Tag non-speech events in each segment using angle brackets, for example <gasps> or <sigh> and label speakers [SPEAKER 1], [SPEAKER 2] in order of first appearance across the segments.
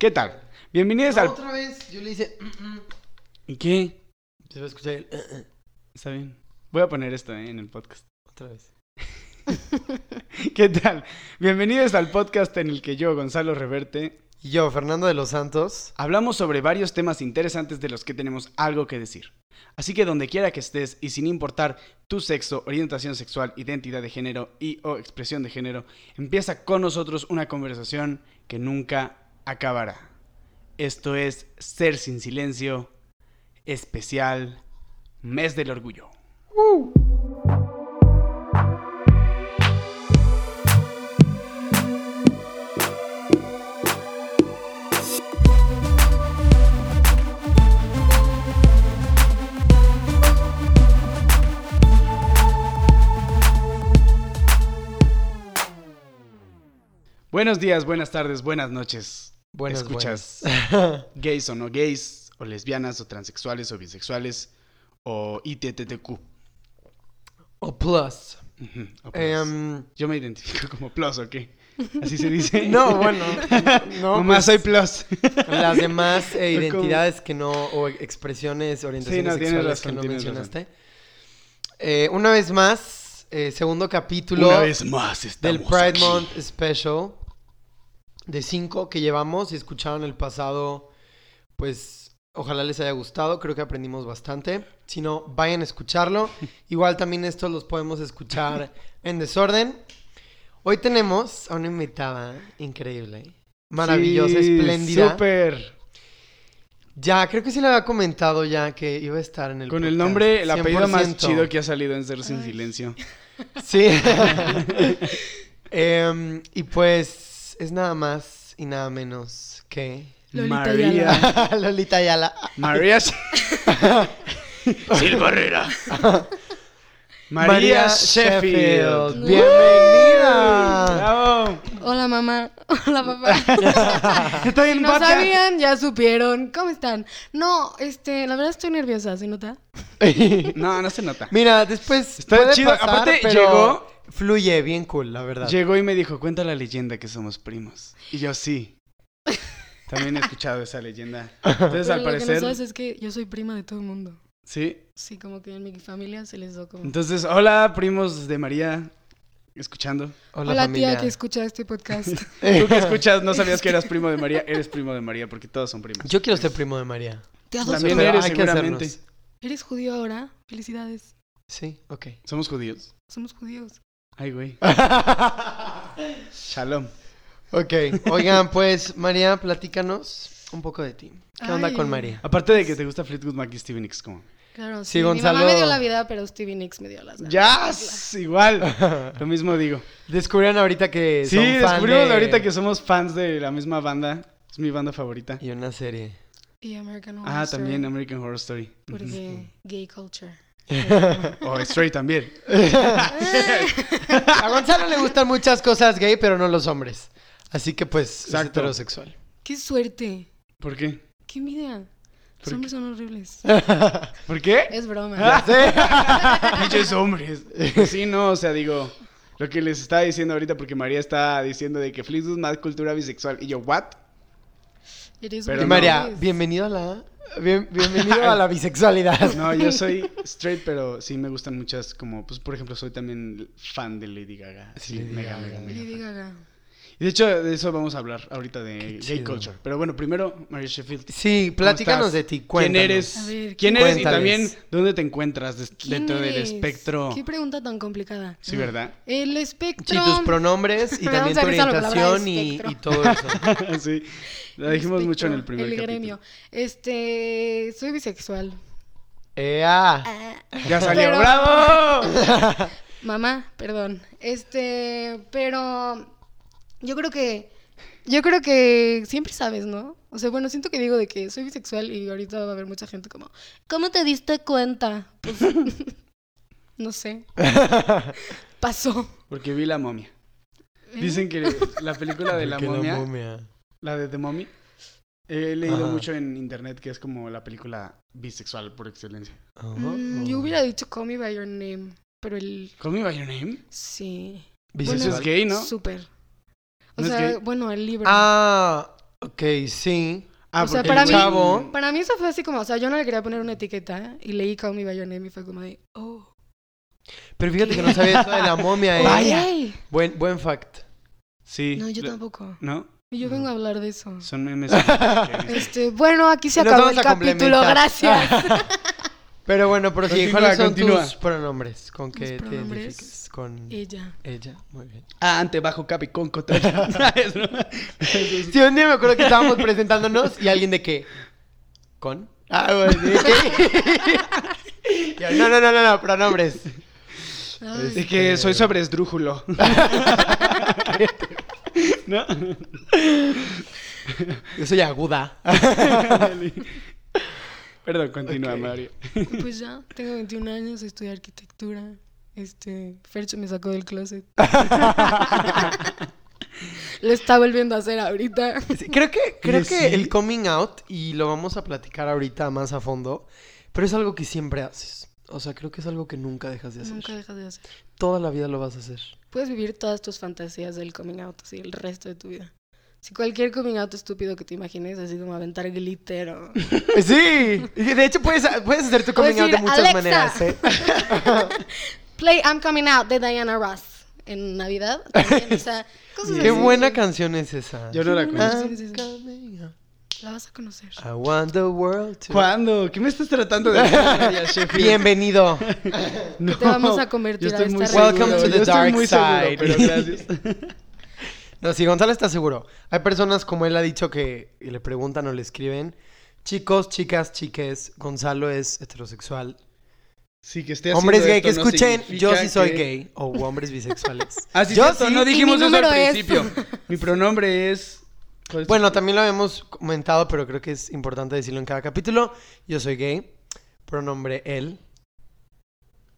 [SPEAKER 1] ¿Qué tal? Bienvenidos
[SPEAKER 2] No,
[SPEAKER 1] al...
[SPEAKER 2] otra vez yo le hice. "Mm, mm".
[SPEAKER 1] ¿Y ¿Qué?
[SPEAKER 2] Se va a escuchar el. "Eh, eh",
[SPEAKER 1] Está bien. Voy a poner esto eh, en el podcast. <laughs>
[SPEAKER 2] Otra vez.
[SPEAKER 1] ¿Qué tal? Bienvenidos al podcast en el que yo, Gonzalo Reverte,
[SPEAKER 2] Y yo, Fernando de los Santos.
[SPEAKER 1] hablamos sobre varios temas interesantes de los que tenemos algo que decir. Así que donde quiera que estés y sin importar tu sexo, orientación sexual, identidad de género y o expresión de género, empieza con nosotros una conversación que nunca acabará. Esto es Ser sin Silencio, especial Mes del Orgullo.
[SPEAKER 2] Uh.
[SPEAKER 1] Buenos días, buenas tardes, buenas noches.
[SPEAKER 2] Buenas,
[SPEAKER 1] Escuchas.
[SPEAKER 2] buenas.
[SPEAKER 1] gays o no gays, o lesbianas, o transexuales, o bisexuales, o ITTTQ.
[SPEAKER 2] <laughs> o plus.
[SPEAKER 1] Ujú, o plus.
[SPEAKER 2] Em,
[SPEAKER 1] Yo me identifico como plus, ¿o qué? Así se dice.
[SPEAKER 2] <laughs> no,
[SPEAKER 1] <laughs>
[SPEAKER 2] bueno. No,
[SPEAKER 1] Mamá,
[SPEAKER 2] pues,
[SPEAKER 1] soy plus.
[SPEAKER 2] Las demás eh, <laughs>
[SPEAKER 1] ¿Cómo?
[SPEAKER 2] identidades que no. O expresiones, orientaciones
[SPEAKER 1] Sí, no, tienes
[SPEAKER 2] sexuales
[SPEAKER 1] razón,
[SPEAKER 2] que no
[SPEAKER 1] tienes
[SPEAKER 2] mencionaste. Eh, una vez más, eh, segundo capítulo
[SPEAKER 1] Una vez más estamos
[SPEAKER 2] del Pride
[SPEAKER 1] aquí.
[SPEAKER 2] Month Special. De cinco que llevamos y escucharon el pasado. Pues ojalá les haya gustado. Creo que aprendimos bastante. Si no, vayan
[SPEAKER 1] <laughs>
[SPEAKER 2] a escucharlo. Igual también estos los podemos escuchar en desorden. Hoy tenemos a una invitada increíble. Maravillosa,
[SPEAKER 1] Sí,
[SPEAKER 2] espléndida.
[SPEAKER 1] Súper.
[SPEAKER 2] Ya, creo que sí le había comentado ya que iba a estar en el
[SPEAKER 1] Con el
[SPEAKER 2] podcast,
[SPEAKER 1] nombre, el apellido más
[SPEAKER 2] 100%.
[SPEAKER 1] chido que ha salido en Ser Sin
[SPEAKER 3] Ay.
[SPEAKER 1] Silencio.
[SPEAKER 2] Sí. Em, y pues es nada más y nada menos
[SPEAKER 1] <laughs>
[SPEAKER 2] que
[SPEAKER 3] Lolita
[SPEAKER 1] María.
[SPEAKER 3] Ayala.
[SPEAKER 2] Lolita Ayala.
[SPEAKER 1] <laughs> María.
[SPEAKER 2] <laughs>
[SPEAKER 1] Silvarrera. María Sheffield.
[SPEAKER 3] Sheffield.
[SPEAKER 2] Bienvenida.
[SPEAKER 1] ¡Bravo!
[SPEAKER 3] Hola mamá, <laughs>
[SPEAKER 1] <laughs>
[SPEAKER 3] hola papá.
[SPEAKER 1] Está
[SPEAKER 3] Si
[SPEAKER 1] bien,
[SPEAKER 3] no
[SPEAKER 1] vaca.
[SPEAKER 3] sabían, ya supieron. ¿Cómo están? No, este, la verdad estoy nerviosa, ¿se nota?
[SPEAKER 1] No, no se nota.
[SPEAKER 2] <laughs> Mira, después
[SPEAKER 1] Está
[SPEAKER 2] puede
[SPEAKER 1] chido.
[SPEAKER 2] pasar,
[SPEAKER 1] Aparte,
[SPEAKER 2] pero
[SPEAKER 1] llegó-
[SPEAKER 2] fluye bien cool, la verdad.
[SPEAKER 1] Llegó y me dijo, cuenta la leyenda que somos primos. Y yo
[SPEAKER 3] <laughs>
[SPEAKER 1] sí. También he escuchado esa
[SPEAKER 2] <laughs>
[SPEAKER 1] leyenda. Entonces,
[SPEAKER 3] Pero
[SPEAKER 1] al
[SPEAKER 3] lo que no
[SPEAKER 1] parecer...
[SPEAKER 3] sabes es que yo soy prima de todo el mundo.
[SPEAKER 1] Sí.
[SPEAKER 3] Sí, como que en mi familia se les dio como...
[SPEAKER 1] Entonces, hola, primos de María. Escuchando.
[SPEAKER 3] Hola, tía
[SPEAKER 2] <laughs>
[SPEAKER 3] que escucha
[SPEAKER 1] <laughs>
[SPEAKER 3] este podcast.
[SPEAKER 1] Tú que escuchas, no sabías que eras primo de María. Eres primo de María porque todos son primos.
[SPEAKER 2] Yo quiero ser primo de María.
[SPEAKER 3] Te adoro.
[SPEAKER 1] También
[SPEAKER 2] Pero
[SPEAKER 1] eres
[SPEAKER 2] hay que
[SPEAKER 1] seguramente.
[SPEAKER 2] hacernos.
[SPEAKER 3] ¿Eres judío ahora? Felicidades.
[SPEAKER 2] Sí, ok.
[SPEAKER 1] Somos judíos.
[SPEAKER 3] Somos judíos.
[SPEAKER 1] Ay,
[SPEAKER 2] <laughs>
[SPEAKER 1] güey. Shalom.
[SPEAKER 2] ok, oigan, pues María, platícanos un poco de ti. ¿Qué onda
[SPEAKER 3] Ay.
[SPEAKER 2] con María?
[SPEAKER 1] Aparte de que te gusta Fleetwood Mac y Steven Nicks, como...
[SPEAKER 3] Claro, sí.
[SPEAKER 2] Sí, Gonzalo.
[SPEAKER 3] Mi mamá me dio la vida, pero Stevie Nicks me dio las ganas.
[SPEAKER 1] ¡Ya! Igual.
[SPEAKER 2] <laughs>
[SPEAKER 1] Lo mismo digo.
[SPEAKER 2] Descubrieron ahorita que
[SPEAKER 1] Sí,
[SPEAKER 2] son fan
[SPEAKER 1] descubrimos
[SPEAKER 2] de-
[SPEAKER 1] ahorita que somos fans de la misma banda. Es mi banda favorita.
[SPEAKER 2] Y una serie.
[SPEAKER 3] Y American Horror
[SPEAKER 1] Ah,
[SPEAKER 3] Story,
[SPEAKER 1] también American Horror Story.
[SPEAKER 3] Porque gay culture.
[SPEAKER 1] O Stray también.
[SPEAKER 2] <laughs> A Gonzalo le gustan muchas cosas gay, pero no los hombres. Así que pues es
[SPEAKER 1] Exacto. <laughs>
[SPEAKER 2] heterosexual.
[SPEAKER 3] ¡Qué suerte!
[SPEAKER 1] ¿Por qué?
[SPEAKER 3] ¡Qué envidia! Los
[SPEAKER 1] ¿Por
[SPEAKER 3] hombres
[SPEAKER 1] <laughs>
[SPEAKER 3] son horribles.
[SPEAKER 1] ¿Por
[SPEAKER 3] <laughs>
[SPEAKER 1] qué? <laughs>
[SPEAKER 3] Es broma.
[SPEAKER 1] Pinches hombres. Sí, no, o sea, digo, lo que les estaba diciendo ahorita, porque María está diciendo de que Fleetwood Mac cultura bisexual. Y yo, ¿what?
[SPEAKER 3] Eres
[SPEAKER 1] Pero
[SPEAKER 2] Y
[SPEAKER 3] un
[SPEAKER 2] María,
[SPEAKER 3] gris.
[SPEAKER 2] bienvenido a la bien- bienvenido a la bisexualidad.
[SPEAKER 1] No, yo soy straight, pero sí me gustan muchas, como, pues, por ejemplo, soy también fan de Lady Gaga. Sí,
[SPEAKER 2] Sí, Lady
[SPEAKER 1] mega,
[SPEAKER 2] Gaga.
[SPEAKER 1] mega, mega.
[SPEAKER 3] Lady Gaga.
[SPEAKER 1] Y de hecho, de eso vamos a hablar ahorita, de
[SPEAKER 2] Qué
[SPEAKER 1] gay
[SPEAKER 2] chido.
[SPEAKER 1] culture. Pero bueno, primero, María Sheffield.
[SPEAKER 2] <laughs> Sí,
[SPEAKER 1] ¿Cómo
[SPEAKER 2] platícanos
[SPEAKER 1] estás?
[SPEAKER 2] de ti.
[SPEAKER 1] ¿Quién
[SPEAKER 2] cuéntanos.
[SPEAKER 1] eres?
[SPEAKER 3] A ver,
[SPEAKER 1] ¿Quién
[SPEAKER 3] ¿quién
[SPEAKER 1] eres?
[SPEAKER 2] Cuéntales.
[SPEAKER 1] Y también, ¿dónde te encuentras des-
[SPEAKER 3] ¿Quién
[SPEAKER 1] dentro del
[SPEAKER 3] eres?
[SPEAKER 1] espectro?
[SPEAKER 3] Qué pregunta tan complicada.
[SPEAKER 1] Sí, ¿verdad? <laughs>
[SPEAKER 3] El espectro.
[SPEAKER 2] Sí, tus pronombres y
[SPEAKER 3] Vamos
[SPEAKER 2] también
[SPEAKER 3] a
[SPEAKER 2] tu
[SPEAKER 3] revisar la palabra
[SPEAKER 2] orientación y,
[SPEAKER 3] espectro.
[SPEAKER 2] y todo
[SPEAKER 3] <laughs>
[SPEAKER 2] eso.
[SPEAKER 1] sí. Lo
[SPEAKER 3] el
[SPEAKER 1] dijimos mucho en el
[SPEAKER 3] espectro,
[SPEAKER 1] primer
[SPEAKER 3] El
[SPEAKER 1] capítulo.
[SPEAKER 3] gremio. Este. Soy bisexual.
[SPEAKER 2] Ea.
[SPEAKER 1] ¡Ya salió!
[SPEAKER 2] <laughs>
[SPEAKER 3] Pero-
[SPEAKER 1] ¡Bravo!
[SPEAKER 3] Mamá, perdón. Este. Pero. Yo creo que. Yo creo que siempre sabes, ¿no? O sea, bueno, siento que digo de que soy bisexual y ahorita va a haber mucha gente como, ¿cómo te diste cuenta? Pues, <laughs>
[SPEAKER 1] <laughs>
[SPEAKER 3] no sé. Pasó.
[SPEAKER 1] Porque vi La Momia.
[SPEAKER 3] ¿Eh?
[SPEAKER 1] Dicen que la película
[SPEAKER 2] <laughs>
[SPEAKER 1] de La
[SPEAKER 2] Porque
[SPEAKER 1] Momia, la, de The Mommy, he leído
[SPEAKER 2] Ajá.
[SPEAKER 1] mucho en internet que es como la película bisexual por excelencia.
[SPEAKER 2] Oh.
[SPEAKER 3] Mm, yo hubiera dicho Call Me By Your Name, pero el...
[SPEAKER 1] ¿Call Me By Your Name?
[SPEAKER 3] Sí.
[SPEAKER 1] Eso
[SPEAKER 2] Bisexual.
[SPEAKER 1] es gay, ¿no?
[SPEAKER 3] Súper. O
[SPEAKER 1] ¿No es
[SPEAKER 3] sea,
[SPEAKER 1] gay?
[SPEAKER 3] bueno, el libro.
[SPEAKER 2] Ah, Ok, sí.
[SPEAKER 1] Ah,
[SPEAKER 3] o sea,
[SPEAKER 1] porque
[SPEAKER 3] para
[SPEAKER 1] el
[SPEAKER 3] mí,
[SPEAKER 1] <laughs>
[SPEAKER 2] chavo-
[SPEAKER 3] para mí eso fue así como, o sea, yo no le quería poner una etiqueta y leí Call Me By Your Name y fue como de, oh,
[SPEAKER 2] Pero fíjate que no sabía eso de la momia, ¿eh?
[SPEAKER 1] Vaya.
[SPEAKER 3] ok.
[SPEAKER 2] Buen, buen fact.
[SPEAKER 1] Sí.
[SPEAKER 3] No, yo
[SPEAKER 1] lo-
[SPEAKER 3] tampoco.
[SPEAKER 1] ¿No?
[SPEAKER 3] Y yo vengo a hablar de eso.
[SPEAKER 1] Son memes. <laughs> que-
[SPEAKER 3] Este, bueno, aquí se
[SPEAKER 2] Y nos
[SPEAKER 3] acabó el
[SPEAKER 2] vamos a
[SPEAKER 3] capítulo,
[SPEAKER 1] <laughs>
[SPEAKER 2] complementar.
[SPEAKER 3] gracias.
[SPEAKER 2] Pero bueno, pero sí,
[SPEAKER 1] Continúa,
[SPEAKER 2] ¿cuáles son
[SPEAKER 1] continúa.
[SPEAKER 2] tus pronombres? ¿Con
[SPEAKER 3] Mis
[SPEAKER 2] qué te
[SPEAKER 3] pronombres. Eh,
[SPEAKER 2] identificas? Con
[SPEAKER 3] Ella.
[SPEAKER 2] ella, muy bien.
[SPEAKER 1] ah, ante bajo capi con <laughs> cotorra. ¿Sabes, no?
[SPEAKER 2] <laughs>
[SPEAKER 1] <laughs>
[SPEAKER 2] Sí, un día me acuerdo que <laughs> estábamos presentándonos y alguien de qué. ¿Con? Ah, bueno, <laughs> ¿de qué? Yo, no, no, no, no, no, pronombres.
[SPEAKER 3] Ay,
[SPEAKER 2] Este
[SPEAKER 1] Es que soy sobresdrújulo. ¿No?
[SPEAKER 2] Yo soy aguda.
[SPEAKER 1] Perdón, continúa,
[SPEAKER 2] Ok.
[SPEAKER 1] Mario.
[SPEAKER 3] pues ya, tengo 21 años, estudié arquitectura. Este, Fercho me sacó
[SPEAKER 1] <laughs>
[SPEAKER 3] del closet. <laughs> Lo está volviendo a hacer ahorita.
[SPEAKER 2] Sí, Creo que, creo
[SPEAKER 1] Oye,
[SPEAKER 2] que
[SPEAKER 1] sí.
[SPEAKER 2] el coming out, y lo vamos a platicar ahorita más a fondo, pero es algo que siempre haces. O sea, creo que es algo que nunca dejas de hacer.
[SPEAKER 3] Nunca dejas de hacer.
[SPEAKER 2] Toda la vida lo vas a hacer.
[SPEAKER 3] Puedes vivir todas tus fantasías del coming out así el resto de tu vida. Si cualquier coming out estúpido que te imagines, así como aventar glitter o...
[SPEAKER 2] <laughs> Sí, de hecho puedes, puedes hacer tu
[SPEAKER 3] Puedes
[SPEAKER 2] coming out de
[SPEAKER 3] decir,
[SPEAKER 2] muchas
[SPEAKER 3] "Alexa".
[SPEAKER 2] maneras.
[SPEAKER 3] <laughs>
[SPEAKER 2] ¿eh?
[SPEAKER 3] Play I'm Coming Out de Diana Ross en Navidad. También,
[SPEAKER 2] <laughs>
[SPEAKER 3] o sea, cosas
[SPEAKER 2] Qué
[SPEAKER 3] así.
[SPEAKER 2] buena canción es esa.
[SPEAKER 1] Yo no la
[SPEAKER 3] Sí,
[SPEAKER 1] conozco.
[SPEAKER 3] no.
[SPEAKER 2] I'm coming out.
[SPEAKER 3] La vas a conocer.
[SPEAKER 2] I want the world to...
[SPEAKER 1] ¿Cuándo? ¿Qué me estás tratando de
[SPEAKER 2] <laughs>
[SPEAKER 1] decir, María Sheffield?
[SPEAKER 2] Bienvenido.
[SPEAKER 1] No,
[SPEAKER 3] te vamos a convertir
[SPEAKER 1] yo
[SPEAKER 3] a
[SPEAKER 1] estoy
[SPEAKER 3] esta
[SPEAKER 1] muy
[SPEAKER 3] reina.
[SPEAKER 1] seguro,
[SPEAKER 2] Welcome to the
[SPEAKER 1] yo estoy
[SPEAKER 2] dark
[SPEAKER 1] muy seguro, pero
[SPEAKER 2] side.
[SPEAKER 1] gracias.
[SPEAKER 2] No, sí, Gonzalo está seguro. Hay personas, como él ha dicho, que le preguntan o le escriben. Chicos, chicas, chiques, Gonzalo es heterosexual.
[SPEAKER 1] Sí, que esté
[SPEAKER 2] hombres
[SPEAKER 1] haciendo
[SPEAKER 2] gay, que
[SPEAKER 1] esto no
[SPEAKER 2] escuchen, yo
[SPEAKER 1] significa
[SPEAKER 2] sí soy
[SPEAKER 1] que-
[SPEAKER 2] gay. O hombres bisexuales.
[SPEAKER 1] <laughs> Ah, sí,
[SPEAKER 2] yo
[SPEAKER 1] cierto, no dijimos eso al
[SPEAKER 3] número es-
[SPEAKER 1] principio. Mi pronombre es... ¿cuál es tu
[SPEAKER 2] <laughs> Bueno, también lo habíamos comentado, pero creo que es importante decirlo en cada capítulo. Yo soy gay. Pronombre él.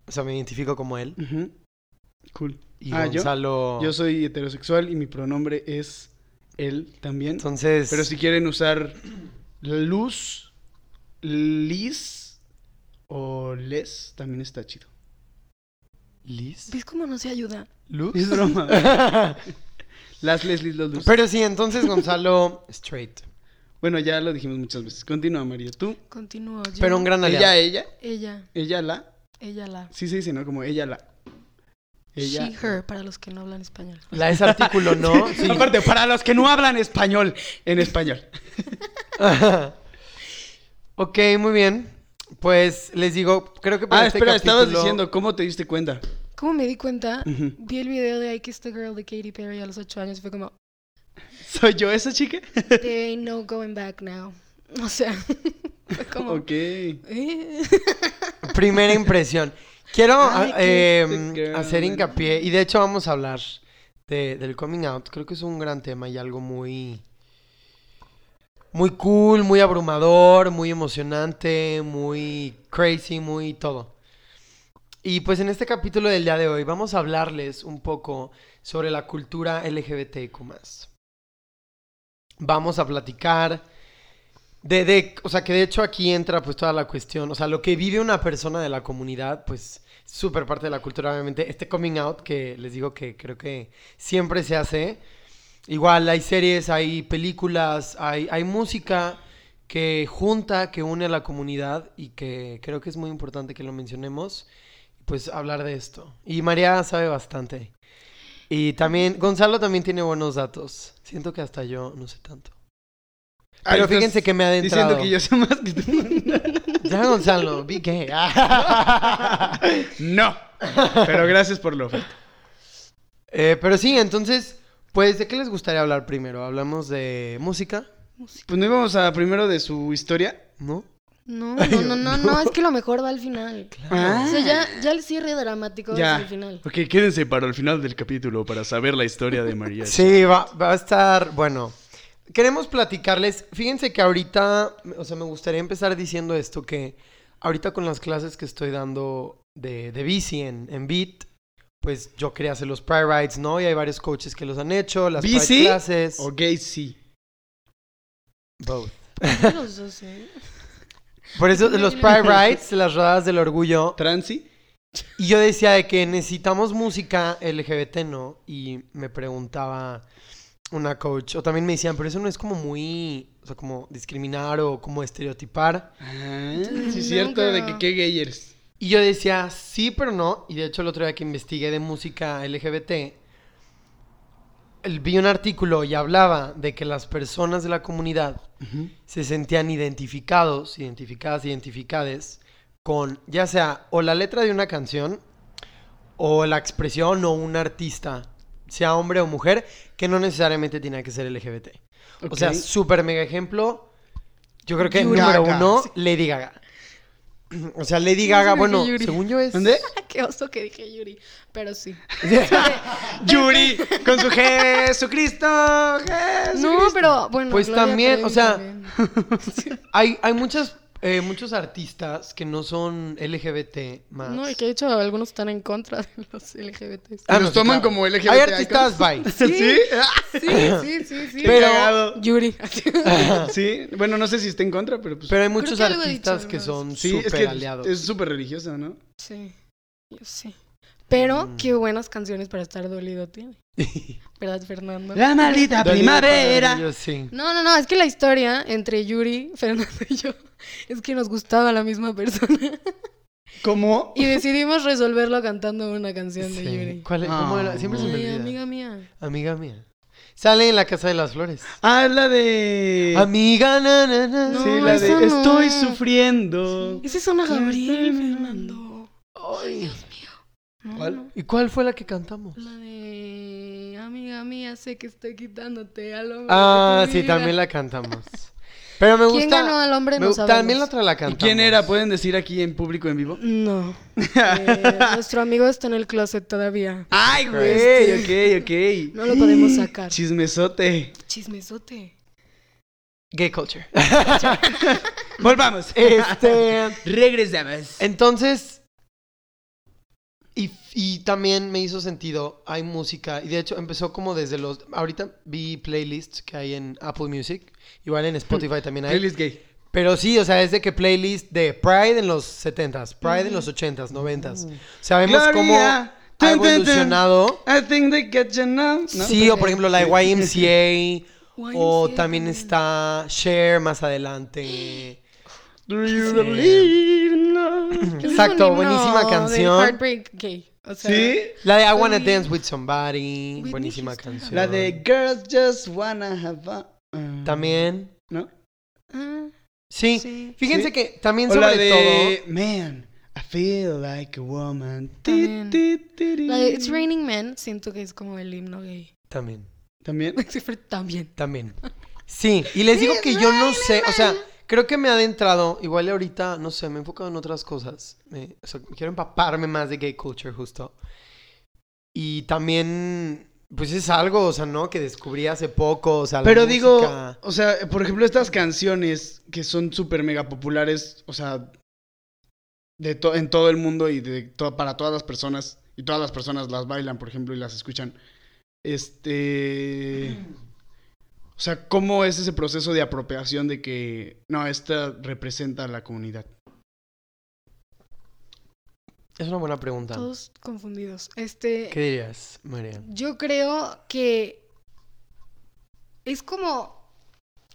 [SPEAKER 2] O sea, me identifico como él.
[SPEAKER 1] Ujú. Cool.
[SPEAKER 2] Y
[SPEAKER 1] Ah, ¿yo?
[SPEAKER 2] Gonzalo.
[SPEAKER 1] Yo soy heterosexual y mi pronombre es él también.
[SPEAKER 2] Entonces.
[SPEAKER 1] Pero si quieren usar luz, lis o les, también está chido.
[SPEAKER 2] Liz.
[SPEAKER 3] ¿Ves cómo no se ayuda?
[SPEAKER 2] Luz.
[SPEAKER 1] Es broma. Las Leslie, los luz.
[SPEAKER 2] <laughs> Pero sí, entonces Gonzalo straight.
[SPEAKER 1] Bueno, ya lo dijimos muchas veces. Continúa, Mario. Tú,
[SPEAKER 3] Continúo. yo-
[SPEAKER 2] Pero un gran aliado.
[SPEAKER 1] ella, ella,
[SPEAKER 3] Ella,
[SPEAKER 1] ella la.
[SPEAKER 3] ella la...
[SPEAKER 1] Sí se dice, ¿no? Como ella la. Ella.
[SPEAKER 3] She, her, para los que no hablan español.
[SPEAKER 2] La es artículo, ¿no? Sí.
[SPEAKER 1] Aparte, para los que no hablan español, en
[SPEAKER 2] <laughs>
[SPEAKER 1] español.
[SPEAKER 2] ok, muy bien. Pues les digo, creo que para
[SPEAKER 1] Ah,
[SPEAKER 2] este
[SPEAKER 1] espera, estabas
[SPEAKER 2] capítulo-
[SPEAKER 1] diciendo, ¿cómo te diste cuenta?
[SPEAKER 3] ¿Cómo me di cuenta?
[SPEAKER 1] Ujú.
[SPEAKER 3] Vi el video de I Kissed the Girl de Katy Perry a los 8 años y fue como,
[SPEAKER 1] ¿Soy yo esa chica?
[SPEAKER 3] there ain't no going back now. <laughs> O sea, fue como...
[SPEAKER 1] Ok.
[SPEAKER 3] "Eh".
[SPEAKER 2] Primera impresión. Quiero
[SPEAKER 1] Ay,
[SPEAKER 2] a-
[SPEAKER 1] qué este
[SPEAKER 2] eh,
[SPEAKER 1] girl.
[SPEAKER 2] hacer hincapié, y de hecho vamos a hablar de- del coming out. Creo que es un gran tema y algo muy... Muy cool, muy abrumador, muy emocionante, muy crazy, muy todo. Y pues en este capítulo del día de hoy vamos a hablarles un poco sobre la cultura LGBTQ+. Vamos a platicar de, de, o sea, que de hecho aquí entra pues toda la cuestión, o sea, lo que vive una persona de la comunidad, pues súper parte de la cultura, obviamente. Este coming out que les digo que creo que siempre se hace. Igual hay series, hay películas, hay, hay música que junta, que une a la comunidad y que creo que es muy importante que lo mencionemos, pues hablar de esto. Y María sabe bastante. Y también, Gonzalo también tiene buenos datos. Siento que hasta yo no sé tanto.
[SPEAKER 1] Ahí
[SPEAKER 2] Pero
[SPEAKER 1] estás
[SPEAKER 2] fíjense que me ha adentrado.
[SPEAKER 1] Ah, Diciendo que yo sé más que tú.
[SPEAKER 2] Ya, Gonzalo, vi que... <laughs>
[SPEAKER 1] No. Pero gracias por lo oferta.
[SPEAKER 2] Eh, pero sí, entonces, pues, ¿de qué les gustaría hablar primero? ¿Hablamos de música?
[SPEAKER 1] Pues no íbamos a primero de su historia.
[SPEAKER 2] ¿No?
[SPEAKER 3] No, <laughs> no, no, no, no, es que lo mejor va al final. O sea, ya, ya el cierre dramático
[SPEAKER 1] Ya.
[SPEAKER 3] es el final.
[SPEAKER 1] Ok, quédense para el final del capítulo para saber la historia de María.
[SPEAKER 2] Sí, va, va a estar, bueno, queremos platicarles, fíjense que ahorita, o sea, me gustaría empezar diciendo esto, que ahorita con las clases que estoy dando de, de bici en, en Beat, pues yo quería hacer los Pride Rides, ¿no? Y hay varios coaches que los han hecho, las Pride
[SPEAKER 1] ¿Bici?
[SPEAKER 2] clases.
[SPEAKER 1] O gay sí.
[SPEAKER 2] Both.
[SPEAKER 3] Los dos, ¿eh?
[SPEAKER 2] Por eso los Pride Rides, las rodadas del orgullo,
[SPEAKER 1] Transi.
[SPEAKER 2] Y yo decía de que necesitamos música LGBT, ¿no? Y me preguntaba, una coach. O también me decían, pero eso no es como muy, o sea, como discriminar o como estereotipar.
[SPEAKER 1] Ah,
[SPEAKER 3] Nunca.
[SPEAKER 1] sí, es cierto, de que qué gay eres.
[SPEAKER 2] Y yo decía, sí, pero no. Y de hecho, el otro día que investigué de música LGBT, el- vi un artículo y hablaba de que las personas de la comunidad se sentían identificados, identificadas, identificades con ya sea o la letra de una canción o la expresión o un artista, sea hombre o mujer, que no necesariamente tiene que ser LGBT. O sea,
[SPEAKER 1] Ok.
[SPEAKER 2] súper mega ejemplo. Yo creo que
[SPEAKER 1] Yuri
[SPEAKER 2] número
[SPEAKER 1] Gaga.
[SPEAKER 2] uno, Lady Gaga. <clears throat> O sea, Lady
[SPEAKER 3] Sí,
[SPEAKER 2] Gaga,
[SPEAKER 3] creo que
[SPEAKER 2] bueno,
[SPEAKER 3] Yuri.
[SPEAKER 2] según yo es... <laughs>
[SPEAKER 1] ¿Dónde?
[SPEAKER 3] <laughs> Qué oso que dije Yuri, pero sí.
[SPEAKER 1] Yuri, con su Jesucristo. Jesucristo.
[SPEAKER 3] No, pero bueno.
[SPEAKER 2] Pues
[SPEAKER 3] Gloria
[SPEAKER 2] también,
[SPEAKER 3] Trevi
[SPEAKER 2] o sea,
[SPEAKER 3] también.
[SPEAKER 2] Hay, hay muchas, eh, muchos artistas que no son LGBT más.
[SPEAKER 3] <laughs> No, y que de hecho algunos están en contra de los LGBTs.
[SPEAKER 1] Ah, Los
[SPEAKER 2] sí,
[SPEAKER 1] toman como LGBT
[SPEAKER 2] Hay artistas bi.
[SPEAKER 1] ¿Sí? ¿Sí?
[SPEAKER 3] Sí, sí, <laughs> sí, sí.
[SPEAKER 2] Pero-
[SPEAKER 1] cagado.
[SPEAKER 3] Yuri. <laughs>
[SPEAKER 1] Sí, bueno, no sé si está en contra, pero pues.
[SPEAKER 2] Pero hay muchos
[SPEAKER 3] que algo he
[SPEAKER 2] artistas
[SPEAKER 3] dicho
[SPEAKER 2] que
[SPEAKER 3] alguna
[SPEAKER 2] son
[SPEAKER 1] sí,
[SPEAKER 2] súper
[SPEAKER 1] es que
[SPEAKER 2] aliados.
[SPEAKER 1] es súper religioso, ¿no?
[SPEAKER 3] Sí, yo sí. Pero qué buenas canciones para estar dolido <laughs> tiene. ¿Verdad, Fernando?
[SPEAKER 1] maldita
[SPEAKER 2] Dolly Parton, yo sí.
[SPEAKER 3] No, no, no, es que la historia entre Yuri, Fernando y yo es que nos gustaba la misma persona
[SPEAKER 1] ¿Cómo?
[SPEAKER 3] y decidimos resolverlo cantando una canción de
[SPEAKER 2] Sí.
[SPEAKER 3] Yuri.
[SPEAKER 2] ¿Cuál es? ¿Cómo era?
[SPEAKER 1] Ah.
[SPEAKER 2] Siempre se me
[SPEAKER 3] Ay,
[SPEAKER 2] olvida.
[SPEAKER 3] amiga mía.
[SPEAKER 2] Amiga mía. Sale en la Casa de las Flores.
[SPEAKER 1] Ah, la de.
[SPEAKER 2] Amiga, na, na, na.
[SPEAKER 3] No,
[SPEAKER 1] Ah, sí, la de.
[SPEAKER 3] esa no.
[SPEAKER 1] Estoy sufriendo.
[SPEAKER 3] Esa es una Gabriel, Fernando.
[SPEAKER 2] Ay.
[SPEAKER 3] No, no,
[SPEAKER 2] ¿Y cuál fue la que cantamos?
[SPEAKER 3] La de amiga mía, sé que estoy quitándote a lo mejor
[SPEAKER 2] Ah,
[SPEAKER 3] de tu
[SPEAKER 2] sí,
[SPEAKER 3] vida.
[SPEAKER 2] también la cantamos. Pero me gusta.
[SPEAKER 3] ¿Quién ganó al hombre?
[SPEAKER 2] me
[SPEAKER 3] No
[SPEAKER 2] gu- También la
[SPEAKER 3] sabemos.
[SPEAKER 2] otra la
[SPEAKER 1] ¿Y
[SPEAKER 2] cantamos.
[SPEAKER 1] quién era? Pues, ¿Pueden decir aquí en público en vivo?
[SPEAKER 3] No.
[SPEAKER 2] <laughs>
[SPEAKER 3] Eh, nuestro amigo está en el closet todavía.
[SPEAKER 1] ¡Ay, güey! este. Ok, ok.
[SPEAKER 3] No lo podemos sacar.
[SPEAKER 1] Chismesote.
[SPEAKER 3] Chismesote.
[SPEAKER 2] Gay Culture.
[SPEAKER 1] <laughs> Volvamos.
[SPEAKER 2] Este.
[SPEAKER 1] Regresamos.
[SPEAKER 2] Entonces. Y, y también me hizo sentido. Hay música. Y de hecho empezó como desde los. Ahorita vi playlists que hay en Apple Music. Igual en
[SPEAKER 1] Hmm,
[SPEAKER 2] Spotify también hay.
[SPEAKER 1] Él es gay.
[SPEAKER 2] Pero sí, o sea, es de que playlist de Pride en los 70s, Pride en los 80s, 90s. Sabemos
[SPEAKER 1] Hmm. Gloria,
[SPEAKER 2] cómo ha
[SPEAKER 1] tun, tun, tun.
[SPEAKER 2] evolucionado.
[SPEAKER 1] I think they get you now, ¿no?
[SPEAKER 2] Sí, o por ejemplo la de
[SPEAKER 1] <laughs>
[SPEAKER 2] YMCA. o
[SPEAKER 3] YMCA
[SPEAKER 2] también está Share más adelante.
[SPEAKER 1] Do you believe in <laughs> love?
[SPEAKER 2] Exacto, buenísima
[SPEAKER 3] De
[SPEAKER 2] canción.
[SPEAKER 3] heartbreak gay. O sea,
[SPEAKER 1] ¿Sí?
[SPEAKER 2] La de I Wanna
[SPEAKER 3] Sí.
[SPEAKER 2] Dance with Somebody.
[SPEAKER 3] Whitney
[SPEAKER 2] buenísima
[SPEAKER 3] Houston.
[SPEAKER 2] canción.
[SPEAKER 1] La de Girls Just Wanna Have Fun. Ah,
[SPEAKER 2] También.
[SPEAKER 1] ¿No?
[SPEAKER 3] ah,
[SPEAKER 2] Sí.
[SPEAKER 3] Sí.
[SPEAKER 2] Fíjense
[SPEAKER 1] Sí.
[SPEAKER 2] que también
[SPEAKER 1] O la
[SPEAKER 2] sobre
[SPEAKER 1] de
[SPEAKER 2] todo.
[SPEAKER 1] Man, I feel like a woman.
[SPEAKER 3] También.
[SPEAKER 1] Ti, ti, ti, ti.
[SPEAKER 3] la de It's Raining Men siento que es como el himno gay. <laughs>
[SPEAKER 2] También.
[SPEAKER 1] También.
[SPEAKER 3] Siempre También.
[SPEAKER 2] También. Sí,
[SPEAKER 1] <laughs>
[SPEAKER 2] y les digo que yo no sé, o sea, creo que me he adentrado, igual ahorita, no sé, me he enfocado en otras cosas. me- o sea, quiero empaparme más de gay culture justo. Y también, pues es algo, o sea, ¿no? Que descubrí hace poco, o sea, la
[SPEAKER 1] Pero digo,
[SPEAKER 2] música.
[SPEAKER 1] o sea, por ejemplo, estas canciones que son súper mega populares, o sea, de to- en todo el mundo y de to- para todas las personas, y todas las personas las bailan, por ejemplo, y las escuchan. Este. O sea, ¿cómo es ese proceso de apropiación de que, no, esta representa a la comunidad?
[SPEAKER 2] Es una buena pregunta.
[SPEAKER 3] Todos confundidos. Este.
[SPEAKER 2] ¿Qué dirías, María?
[SPEAKER 3] Yo creo que es como...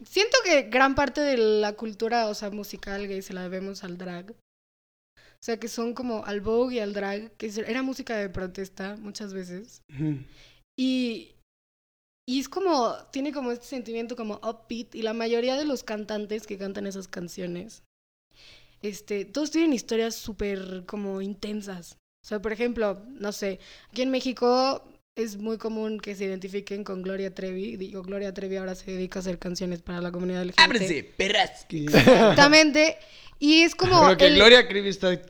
[SPEAKER 3] Siento que gran parte de la cultura, o sea, musical gay se la debemos al drag. O sea, que son como al Vogue y al drag, que se- era música de protesta muchas veces. Y, y es como, tiene como este sentimiento como upbeat y la mayoría de los cantantes que cantan esas canciones, este, todos tienen historias súper como intensas. O sea, por ejemplo, no sé, aquí en México es muy común que se identifiquen con Gloria Trevi. Digo, Gloria Trevi ahora se dedica a hacer canciones para la comunidad LGBT.
[SPEAKER 1] perras! Que...
[SPEAKER 3] Exactamente. Y
[SPEAKER 1] <laughs>
[SPEAKER 3] es como...
[SPEAKER 1] Creo que
[SPEAKER 3] el-
[SPEAKER 1] Gloria Crivi está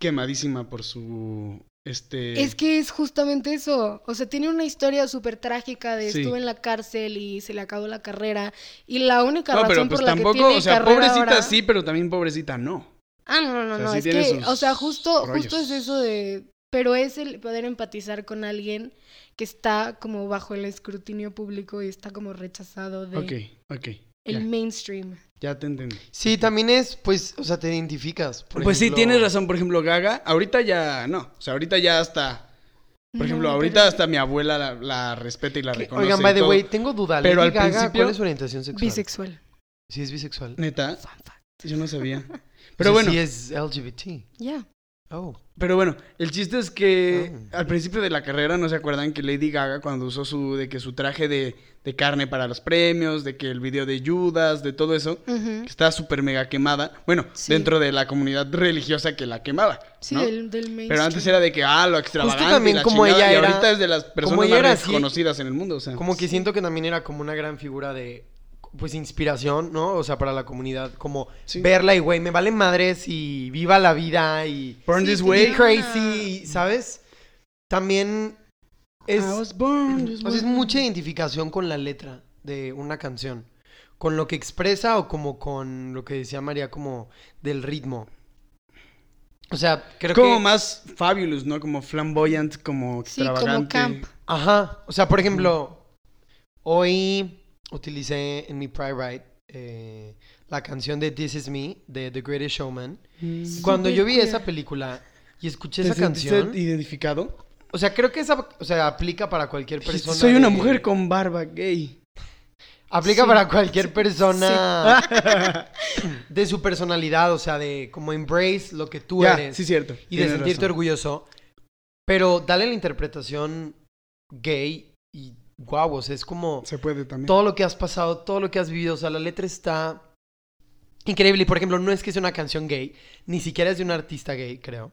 [SPEAKER 1] quemadísima por su. Este.
[SPEAKER 3] Es que es justamente eso. O sea, tiene una historia súper trágica de
[SPEAKER 1] Sí.
[SPEAKER 3] estuve en la cárcel y se le acabó la carrera. Y la única
[SPEAKER 1] no, pero
[SPEAKER 3] razón
[SPEAKER 1] pues
[SPEAKER 3] por la
[SPEAKER 1] tampoco,
[SPEAKER 3] que tiene
[SPEAKER 1] o sea,
[SPEAKER 3] carrera
[SPEAKER 1] pobrecita
[SPEAKER 3] ahora-
[SPEAKER 1] sí, pero también pobrecita no.
[SPEAKER 3] Ah, no, no, no,
[SPEAKER 1] sea,
[SPEAKER 3] no,
[SPEAKER 1] sí
[SPEAKER 3] es
[SPEAKER 1] tiene
[SPEAKER 3] que, o sea,
[SPEAKER 1] sus
[SPEAKER 3] justo, justo
[SPEAKER 1] rollos.
[SPEAKER 3] es eso de... Pero es el poder empatizar con alguien que está como bajo el escrutinio público y está como rechazado de
[SPEAKER 1] Ok, ok.
[SPEAKER 3] el
[SPEAKER 1] ya.
[SPEAKER 3] mainstream.
[SPEAKER 1] Ya te entendí.
[SPEAKER 2] Sí, también es, pues, o sea, te identificas. por
[SPEAKER 1] pues sí,
[SPEAKER 2] ejemplo.
[SPEAKER 1] tienes razón. Por ejemplo, Gaga, ahorita ya no. O sea, ahorita ya hasta Por ejemplo,
[SPEAKER 3] No,
[SPEAKER 1] ahorita
[SPEAKER 3] pero-
[SPEAKER 1] hasta mi abuela la, la respeta y la
[SPEAKER 2] Que-
[SPEAKER 1] reconoce.
[SPEAKER 2] Oigan,
[SPEAKER 1] y
[SPEAKER 2] by the
[SPEAKER 1] todo.
[SPEAKER 2] way, tengo duda.
[SPEAKER 1] Pero
[SPEAKER 2] Lady
[SPEAKER 1] al
[SPEAKER 2] Gaga,
[SPEAKER 1] principio-
[SPEAKER 2] ¿cuál es su orientación sexual?
[SPEAKER 3] Bisexual.
[SPEAKER 2] Sí, es bisexual.
[SPEAKER 1] Neta,
[SPEAKER 3] Fun fact.
[SPEAKER 1] yo no
[SPEAKER 3] <laughs>
[SPEAKER 1] sabía.
[SPEAKER 2] O
[SPEAKER 1] Pero
[SPEAKER 2] sea,
[SPEAKER 1] bueno,
[SPEAKER 2] Sí, es LGBT.
[SPEAKER 3] Ya.
[SPEAKER 2] Oh.
[SPEAKER 1] pero bueno, el chiste es que
[SPEAKER 2] Ah.
[SPEAKER 1] al principio de la carrera no se acuerdan que Lady Gaga cuando usó su de que su traje de, de carne para los premios, de que el video de Judas, de todo eso, que
[SPEAKER 3] Ujú.
[SPEAKER 1] está súper mega quemada. Bueno,
[SPEAKER 3] Sí.
[SPEAKER 1] dentro de la comunidad religiosa que la quemaba.
[SPEAKER 3] Sí,
[SPEAKER 1] ¿no?
[SPEAKER 3] del, del mainstream.
[SPEAKER 1] Pero antes era de que, ah, lo extravagante
[SPEAKER 2] también
[SPEAKER 1] y la
[SPEAKER 2] como
[SPEAKER 1] chingada,
[SPEAKER 2] ella
[SPEAKER 1] y
[SPEAKER 2] era-
[SPEAKER 1] ahorita es de las personas
[SPEAKER 2] ella
[SPEAKER 1] más
[SPEAKER 2] era así-
[SPEAKER 1] reconocidas en el mundo, o sea.
[SPEAKER 2] Como que siento que también era como una gran figura de, pues, inspiración, ¿no? O sea, para la comunidad, como
[SPEAKER 1] Sí.
[SPEAKER 2] verla y, güey, me vale madres y viva la vida y
[SPEAKER 1] Born
[SPEAKER 3] Sí,
[SPEAKER 1] this
[SPEAKER 3] tenía
[SPEAKER 1] way.
[SPEAKER 2] be
[SPEAKER 3] Güey.
[SPEAKER 2] crazy, y, ¿sabes? También es,
[SPEAKER 1] I was born this
[SPEAKER 2] o sea, es
[SPEAKER 1] way.
[SPEAKER 2] mucha identificación con la letra de una canción, con lo que expresa o como con lo que decía María, como del ritmo. O sea, creo
[SPEAKER 1] como
[SPEAKER 2] que...
[SPEAKER 1] más fabulous, ¿no? Como flamboyant, como
[SPEAKER 3] Sí, como
[SPEAKER 1] extravagante.
[SPEAKER 3] camp.
[SPEAKER 2] Ajá. O sea, por ejemplo, hoy utilicé en mi Pride Ride eh, la canción de This Is Me de The Greatest Showman.
[SPEAKER 1] Mm.
[SPEAKER 2] Cuando yo vi
[SPEAKER 3] Superqueer.
[SPEAKER 2] esa película y escuché
[SPEAKER 1] ¿Te
[SPEAKER 2] esa
[SPEAKER 1] sentiste
[SPEAKER 2] canción,
[SPEAKER 1] identificado?
[SPEAKER 2] o sea, creo que esa o sea, aplica para cualquier persona.
[SPEAKER 1] Soy una
[SPEAKER 2] de-
[SPEAKER 1] mujer con barba gay.
[SPEAKER 2] Aplica
[SPEAKER 3] Sí,
[SPEAKER 2] para cualquier persona de su personalidad, o sea, de como embrace lo que tú
[SPEAKER 1] ya,
[SPEAKER 2] eres
[SPEAKER 1] sí, cierto.
[SPEAKER 2] y de
[SPEAKER 1] tienes
[SPEAKER 2] sentirte
[SPEAKER 1] razón.
[SPEAKER 2] orgulloso. Pero dale la interpretación gay y guau, o sea, es como...
[SPEAKER 1] Se puede también.
[SPEAKER 2] todo lo que has pasado, todo lo que has vivido. O sea, la letra está increíble. Y por ejemplo, no es que sea una canción gay, ni siquiera es de un artista gay, creo.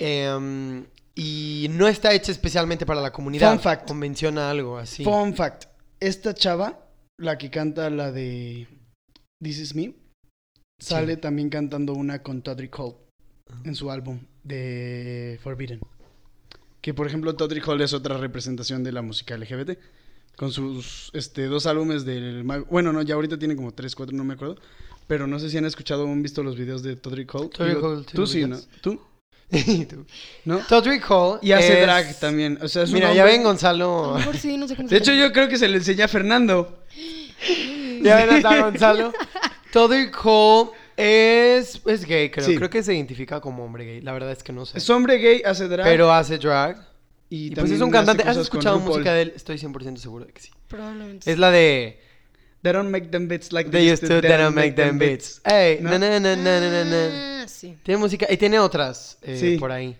[SPEAKER 2] Em, y no está hecha especialmente para la comunidad.
[SPEAKER 1] Fun fact.
[SPEAKER 2] O menciona algo así. <laughs>
[SPEAKER 1] Fun fact. Esta chava, la que canta la de This Is Me, sale también cantando una con Todrick Hall
[SPEAKER 2] Ah.
[SPEAKER 1] en su álbum de Forbidden. Que por ejemplo Todrick Hall es otra representación de la música LGBT. Con sus este, dos álbumes del... ma- Bueno, no, ya ahorita tiene como tres, cuatro, no me acuerdo. Pero no sé si han escuchado o han visto los videos de Todrick Hall.
[SPEAKER 2] Todrick
[SPEAKER 1] Digo,
[SPEAKER 2] Hall, ¿tú
[SPEAKER 1] Tú
[SPEAKER 2] lo
[SPEAKER 1] sí, ¿no?
[SPEAKER 2] ubicas?
[SPEAKER 1] ¿Tú?
[SPEAKER 2] Tú.
[SPEAKER 1] ¿No?
[SPEAKER 2] Todrick Hall.
[SPEAKER 1] Y hace
[SPEAKER 2] es-
[SPEAKER 1] drag también. O sea, es un
[SPEAKER 2] Mira, ya
[SPEAKER 1] hombre-
[SPEAKER 2] ven
[SPEAKER 3] A lo
[SPEAKER 2] Gonzalo.
[SPEAKER 3] mejor sí, no sé cómo
[SPEAKER 1] De
[SPEAKER 3] se
[SPEAKER 1] hecho, yo creo que se le enseñé a Fernando.
[SPEAKER 2] ya ven hasta Gonzalo. Todrick Hall es, es gay, creo.
[SPEAKER 1] Sí.
[SPEAKER 2] Creo que se identifica como hombre gay. La verdad es que no sé.
[SPEAKER 1] Es hombre gay, hace drag.
[SPEAKER 2] Pero hace drag.
[SPEAKER 1] Y,
[SPEAKER 2] Y pues es un cantante. ¿Has escuchado música de él? Estoy 100% seguro de que sí.
[SPEAKER 3] Probablemente.
[SPEAKER 2] Es la de
[SPEAKER 1] They don't make them bits like
[SPEAKER 2] They used to, they don't make them beats. Ey,
[SPEAKER 1] ¿No?
[SPEAKER 2] na, na, na, na, na, na, na.
[SPEAKER 3] Ah, sí.
[SPEAKER 2] Tiene música y tiene otras eh,
[SPEAKER 1] Sí.
[SPEAKER 2] por ahí.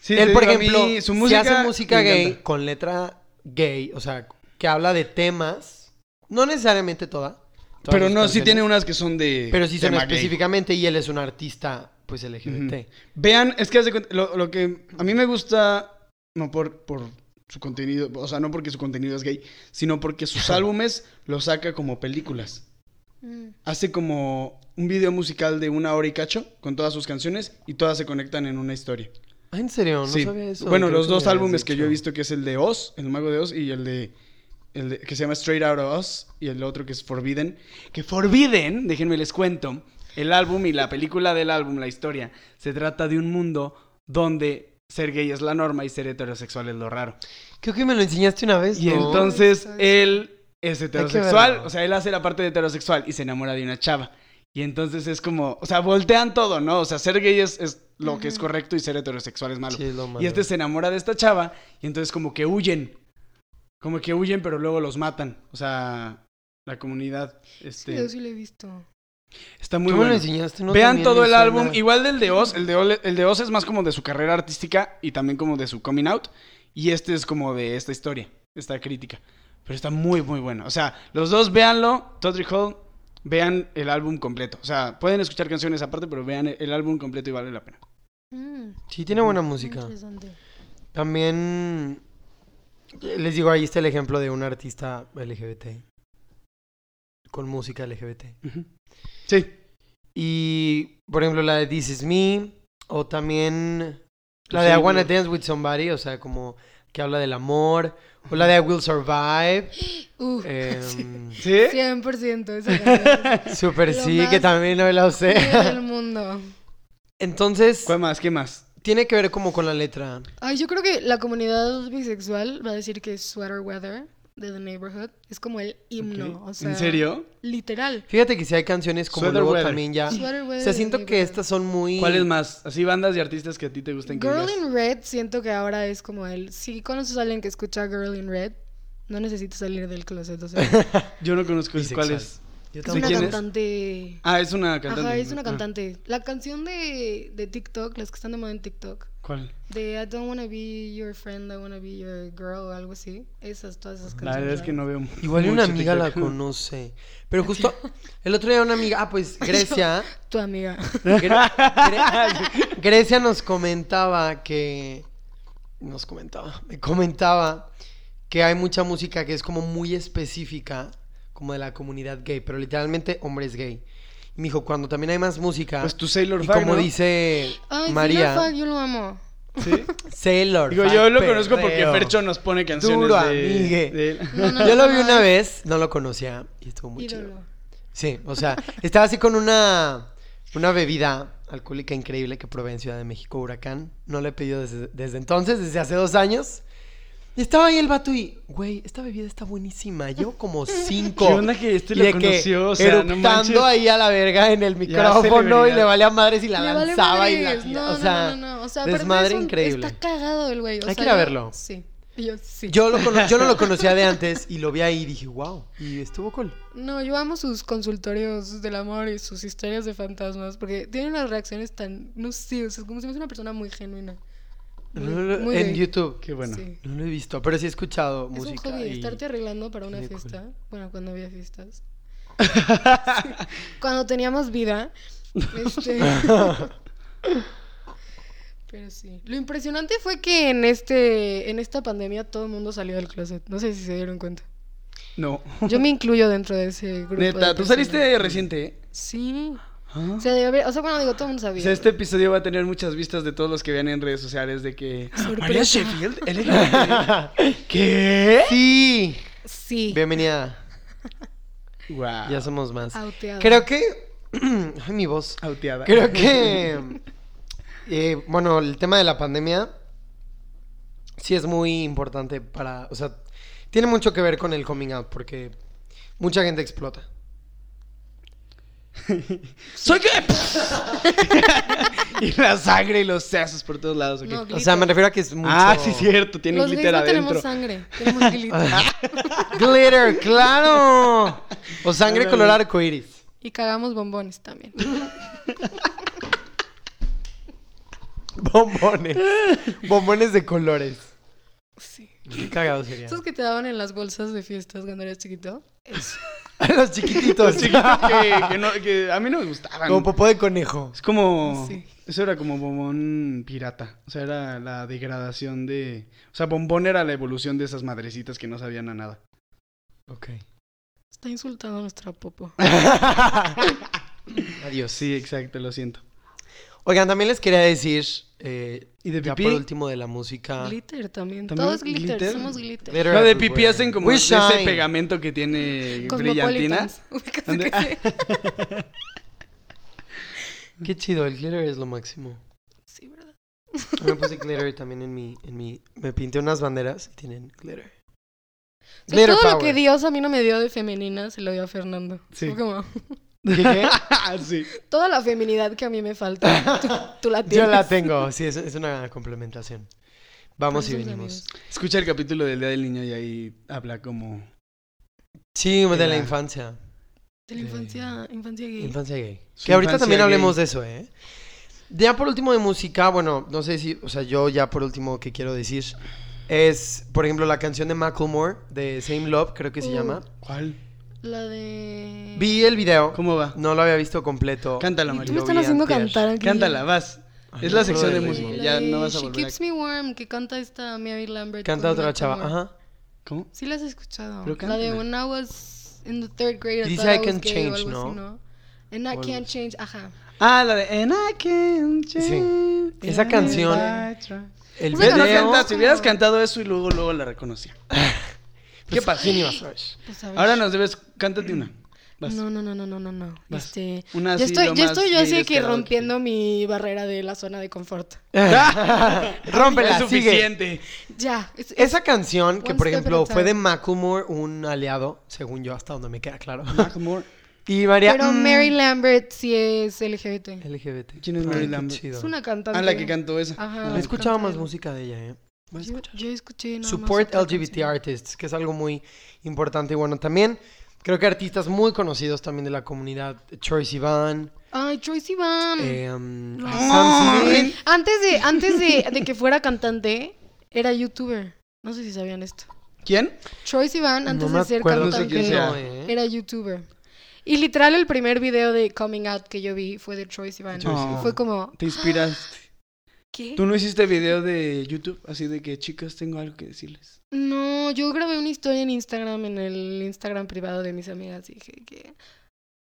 [SPEAKER 1] Sí,
[SPEAKER 2] Él,
[SPEAKER 1] te
[SPEAKER 2] por
[SPEAKER 1] digo, a mí
[SPEAKER 2] ejemplo,
[SPEAKER 1] su música,
[SPEAKER 2] si hace música
[SPEAKER 1] me
[SPEAKER 2] gay
[SPEAKER 1] encanta.
[SPEAKER 2] con letra gay, o sea, que habla de temas, no necesariamente toda. todas
[SPEAKER 1] Pero
[SPEAKER 2] las
[SPEAKER 1] no, sí
[SPEAKER 2] canciones,
[SPEAKER 1] tiene unas que son de.
[SPEAKER 2] Pero sí son
[SPEAKER 1] tema gay.
[SPEAKER 2] específicamente y él es un artista, pues LGBT.
[SPEAKER 1] Vean, es que haz de cuenta, lo, lo que a mí me gusta, no por, por su contenido, o sea, no porque su contenido es gay, sino porque
[SPEAKER 2] <laughs>
[SPEAKER 1] sus álbumes los saca como películas.
[SPEAKER 3] Mm.
[SPEAKER 1] Hace como un video musical de una hora y cacho con todas sus canciones y todas se conectan en una historia.
[SPEAKER 2] Ah, en serio, no
[SPEAKER 1] Sí.
[SPEAKER 2] sabía eso.
[SPEAKER 1] Bueno,
[SPEAKER 2] creo
[SPEAKER 1] los
[SPEAKER 2] que me
[SPEAKER 1] dos
[SPEAKER 2] habías
[SPEAKER 1] álbumes que yo he
[SPEAKER 2] dicho.
[SPEAKER 1] visto, que es el de Oz, el mago de Oz, y el de, el de- que se llama Straight Out of Oz, y el otro que es Forbidden. Que Forbidden, déjenme les cuento, el álbum y la película del álbum, la historia, se trata de un mundo donde ser gay es la norma y ser heterosexual es lo raro.
[SPEAKER 2] Creo que me lo enseñaste una vez.
[SPEAKER 1] Y
[SPEAKER 2] ¿no?
[SPEAKER 1] entonces
[SPEAKER 3] Ay,
[SPEAKER 1] él es heterosexual,
[SPEAKER 2] verlo.
[SPEAKER 1] o sea, él hace la parte de heterosexual y se enamora de una chava. Y entonces es como, o sea, voltean todo, ¿no? O sea, ser gay es, es lo que es correcto y ser heterosexual es malo.
[SPEAKER 2] Sí, es lo
[SPEAKER 1] Y
[SPEAKER 2] malo.
[SPEAKER 1] este se enamora de esta chava y entonces como que huyen. Como que huyen, pero luego los matan. O sea, la comunidad
[SPEAKER 3] Sí,
[SPEAKER 1] este,
[SPEAKER 3] yo sí lo he visto.
[SPEAKER 1] está muy
[SPEAKER 2] Tú me
[SPEAKER 1] bueno.
[SPEAKER 2] lo enseñaste, ¿no?
[SPEAKER 1] Vean
[SPEAKER 2] También
[SPEAKER 1] todo
[SPEAKER 2] me
[SPEAKER 1] el
[SPEAKER 2] suena.
[SPEAKER 1] álbum, igual del de Oz, el de, Oz, el de Oz es más como de su carrera artística y también como de su coming out. Y este es como de esta historia, esta crítica. Pero está muy, muy bueno. O sea, los dos véanlo, Todrick Hall, vean el álbum completo. O sea, pueden escuchar canciones aparte, pero vean el- el álbum completo y vale la pena.
[SPEAKER 3] Mm,
[SPEAKER 2] Sí, tiene buena
[SPEAKER 3] muy
[SPEAKER 2] música.
[SPEAKER 3] interesante.
[SPEAKER 2] También les digo, ahí está el ejemplo de un artista LGBT con música LGBT.
[SPEAKER 1] Ujú. Sí.
[SPEAKER 2] Y por ejemplo la de This Is Me o también la
[SPEAKER 1] Sí,
[SPEAKER 2] de I Wanna
[SPEAKER 1] güey.
[SPEAKER 2] Dance with Somebody, o sea, como que habla del amor o la de I
[SPEAKER 1] <laughs>
[SPEAKER 2] Will Survive.
[SPEAKER 3] Uh,
[SPEAKER 1] Eh.
[SPEAKER 2] em,
[SPEAKER 1] ¿Sí?
[SPEAKER 3] 100% esa canción
[SPEAKER 2] Super
[SPEAKER 3] Lo
[SPEAKER 2] sí, que
[SPEAKER 3] más
[SPEAKER 2] también no la usé. <laughs>
[SPEAKER 3] es del mundo.
[SPEAKER 2] Entonces,
[SPEAKER 1] ¿Cuál más? ¿Qué más?
[SPEAKER 2] tiene que ver como con la letra.
[SPEAKER 3] Ay, yo creo que la comunidad bisexual va a decir que es sweater weather. de The Neighborhood es como el himno.
[SPEAKER 1] Ok.
[SPEAKER 3] O sea,
[SPEAKER 1] ¿En serio?
[SPEAKER 3] Literal.
[SPEAKER 2] Fíjate que si hay canciones como
[SPEAKER 1] Sweater
[SPEAKER 2] luego
[SPEAKER 1] Weather.
[SPEAKER 2] también ya.
[SPEAKER 3] Sweater
[SPEAKER 2] O
[SPEAKER 3] Weather
[SPEAKER 2] sea,
[SPEAKER 3] de
[SPEAKER 2] siento
[SPEAKER 3] The
[SPEAKER 2] que
[SPEAKER 3] Neighborhood.
[SPEAKER 2] estas son muy.
[SPEAKER 1] ¿Cuáles más? Así bandas y artistas que a ti te gusten. que
[SPEAKER 3] Girl
[SPEAKER 1] digas,
[SPEAKER 3] in Red siento que ahora es como el... Si conoces a alguien que escucha Girl in Red, no necesitas salir del
[SPEAKER 1] <laughs>
[SPEAKER 3] closet. O sea, es
[SPEAKER 1] Yo no conozco
[SPEAKER 2] Bisexual.
[SPEAKER 1] cuáles.
[SPEAKER 2] Yo
[SPEAKER 1] ¿De
[SPEAKER 3] una
[SPEAKER 1] quién es?
[SPEAKER 3] cantante...
[SPEAKER 1] Ah, es una cantante.
[SPEAKER 3] Ajá, es una
[SPEAKER 1] Ah,
[SPEAKER 3] cantante. La canción de, de TikTok, las que están de moda en TikTok,
[SPEAKER 1] ¿Cuál?
[SPEAKER 3] de I don't wanna be your friend, I wanna be your girl, o algo así. Esas, todas esas
[SPEAKER 1] La
[SPEAKER 3] canciones.
[SPEAKER 1] verdad es que no veo. mu-
[SPEAKER 2] Igual y
[SPEAKER 1] mucho
[SPEAKER 2] una amiga la
[SPEAKER 1] TikTok.
[SPEAKER 2] conoce. Pero justo el otro día una amiga, ah, pues
[SPEAKER 3] <laughs>
[SPEAKER 2] Grecia.
[SPEAKER 1] <laughs>
[SPEAKER 3] Tu amiga.
[SPEAKER 2] Gre- Gre- <laughs> Grecia nos comentaba que. Nos comentaba. Me comentaba que hay mucha música que es como muy específica, como de la comunidad gay, pero literalmente hombres gay. Y me dijo, cuando también hay más música.
[SPEAKER 1] Pues tu Sailor
[SPEAKER 2] y
[SPEAKER 1] Fag,
[SPEAKER 2] como
[SPEAKER 1] ¿no?
[SPEAKER 2] dice
[SPEAKER 3] Ay, María.
[SPEAKER 2] María,
[SPEAKER 3] yo lo amo.
[SPEAKER 2] <laughs>
[SPEAKER 1] Sí.
[SPEAKER 2] Sailor.
[SPEAKER 1] Digo,
[SPEAKER 2] Fag
[SPEAKER 1] yo lo conozco porque
[SPEAKER 2] perreo.
[SPEAKER 1] Fercho nos pone canciones
[SPEAKER 2] Duro,
[SPEAKER 1] de,
[SPEAKER 2] amigue. <laughs>
[SPEAKER 1] de-
[SPEAKER 3] No, no,
[SPEAKER 2] Yo lo
[SPEAKER 3] no,
[SPEAKER 2] vi
[SPEAKER 3] no,
[SPEAKER 2] una
[SPEAKER 3] es
[SPEAKER 2] vez, no lo conocía y estuvo muy chido.
[SPEAKER 3] ídolo.
[SPEAKER 2] Sí, o sea, estaba así con una, una bebida alcohólica increíble que probé en Ciudad de México, Huracán. No la he pedido desde, desde entonces, desde hace dos años. Y estaba ahí el vato y, güey, esta bebida está buenísima. Llevo como cinco.
[SPEAKER 1] ¿Qué onda que este
[SPEAKER 2] Y
[SPEAKER 1] lo
[SPEAKER 2] de que
[SPEAKER 1] conoció? O sea, no manches.
[SPEAKER 2] eruptando ahí a la verga en el micrófono y
[SPEAKER 1] celebridad.
[SPEAKER 2] le valía madres y la
[SPEAKER 3] Le vale
[SPEAKER 2] lanzaba y la.
[SPEAKER 3] madres. No,
[SPEAKER 2] o sea,
[SPEAKER 3] no, no, no, no. O sea, aparte
[SPEAKER 2] desmadre
[SPEAKER 3] es un-
[SPEAKER 2] increíble.
[SPEAKER 3] Está cagado el güey. o
[SPEAKER 2] Hay que
[SPEAKER 3] sea,
[SPEAKER 2] ir a
[SPEAKER 3] yo-
[SPEAKER 2] verlo.
[SPEAKER 3] Sí. Y Yo sí.
[SPEAKER 2] Yo, lo cono- yo no lo conocía de antes y lo vi ahí y dije, wow, y estuvo cool.
[SPEAKER 3] No, yo amo sus consultorios del amor y sus historias de fantasmas porque tiene unas reacciones tan. No sé, o sea, es como si fuese una persona muy genuina. Muy-
[SPEAKER 2] No lo-
[SPEAKER 3] muy
[SPEAKER 2] en
[SPEAKER 3] gay.
[SPEAKER 2] YouTube.
[SPEAKER 1] Qué bueno.
[SPEAKER 3] Sí.
[SPEAKER 2] No lo he visto, pero sí he escuchado música.
[SPEAKER 3] es un hobby,
[SPEAKER 2] y-
[SPEAKER 3] estarte arreglando para una
[SPEAKER 2] Qué cool.
[SPEAKER 3] fiesta. Bueno, cuando había
[SPEAKER 1] <laughs>
[SPEAKER 3] fiestas. cuando teníamos vida.
[SPEAKER 1] <laughs>
[SPEAKER 3] Este... Pero sí. Lo impresionante fue que en este en esta pandemia todo el mundo salió del closet. No sé si se dieron cuenta.
[SPEAKER 2] <laughs>
[SPEAKER 1] No.
[SPEAKER 3] Yo me incluyo dentro de ese grupo. de
[SPEAKER 1] Neta, tú
[SPEAKER 3] personas.
[SPEAKER 1] saliste reciente, ¿eh?
[SPEAKER 3] Sí.
[SPEAKER 1] Ah.
[SPEAKER 3] O sea, debe haber- o sea, bueno, digo, todo el mundo
[SPEAKER 1] O
[SPEAKER 3] sabía.
[SPEAKER 1] sea, este episodio va a tener muchas vistas de todos los que vean en redes sociales de que...
[SPEAKER 3] Sorpresa.
[SPEAKER 1] María Sheffield,
[SPEAKER 2] <laughs>
[SPEAKER 1] LGBT. ¿Qué?
[SPEAKER 2] Sí.
[SPEAKER 3] Sí.
[SPEAKER 2] Bienvenida.
[SPEAKER 1] Wow.
[SPEAKER 2] Ya somos más.
[SPEAKER 3] Auteado.
[SPEAKER 2] Creo que. <clears throat> Ay, mi voz.
[SPEAKER 1] Auteada.
[SPEAKER 2] Creo que. <laughs> eh, bueno, el tema de la pandemia. Sí es muy importante para. O sea, tiene mucho que ver con el coming out porque mucha gente explota.
[SPEAKER 1] <laughs> ¡Soy
[SPEAKER 2] <laughs>
[SPEAKER 1] gay! <laughs> y la sangre y los sesos por todos lados. ¿ok?
[SPEAKER 3] No,
[SPEAKER 2] O sea,
[SPEAKER 3] Glitter.
[SPEAKER 2] me refiero a que es mucho.
[SPEAKER 1] Ah, sí, cierto. Tiene
[SPEAKER 3] Los gays
[SPEAKER 1] glitter
[SPEAKER 3] no
[SPEAKER 1] adentro.
[SPEAKER 3] tenemos sangre,
[SPEAKER 1] <laughs>
[SPEAKER 3] tenemos glitter.
[SPEAKER 2] <laughs> Glitter, claro. O sangre color arcoíris.
[SPEAKER 3] y cagamos bombones también.
[SPEAKER 1] <laughs>
[SPEAKER 2] Bombones. <laughs> Bombones de colores.
[SPEAKER 3] Sí.
[SPEAKER 2] Qué cagado sería.
[SPEAKER 3] Esos que te daban en las bolsas de fiestas cuando eras chiquito. Eso.
[SPEAKER 2] A <laughs> los chiquititos.
[SPEAKER 1] <laughs> Los chiquitos que, que no- que a mí no me gustaban.
[SPEAKER 2] Como popó de conejo.
[SPEAKER 1] Es como...
[SPEAKER 3] Sí.
[SPEAKER 1] Eso era como bombón pirata. O sea, era la degradación de... O sea, bombón era la evolución de esas madrecitas que no sabían a nada.
[SPEAKER 2] Ok.
[SPEAKER 3] Está insultando a nuestra popo.
[SPEAKER 2] <laughs> Adiós.
[SPEAKER 1] Sí, exacto, lo siento.
[SPEAKER 2] Oigan, también les quería decir, eh,
[SPEAKER 1] ¿Y de
[SPEAKER 2] ya
[SPEAKER 1] pipí?
[SPEAKER 2] por último de la música.
[SPEAKER 3] Glitter también.
[SPEAKER 1] Ah. ¿También
[SPEAKER 3] Todos glitter,
[SPEAKER 1] glitter?
[SPEAKER 3] somos glitter.
[SPEAKER 2] Glitter
[SPEAKER 1] No, de
[SPEAKER 2] everywhere.
[SPEAKER 1] pipí hacen como
[SPEAKER 2] pues We
[SPEAKER 1] ese
[SPEAKER 2] shine.
[SPEAKER 1] pegamento que tiene brillantina. <laughs>
[SPEAKER 3] Cosmopolitans. Ubícate
[SPEAKER 1] ¿Dónde? Ah.
[SPEAKER 3] que sí.
[SPEAKER 2] Qué chido, el glitter es lo máximo.
[SPEAKER 3] Sí, ¿verdad?
[SPEAKER 2] Yo me puse glitter también en mi, en mi... Me pinté unas banderas y tienen glitter.
[SPEAKER 3] O sea, todo lo que Dios a mí no me dio de femenina se lo dio a Fernando.
[SPEAKER 1] Sí.
[SPEAKER 3] Fue como,
[SPEAKER 2] ¿Qué, qué?
[SPEAKER 1] <laughs> sí.
[SPEAKER 3] toda la feminidad que a mí me falta, tú,
[SPEAKER 1] <laughs>
[SPEAKER 3] tú la tienes.
[SPEAKER 2] Yo la tengo, sí, es, es una complementación. Vamos y
[SPEAKER 3] Somos
[SPEAKER 2] venimos.
[SPEAKER 3] amigos.
[SPEAKER 1] Escucha el capítulo del Día del Niño y ahí habla como...
[SPEAKER 2] Sí, de la
[SPEAKER 1] Ya.
[SPEAKER 2] infancia.
[SPEAKER 3] De la
[SPEAKER 2] Sí.
[SPEAKER 3] infancia, infancia gay.
[SPEAKER 2] Infancia gay.
[SPEAKER 1] Su
[SPEAKER 2] que ahorita
[SPEAKER 1] infancia
[SPEAKER 2] también hablemos
[SPEAKER 1] gay.
[SPEAKER 2] de eso, ¿eh? Ya por último de música, bueno, no sé si, o sea, yo ya por último que quiero decir es, por ejemplo, la canción de Macklemore de Same Love, creo que se
[SPEAKER 3] Uh.
[SPEAKER 2] llama.
[SPEAKER 1] ¿Cuál?
[SPEAKER 3] La de...
[SPEAKER 2] Vi el video,
[SPEAKER 1] ¿Cómo va?
[SPEAKER 2] no lo había visto completo.
[SPEAKER 1] Cántala,
[SPEAKER 3] Y tú
[SPEAKER 1] Mario.
[SPEAKER 3] me
[SPEAKER 2] Lo
[SPEAKER 3] están
[SPEAKER 2] vi
[SPEAKER 3] haciendo
[SPEAKER 2] antier.
[SPEAKER 3] cantar aquí.
[SPEAKER 1] Cántala, vas.
[SPEAKER 2] Ay,
[SPEAKER 1] Es
[SPEAKER 2] no
[SPEAKER 1] la
[SPEAKER 2] me
[SPEAKER 1] sección de
[SPEAKER 2] acuerdo
[SPEAKER 1] música,
[SPEAKER 2] nombre.
[SPEAKER 1] ya no vas a
[SPEAKER 3] She
[SPEAKER 1] volver. a-
[SPEAKER 3] Keeps Me Warm, que canta esta Mary Lambert.
[SPEAKER 2] Canta
[SPEAKER 3] con
[SPEAKER 2] otra
[SPEAKER 3] Macklemore.
[SPEAKER 2] chava, ajá.
[SPEAKER 1] ¿Cómo?
[SPEAKER 3] Sí las has escuchado.
[SPEAKER 1] Pero
[SPEAKER 3] La de
[SPEAKER 1] cántala.
[SPEAKER 3] When I was in the third grade. I
[SPEAKER 2] Dice
[SPEAKER 3] thought
[SPEAKER 2] I
[SPEAKER 3] was
[SPEAKER 2] can
[SPEAKER 3] gay o
[SPEAKER 2] change,
[SPEAKER 3] algo
[SPEAKER 2] ¿no?
[SPEAKER 3] así, And I
[SPEAKER 2] algo
[SPEAKER 3] can't
[SPEAKER 2] así.
[SPEAKER 3] change, ajá.
[SPEAKER 1] Ah, la de And I can change
[SPEAKER 2] Sí. Esa canción-
[SPEAKER 1] if I try.
[SPEAKER 2] El
[SPEAKER 3] Una
[SPEAKER 1] ¿Ves? No
[SPEAKER 3] canción
[SPEAKER 2] video...
[SPEAKER 1] cantas, si
[SPEAKER 3] como-
[SPEAKER 1] hubieras cantado eso y luego luego la reconocía. ¿Qué
[SPEAKER 2] Pues,
[SPEAKER 1] pasa?
[SPEAKER 2] ¿quién iba a saber?
[SPEAKER 3] Pues a ver.
[SPEAKER 1] Ahora nos debes, cántate una. Vas. <laughs>
[SPEAKER 3] No, no, no, no, no, no, no.
[SPEAKER 1] Vas.
[SPEAKER 3] Este,
[SPEAKER 1] Una
[SPEAKER 3] ya
[SPEAKER 1] así
[SPEAKER 3] estoy,
[SPEAKER 1] lo
[SPEAKER 3] ya
[SPEAKER 1] más
[SPEAKER 3] estoy yo así de
[SPEAKER 1] gay
[SPEAKER 3] que
[SPEAKER 1] descarado
[SPEAKER 3] rompiendo mi barrera de la zona de confort.
[SPEAKER 1] Ya
[SPEAKER 2] <laughs> Rómpela,
[SPEAKER 1] es
[SPEAKER 2] sigue.
[SPEAKER 1] suficiente.
[SPEAKER 3] Ya. es- es-
[SPEAKER 2] Esa canción, que
[SPEAKER 3] One
[SPEAKER 2] por
[SPEAKER 3] step
[SPEAKER 2] ejemplo
[SPEAKER 3] at a
[SPEAKER 2] fue de
[SPEAKER 3] time.
[SPEAKER 2] Macklemore, un aliado, según yo, hasta donde me queda claro.
[SPEAKER 1] Macklemore.
[SPEAKER 2] Y María.
[SPEAKER 3] pero
[SPEAKER 2] mm,
[SPEAKER 3] Mary Lambert sí es LGBT.
[SPEAKER 2] LGBT.
[SPEAKER 1] ¿Quién es
[SPEAKER 2] Ay,
[SPEAKER 1] Mary
[SPEAKER 2] qué
[SPEAKER 1] Lambert?
[SPEAKER 2] chido.
[SPEAKER 3] Es una cantante.
[SPEAKER 1] Ah, la que cantó esa.
[SPEAKER 3] Ajá.
[SPEAKER 2] No
[SPEAKER 1] Ah,
[SPEAKER 2] he escuchado más
[SPEAKER 3] cantante.
[SPEAKER 2] música de ella, ¿eh? Voy a
[SPEAKER 3] Yo,
[SPEAKER 2] escuchar.
[SPEAKER 3] yo escuché nada más
[SPEAKER 2] Support
[SPEAKER 3] otra
[SPEAKER 2] LGBT
[SPEAKER 3] canción.
[SPEAKER 2] artists, que es algo muy importante y bueno también. Creo que artistas muy conocidos también de la comunidad, Choice Ivan,
[SPEAKER 3] Ay, Troye Sivan.
[SPEAKER 2] eh, um,
[SPEAKER 3] Mm. No.
[SPEAKER 2] Sam Smith.
[SPEAKER 3] Antes de, antes de, de que fuera cantante, era youtuber. No sé si sabían esto.
[SPEAKER 1] ¿Quién?
[SPEAKER 3] Troy Sivan, antes
[SPEAKER 2] no
[SPEAKER 3] de ser
[SPEAKER 2] me
[SPEAKER 1] sé
[SPEAKER 2] acuerdo
[SPEAKER 3] cantante,
[SPEAKER 1] quién sea.
[SPEAKER 2] ¿eh?
[SPEAKER 3] era youtuber. Y literal el primer video de Coming Out que yo vi fue de Troy Sivan.
[SPEAKER 1] Troye Sivan.
[SPEAKER 3] Fue Ah, como,
[SPEAKER 1] Te inspiraste.
[SPEAKER 3] ¿qué?
[SPEAKER 1] ¿Tú no hiciste video de YouTube así de que chicas tengo algo que decirles?
[SPEAKER 3] No, yo grabé una historia en Instagram, en el Instagram privado de mis amigas. Y dije que,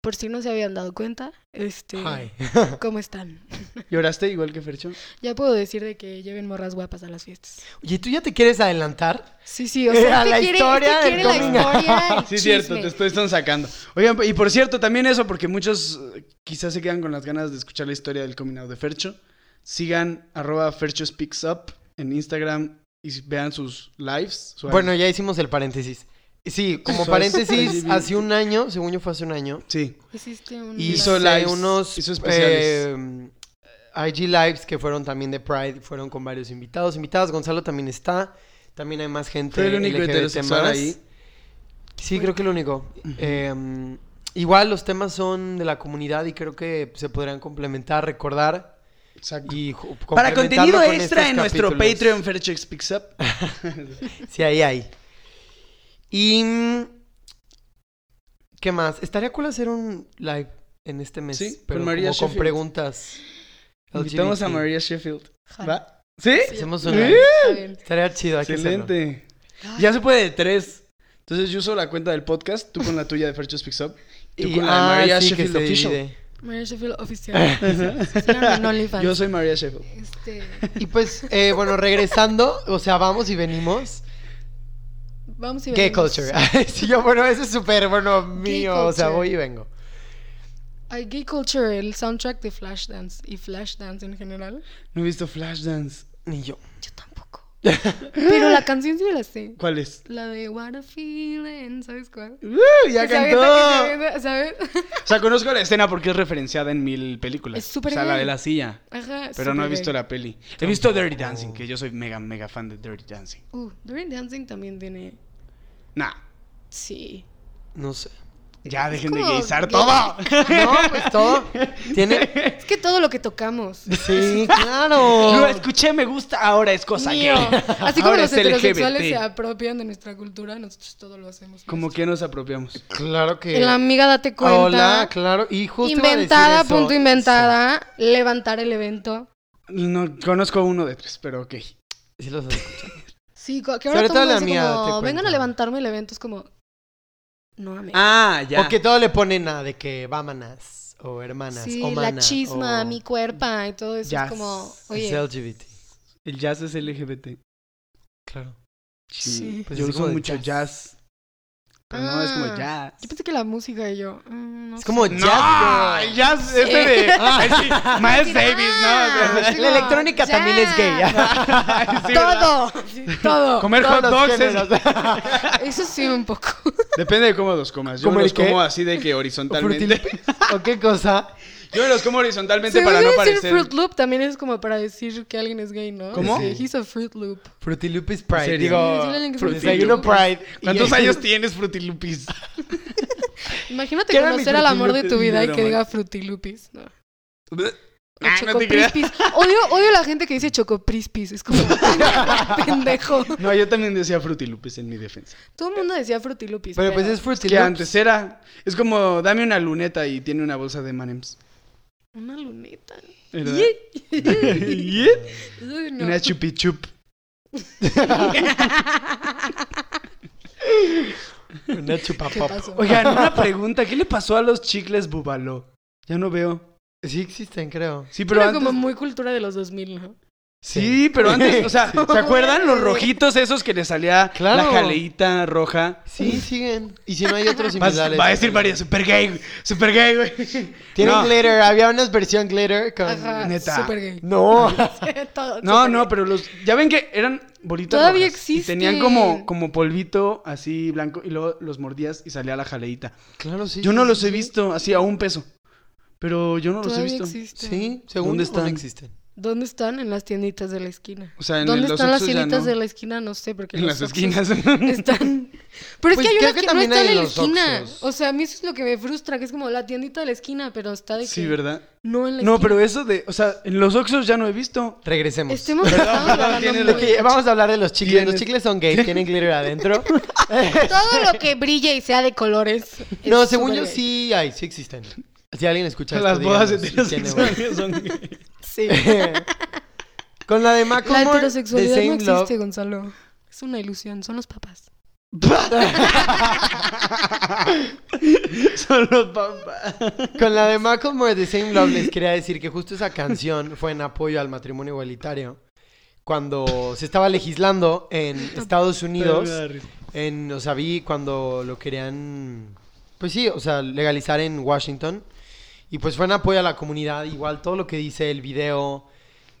[SPEAKER 3] por si no se habían dado cuenta, este,
[SPEAKER 2] Hi.
[SPEAKER 3] ¿cómo están?
[SPEAKER 1] ¿Lloraste igual que Fercho?
[SPEAKER 3] Ya puedo decir de que lleven morras guapas a las fiestas.
[SPEAKER 2] <laughs> Oye, ¿tú ya te quieres adelantar?
[SPEAKER 3] Sí,
[SPEAKER 2] <laughs>
[SPEAKER 3] sí, o sea,
[SPEAKER 2] Era
[SPEAKER 3] este
[SPEAKER 2] la
[SPEAKER 3] quiere,
[SPEAKER 2] historia
[SPEAKER 3] este
[SPEAKER 2] del
[SPEAKER 3] quiere la
[SPEAKER 2] coming out.
[SPEAKER 3] historia,
[SPEAKER 2] <laughs>
[SPEAKER 3] el
[SPEAKER 1] Ah, Sí, cierto,
[SPEAKER 3] chisme.
[SPEAKER 1] te estoy están sacando. Oigan, y por cierto, también eso, porque muchos eh, quizás se quedan con las ganas de escuchar la historia del coming out de Fercho. Sigan arroba Fercho Speaks Up en Instagram y vean sus lives. su-
[SPEAKER 2] Bueno, ya hicimos el paréntesis. <laughs> Sí, como
[SPEAKER 1] Sos
[SPEAKER 2] paréntesis,
[SPEAKER 1] LGBT.
[SPEAKER 2] hace un año, según yo fue hace un año,
[SPEAKER 1] sí.
[SPEAKER 3] Hiciste un...
[SPEAKER 2] hizo
[SPEAKER 1] live.
[SPEAKER 2] live
[SPEAKER 1] lives,
[SPEAKER 2] unos
[SPEAKER 1] hizo especiales.
[SPEAKER 2] eh, IG Lives que fueron también de Pride, fueron con varios invitados, invitadas, Gonzalo también está, también hay más gente
[SPEAKER 1] Fue el único
[SPEAKER 2] LGBT+.
[SPEAKER 1] heterosexual ahí.
[SPEAKER 2] Sí, creo que el único. Eh, igual los temas son de la comunidad y creo que se podrán complementar, recordar
[SPEAKER 1] Exacto.
[SPEAKER 2] y ju-
[SPEAKER 1] Para
[SPEAKER 2] complementarlo
[SPEAKER 1] contenido
[SPEAKER 2] con
[SPEAKER 1] extra
[SPEAKER 2] estos
[SPEAKER 1] en nuestro
[SPEAKER 2] capítulos.
[SPEAKER 1] Patreon Fercho Speaks
[SPEAKER 2] <laughs>
[SPEAKER 1] Up.
[SPEAKER 2] Sí, ahí hay. Y. mm, ¿Qué más? Estaría cool hacer un live en este mes.
[SPEAKER 1] Sí, con
[SPEAKER 2] pero
[SPEAKER 1] María
[SPEAKER 2] como con
[SPEAKER 1] Sheffield.
[SPEAKER 2] preguntas.
[SPEAKER 1] Invitamos a
[SPEAKER 2] LGBT.
[SPEAKER 1] María Sheffield.
[SPEAKER 3] Jalo.
[SPEAKER 1] ¿Va? ¿Sí?
[SPEAKER 2] Hacemos
[SPEAKER 3] Sí,
[SPEAKER 2] un
[SPEAKER 1] ¿Eh?
[SPEAKER 2] live.
[SPEAKER 3] está bien.
[SPEAKER 2] Estaría chido. hay que hacerlo.
[SPEAKER 1] Excelente.
[SPEAKER 3] Ay,
[SPEAKER 1] Ya se puede de tres. Entonces yo uso la cuenta del podcast, tú con la tuya de Fercho Speaks Up y tú
[SPEAKER 2] Y-
[SPEAKER 1] con la de
[SPEAKER 2] ah,
[SPEAKER 1] María
[SPEAKER 2] sí, que
[SPEAKER 1] Sheffield
[SPEAKER 2] se
[SPEAKER 1] Official.
[SPEAKER 2] divide.
[SPEAKER 3] María Sheffield
[SPEAKER 1] <laughs>
[SPEAKER 3] oficial. Síganme en OnlyFans.
[SPEAKER 1] Yo soy María Sheffield.
[SPEAKER 3] Este,
[SPEAKER 2] Y pues, eh, bueno, regresando, o sea, vamos y venimos.
[SPEAKER 3] vamos y
[SPEAKER 2] Gay
[SPEAKER 3] venimos.
[SPEAKER 2] culture. <laughs> sí, yo, bueno, eso es súper, bueno, mío. O sea,
[SPEAKER 3] culture.
[SPEAKER 2] voy y vengo.
[SPEAKER 3] Ay, gay culture, el soundtrack de Flashdance y Flashdance en general.
[SPEAKER 1] No he visto Flashdance.
[SPEAKER 2] Ni yo.
[SPEAKER 3] Yo
[SPEAKER 1] <laughs>
[SPEAKER 3] tampoco. Pero la canción sí me la sé.
[SPEAKER 1] ¿Cuál es?
[SPEAKER 3] La de What a Feeling, ¿sabes cuál?
[SPEAKER 1] ¡Uh, ya
[SPEAKER 3] Que se
[SPEAKER 1] cantó.
[SPEAKER 3] avienta, que se avienta, ¿Sabes?
[SPEAKER 1] <laughs> O sea, conozco la escena porque es referenciada en mil películas.
[SPEAKER 3] Es súper
[SPEAKER 1] O sea, la
[SPEAKER 3] gay.
[SPEAKER 1] de la silla.
[SPEAKER 3] Ajá.
[SPEAKER 1] Pero no he visto la peli. He visto Dirty Dancing, que yo soy mega, mega fan de Dirty Dancing.
[SPEAKER 3] Uh, During Dancing también tiene.
[SPEAKER 1] Nah,
[SPEAKER 3] Sí.
[SPEAKER 2] No
[SPEAKER 3] <laughs>
[SPEAKER 2] sé.
[SPEAKER 1] ya dejen de
[SPEAKER 3] como
[SPEAKER 1] gaysar <laughs>
[SPEAKER 3] gay.
[SPEAKER 1] todo.
[SPEAKER 2] No, pues todo. Tiene.
[SPEAKER 3] <laughs> Es que todo lo
[SPEAKER 1] <laughs>
[SPEAKER 3] que tocamos.
[SPEAKER 2] Sí, claro.
[SPEAKER 1] Lo escuché, me gusta, ahora es cosa
[SPEAKER 3] Mío.
[SPEAKER 1] gay.
[SPEAKER 3] Así como
[SPEAKER 1] Ahora
[SPEAKER 3] los
[SPEAKER 1] es LGBT.
[SPEAKER 3] heterosexuales se apropian de nuestra cultura, nosotros todo lo hacemos.
[SPEAKER 1] Como que nos apropiamos.
[SPEAKER 2] Claro que.
[SPEAKER 3] El amiga date cuenta.
[SPEAKER 2] Hola, claro. Y justo iba a decir
[SPEAKER 3] inventada,
[SPEAKER 2] eso.
[SPEAKER 3] punto inventada. Levantar el evento.
[SPEAKER 1] No, conozco uno de tres, pero ok.
[SPEAKER 2] Sí, sí los escucho.
[SPEAKER 3] Sí, co- que
[SPEAKER 2] Sobre
[SPEAKER 3] ahora
[SPEAKER 2] todo
[SPEAKER 3] todo el mundo
[SPEAKER 2] la
[SPEAKER 3] dice
[SPEAKER 2] mía,
[SPEAKER 3] como,
[SPEAKER 2] date
[SPEAKER 3] vengan
[SPEAKER 2] cuenta".
[SPEAKER 3] a levantarme el evento, es como, no mames.
[SPEAKER 1] Ah, ya.
[SPEAKER 2] <laughs> O que todo le ponen a de que vámanas o hermanas
[SPEAKER 3] sí,
[SPEAKER 2] o
[SPEAKER 3] la
[SPEAKER 2] manas,
[SPEAKER 3] chisma,
[SPEAKER 2] o-
[SPEAKER 3] mi cuerpo y todo eso
[SPEAKER 1] Ya
[SPEAKER 3] es como,
[SPEAKER 2] Es
[SPEAKER 3] oye,
[SPEAKER 2] LGBT.
[SPEAKER 1] El jazz es LGBT.
[SPEAKER 2] Claro.
[SPEAKER 3] Sí.
[SPEAKER 2] Pues
[SPEAKER 1] yo
[SPEAKER 2] es
[SPEAKER 1] uso
[SPEAKER 2] como de
[SPEAKER 1] mucho jazz. Pero no, es como
[SPEAKER 3] Ah.
[SPEAKER 1] jazz.
[SPEAKER 3] yo pensé que la música y yo, mm, no
[SPEAKER 2] Es
[SPEAKER 3] sé.
[SPEAKER 2] como jazz. girl.
[SPEAKER 1] el jazz este de
[SPEAKER 3] <laughs>
[SPEAKER 1] ay, sí, Miles
[SPEAKER 3] Sí,
[SPEAKER 1] Davis,
[SPEAKER 3] ah,
[SPEAKER 1] ¿no?
[SPEAKER 3] <laughs> sí,
[SPEAKER 2] La electrónica también es gay.
[SPEAKER 1] Sí, ¿verdad?
[SPEAKER 3] todo, <laughs>
[SPEAKER 2] <laughs>
[SPEAKER 3] sí, todo.
[SPEAKER 1] Comer
[SPEAKER 2] Todos
[SPEAKER 1] hot
[SPEAKER 2] los
[SPEAKER 1] dogs es- <laughs>
[SPEAKER 2] géneros.
[SPEAKER 3] Eso sí,
[SPEAKER 2] <laughs>
[SPEAKER 3] un poco.
[SPEAKER 1] Depende de cómo los comas. Yo
[SPEAKER 2] ¿Cómo
[SPEAKER 1] me
[SPEAKER 2] el
[SPEAKER 1] los
[SPEAKER 2] qué?
[SPEAKER 1] como así de que horizontalmente.
[SPEAKER 2] ¿O qué cosa?
[SPEAKER 1] Yo me los como horizontalmente
[SPEAKER 3] Se
[SPEAKER 1] para no
[SPEAKER 3] decir
[SPEAKER 1] parecer.
[SPEAKER 3] Fruit Loop también es como para decir que alguien es gay, ¿no?
[SPEAKER 1] ¿Cómo?
[SPEAKER 3] Sí, he's a Fruit Loop.
[SPEAKER 2] Fruity Loop is Pride.
[SPEAKER 1] serio?
[SPEAKER 2] Digo,
[SPEAKER 3] Sí, sí, sí,
[SPEAKER 1] Fruity
[SPEAKER 2] desayuno
[SPEAKER 1] Loop.
[SPEAKER 2] Pride.
[SPEAKER 1] ¿Cuántos
[SPEAKER 2] Y-
[SPEAKER 1] años tienes, Frutilupis?
[SPEAKER 3] Imagínate
[SPEAKER 1] ¿Qué era mi
[SPEAKER 3] conocer al amor de tu
[SPEAKER 1] Frutilupis?
[SPEAKER 3] vida y
[SPEAKER 1] No,
[SPEAKER 3] que
[SPEAKER 1] man.
[SPEAKER 3] diga Frutilupis, ¿no? O
[SPEAKER 1] Ah, no te creas.
[SPEAKER 3] Chocoprispis. Odio, odio la gente que dice chocoprispis. Es como <laughs> pendejo.
[SPEAKER 1] <laughs> No, yo también decía Frutilupis en mi defensa.
[SPEAKER 3] Todo el mundo decía frutilupis.
[SPEAKER 2] Pero pues es Fruity
[SPEAKER 1] Que
[SPEAKER 2] Loops.
[SPEAKER 1] antes era. Es como, dame una luneta y tiene una bolsa de Manems.
[SPEAKER 3] Una luneta.
[SPEAKER 1] ¿Verdad? <laughs>
[SPEAKER 3] Yeah. Ay, no.
[SPEAKER 1] Una chupi chup.
[SPEAKER 3] <laughs>
[SPEAKER 2] Una chupa
[SPEAKER 3] ¿Qué
[SPEAKER 2] pop.
[SPEAKER 3] pasó?
[SPEAKER 1] Oigan, una pregunta. ¿Qué le pasó a los chicles Bubaló? Ya no veo.
[SPEAKER 2] Sí existen, creo.
[SPEAKER 1] Sí, pero
[SPEAKER 3] Era
[SPEAKER 1] antes...
[SPEAKER 3] como muy cultura de los 2000, ¿no?
[SPEAKER 1] <laughs> Sí, pero antes, o sea, ¿se acuerdan los rojitos esos que le salía
[SPEAKER 2] Claro.
[SPEAKER 1] la jaleita roja?
[SPEAKER 2] Sí, siguen. Y si no hay otros
[SPEAKER 1] <laughs> Vas-
[SPEAKER 2] similares.
[SPEAKER 1] va a decir María, super gay, güey, super gay,
[SPEAKER 2] <laughs>
[SPEAKER 1] güey.
[SPEAKER 2] Tienen
[SPEAKER 1] No,
[SPEAKER 2] glitter. Había una versión glitter con...
[SPEAKER 3] Ajá,
[SPEAKER 1] Neta.
[SPEAKER 3] súper gay.
[SPEAKER 2] No.
[SPEAKER 3] <laughs> Todo-
[SPEAKER 1] no,
[SPEAKER 3] súper
[SPEAKER 1] no,
[SPEAKER 3] gay.
[SPEAKER 1] pero los, ya ven que eran bolitas
[SPEAKER 3] Todavía
[SPEAKER 1] rojas y
[SPEAKER 3] existen.
[SPEAKER 1] tenían como, como polvito así blanco y luego los mordías y salía la jaleita.
[SPEAKER 2] <laughs> claro, sí.
[SPEAKER 1] Yo
[SPEAKER 2] sí,
[SPEAKER 1] no los
[SPEAKER 2] sí,
[SPEAKER 1] he visto así a un peso, pero yo no los he
[SPEAKER 3] Todavía
[SPEAKER 1] visto.
[SPEAKER 2] Sí,
[SPEAKER 3] existen.
[SPEAKER 2] Sí, según
[SPEAKER 1] ¿Dónde
[SPEAKER 2] ¿Dónde están?
[SPEAKER 1] están?
[SPEAKER 2] existen.
[SPEAKER 3] ¿Dónde están? En las tienditas de la esquina.
[SPEAKER 1] O sea, en el-
[SPEAKER 3] ¿Dónde
[SPEAKER 1] los
[SPEAKER 3] están las
[SPEAKER 1] Oxxos ya
[SPEAKER 3] tienditas
[SPEAKER 1] no.
[SPEAKER 3] de la esquina? No sé, porque
[SPEAKER 1] En
[SPEAKER 3] los
[SPEAKER 1] las
[SPEAKER 3] Oxxos
[SPEAKER 1] esquinas. <laughs>
[SPEAKER 3] Están. Pero es
[SPEAKER 2] Pues
[SPEAKER 3] que hay
[SPEAKER 2] creo
[SPEAKER 3] unas
[SPEAKER 2] que
[SPEAKER 3] que, no
[SPEAKER 2] también
[SPEAKER 3] están
[SPEAKER 2] hay
[SPEAKER 3] en la
[SPEAKER 2] los
[SPEAKER 3] esquina.
[SPEAKER 2] Oxxos.
[SPEAKER 3] O sea, a mí eso es lo que me frustra, que es como la tiendita de la esquina, pero está de
[SPEAKER 1] Sí,
[SPEAKER 3] que
[SPEAKER 1] ¿verdad?
[SPEAKER 3] No en la
[SPEAKER 1] No,
[SPEAKER 3] esquina.
[SPEAKER 1] pero eso de, o sea, en los Oxxos ya no he visto.
[SPEAKER 2] Regresemos.
[SPEAKER 3] Estemos estamos
[SPEAKER 1] perdón,
[SPEAKER 3] hablando
[SPEAKER 1] tienes
[SPEAKER 3] muy-
[SPEAKER 1] lo
[SPEAKER 2] Ok, vamos a hablar de los chicles. Los
[SPEAKER 1] Tienes-
[SPEAKER 2] chicles son gay, tienen glitter
[SPEAKER 1] <laughs>
[SPEAKER 2] adentro. <laughs>
[SPEAKER 3] Todo lo que brille y sea de colores. es
[SPEAKER 2] no, según
[SPEAKER 3] súper
[SPEAKER 2] yo
[SPEAKER 3] gay.
[SPEAKER 2] sí hay, sí existen. Si alguien escucha
[SPEAKER 1] Las
[SPEAKER 2] esto,
[SPEAKER 1] bodas
[SPEAKER 2] díganos si tiene
[SPEAKER 1] heterosexuales son <laughs> gay.
[SPEAKER 3] Sí.
[SPEAKER 2] bodas. <laughs> Con la de
[SPEAKER 3] La
[SPEAKER 2] Macklemore, The
[SPEAKER 3] heterosexualidad no
[SPEAKER 2] Same
[SPEAKER 3] existe,
[SPEAKER 2] Love.
[SPEAKER 3] Gonzalo. Es una ilusión, son los papás.
[SPEAKER 1] Son los papás.
[SPEAKER 2] Con la de Macklemore, The Same Love, les quería decir que justo esa canción fue en apoyo al matrimonio igualitario. Cuando se estaba legislando en Estados Unidos, en, o sea, vi cuando lo querían, pues sí, o sea, legalizar en Washington. Y pues fue en apoyo a la comunidad, igual todo lo que dice el video,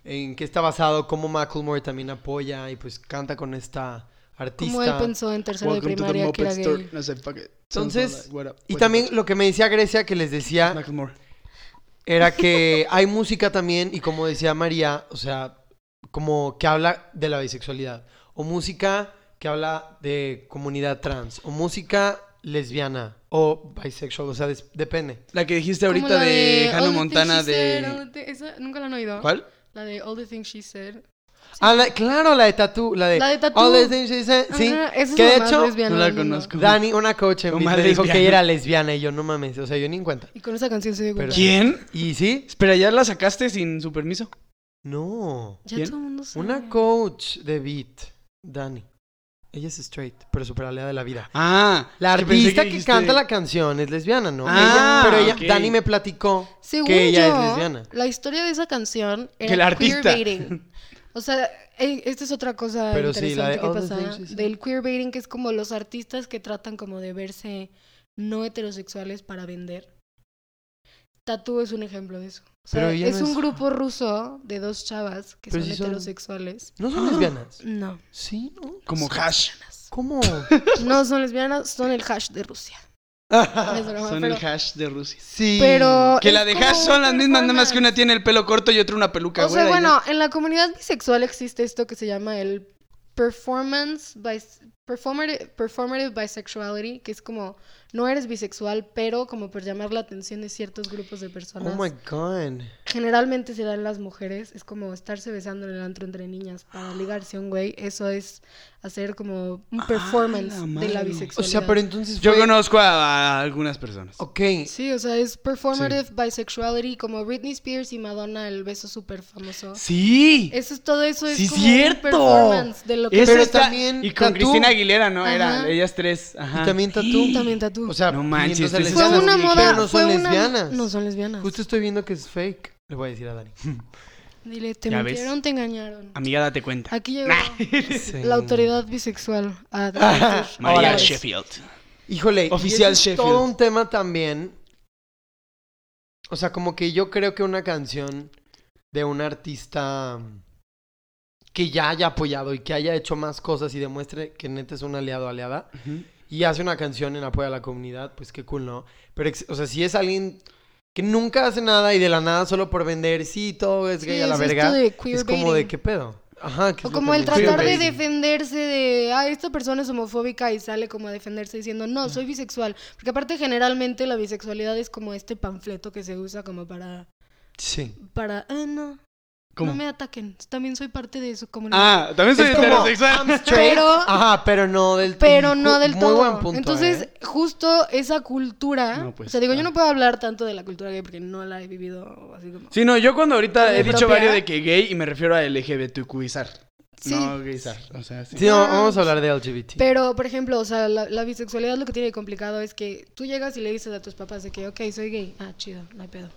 [SPEAKER 2] en qué está basado, cómo Macklemore también apoya y pues canta con esta artista.
[SPEAKER 3] Como él pensó en tercero de primaria que era gay.
[SPEAKER 1] No sé, fuck it.
[SPEAKER 2] Entonces,
[SPEAKER 1] What up,
[SPEAKER 2] y
[SPEAKER 1] what
[SPEAKER 2] también
[SPEAKER 1] up.
[SPEAKER 2] lo que me decía Grecia, que les decía...
[SPEAKER 1] Macklemore.
[SPEAKER 2] era que hay música también y como decía María, o sea, como que habla de la bisexualidad o música que habla de comunidad trans o música lesbiana o bisexual, o sea, des- depende.
[SPEAKER 1] La que dijiste
[SPEAKER 3] Como
[SPEAKER 1] ahorita
[SPEAKER 3] la
[SPEAKER 1] de
[SPEAKER 3] All
[SPEAKER 1] Hannah
[SPEAKER 3] the
[SPEAKER 1] Montana
[SPEAKER 3] Things She Said,
[SPEAKER 1] de...
[SPEAKER 3] All the Thi- ¿Esa nunca la han oído?
[SPEAKER 1] ¿Cuál?
[SPEAKER 3] La de All the Things She Said.
[SPEAKER 2] Ah, la- claro, la de Tatú, la de
[SPEAKER 3] La de Tattoo.
[SPEAKER 2] All the things she said, sí,
[SPEAKER 3] Ajá, esa es
[SPEAKER 2] que
[SPEAKER 3] la
[SPEAKER 2] de
[SPEAKER 3] más
[SPEAKER 2] hecho
[SPEAKER 3] lesbiana
[SPEAKER 1] no la
[SPEAKER 3] del mundo.
[SPEAKER 1] conozco.
[SPEAKER 2] Dani, una coach en
[SPEAKER 1] Lo
[SPEAKER 2] Bit,
[SPEAKER 1] más
[SPEAKER 2] me dijo que
[SPEAKER 1] lesbiana.
[SPEAKER 2] ella era lesbiana y yo no mames, o sea, yo ni en cuenta.
[SPEAKER 3] Y con esa canción se dio
[SPEAKER 2] Pero-
[SPEAKER 3] cuenta.
[SPEAKER 1] ¿Quién?
[SPEAKER 2] ¿Y sí?
[SPEAKER 1] Espera, ¿ya la sacaste sin su permiso?
[SPEAKER 2] No.
[SPEAKER 3] Ya
[SPEAKER 1] ¿Quién?
[SPEAKER 3] todo el mundo sabe.
[SPEAKER 2] Una coach de Beat, Dani. Ella es straight, pero super aliada de la vida.
[SPEAKER 1] Ah.
[SPEAKER 2] La
[SPEAKER 1] es pensé
[SPEAKER 2] artista que,
[SPEAKER 1] dijiste-
[SPEAKER 2] canta la canción es lesbiana, ¿no?
[SPEAKER 1] Ah,
[SPEAKER 2] Ella- pero ella,
[SPEAKER 1] ok.
[SPEAKER 2] Dani me platicó
[SPEAKER 3] Según
[SPEAKER 2] que ella
[SPEAKER 3] yo,
[SPEAKER 2] es lesbiana.
[SPEAKER 3] la historia de esa canción era
[SPEAKER 1] Que la artista.
[SPEAKER 2] <laughs>
[SPEAKER 3] queerbaiting. O sea, eh, esta es otra cosa
[SPEAKER 2] Pero sí, la de
[SPEAKER 3] interesante que
[SPEAKER 2] All the
[SPEAKER 3] pasa
[SPEAKER 2] Things She Said.
[SPEAKER 3] del queerbaiting, que es como los artistas que tratan como de verse no heterosexuales para vender. Tatú es un ejemplo de eso. O sea,
[SPEAKER 2] Pero ella
[SPEAKER 3] es
[SPEAKER 2] no
[SPEAKER 3] un
[SPEAKER 2] es-
[SPEAKER 3] grupo ruso de dos chavas que
[SPEAKER 2] Pero
[SPEAKER 3] son
[SPEAKER 2] sí son-
[SPEAKER 3] heterosexuales.
[SPEAKER 2] ¿No son lesbianas?
[SPEAKER 3] No,
[SPEAKER 2] Ah. Sí, ¿no?
[SPEAKER 1] Como hash.
[SPEAKER 2] ¿Cómo?
[SPEAKER 3] no son lesbianas, son el hash de Rusia. No es broma,
[SPEAKER 1] Son
[SPEAKER 3] pero-
[SPEAKER 1] el hash de Rusia.
[SPEAKER 2] <laughs> sí.
[SPEAKER 3] Pero-
[SPEAKER 1] Que la
[SPEAKER 3] Es
[SPEAKER 1] de
[SPEAKER 3] como
[SPEAKER 1] hash son las
[SPEAKER 3] un
[SPEAKER 1] mismas, nada más
[SPEAKER 3] performance.
[SPEAKER 1] que una tiene el pelo corto y otra una peluca,
[SPEAKER 3] O sea,
[SPEAKER 1] güera, y
[SPEAKER 3] bueno, en la comunidad bisexual existe esto que se llama el performance bis- performative, performative bisexuality, que es como no eres bisexual, pero como por llamar la atención de ciertos grupos de
[SPEAKER 2] Oh
[SPEAKER 3] personas.
[SPEAKER 2] my God.
[SPEAKER 3] Generalmente se dan las mujeres, es como estarse besando en el antro entre niñas para ligarse a un güey, eso es hacer como un performance
[SPEAKER 1] la
[SPEAKER 3] de la
[SPEAKER 1] madre.
[SPEAKER 2] Ah, O
[SPEAKER 3] bisexualidad.
[SPEAKER 2] sea, pero entonces.
[SPEAKER 1] ya. Yo
[SPEAKER 2] fue-
[SPEAKER 1] conozco a, a algunas personas.
[SPEAKER 2] Ok.
[SPEAKER 3] Sí, o sea, es performative bisexuality, como Britney Spears y Madonna, el beso súper famoso.
[SPEAKER 1] Sí.
[SPEAKER 3] Eso es todo eso es
[SPEAKER 1] sí,
[SPEAKER 3] como un
[SPEAKER 1] cierto.
[SPEAKER 3] performance de lo que
[SPEAKER 1] Eso
[SPEAKER 2] Pero
[SPEAKER 1] está-
[SPEAKER 2] también
[SPEAKER 1] Y con
[SPEAKER 2] Tatú.
[SPEAKER 1] Cristina Aguilera, ¿no?
[SPEAKER 3] Ajá.
[SPEAKER 1] Eran ellas tres. Ajá.
[SPEAKER 2] Y también Tatú.
[SPEAKER 3] También tatú.
[SPEAKER 2] O sea,
[SPEAKER 1] No manches,
[SPEAKER 2] y entonces
[SPEAKER 1] esto
[SPEAKER 3] fue
[SPEAKER 1] lesbianas,
[SPEAKER 3] una
[SPEAKER 1] pero
[SPEAKER 3] moda.
[SPEAKER 2] no son
[SPEAKER 3] fue una-
[SPEAKER 2] lesbianas.
[SPEAKER 3] No son lesbianas.
[SPEAKER 2] Justo estoy viendo que es fake. Le voy a decir a Dani.
[SPEAKER 3] Dile, te
[SPEAKER 1] Ya ves. Ah,
[SPEAKER 3] mintieron, te engañaron.
[SPEAKER 1] Amiga, date cuenta.
[SPEAKER 3] Aquí llegó
[SPEAKER 1] <laughs>
[SPEAKER 2] Sí.
[SPEAKER 3] <laughs> la autoridad bisexual
[SPEAKER 2] <laughs>
[SPEAKER 3] a debatir.
[SPEAKER 1] María
[SPEAKER 2] Ahora,
[SPEAKER 1] Sheffield.
[SPEAKER 2] Híjole, y
[SPEAKER 1] Oficial
[SPEAKER 2] eso es
[SPEAKER 1] Sheffield.
[SPEAKER 2] todo un tema también. O sea, como que yo creo que una canción de un artista que ya haya apoyado y que haya hecho más cosas y demuestre que neta es un aliado o aliada y hace una canción en apoyo a la comunidad, pues qué cool, ¿no? Pero, ex- o sea, si es alguien que nunca hace nada y de la nada solo por vender, sí, todo es gay
[SPEAKER 3] Sí,
[SPEAKER 2] a la
[SPEAKER 3] es esto
[SPEAKER 2] verga,
[SPEAKER 3] de
[SPEAKER 2] es como de
[SPEAKER 3] queerbaiting.
[SPEAKER 2] qué pedo. Ajá, que
[SPEAKER 3] O
[SPEAKER 2] es lo
[SPEAKER 3] como
[SPEAKER 2] que
[SPEAKER 3] el
[SPEAKER 2] me dice.
[SPEAKER 3] tratar de
[SPEAKER 1] Queerbaiting.
[SPEAKER 3] defenderse de, ah, esta persona es homofóbica y sale como a defenderse diciendo, no, soy bisexual. Porque aparte generalmente la bisexualidad es como este panfleto que se usa como para,
[SPEAKER 2] Sí.
[SPEAKER 3] para, ah, no,
[SPEAKER 1] ¿Cómo?
[SPEAKER 3] no me ataquen, también soy parte de su comunidad.
[SPEAKER 1] Ah, también soy
[SPEAKER 2] Es como,
[SPEAKER 1] heterosexual.
[SPEAKER 3] Pero-
[SPEAKER 2] Ajá, pero no del
[SPEAKER 3] Pero
[SPEAKER 2] ju-
[SPEAKER 3] no del
[SPEAKER 2] muy
[SPEAKER 3] todo.
[SPEAKER 2] buen punto,
[SPEAKER 3] Entonces,
[SPEAKER 2] ¿eh?
[SPEAKER 3] justo esa cultura.
[SPEAKER 1] No, pues,
[SPEAKER 3] o sea, digo, yo
[SPEAKER 1] ah.
[SPEAKER 3] no puedo hablar tanto de la cultura gay porque no la he vivido así como.
[SPEAKER 1] Sí, no, yo cuando ahorita
[SPEAKER 3] ¿Mi
[SPEAKER 1] he dicho
[SPEAKER 3] propia?
[SPEAKER 1] varios de que gay y me refiero a LGBTQizar.
[SPEAKER 3] Sí.
[SPEAKER 1] No gaysar. O sea, sí.
[SPEAKER 2] Sí, no, vamos a hablar de LGBT.
[SPEAKER 3] Pero, por ejemplo, o sea, la, la bisexualidad lo que tiene de complicado es que tú llegas y le dices a tus papás de que, ok, soy gay. Ah, chido, no hay pedo.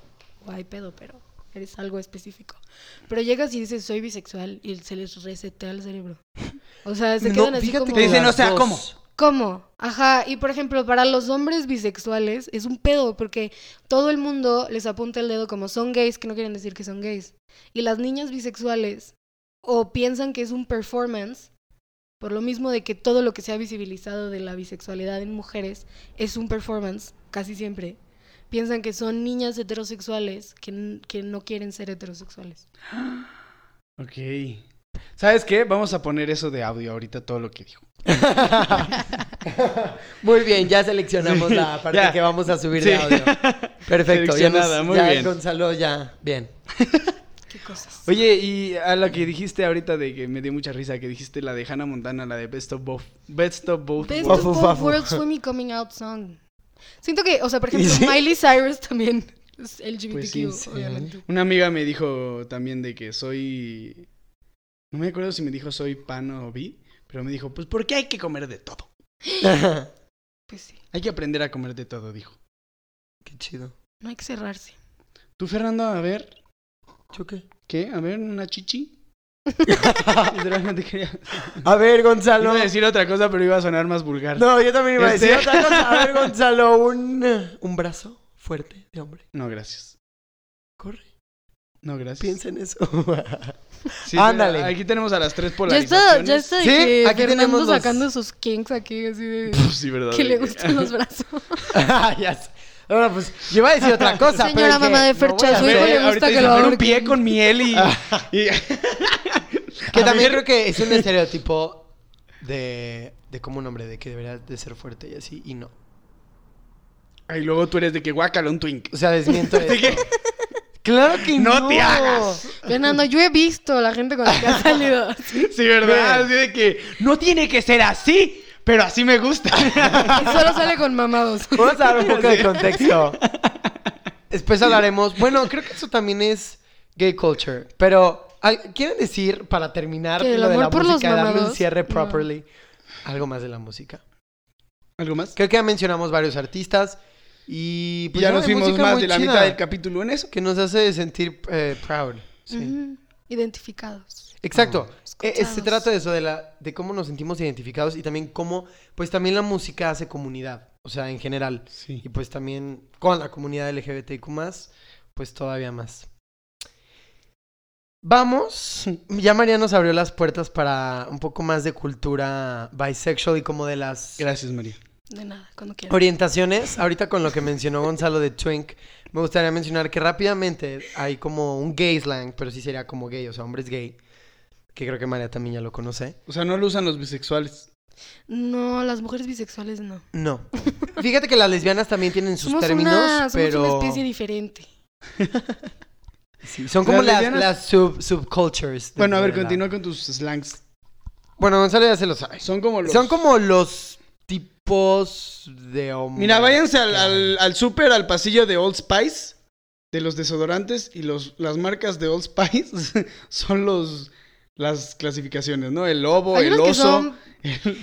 [SPEAKER 3] O hay pedo, pero eres algo específico. Pero llegas y dices, soy bisexual, y se les resetea el cerebro. O sea, se
[SPEAKER 2] No,
[SPEAKER 3] quedan así
[SPEAKER 2] fíjate
[SPEAKER 3] como...
[SPEAKER 2] que
[SPEAKER 4] Te dicen,
[SPEAKER 2] las
[SPEAKER 4] o sea,
[SPEAKER 2] dos.
[SPEAKER 4] ¿cómo?
[SPEAKER 3] ¿Cómo? Ajá, y por ejemplo, para los hombres bisexuales es un pedo porque todo el mundo les apunta el dedo como son gays que no quieren decir que son gays. Y las niñas bisexuales o piensan que es un performance por lo mismo de que todo lo que se ha visibilizado de la bisexualidad en mujeres es un performance casi siempre. Piensan que son niñas heterosexuales que, n- que no quieren ser heterosexuales.
[SPEAKER 1] Ok. ¿Sabes qué? Vamos a poner eso de audio ahorita, todo lo que dijo.
[SPEAKER 2] Muy bien, ya seleccionamos <laughs> la parte
[SPEAKER 1] ya.
[SPEAKER 2] que vamos a subir de
[SPEAKER 1] Sí.
[SPEAKER 2] <laughs> audio. Perfecto, ya,
[SPEAKER 1] Seleccionada,
[SPEAKER 2] nos-
[SPEAKER 1] muy
[SPEAKER 2] ya
[SPEAKER 1] bien.
[SPEAKER 2] Gonzalo ya, <laughs> bien.
[SPEAKER 3] Qué cosas.
[SPEAKER 1] Oye, y a lo que dijiste ahorita de que me dio mucha risa, que dijiste la de Hannah Montana, la de Best of Both. Best of Both.
[SPEAKER 3] Best
[SPEAKER 1] Worlds.
[SPEAKER 3] of
[SPEAKER 2] Wafu,
[SPEAKER 3] Both
[SPEAKER 2] wafu.
[SPEAKER 3] Worlds fue mi coming out song. Siento que, o sea, por
[SPEAKER 2] ¿Y
[SPEAKER 3] ejemplo,
[SPEAKER 2] sí?
[SPEAKER 3] Miley Cyrus también es LGBTQ,
[SPEAKER 1] Pues sí, sí.
[SPEAKER 3] obviamente.
[SPEAKER 1] Una amiga me dijo también de que soy. No me acuerdo si me dijo soy pan o bi, pero me dijo, pues porque hay que comer de todo.
[SPEAKER 2] Qué
[SPEAKER 3] Pues sí,
[SPEAKER 1] Hay que aprender a comer de todo, dijo.
[SPEAKER 2] chido.
[SPEAKER 3] no hay que cerrarse.
[SPEAKER 1] Tú, Fernando, a ver,
[SPEAKER 2] ¿Yo qué?
[SPEAKER 1] ¿qué? A ver, una chichi. Literalmente quería.
[SPEAKER 2] A ver, Gonzalo.
[SPEAKER 1] Iba a decir otra cosa, pero iba a sonar más vulgar.
[SPEAKER 2] Ah, No, yo también iba a decir
[SPEAKER 1] Este-
[SPEAKER 2] otra cosa. <laughs> A ver, Gonzalo, un, un brazo fuerte de hombre.
[SPEAKER 1] No, gracias.
[SPEAKER 2] Corre,
[SPEAKER 1] No, gracias.
[SPEAKER 2] piensa en eso. <laughs>
[SPEAKER 1] Sí, mira,
[SPEAKER 2] Ándale.
[SPEAKER 1] Aquí tenemos a las tres
[SPEAKER 3] Ya está,
[SPEAKER 1] polarizaciones.
[SPEAKER 3] ya
[SPEAKER 1] <laughs>
[SPEAKER 3] está de
[SPEAKER 2] Sí,
[SPEAKER 3] que
[SPEAKER 2] aquí
[SPEAKER 3] Fernando
[SPEAKER 2] tenemos los-
[SPEAKER 3] sacando sus kinks aquí, así de
[SPEAKER 1] Pues Sí, verdad.
[SPEAKER 3] que le
[SPEAKER 1] güey.
[SPEAKER 3] gustan
[SPEAKER 2] <laughs>
[SPEAKER 3] los brazos.
[SPEAKER 2] ya sé. Ahora, pues, yo iba a decir otra cosa. pero
[SPEAKER 3] Señora
[SPEAKER 2] dije,
[SPEAKER 3] mamá de
[SPEAKER 2] no
[SPEAKER 3] Fercha,
[SPEAKER 2] voy a
[SPEAKER 3] su
[SPEAKER 1] Ve,
[SPEAKER 3] hijo
[SPEAKER 2] hacer-
[SPEAKER 3] le gusta
[SPEAKER 1] ahorita
[SPEAKER 3] que
[SPEAKER 1] hizo
[SPEAKER 3] lo
[SPEAKER 1] poner un
[SPEAKER 3] ahorquen.
[SPEAKER 1] pie con miel y... y-
[SPEAKER 2] Que
[SPEAKER 1] A ver.
[SPEAKER 2] también creo que es un estereotipo de, de como un hombre, de que debería de ser fuerte y así, y no.
[SPEAKER 1] Ay, luego tú eres de que guácala un twink.
[SPEAKER 2] O
[SPEAKER 1] <laughs>
[SPEAKER 2] sea, desmiento
[SPEAKER 1] De que-
[SPEAKER 2] esto. Claro que no.
[SPEAKER 1] No te hagas.
[SPEAKER 3] Fernando, yo he visto la gente con
[SPEAKER 2] <laughs>
[SPEAKER 3] la que ha salido. así,
[SPEAKER 1] Sí, ¿verdad? Así de que no tiene que ser así, pero así me gusta.
[SPEAKER 3] Y solo sale con mamados.
[SPEAKER 2] Vamos a dar un poco de contexto. Después hablaremos. Bueno, creo que eso también es gay culture. Pero, ¿al- ¿quieren decir, para terminar,
[SPEAKER 3] ¿Que el
[SPEAKER 2] lo de la
[SPEAKER 3] amor por los
[SPEAKER 2] música, darle un
[SPEAKER 3] mamados?
[SPEAKER 2] cierre
[SPEAKER 3] No.
[SPEAKER 2] properly? Algo más de la música.
[SPEAKER 1] ¿Algo más?
[SPEAKER 2] Creo que ya mencionamos varios artistas. Y pues,
[SPEAKER 1] ya
[SPEAKER 2] no,
[SPEAKER 1] nos
[SPEAKER 2] hay
[SPEAKER 1] fuimos
[SPEAKER 2] música
[SPEAKER 1] más
[SPEAKER 2] muy
[SPEAKER 1] de la
[SPEAKER 2] chida
[SPEAKER 1] mitad del capítulo en eso.
[SPEAKER 2] Que nos hace sentir eh, proud.
[SPEAKER 3] <laughs>
[SPEAKER 2] Sí.
[SPEAKER 3] Ujú, Mm, Identificados.
[SPEAKER 2] Exacto. Eh, eh, se
[SPEAKER 3] escuchados.
[SPEAKER 2] trata de eso, de, la, de cómo nos sentimos identificados y también cómo, pues también la música hace comunidad, o sea, en general.
[SPEAKER 1] Sí.
[SPEAKER 2] Y pues también con la comunidad LGBTQ pues todavía más. Vamos, ya María nos abrió las puertas para un poco más de cultura bisexual y como de las
[SPEAKER 1] Gracias, María.
[SPEAKER 3] De nada, cuando quieras.
[SPEAKER 2] orientaciones. Ahorita con lo que mencionó Gonzalo de Twink, me gustaría mencionar que rápidamente hay como un gay slang, pero sí sería como gay, o sea, hombres gay, que creo que María también ya lo conoce.
[SPEAKER 1] O sea, no lo usan los bisexuales.
[SPEAKER 3] No, las mujeres bisexuales no. <laughs>
[SPEAKER 2] No. Fíjate que las lesbianas también tienen sus
[SPEAKER 3] somos
[SPEAKER 2] términos,
[SPEAKER 3] una, somos
[SPEAKER 2] pero
[SPEAKER 3] una especie diferente.
[SPEAKER 2] Sí, son como
[SPEAKER 1] Las
[SPEAKER 2] las,
[SPEAKER 1] lesbianas-
[SPEAKER 2] las sub- subcultures. de-
[SPEAKER 1] Bueno, a ver,
[SPEAKER 2] de la-
[SPEAKER 1] continúa con tus slangs.
[SPEAKER 2] Bueno, Gonzalo ya se lo sabe.
[SPEAKER 1] Son como los...
[SPEAKER 2] Son como los tipos de hombres.
[SPEAKER 1] Mira, váyanse al,
[SPEAKER 2] que
[SPEAKER 1] al,
[SPEAKER 2] hay.
[SPEAKER 1] al súper, al pasillo de Old Spice, de los desodorantes y los, las marcas de Old <laughs> Spice son los las clasificaciones, ¿no? El lobo,
[SPEAKER 3] Hay
[SPEAKER 1] el
[SPEAKER 3] unos que
[SPEAKER 1] oso.
[SPEAKER 3] son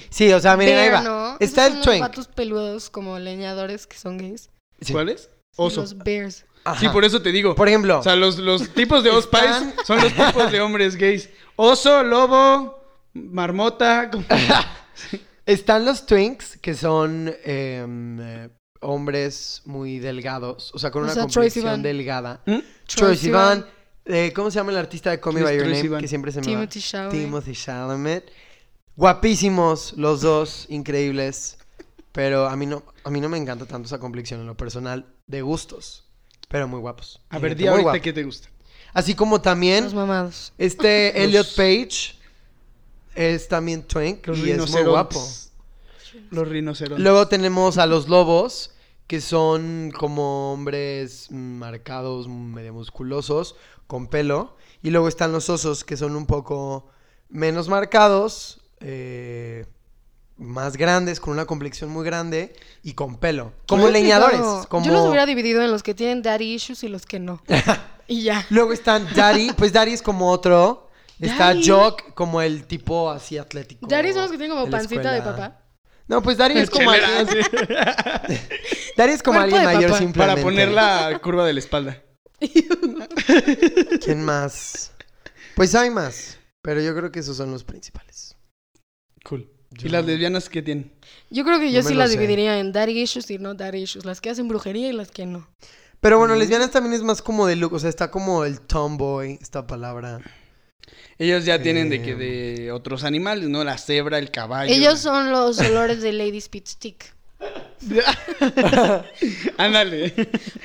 [SPEAKER 2] Sí, o sea, Ah, miren, ahí
[SPEAKER 3] bear,
[SPEAKER 2] va.
[SPEAKER 3] ¿no?
[SPEAKER 2] Está
[SPEAKER 3] Esos son
[SPEAKER 2] el twink.
[SPEAKER 3] Los patos peludos como leñadores que son gays.
[SPEAKER 2] Sí.
[SPEAKER 1] ¿Cuáles? Oso.
[SPEAKER 3] Los bears.
[SPEAKER 2] Ajá.
[SPEAKER 1] Sí, por eso te digo.
[SPEAKER 2] Por ejemplo,
[SPEAKER 1] O sea, los,
[SPEAKER 2] <laughs>
[SPEAKER 1] los tipos de Old
[SPEAKER 2] Están-
[SPEAKER 1] Spice son los tipos de hombres gays. Oso, lobo, marmota.
[SPEAKER 2] <laughs>
[SPEAKER 1] como-
[SPEAKER 2] están los twinks, que son eh, eh, hombres muy delgados, o sea, con
[SPEAKER 3] O
[SPEAKER 2] una
[SPEAKER 3] sea, Troye
[SPEAKER 2] complexión
[SPEAKER 3] Sivan.
[SPEAKER 2] delgada.
[SPEAKER 1] ¿Mm?
[SPEAKER 2] Troye
[SPEAKER 3] Sivan,
[SPEAKER 2] Sivan, eh, ¿cómo se llama el artista de Call Me
[SPEAKER 1] ¿Quién es
[SPEAKER 2] By Your
[SPEAKER 1] Troye
[SPEAKER 2] Name?
[SPEAKER 1] Sivan?
[SPEAKER 2] Que siempre se me va.
[SPEAKER 3] Timothy Chalamet.
[SPEAKER 2] Timothy Chalamet. Guapísimos los dos, increíbles. Pero a mí no, a mí no me encanta tanto esa complexión en lo personal, de gustos, pero muy guapos.
[SPEAKER 1] A
[SPEAKER 2] Hay
[SPEAKER 1] ver,
[SPEAKER 2] gente
[SPEAKER 1] di
[SPEAKER 2] muy
[SPEAKER 1] ahorita
[SPEAKER 2] guapa.
[SPEAKER 1] qué te gusta.
[SPEAKER 2] Así como también
[SPEAKER 3] Los mamados.
[SPEAKER 2] este Elliot
[SPEAKER 1] Los-
[SPEAKER 2] Page es también twink
[SPEAKER 1] Los
[SPEAKER 2] y es muy
[SPEAKER 1] rinocerontes.
[SPEAKER 2] guapo.
[SPEAKER 1] Los rinocerontes.
[SPEAKER 2] Luego tenemos a los lobos, que son como hombres mm, marcados, medio musculosos, con pelo. Y luego están los osos, que son un poco menos marcados, eh, más grandes, con una complexión muy grande y con pelo. Como
[SPEAKER 3] Yo los
[SPEAKER 2] leñadores.
[SPEAKER 3] divido-
[SPEAKER 2] Como...
[SPEAKER 3] Yo los hubiera dividido en los que tienen daddy issues y los
[SPEAKER 2] <laughs>
[SPEAKER 3] que no. y ya.
[SPEAKER 2] Luego están
[SPEAKER 3] <laughs>
[SPEAKER 2] Daddy, pues Daddy es como otro. Está
[SPEAKER 3] Daddy.
[SPEAKER 2] Jock como el tipo así atlético.
[SPEAKER 3] Daddy son los que tienen como
[SPEAKER 2] de la
[SPEAKER 3] pancita de
[SPEAKER 2] escuela.
[SPEAKER 3] papá.
[SPEAKER 2] No, pues Daddy es como
[SPEAKER 1] Chelera,
[SPEAKER 2] alguien, <laughs>
[SPEAKER 1] sí,
[SPEAKER 2] Daddy es como
[SPEAKER 3] Cuerpo
[SPEAKER 2] alguien
[SPEAKER 3] de
[SPEAKER 2] mayor
[SPEAKER 3] papá.
[SPEAKER 2] simplemente.
[SPEAKER 1] Para poner la curva de la espalda.
[SPEAKER 2] ¿Quién más? Pues hay más, pero yo creo que esos son los principales.
[SPEAKER 1] Cool.
[SPEAKER 2] Yo-
[SPEAKER 1] ¿Y las lesbianas qué tienen?
[SPEAKER 3] Yo creo que
[SPEAKER 2] No
[SPEAKER 3] yo
[SPEAKER 2] me
[SPEAKER 3] sí
[SPEAKER 2] lo
[SPEAKER 3] las
[SPEAKER 2] sé.
[SPEAKER 3] dividiría en daddy issues y no daddy issues. Las que hacen brujería y las que no.
[SPEAKER 2] Pero bueno,
[SPEAKER 1] Ujú.
[SPEAKER 2] lesbianas también es más como de look, o sea, está como el tomboy, esta palabra.
[SPEAKER 1] Ellos ya tienen de que
[SPEAKER 2] Em.
[SPEAKER 1] de otros animales, ¿no? La cebra, el caballo.
[SPEAKER 3] Ellos son los olores de Ladies Pit Stick.
[SPEAKER 1] <laughs> Ándale.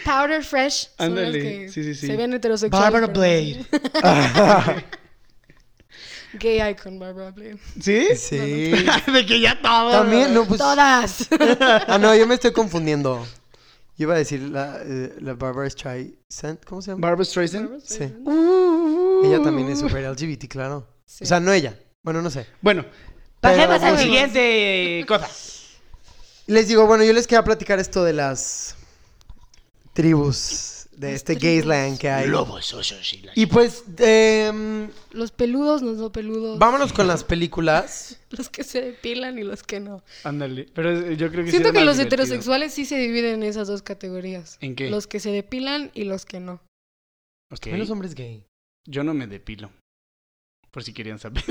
[SPEAKER 3] Powder Fresh. son las
[SPEAKER 1] Ándale,
[SPEAKER 3] que
[SPEAKER 1] sí, sí, sí.
[SPEAKER 3] Se ven heterosexuales.
[SPEAKER 2] Barbara
[SPEAKER 3] pero-
[SPEAKER 2] Blade.
[SPEAKER 3] Gay icon, Barbara Blade.
[SPEAKER 1] ¿Sí?
[SPEAKER 2] Sí.
[SPEAKER 1] <laughs> de que ya todo.
[SPEAKER 2] También, no, pues.
[SPEAKER 3] Todas.
[SPEAKER 2] <laughs> Ah, no, yo me estoy confundiendo. Yo iba a decir la, eh, la Barbara Streisand, ¿cómo se llama?
[SPEAKER 1] Barbara Streisand.
[SPEAKER 2] Sí.
[SPEAKER 1] Ella
[SPEAKER 2] Ella también es super LGBT, claro.
[SPEAKER 3] Sí.
[SPEAKER 2] O sea, no ella. Bueno, no sé.
[SPEAKER 1] Bueno,
[SPEAKER 3] Bajemos al
[SPEAKER 1] siguiente cosa.
[SPEAKER 2] Les digo, bueno, yo les quería platicar esto de las tribus, de este gay slang que hay.
[SPEAKER 1] Lobos, osos y la-
[SPEAKER 2] Y pues, em,
[SPEAKER 3] Los peludos, los no peludos.
[SPEAKER 2] vámonos con las películas.
[SPEAKER 3] <laughs> Los que se depilan y los que no.
[SPEAKER 1] Ándale. Pero es- yo creo que sí
[SPEAKER 3] Siento
[SPEAKER 1] era
[SPEAKER 3] que
[SPEAKER 1] más
[SPEAKER 3] los
[SPEAKER 1] divertido.
[SPEAKER 3] heterosexuales sí se dividen en esas dos categorías.
[SPEAKER 1] ¿En qué?
[SPEAKER 3] Los que se depilan y los que no.
[SPEAKER 1] Ok.
[SPEAKER 2] Menos hombres gay.
[SPEAKER 1] Yo no me depilo. Por si querían
[SPEAKER 3] <laughs>
[SPEAKER 1] saber.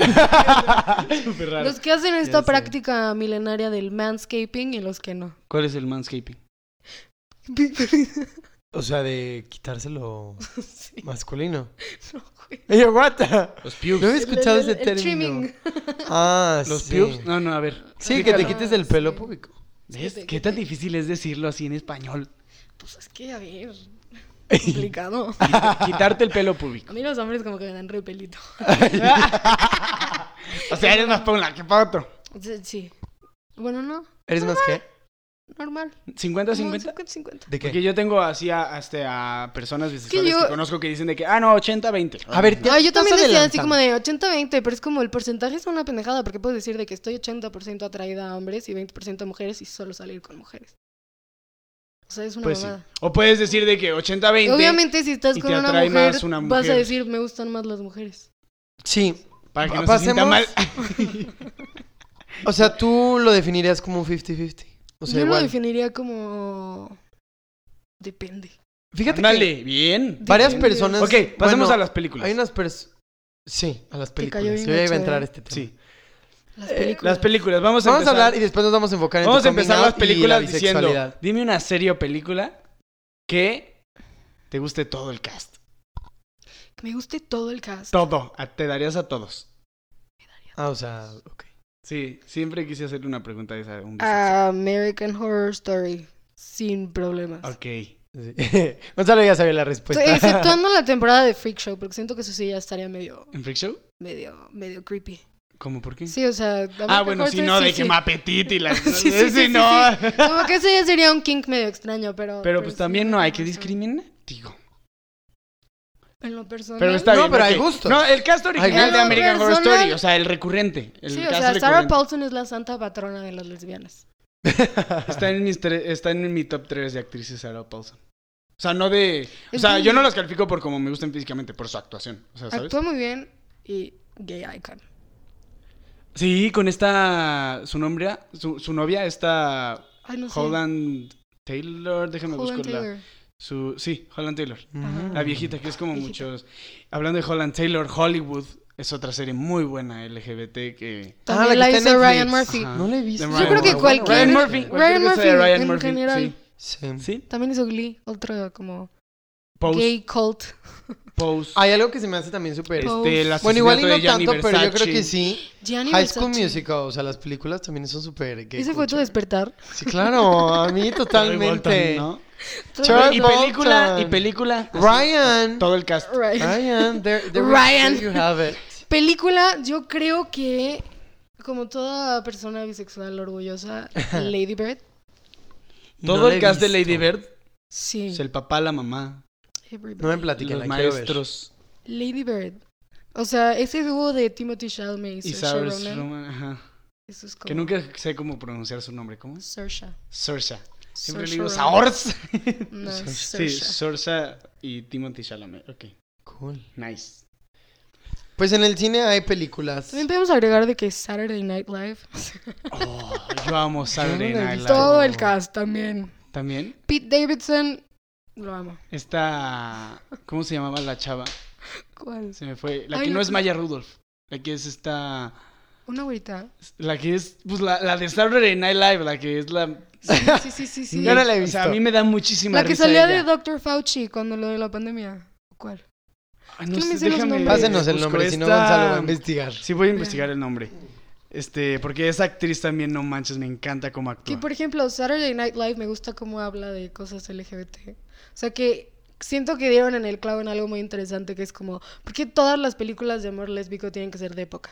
[SPEAKER 1] Súper raro.
[SPEAKER 3] Los que hacen esta
[SPEAKER 1] sé.
[SPEAKER 3] práctica milenaria del manscaping y los
[SPEAKER 1] <laughs>
[SPEAKER 3] que no.
[SPEAKER 1] ¿Cuál es el manscaping?
[SPEAKER 2] O sea, de quitárselo
[SPEAKER 3] Sí,
[SPEAKER 2] masculino.
[SPEAKER 3] no, güey.
[SPEAKER 2] Ey, what the-
[SPEAKER 1] <laughs> Los
[SPEAKER 2] No
[SPEAKER 1] pubes.
[SPEAKER 2] había escuchado
[SPEAKER 3] El-
[SPEAKER 2] ese
[SPEAKER 3] el- el
[SPEAKER 2] término.
[SPEAKER 3] trimming.
[SPEAKER 2] Ah,
[SPEAKER 1] ¿Los
[SPEAKER 2] sí.
[SPEAKER 1] pubes? No, no, a ver.
[SPEAKER 2] Sí, que te
[SPEAKER 1] Explícalo.
[SPEAKER 2] quites el pelo
[SPEAKER 3] Sí.
[SPEAKER 2] público.
[SPEAKER 1] ¿Ves?
[SPEAKER 3] Sí, te-
[SPEAKER 1] ¿Qué tan difícil es decirlo así en <laughs> español?
[SPEAKER 3] Pues es que,
[SPEAKER 1] <laughs>
[SPEAKER 3] a ver. Complicado.
[SPEAKER 1] Quita- Quitarte el pelo público.
[SPEAKER 3] A mí los hombres como que me dan repelito.
[SPEAKER 1] <laughs> O sea, eres más para un lado que para otro.
[SPEAKER 3] Sí. Bueno, no.
[SPEAKER 2] ¿Eres más qué?
[SPEAKER 3] Normal. Como
[SPEAKER 1] 50-50.
[SPEAKER 3] 50-50.
[SPEAKER 2] ¿De qué?
[SPEAKER 1] Porque yo tengo así a, hasta a personas bisexuales que,
[SPEAKER 3] yo-
[SPEAKER 1] conozco que dicen de que, ah, no, 80-20.
[SPEAKER 2] A ver, te-
[SPEAKER 3] No, yo
[SPEAKER 2] estás
[SPEAKER 3] también decía así
[SPEAKER 2] adelantando.
[SPEAKER 3] como de 80-20, pero es como el porcentaje es una pendejada, porque puedes decir de que estoy 80% atraída a hombres y 20% a mujeres y solo salir con mujeres. O sea, es una
[SPEAKER 1] Pues sí.
[SPEAKER 3] mamada.
[SPEAKER 1] O puedes decir de que 80-20.
[SPEAKER 3] Obviamente, si estás
[SPEAKER 1] y
[SPEAKER 3] con
[SPEAKER 1] te
[SPEAKER 3] una
[SPEAKER 1] atrae
[SPEAKER 3] mujer,
[SPEAKER 1] más una
[SPEAKER 3] vas a
[SPEAKER 1] mujer.
[SPEAKER 3] decir me gustan más las mujeres.
[SPEAKER 2] Sí.
[SPEAKER 1] Para que no se sienta
[SPEAKER 2] Pasemos.
[SPEAKER 1] mal.
[SPEAKER 2] O sea, tú lo definirías como un 50-50. O sea,
[SPEAKER 3] yo
[SPEAKER 2] igual.
[SPEAKER 3] lo definiría como. Depende.
[SPEAKER 2] Fíjate que
[SPEAKER 1] Ándale, bien.
[SPEAKER 2] varias
[SPEAKER 3] Depende.
[SPEAKER 2] personas.
[SPEAKER 1] Ok, pasemos
[SPEAKER 2] Bueno,
[SPEAKER 1] a las películas.
[SPEAKER 2] Hay unas personas. Sí, a las
[SPEAKER 3] Te
[SPEAKER 2] películas.
[SPEAKER 3] cayó
[SPEAKER 2] Yo
[SPEAKER 3] bien
[SPEAKER 2] ya iba
[SPEAKER 3] gacho,
[SPEAKER 2] a entrar
[SPEAKER 3] ¿eh?
[SPEAKER 2] a este tema.
[SPEAKER 1] Sí.
[SPEAKER 3] Las
[SPEAKER 2] Eh,
[SPEAKER 3] películas.
[SPEAKER 1] Las películas, vamos a
[SPEAKER 2] Vamos a
[SPEAKER 1] empezar.
[SPEAKER 2] hablar y después nos vamos a enfocar en
[SPEAKER 1] Vamos
[SPEAKER 2] tu
[SPEAKER 1] a empezar
[SPEAKER 2] coming
[SPEAKER 1] las
[SPEAKER 2] out y
[SPEAKER 1] películas
[SPEAKER 2] la
[SPEAKER 1] diciendo,
[SPEAKER 2] bisexualidad.
[SPEAKER 1] dime una serie o película que te guste todo el cast.
[SPEAKER 3] Que me guste todo el cast.
[SPEAKER 1] Todo, a- te darías a todos.
[SPEAKER 2] Ah, o sea, ok.
[SPEAKER 1] Sí, siempre quise hacerle una pregunta de esa. Un bisexual.
[SPEAKER 3] Ah. American Horror Story. Sin problemas.
[SPEAKER 1] ok.
[SPEAKER 2] Sí. <laughs> Gonzalo ya sabía la respuesta.
[SPEAKER 3] Exceptuando la temporada de Freak Show, porque siento que eso sí ya estaría medio,
[SPEAKER 1] ¿En Freak Show?
[SPEAKER 3] medio, medio creepy.
[SPEAKER 1] ¿Cómo por qué?
[SPEAKER 3] Sí, o sea.
[SPEAKER 1] ah, bueno, si no, de que me apetite
[SPEAKER 3] <laughs>
[SPEAKER 1] y la...
[SPEAKER 3] Sí, sí, sí,
[SPEAKER 1] si
[SPEAKER 3] sí,
[SPEAKER 1] no.
[SPEAKER 3] sí. Como que eso ya sería un kink medio extraño, pero.
[SPEAKER 1] Pero pues
[SPEAKER 3] sí,
[SPEAKER 1] también no hay que
[SPEAKER 3] ajá.
[SPEAKER 1] discriminar, digo.
[SPEAKER 3] En lo personal.
[SPEAKER 1] Pero está
[SPEAKER 2] No,
[SPEAKER 1] bien.
[SPEAKER 2] pero
[SPEAKER 1] ok.
[SPEAKER 2] hay gustos.
[SPEAKER 1] No, el cast original
[SPEAKER 2] Hay
[SPEAKER 1] de
[SPEAKER 2] gustos.
[SPEAKER 1] American Horror
[SPEAKER 3] Personal-
[SPEAKER 1] Story, o sea, el recurrente. El
[SPEAKER 3] sí, o
[SPEAKER 1] cast
[SPEAKER 3] sea, Sarah
[SPEAKER 1] recurrente.
[SPEAKER 3] Paulson es la santa patrona de las lesbianas.
[SPEAKER 1] Está en, mis tre- está en mi top 3 de actrices Sarah Paulson. O sea, no de... O
[SPEAKER 3] Es
[SPEAKER 1] sea,
[SPEAKER 3] muy-
[SPEAKER 1] yo no las califico por como me gustan físicamente, por su actuación. O sea, ¿sabes?
[SPEAKER 3] Actúa muy bien y gay icon.
[SPEAKER 1] Sí, con esta... Su nombre... Su, su novia, esta...
[SPEAKER 3] Ay, no sé.
[SPEAKER 1] Holland Taylor, déjame
[SPEAKER 3] Holland
[SPEAKER 1] buscarla.
[SPEAKER 3] Taylor. Ah,
[SPEAKER 1] Su, sí, Holland Taylor.
[SPEAKER 2] Mm.
[SPEAKER 1] La viejita, que es como
[SPEAKER 3] Viejita.
[SPEAKER 1] muchos... Hablando de Holland Taylor, Hollywood es otra serie muy buena LGBT que...
[SPEAKER 3] También
[SPEAKER 2] la que está
[SPEAKER 3] la,
[SPEAKER 2] en
[SPEAKER 3] hizo Ryan
[SPEAKER 2] Netflix.
[SPEAKER 3] Murphy.
[SPEAKER 1] Ajá.
[SPEAKER 2] No la he visto.
[SPEAKER 1] De
[SPEAKER 3] Yo creo
[SPEAKER 1] Murphy.
[SPEAKER 3] que cualquier-
[SPEAKER 1] Ryan Murphy.
[SPEAKER 3] Ryan
[SPEAKER 1] cualquier que sea de
[SPEAKER 3] Murphy,
[SPEAKER 1] Ryan
[SPEAKER 3] en
[SPEAKER 1] Murphy,
[SPEAKER 3] general.
[SPEAKER 2] Sí.
[SPEAKER 1] Sí. ¿Sí?
[SPEAKER 3] También hizo Glee, otra como
[SPEAKER 1] Pose.
[SPEAKER 3] gay cult.
[SPEAKER 1] Pose.
[SPEAKER 2] Hay algo que se me hace también súper...
[SPEAKER 3] Es-
[SPEAKER 1] Este, el
[SPEAKER 2] Bueno, igual y
[SPEAKER 1] asesinato
[SPEAKER 2] no
[SPEAKER 1] de Gianni
[SPEAKER 2] tanto, pero yo creo
[SPEAKER 1] Versace.
[SPEAKER 2] que sí.
[SPEAKER 3] Gianni
[SPEAKER 2] High School
[SPEAKER 3] Versace.
[SPEAKER 2] Musical, o sea, las películas también son súper gay.
[SPEAKER 3] Ese fue tu
[SPEAKER 2] culture.
[SPEAKER 3] despertar.
[SPEAKER 2] Sí, claro, a
[SPEAKER 3] <laughs>
[SPEAKER 2] mí
[SPEAKER 1] Bolton,
[SPEAKER 2] totalmente.
[SPEAKER 1] ¿no?
[SPEAKER 2] Charles
[SPEAKER 1] Y
[SPEAKER 2] Bolton.
[SPEAKER 1] película, y película. así,
[SPEAKER 2] Ryan.
[SPEAKER 1] Todo el cast.
[SPEAKER 3] Right.
[SPEAKER 2] Ryan, there, there-
[SPEAKER 3] Ryan.
[SPEAKER 2] there you have it.
[SPEAKER 3] Película, yo creo que, como toda persona
[SPEAKER 2] <laughs>
[SPEAKER 3] bisexual orgullosa, Lady Bird.
[SPEAKER 2] No
[SPEAKER 1] Todo
[SPEAKER 2] la
[SPEAKER 1] el
[SPEAKER 2] he
[SPEAKER 1] cast de
[SPEAKER 2] visto.
[SPEAKER 1] Lady Bird.
[SPEAKER 3] Sí.
[SPEAKER 1] Es el papá, la mamá,
[SPEAKER 2] No em
[SPEAKER 3] Everybody.
[SPEAKER 2] me platiquen,
[SPEAKER 1] los
[SPEAKER 2] la quiero ver.
[SPEAKER 1] maestros.
[SPEAKER 3] Lady Bird. O sea, ese dúo de Timothy Chalamet y
[SPEAKER 1] Y
[SPEAKER 3] Saoirse
[SPEAKER 1] Saoirse
[SPEAKER 3] Ronan.
[SPEAKER 1] Ronan, ajá.
[SPEAKER 3] Eso es como...
[SPEAKER 1] Que nunca sé cómo pronunciar su nombre. ¿Cómo es?
[SPEAKER 3] Saoirse.
[SPEAKER 1] Saoirse. Siempre le
[SPEAKER 3] Saoirse
[SPEAKER 1] digo
[SPEAKER 3] Ronan.
[SPEAKER 1] Saoirse.
[SPEAKER 3] No, es
[SPEAKER 1] Sí,
[SPEAKER 3] Saoirse.
[SPEAKER 1] Saoirse y Timothy Chalamet. Ok.
[SPEAKER 2] Cool.
[SPEAKER 1] Nice.
[SPEAKER 2] Pues en el cine hay películas.
[SPEAKER 3] También podemos agregar de que Saturday Night Live. <laughs>
[SPEAKER 1] Oh, yo amo Saturday
[SPEAKER 2] Yo no la he
[SPEAKER 1] Night
[SPEAKER 2] visto.
[SPEAKER 1] Live.
[SPEAKER 3] Todo el cast también.
[SPEAKER 1] ¿También?
[SPEAKER 3] Pete Davidson Lo amo.
[SPEAKER 1] Esta. ¿Cómo se llamaba la chava?
[SPEAKER 3] ¿Cuál?
[SPEAKER 1] Se me fue. La
[SPEAKER 3] Ay,
[SPEAKER 1] que
[SPEAKER 3] no
[SPEAKER 1] no es
[SPEAKER 3] sé.
[SPEAKER 1] Maya Rudolph. La que es esta.
[SPEAKER 3] Una güerita.
[SPEAKER 1] La que es. Pues la, la de Saturday Night Live. La que es la.
[SPEAKER 3] Sí, sí, sí, sí. sí.
[SPEAKER 2] Yo no la he
[SPEAKER 1] O sea,
[SPEAKER 2] visto.
[SPEAKER 1] a mí me da muchísima
[SPEAKER 3] La que
[SPEAKER 1] risa.
[SPEAKER 3] salía de
[SPEAKER 1] ella.
[SPEAKER 3] Dr. Fauci cuando lo de la pandemia. ¿Cuál?
[SPEAKER 1] Ay, no
[SPEAKER 3] ¿Quién me
[SPEAKER 1] sé,
[SPEAKER 3] dice los
[SPEAKER 1] déjame.
[SPEAKER 3] nombres?
[SPEAKER 2] Pásenos el
[SPEAKER 1] busco
[SPEAKER 2] nombre, si no
[SPEAKER 1] esta-
[SPEAKER 2] Gonzalo va a
[SPEAKER 3] <laughs>
[SPEAKER 2] investigar.
[SPEAKER 1] Sí, voy a investigar el nombre. Este, porque esa actriz también, no manches, me encanta cómo actúa.
[SPEAKER 3] Que por ejemplo, Saturday Night Live me gusta cómo habla de cosas LGBT. O sea que siento que dieron en el clavo en algo muy interesante que es como, ¿por qué todas las películas de amor lésbico tienen que ser de época?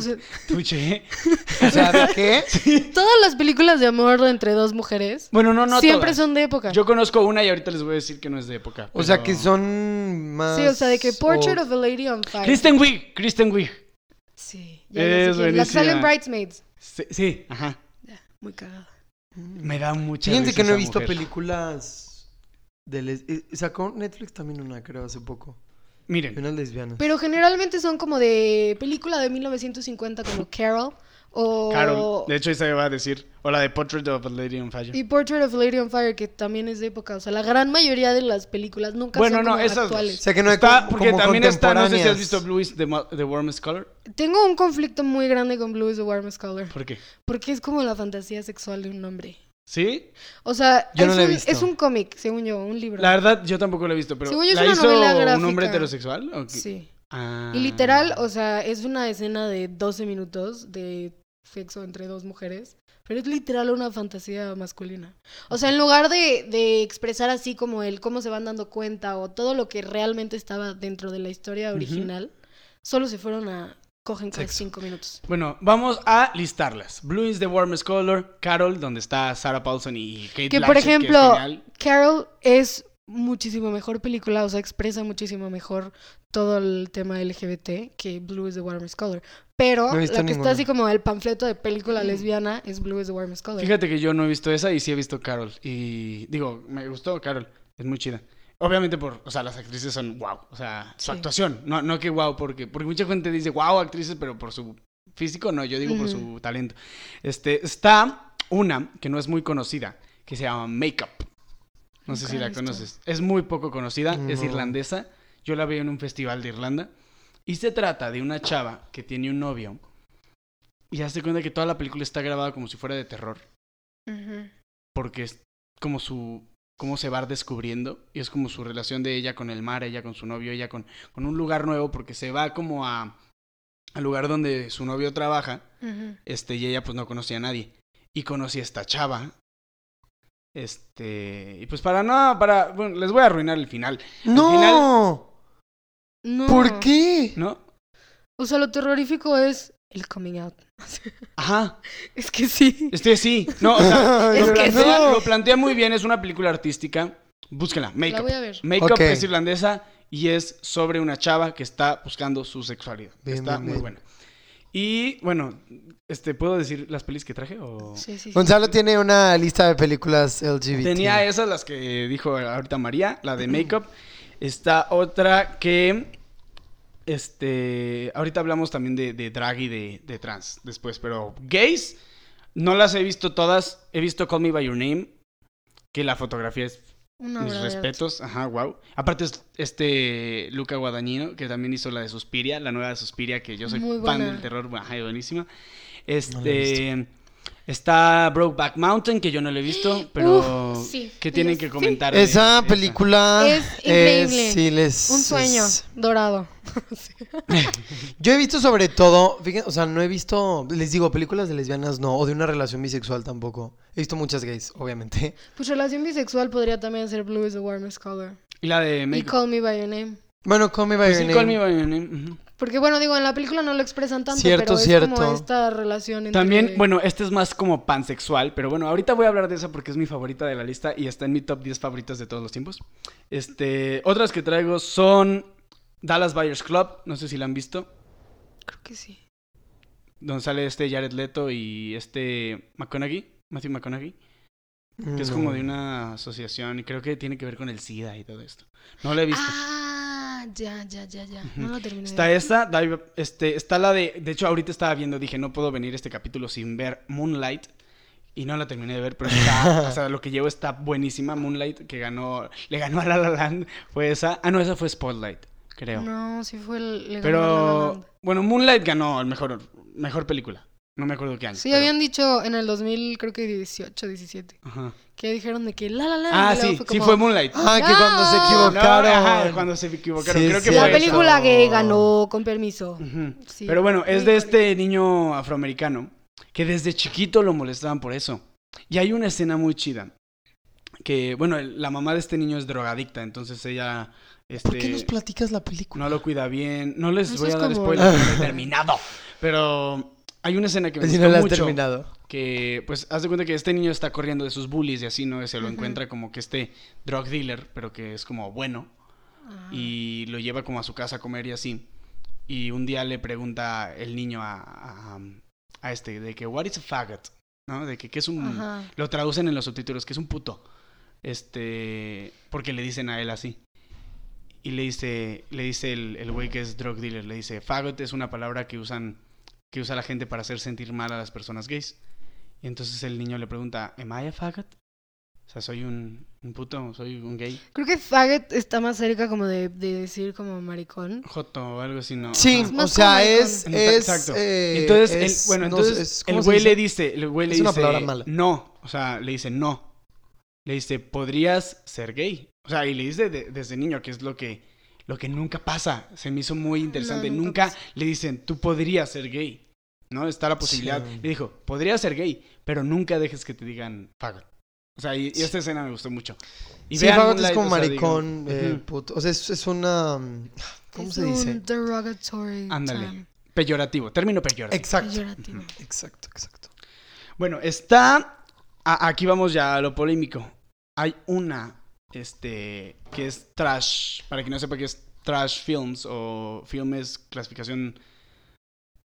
[SPEAKER 1] <laughs>
[SPEAKER 3] sea,
[SPEAKER 1] Tuche.
[SPEAKER 2] O sea, ¿de qué?
[SPEAKER 3] todas las películas de amor entre dos mujeres
[SPEAKER 1] Bueno, no, no
[SPEAKER 3] siempre
[SPEAKER 1] todas.
[SPEAKER 3] son de época.
[SPEAKER 1] Yo conozco una y ahorita les voy a decir que no es de época.
[SPEAKER 2] O sea,
[SPEAKER 1] pero-
[SPEAKER 2] que son más...
[SPEAKER 3] Sí, o sea, de que Portrait
[SPEAKER 2] o-
[SPEAKER 3] of a Lady on Fire.
[SPEAKER 1] Kristen Wiig, Kristen Wiig.
[SPEAKER 3] Sí, ya, ya sé
[SPEAKER 1] Es
[SPEAKER 3] quién. La que sale en
[SPEAKER 1] buenísima.
[SPEAKER 3] Bridesmaids.
[SPEAKER 1] Sí, sí, ajá.
[SPEAKER 3] Ya, muy cagada.
[SPEAKER 1] Me da mucha
[SPEAKER 2] Fíjense
[SPEAKER 1] risa
[SPEAKER 2] que no he
[SPEAKER 1] esa
[SPEAKER 2] visto
[SPEAKER 1] mujer.
[SPEAKER 2] películas de les... eh, Sacó Netflix también una, creo, hace poco. De
[SPEAKER 1] Miren,
[SPEAKER 2] unas lesbianas.
[SPEAKER 3] Pero generalmente son como de película de 1950
[SPEAKER 1] <laughs>
[SPEAKER 3] como Carol o
[SPEAKER 1] Carol. De hecho, esa iba a decir. O la de Portrait of a Lady on Fire.
[SPEAKER 3] y Portrait of a Lady on Fire que también es de época, o sea, la gran mayoría de las películas nunca
[SPEAKER 1] Bueno,
[SPEAKER 3] son
[SPEAKER 1] no,
[SPEAKER 3] como
[SPEAKER 1] esas dos.
[SPEAKER 2] O
[SPEAKER 3] actuales.
[SPEAKER 2] sea, que no hay
[SPEAKER 1] Está-
[SPEAKER 2] co-
[SPEAKER 1] porque
[SPEAKER 2] como
[SPEAKER 1] también está, no sé si has
[SPEAKER 2] contemporáneas.
[SPEAKER 1] visto Blue is the, Mo- the Warmest Color.
[SPEAKER 3] Tengo un conflicto muy grande con Blue is the Warmest Color
[SPEAKER 1] ¿Por qué?
[SPEAKER 3] porque es como la fantasía sexual de un hombre.
[SPEAKER 1] ¿Sí?
[SPEAKER 3] O sea,
[SPEAKER 2] Yo no
[SPEAKER 3] es,
[SPEAKER 2] la he
[SPEAKER 3] un,
[SPEAKER 2] visto.
[SPEAKER 3] es un cómic, según yo, un libro.
[SPEAKER 1] La verdad, yo tampoco la he visto, pero
[SPEAKER 3] Según yo, es
[SPEAKER 1] ¿la
[SPEAKER 3] una novela
[SPEAKER 1] hizo un
[SPEAKER 3] gráfica.
[SPEAKER 1] hombre heterosexual? ¿O qué?
[SPEAKER 3] Sí.
[SPEAKER 1] Ah.
[SPEAKER 3] Y literal, o sea, es una escena de 12 minutos de sexo entre dos mujeres, pero es literal una fantasía masculina. O sea, en lugar de, de expresar así como el cómo se van dando cuenta o todo lo que realmente estaba dentro de la historia
[SPEAKER 1] Ujú.
[SPEAKER 3] original, solo se fueron a cogen cada
[SPEAKER 2] Sexo.
[SPEAKER 3] cinco minutos.
[SPEAKER 1] Bueno, vamos a listarlas. Blue is the Warmest Color, Carol, donde está Sarah Paulson y Kate
[SPEAKER 3] Que, por
[SPEAKER 1] Blanchett, es
[SPEAKER 3] ejemplo,
[SPEAKER 1] genial.
[SPEAKER 3] Carol es muchísimo mejor película, o sea, expresa muchísimo mejor todo el tema LGBT que Blue is the Warmest Color. Pero
[SPEAKER 2] No he
[SPEAKER 3] la
[SPEAKER 2] visto
[SPEAKER 3] que
[SPEAKER 2] ninguna.
[SPEAKER 3] está así como el panfleto de película lesbiana es Blue is the Warmest Color.
[SPEAKER 1] Fíjate que yo no he visto esa y sí he visto Carol. Y digo, me gustó Carol, es muy chida. Obviamente por, o sea, las actrices son wow, o sea, su
[SPEAKER 3] Sí.
[SPEAKER 1] actuación, no, no que wow, porque, porque mucha gente dice wow actrices, pero por su físico no, yo digo por
[SPEAKER 3] Ujú.
[SPEAKER 1] su talento. Este, está una que no es muy conocida, que se llama Makeup. No sé
[SPEAKER 3] Nunca
[SPEAKER 1] si
[SPEAKER 3] la he
[SPEAKER 1] la
[SPEAKER 3] visto.
[SPEAKER 1] conoces. Es muy poco conocida, es
[SPEAKER 2] No.
[SPEAKER 1] irlandesa. Yo la vi en un festival de Irlanda. Y se trata de una chava que tiene un novio y hace cuenta que toda la película está grabada como si fuera de terror
[SPEAKER 3] Ujú.
[SPEAKER 1] porque es como su cómo se va descubriendo y es como su relación de ella con el mar, ella con su novio, ella con, con un lugar nuevo porque se va como a al lugar donde su novio trabaja,
[SPEAKER 3] Ujú.
[SPEAKER 1] este y ella pues no conocía a nadie y conocí a esta chava. Este, y pues para no, para bueno, les voy a arruinar el final,
[SPEAKER 2] ¡No!
[SPEAKER 3] Mm. No.
[SPEAKER 2] ¿Por qué?
[SPEAKER 1] ¿no?
[SPEAKER 3] O sea, lo terrorífico es el coming out.
[SPEAKER 1] Ajá.
[SPEAKER 3] <laughs> es que sí.
[SPEAKER 1] Este sí. No, o sea,
[SPEAKER 3] <laughs>
[SPEAKER 2] <laughs>
[SPEAKER 3] Es
[SPEAKER 1] lo,
[SPEAKER 3] que
[SPEAKER 1] plantea,
[SPEAKER 3] sí.
[SPEAKER 1] lo plantea muy bien, es una película artística. Búsquenla,
[SPEAKER 3] La
[SPEAKER 1] Makeup.
[SPEAKER 3] voy a ver.
[SPEAKER 1] Makeup
[SPEAKER 2] Ok.
[SPEAKER 1] es irlandesa y es sobre una chava que está buscando su sexualidad.
[SPEAKER 2] Bien,
[SPEAKER 1] está
[SPEAKER 2] bien,
[SPEAKER 1] muy
[SPEAKER 2] bien.
[SPEAKER 1] buena. Y bueno, este, ¿puedo decir las pelis que traje? O...
[SPEAKER 3] Sí, sí, sí.
[SPEAKER 2] Gonzalo tiene una lista de películas LGBT.
[SPEAKER 1] Tenía esas las que dijo ahorita María, la de Makeup. Está otra que. Este. Ahorita hablamos también de, de drag y de, de trans después, pero gays. No las he visto todas. He visto Call Me By Your Name. Que la fotografía es
[SPEAKER 3] Una
[SPEAKER 1] mis
[SPEAKER 3] obra de arte.
[SPEAKER 1] respetos, ajá, wow. Aparte es este Luca Guadagnino, que también hizo la de Suspiria, la nueva de Suspiria, que yo soy
[SPEAKER 3] Muy
[SPEAKER 1] fan
[SPEAKER 3] buena.
[SPEAKER 1] del terror, ajá, y buenísima. Este está Brokeback Mountain, que yo no lo he visto, pero
[SPEAKER 3] Uf, sí,
[SPEAKER 1] que
[SPEAKER 3] yo
[SPEAKER 1] tienen
[SPEAKER 3] sí.
[SPEAKER 1] que comentar. de- de
[SPEAKER 2] Esa
[SPEAKER 1] esa?
[SPEAKER 2] película
[SPEAKER 3] Es increíble.
[SPEAKER 2] sí, les-
[SPEAKER 3] Un sueño
[SPEAKER 2] es-
[SPEAKER 3] dorado.
[SPEAKER 2] Yo he visto sobre todo, fíjense, o sea, no he visto, les digo, películas de lesbianas no, o de una relación bisexual tampoco. He visto muchas gays, obviamente. <laughs>
[SPEAKER 3] Pues relación bisexual podría también ser Blue is the Warmest Color.
[SPEAKER 1] Y la de
[SPEAKER 3] Y
[SPEAKER 1] Make
[SPEAKER 3] Call Me By Your Name.
[SPEAKER 2] Bueno, Call Me By Your
[SPEAKER 1] Pues sí,
[SPEAKER 2] Name.
[SPEAKER 1] Call Me By Your Name, ujú.
[SPEAKER 3] Porque bueno, digo, en la película no lo expresan tanto,
[SPEAKER 2] Cierto,
[SPEAKER 3] pero es
[SPEAKER 2] cierto.
[SPEAKER 3] como esta relación entre...
[SPEAKER 1] También, bueno, este es más como pansexual, pero bueno, ahorita voy a hablar de esa porque es mi favorita de la lista y está en mi top 10 favoritas de todos los tiempos. Este, otras que traigo son Dallas Buyers Club, no sé si la han visto,
[SPEAKER 3] Creo que sí.
[SPEAKER 1] donde sale este Jared Leto y este McConaughey, Matthew McConaughey, que es
[SPEAKER 2] No.
[SPEAKER 1] como de una asociación y creo que tiene que ver con el SIDA y todo esto. No la he visto.
[SPEAKER 3] Ah, ya, ya, ya, ya. No lo terminé. de
[SPEAKER 1] Está
[SPEAKER 3] ver.
[SPEAKER 1] esa, Dive- este, está la de, de hecho ahorita estaba viendo, dije, no puedo venir este capítulo sin ver Moonlight, Y no la terminé de ver, pero
[SPEAKER 2] <laughs>
[SPEAKER 1] está, o sea, lo que llevo está buenísima. Moonlight, que ganó, le ganó a La La Land, fue esa. Ah, no, esa fue Spotlight, creo.
[SPEAKER 3] No, sí fue el... le ganó La La
[SPEAKER 1] pero,
[SPEAKER 3] Land.
[SPEAKER 1] bueno, Moonlight ganó el mejor, mejor película. No me acuerdo qué año.
[SPEAKER 3] Sí,
[SPEAKER 1] pero-
[SPEAKER 3] habían dicho en el 2000, creo que 18, 17,
[SPEAKER 1] Ajá.
[SPEAKER 3] que dijeron de que la la la.
[SPEAKER 1] Ah,
[SPEAKER 3] y luego
[SPEAKER 1] sí, sí
[SPEAKER 3] como,
[SPEAKER 1] fue Moonlight.
[SPEAKER 2] Ah, que cuando se
[SPEAKER 3] <gasps> No,
[SPEAKER 1] No,
[SPEAKER 2] equivocaron.
[SPEAKER 1] ajá, cuando se equivocaron.
[SPEAKER 2] Sí,
[SPEAKER 1] creo que
[SPEAKER 2] sí.
[SPEAKER 1] fue
[SPEAKER 3] La
[SPEAKER 1] esa.
[SPEAKER 3] película
[SPEAKER 2] eso.
[SPEAKER 3] que ganó, con permiso.
[SPEAKER 1] Ujú.
[SPEAKER 3] Sí,
[SPEAKER 1] Pero bueno, es
[SPEAKER 3] muy
[SPEAKER 1] de este niño afroamericano que desde chiquito lo molestaban por eso. Y hay una escena muy chida. Que, bueno, el- la mamá de este niño es drogadicta, entonces ella. Este,
[SPEAKER 2] ¿Por qué nos platicas la película?
[SPEAKER 1] no lo cuida bien. No les
[SPEAKER 3] Eso
[SPEAKER 1] voy
[SPEAKER 3] es
[SPEAKER 1] a dar
[SPEAKER 3] como-
[SPEAKER 1] spoiler, no lo
[SPEAKER 3] <laughs>
[SPEAKER 1] he terminado. Pero hay una escena que me
[SPEAKER 2] si
[SPEAKER 1] gustó
[SPEAKER 2] no la has
[SPEAKER 1] mucho
[SPEAKER 2] terminado.
[SPEAKER 1] que pues haz de cuenta que este niño está corriendo de sus bullies y así no Y se lo
[SPEAKER 3] Ujú.
[SPEAKER 1] encuentra como que este drug dealer pero que es como bueno
[SPEAKER 3] Ah.
[SPEAKER 1] y lo lleva como a su casa a comer y así y un día le pregunta el niño a, a, a este de que what is a faggot no de que qué es un
[SPEAKER 3] Ajá.
[SPEAKER 1] lo traducen en los subtítulos que es un puto este porque le dicen a él así y le dice le dice el el güey que es drug dealer le dice faggot es una palabra que usan que usa la gente para hacer sentir mal a las personas gays y entonces el niño le pregunta am I a faggot o sea soy un, un puto soy un gay
[SPEAKER 3] Creo que Faggot está más cerca como de, de decir como maricón.
[SPEAKER 1] joto o algo así no
[SPEAKER 2] Sí,
[SPEAKER 1] Ajá.
[SPEAKER 3] más
[SPEAKER 2] o sea,
[SPEAKER 3] como
[SPEAKER 2] es,
[SPEAKER 1] Ent-
[SPEAKER 2] es...
[SPEAKER 1] Exacto.
[SPEAKER 2] eh,
[SPEAKER 1] entonces, el-
[SPEAKER 2] es-
[SPEAKER 1] bueno,
[SPEAKER 2] no
[SPEAKER 1] entonces
[SPEAKER 2] sé, es- ¿cómo
[SPEAKER 1] el
[SPEAKER 2] se
[SPEAKER 1] güey
[SPEAKER 2] dice?
[SPEAKER 1] le dice, el güey le
[SPEAKER 2] Es una
[SPEAKER 1] dice,
[SPEAKER 2] palabra mala.
[SPEAKER 1] no, o sea, le dice no, le dice, podrías ser gay, o sea, y le dice de- desde niño que es lo que, lo que nunca pasa, se me hizo muy interesante,
[SPEAKER 3] nunca
[SPEAKER 1] nunca,
[SPEAKER 3] pasa.
[SPEAKER 1] le dicen, tú podrías ser gay, no, está la posibilidad,
[SPEAKER 2] Sí.
[SPEAKER 1] le dijo, podrías ser gay, pero nunca dejes que te digan faggot, o sea, y, y esta escena me gustó mucho. Y
[SPEAKER 2] Sí,
[SPEAKER 1] vean
[SPEAKER 2] Faggot
[SPEAKER 1] Moonlight,
[SPEAKER 2] es como
[SPEAKER 1] o sea, digo,
[SPEAKER 2] maricón, eh,
[SPEAKER 1] ujú,
[SPEAKER 2] puto. O sea, es, es una... mm, ¿Cómo
[SPEAKER 3] Es
[SPEAKER 2] se dice?
[SPEAKER 3] Un derogatory.
[SPEAKER 1] Ándale.
[SPEAKER 3] term.
[SPEAKER 1] peyorativo, término peyorativo.
[SPEAKER 2] Exacto.
[SPEAKER 3] Peyorativo.
[SPEAKER 2] Exacto, exacto. <laughs>
[SPEAKER 1] Bueno, está. a- aquí vamos ya a lo polémico. Hay una, este, que es trash. Para quien no sepa que es trash films o filmes clasificación,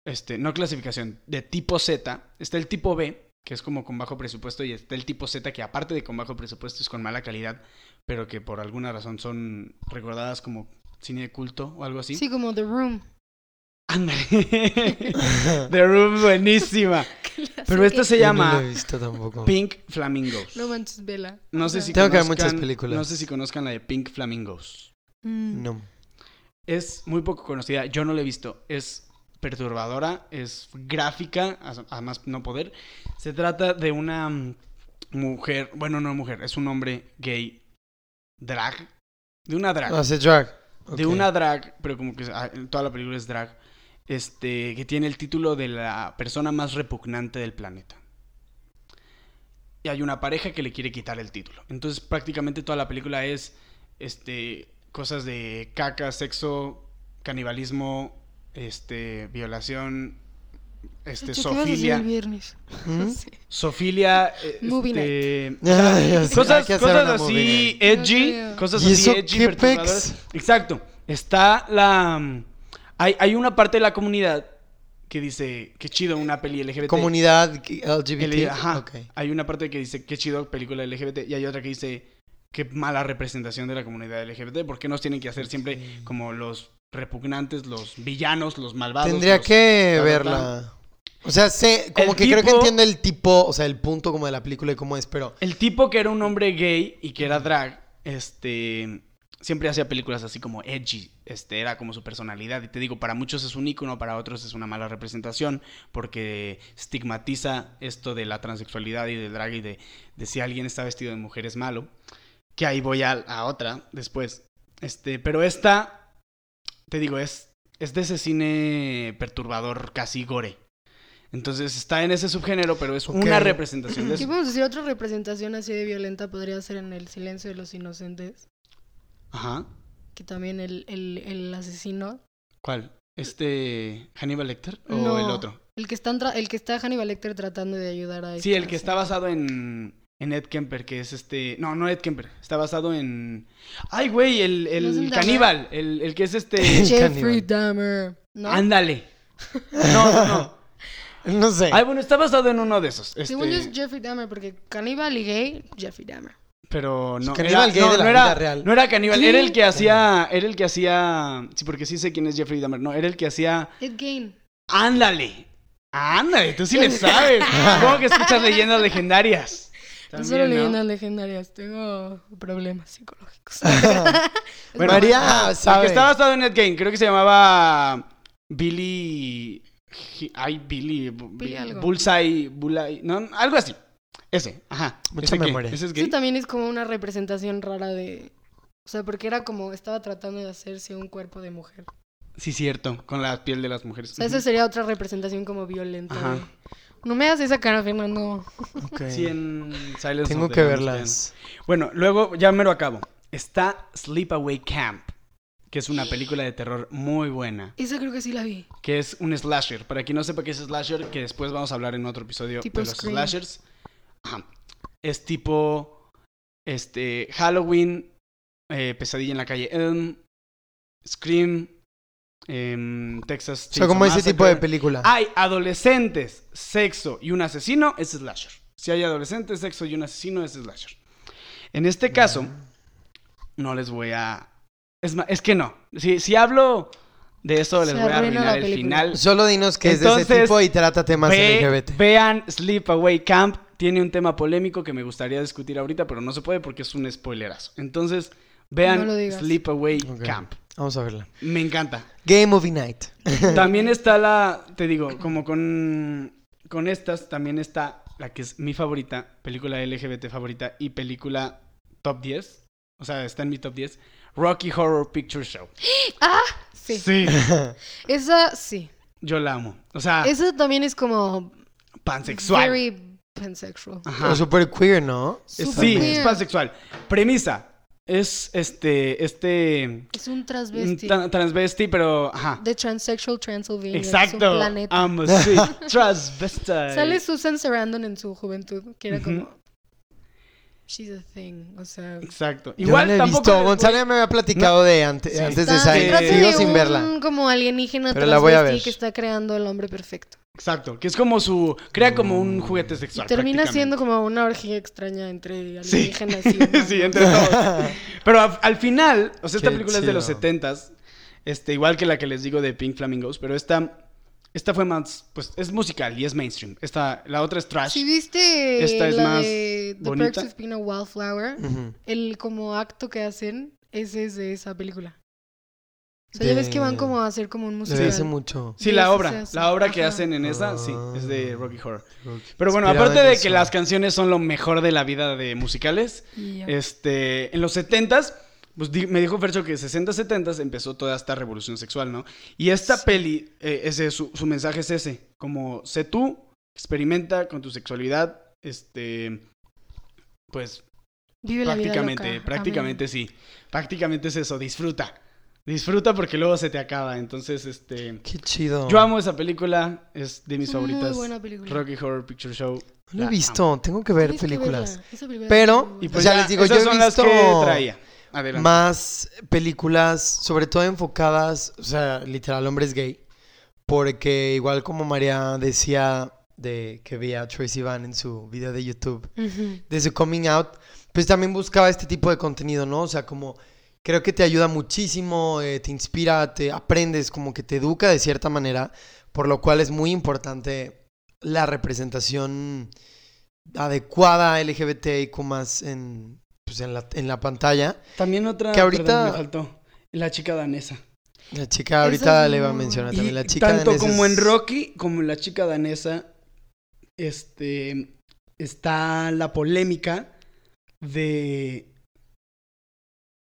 [SPEAKER 1] este, no clasificación, de tipo Z. Está el tipo B, que es como con bajo presupuesto, y está el tipo Z que aparte de con bajo presupuesto es con mala calidad, pero que por alguna razón son recordadas como cine de culto o algo así.
[SPEAKER 3] Sí, como The Room.
[SPEAKER 1] Ándale. <laughs> The Room buenísima. Pero esta se
[SPEAKER 2] No lo he
[SPEAKER 1] llama
[SPEAKER 2] visto tampoco.
[SPEAKER 1] Pink Flamingos.
[SPEAKER 3] No manches, Vela.
[SPEAKER 1] No
[SPEAKER 3] O
[SPEAKER 1] sé
[SPEAKER 3] sea,
[SPEAKER 1] si
[SPEAKER 2] Tengo que ver
[SPEAKER 1] conozcan-
[SPEAKER 2] muchas películas.
[SPEAKER 1] No sé si conozcan la de Pink Flamingos.
[SPEAKER 3] mm,
[SPEAKER 2] No.
[SPEAKER 1] Es muy poco conocida, yo no la he visto. Es perturbadora, es gráfica, as- además no poder. Se trata de una mm, mujer, bueno, no mujer, es un hombre gay drag. De una drag.
[SPEAKER 2] No, hace Ah, drag.
[SPEAKER 1] De
[SPEAKER 2] Ok.
[SPEAKER 1] una drag, pero como que ah, toda la película es drag. Este, que tiene el título de la persona más repugnante del planeta. Y hay una pareja que le quiere quitar el título. Entonces, prácticamente toda la película es este cosas de caca, sexo, canibalismo, este, violación, este,
[SPEAKER 3] ¿qué vas a hacer el
[SPEAKER 1] sofilia.
[SPEAKER 3] viernes?
[SPEAKER 1] <laughs>
[SPEAKER 2] ¿Mm?
[SPEAKER 3] Sí.
[SPEAKER 1] Sofilia, eh,
[SPEAKER 3] Movie
[SPEAKER 1] este,
[SPEAKER 2] Ay, ya sé, hay
[SPEAKER 1] cosas,
[SPEAKER 2] que hacer
[SPEAKER 1] cosas
[SPEAKER 2] una
[SPEAKER 1] así
[SPEAKER 2] movie.
[SPEAKER 1] edgy,
[SPEAKER 3] No creo.
[SPEAKER 1] cosas así
[SPEAKER 2] ¿Y eso
[SPEAKER 1] edgy,
[SPEAKER 2] qué
[SPEAKER 1] perturbadoras.
[SPEAKER 2] pex?
[SPEAKER 1] Exacto. Está la hay, hay una parte de la comunidad que dice, qué chido una peli LGBT.
[SPEAKER 2] Comunidad LGBT.
[SPEAKER 1] L- ajá.
[SPEAKER 2] Ok.
[SPEAKER 1] Hay una parte que dice, qué chido película LGBT y hay otra que dice, qué mala representación de la comunidad LGBT, ¿por qué nos tienen que hacer siempre como los repugnantes, los villanos, los malvados?
[SPEAKER 2] Tendría
[SPEAKER 1] los- ta,
[SPEAKER 2] que
[SPEAKER 1] ta, ta?
[SPEAKER 2] verla. O sea, sé, como
[SPEAKER 1] El
[SPEAKER 2] que creo que
[SPEAKER 1] tipo-
[SPEAKER 2] entiendo el tipo, o sea, el punto como de la película y cómo es, pero
[SPEAKER 1] El tipo que era un hombre gay y que era drag, este, siempre hacía películas así como edgy, este, era como su personalidad. Y te digo, para muchos es un ícono, para otros es una mala representación, porque estigmatiza esto de la transexualidad y del drag y de, de si alguien está vestido de mujer es malo. Que ahí voy a, a otra después. Este, pero esta, te digo, es, es de ese cine perturbador, casi gore. Entonces está en ese subgénero, pero es una
[SPEAKER 2] Ok.
[SPEAKER 1] representación de
[SPEAKER 3] ¿Qué
[SPEAKER 1] eso.
[SPEAKER 3] podemos decir? Otra representación así de violenta podría ser en El silencio de los inocentes.
[SPEAKER 1] Ajá.
[SPEAKER 3] Que también el, el, el asesino.
[SPEAKER 1] ¿Cuál? ¿Este Hannibal Lecter o
[SPEAKER 3] No.
[SPEAKER 1] el otro?
[SPEAKER 3] El que, está, en tra- el que está Hannibal Lecter tratando de ayudar a
[SPEAKER 1] Sí,
[SPEAKER 3] esta-
[SPEAKER 1] el que está basado en, en Ed Kemper, que es este... No, no Ed Kemper, está basado en... ¡Ay, güey! El, el
[SPEAKER 3] ¿No es un
[SPEAKER 1] caníbal, el, el que es este...
[SPEAKER 2] El
[SPEAKER 3] Jeffrey
[SPEAKER 2] caníbal.
[SPEAKER 3] Dahmer. <laughs> ¿No?
[SPEAKER 1] Ándale. No, no, no.
[SPEAKER 2] no sé.
[SPEAKER 1] Ay, bueno, está basado en uno de esos. este,
[SPEAKER 3] Según yo es Jeffrey Dahmer, porque caníbal y gay, Jeffrey Dahmer.
[SPEAKER 1] pero no
[SPEAKER 2] caníbal
[SPEAKER 1] era,
[SPEAKER 2] gay
[SPEAKER 1] no,
[SPEAKER 2] de la
[SPEAKER 1] no era-
[SPEAKER 2] vida real.
[SPEAKER 1] No era caníbal,
[SPEAKER 3] ¿Qué?
[SPEAKER 1] era el que hacía... Era el que hacía... Sí, porque sí sé quién es Jeffrey Dahmer. No, era el que hacía...
[SPEAKER 3] Ed Gain.
[SPEAKER 1] ¡Ándale! Ándale, tú sí le
[SPEAKER 3] <laughs>
[SPEAKER 1] sabes. Supongo que escuchas leyendas legendarias.
[SPEAKER 3] No solo
[SPEAKER 1] También, ¿no?
[SPEAKER 3] leyendas legendarias, tengo problemas
[SPEAKER 1] <laughs>
[SPEAKER 3] psicológicos. <laughs>
[SPEAKER 1] Bueno,
[SPEAKER 2] María
[SPEAKER 1] ah, La que
[SPEAKER 2] sabe.
[SPEAKER 1] estaba basado en Ed Gein, creo que se llamaba Billy. Hi- Ay, Billy. Bu-
[SPEAKER 3] Billy
[SPEAKER 1] Bi-
[SPEAKER 3] algo.
[SPEAKER 1] Bullseye. Bullseye no, algo así. Ese, ajá.
[SPEAKER 2] Mucha
[SPEAKER 1] ese que-
[SPEAKER 2] memoria.
[SPEAKER 1] ese es
[SPEAKER 3] Eso
[SPEAKER 1] gay.
[SPEAKER 3] también es como una representación rara de... O sea, porque era como, estaba tratando de hacerse un cuerpo de mujer.
[SPEAKER 1] Sí, cierto, con la piel de las mujeres.
[SPEAKER 3] O sea, esa sería otra representación como violenta.
[SPEAKER 1] Ajá.
[SPEAKER 3] de- No me hagas esa cara, Fernando.
[SPEAKER 2] Ok.
[SPEAKER 1] Sí, en Silence of
[SPEAKER 2] Tengo
[SPEAKER 1] the
[SPEAKER 2] que
[SPEAKER 1] Lambs
[SPEAKER 2] verlas.
[SPEAKER 1] también. Bueno, luego ya me lo acabo. Está Sleepaway Camp, que es una película de terror muy buena,
[SPEAKER 3] Esa creo que sí la vi.
[SPEAKER 1] que es un slasher. Para quien no sepa qué es slasher, que después vamos a hablar en otro episodio
[SPEAKER 3] Tipo
[SPEAKER 1] de los
[SPEAKER 3] Scream.
[SPEAKER 1] slashers. Ajá. Es tipo este Halloween, eh, Pesadilla en la calle Elm, Scream, em, Texas
[SPEAKER 2] O sea, como
[SPEAKER 1] Chainsaw
[SPEAKER 2] ese tipo de
[SPEAKER 1] Massacre.
[SPEAKER 2] película.
[SPEAKER 1] Hay adolescentes, sexo y un asesino, es slasher. Si hay adolescentes, sexo y un asesino, es slasher. En este caso, no les voy a... Es, ma- es que no. Si, si hablo de eso, les
[SPEAKER 3] Se
[SPEAKER 1] voy a
[SPEAKER 3] arruina la
[SPEAKER 1] arruinar el
[SPEAKER 3] película.
[SPEAKER 1] final.
[SPEAKER 2] Solo dinos que es de
[SPEAKER 1] Entonces,
[SPEAKER 2] ese tipo y trata temas
[SPEAKER 1] Ve-
[SPEAKER 2] LGBT.
[SPEAKER 1] Vean Sleepaway Camp. Tiene un tema polémico que me gustaría discutir ahorita, pero no se puede porque es un spoilerazo. Entonces, vean
[SPEAKER 3] No lo digas.
[SPEAKER 1] Sleepaway
[SPEAKER 2] Ok.
[SPEAKER 1] Camp.
[SPEAKER 2] Vamos a verla.
[SPEAKER 1] Me encanta.
[SPEAKER 2] Gay Movie Night.
[SPEAKER 1] También está la, te digo, como con, con estas, también está la que es mi favorita, película LGBT favorita y película top 10. O sea, está en mi top 10. Rocky Horror Picture Show.
[SPEAKER 3] Sí. Esa sí.
[SPEAKER 1] <laughs> Yo la amo. O sea,
[SPEAKER 3] Esa también es como...
[SPEAKER 1] pansexual.
[SPEAKER 3] Very pansexual.
[SPEAKER 1] Ajá.
[SPEAKER 2] O super queer, ¿no?
[SPEAKER 1] Es-
[SPEAKER 3] Super
[SPEAKER 1] Ah, sí,
[SPEAKER 3] queer.
[SPEAKER 1] es pansexual. Premisa. Es este, este,
[SPEAKER 3] Es un
[SPEAKER 1] un
[SPEAKER 3] transvesti.
[SPEAKER 1] tra- transvesti, pero, ajá.
[SPEAKER 3] De transsexual Transylvania. Es un
[SPEAKER 1] Exacto.
[SPEAKER 3] planeta.
[SPEAKER 1] Amo,
[SPEAKER 3] <laughs>
[SPEAKER 1] sí. Transvestite.
[SPEAKER 3] Sale Susan Sarandon en su juventud, que era como...
[SPEAKER 1] Ujú.
[SPEAKER 3] She's a thing. O sea...
[SPEAKER 1] Exacto.
[SPEAKER 2] Igual
[SPEAKER 1] Igual
[SPEAKER 2] he
[SPEAKER 1] tampoco.
[SPEAKER 2] visto.
[SPEAKER 1] les voy-
[SPEAKER 2] Gonzalo ya me había platicado de ante-
[SPEAKER 1] Sí.
[SPEAKER 2] antes de
[SPEAKER 3] Está- se
[SPEAKER 2] Science.
[SPEAKER 3] trata
[SPEAKER 1] sigo
[SPEAKER 2] Sigo
[SPEAKER 3] Ah, de
[SPEAKER 2] sin
[SPEAKER 1] <laughs>
[SPEAKER 3] un
[SPEAKER 2] verla.
[SPEAKER 3] como alienígena
[SPEAKER 2] Pero la voy a
[SPEAKER 3] transvestí
[SPEAKER 2] ver.
[SPEAKER 3] que está creando el hombre perfecto.
[SPEAKER 1] Exacto, que es como su. Crea como un juguete
[SPEAKER 3] Y
[SPEAKER 1] sexual.
[SPEAKER 3] termina siendo
[SPEAKER 1] prácticamente.
[SPEAKER 3] como una orgía extraña entre
[SPEAKER 1] Sí.
[SPEAKER 2] <laughs>
[SPEAKER 3] alienígenas y humanos.
[SPEAKER 1] sí, entre todos. Pero al, al final, o sea, esta
[SPEAKER 2] Qué
[SPEAKER 1] película es de los
[SPEAKER 2] chido.
[SPEAKER 1] 70 este, igual que la que les digo de Pink Flamingos, pero esta. Esta fue más. Pues es musical y es mainstream. Esta, la otra es trash.
[SPEAKER 3] Si viste
[SPEAKER 1] Esta es
[SPEAKER 3] la
[SPEAKER 1] más
[SPEAKER 3] de The
[SPEAKER 1] bonita.
[SPEAKER 3] Perks of Being a Wildflower,
[SPEAKER 2] Ujú.
[SPEAKER 3] el como acto que hacen, ese es de esa película. O sea, ya
[SPEAKER 2] De-
[SPEAKER 3] ves que van como a hacer como un
[SPEAKER 2] Lo
[SPEAKER 3] musical.
[SPEAKER 2] vi hace mucho.
[SPEAKER 1] Sí,
[SPEAKER 3] de
[SPEAKER 1] la
[SPEAKER 3] eso se
[SPEAKER 1] obra.
[SPEAKER 3] hace.
[SPEAKER 1] La obra que
[SPEAKER 3] Ajá.
[SPEAKER 1] hacen en esa, sí, es de Rocky Horror. Pero
[SPEAKER 2] Inspirado
[SPEAKER 1] bueno, aparte
[SPEAKER 2] en
[SPEAKER 1] de
[SPEAKER 2] eso.
[SPEAKER 1] que las canciones son lo mejor de la vida de musicales,
[SPEAKER 3] Y ya.
[SPEAKER 2] Eh,
[SPEAKER 1] Este, en los 70s, pues di- me dijo Fercho que 60, 70 empezó toda esta revolución sexual, ¿no? Y esta peli, eh, ese, su, su mensaje es ese, como sé tú, experimenta con tu sexualidad, este, pues
[SPEAKER 3] Vive la vida
[SPEAKER 1] prácticamente,
[SPEAKER 3] loca.
[SPEAKER 1] prácticamente
[SPEAKER 3] Amén.
[SPEAKER 1] sí, prácticamente es eso, disfruta, disfruta porque luego se te acaba, entonces, este,
[SPEAKER 2] Qué chido.
[SPEAKER 1] yo amo esa película, es de mis
[SPEAKER 3] Es una
[SPEAKER 1] favoritas,
[SPEAKER 3] Muy buena película.
[SPEAKER 1] Rocky Horror Picture Show.
[SPEAKER 2] No la he
[SPEAKER 1] la
[SPEAKER 2] visto.
[SPEAKER 1] amo.
[SPEAKER 2] Tengo que ver
[SPEAKER 3] Tienes que
[SPEAKER 2] películas.
[SPEAKER 3] verla, esa película
[SPEAKER 2] Pero-
[SPEAKER 3] es muy
[SPEAKER 1] Y
[SPEAKER 3] buena.
[SPEAKER 1] pues
[SPEAKER 2] sea,
[SPEAKER 1] ya,
[SPEAKER 2] les digo,
[SPEAKER 1] esas
[SPEAKER 2] yo he
[SPEAKER 1] son las que
[SPEAKER 2] visto
[SPEAKER 1] traía. Adelante.
[SPEAKER 2] Más películas, sobre todo enfocadas, o sea, literal, hombres gay. Porque igual como María decía de que veía a Tracy Van en su video de YouTube,
[SPEAKER 3] Ujú.
[SPEAKER 2] de su coming out, pues también buscaba este tipo de contenido, ¿no? O sea, como creo que te ayuda muchísimo, eh, te inspira, te aprendes, como que te educa de cierta manera, por lo cual es muy importante la representación adecuada LGBTIQ más en, pues en, la, en la pantalla.
[SPEAKER 1] También otra
[SPEAKER 2] Que ahorita-
[SPEAKER 1] perdón, me faltó. La chica danesa.
[SPEAKER 2] La chica
[SPEAKER 3] Esa
[SPEAKER 2] ahorita
[SPEAKER 3] es
[SPEAKER 2] le va a
[SPEAKER 3] muy
[SPEAKER 2] mencionar
[SPEAKER 1] Y
[SPEAKER 2] también, la chica
[SPEAKER 1] tanto
[SPEAKER 2] danesa
[SPEAKER 1] como
[SPEAKER 2] es-
[SPEAKER 1] en Rocky, como en la chica danesa, este está la polémica de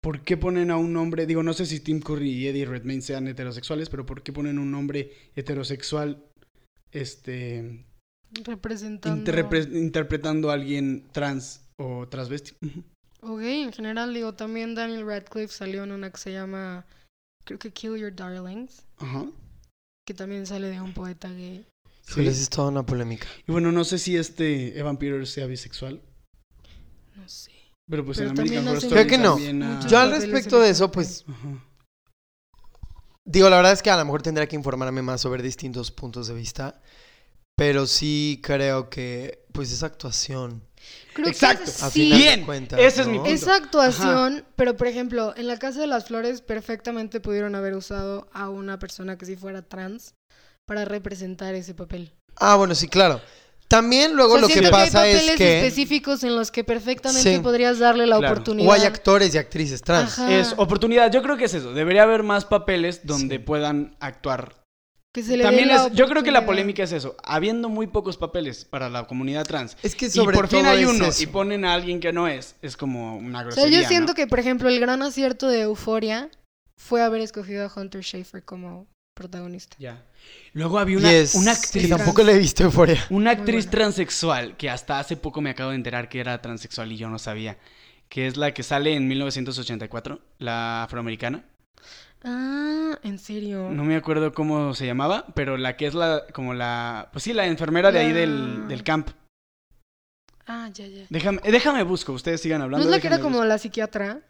[SPEAKER 1] por qué ponen a un hombre, digo, no sé si Tim Curry y Eddie Redmayne sean heterosexuales, pero por qué ponen un hombre heterosexual este
[SPEAKER 3] Representando.
[SPEAKER 1] interpre- interpretando a alguien trans o transvesti. Ujú.
[SPEAKER 3] Ok, en general, digo, también Daniel Radcliffe salió en una que se llama, creo que Kill Your Darlings,
[SPEAKER 1] Ajá.
[SPEAKER 3] que también sale de un poeta gay.
[SPEAKER 2] Sí, esa es toda una polémica.
[SPEAKER 1] Y bueno, no sé si este Evan Peters sea bisexual.
[SPEAKER 3] No sé.
[SPEAKER 1] Pero pues
[SPEAKER 3] Pero
[SPEAKER 1] en
[SPEAKER 3] también
[SPEAKER 1] American Horror
[SPEAKER 3] hacen
[SPEAKER 1] Story
[SPEAKER 2] Creo que no.
[SPEAKER 1] también, ah,
[SPEAKER 3] Muchos
[SPEAKER 2] Yo al
[SPEAKER 3] papeles
[SPEAKER 2] respecto de eso,
[SPEAKER 3] LGBT.
[SPEAKER 2] pues
[SPEAKER 1] ajá.
[SPEAKER 2] Digo, la verdad es que a lo mejor tendría que informarme más sobre distintos puntos de vista, pero sí creo que, pues, esa actuación.
[SPEAKER 3] Creo
[SPEAKER 1] Exacto.
[SPEAKER 3] que esa
[SPEAKER 2] A
[SPEAKER 3] sí.
[SPEAKER 2] final de
[SPEAKER 1] Bien,
[SPEAKER 2] cuentas,
[SPEAKER 1] ese es mi
[SPEAKER 2] ¿no?
[SPEAKER 1] punto.
[SPEAKER 3] Esa actuación, pero por ejemplo, en la Casa de las Flores perfectamente pudieron haber usado a una persona que sí fuera trans para representar ese papel.
[SPEAKER 2] Ah, bueno, sí, claro. También luego
[SPEAKER 3] O sea,
[SPEAKER 2] lo que
[SPEAKER 3] siento
[SPEAKER 2] pasa
[SPEAKER 3] hay
[SPEAKER 2] es
[SPEAKER 3] papeles
[SPEAKER 2] que...
[SPEAKER 3] específicos en los que perfectamente
[SPEAKER 2] Sí.
[SPEAKER 3] podrías darle la
[SPEAKER 1] Claro.
[SPEAKER 3] oportunidad.
[SPEAKER 2] O hay actores y actrices trans.
[SPEAKER 3] Ajá.
[SPEAKER 1] Es oportunidad, yo creo que es eso. Debería haber más papeles donde puedan actuar.
[SPEAKER 3] que se le dé
[SPEAKER 1] También
[SPEAKER 3] la
[SPEAKER 1] es, yo creo que la
[SPEAKER 3] oportunidad.
[SPEAKER 1] polémica es eso. Habiendo muy pocos papeles para la comunidad trans.
[SPEAKER 2] Es que
[SPEAKER 1] Y
[SPEAKER 2] sobre
[SPEAKER 1] por fin
[SPEAKER 2] todo
[SPEAKER 1] hay
[SPEAKER 2] es
[SPEAKER 1] uno
[SPEAKER 2] eso.
[SPEAKER 1] y ponen a alguien que no es. Es como una
[SPEAKER 3] O
[SPEAKER 1] grosería.
[SPEAKER 3] sea, yo siento
[SPEAKER 1] ¿no?
[SPEAKER 3] que, por ejemplo, el gran acierto de Euforia fue haber escogido a Hunter Schafer como protagonista.
[SPEAKER 1] Ya. Luego había
[SPEAKER 2] Y
[SPEAKER 1] una,
[SPEAKER 2] es-
[SPEAKER 1] una
[SPEAKER 2] Que
[SPEAKER 1] actriz.
[SPEAKER 2] tampoco le he visto euforia.
[SPEAKER 1] Una
[SPEAKER 3] Muy
[SPEAKER 1] actriz
[SPEAKER 3] buena.
[SPEAKER 1] transexual que hasta hace poco me acabo de enterar que era transexual y yo no sabía. Que es la que sale en 1984, la afroamericana.
[SPEAKER 3] Ah, en serio.
[SPEAKER 1] No me acuerdo cómo se llamaba, pero la que es la, como la, pues sí, la enfermera de ahí del,
[SPEAKER 3] La-
[SPEAKER 1] del camp.
[SPEAKER 3] Ah, ya, ya.
[SPEAKER 1] Déjame, eh, déjame busco, ustedes sigan
[SPEAKER 3] ¿No
[SPEAKER 1] hablando.
[SPEAKER 3] es la que
[SPEAKER 1] déjame
[SPEAKER 3] era como
[SPEAKER 1] busco.
[SPEAKER 3] la psiquiatra?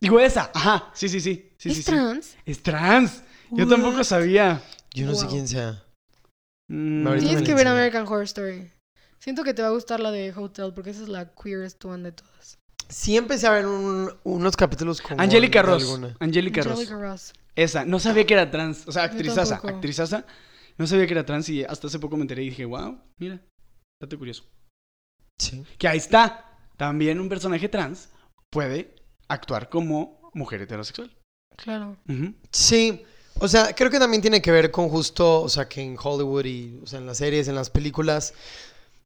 [SPEAKER 1] Digo, esa, ajá, sí, sí, sí, sí,
[SPEAKER 3] ¿Es
[SPEAKER 1] sí, sí.
[SPEAKER 3] trans?
[SPEAKER 1] Es trans. Yo tampoco
[SPEAKER 3] What?
[SPEAKER 1] sabía.
[SPEAKER 2] Yo no sé
[SPEAKER 3] Wow.
[SPEAKER 2] quién sea.
[SPEAKER 1] Mm,
[SPEAKER 2] Ahorita me
[SPEAKER 3] Tienes
[SPEAKER 2] la
[SPEAKER 3] que ver
[SPEAKER 2] enseñas.
[SPEAKER 3] American Horror Story. Siento que te va a gustar la de Hotel porque esa es la queerest one de todas.
[SPEAKER 2] Sí empecé a ver un- unos capítulos con...
[SPEAKER 1] Angélica Ross. Angélica Ross.
[SPEAKER 3] Angelica Ross.
[SPEAKER 1] Esa, no sabía que era trans, o sea, actrizaza,
[SPEAKER 3] tampoco.
[SPEAKER 1] actrizaza. No sabía que era trans y hasta hace poco me enteré y dije, wow, mira, date curioso.
[SPEAKER 2] Sí.
[SPEAKER 1] Que ahí está, también un personaje trans puede actuar como mujer heterosexual.
[SPEAKER 3] Claro.
[SPEAKER 1] Ujú.
[SPEAKER 2] Sí. O sea, creo que también tiene que ver con justo, o sea, que en Hollywood y, o sea, en las series, en las películas,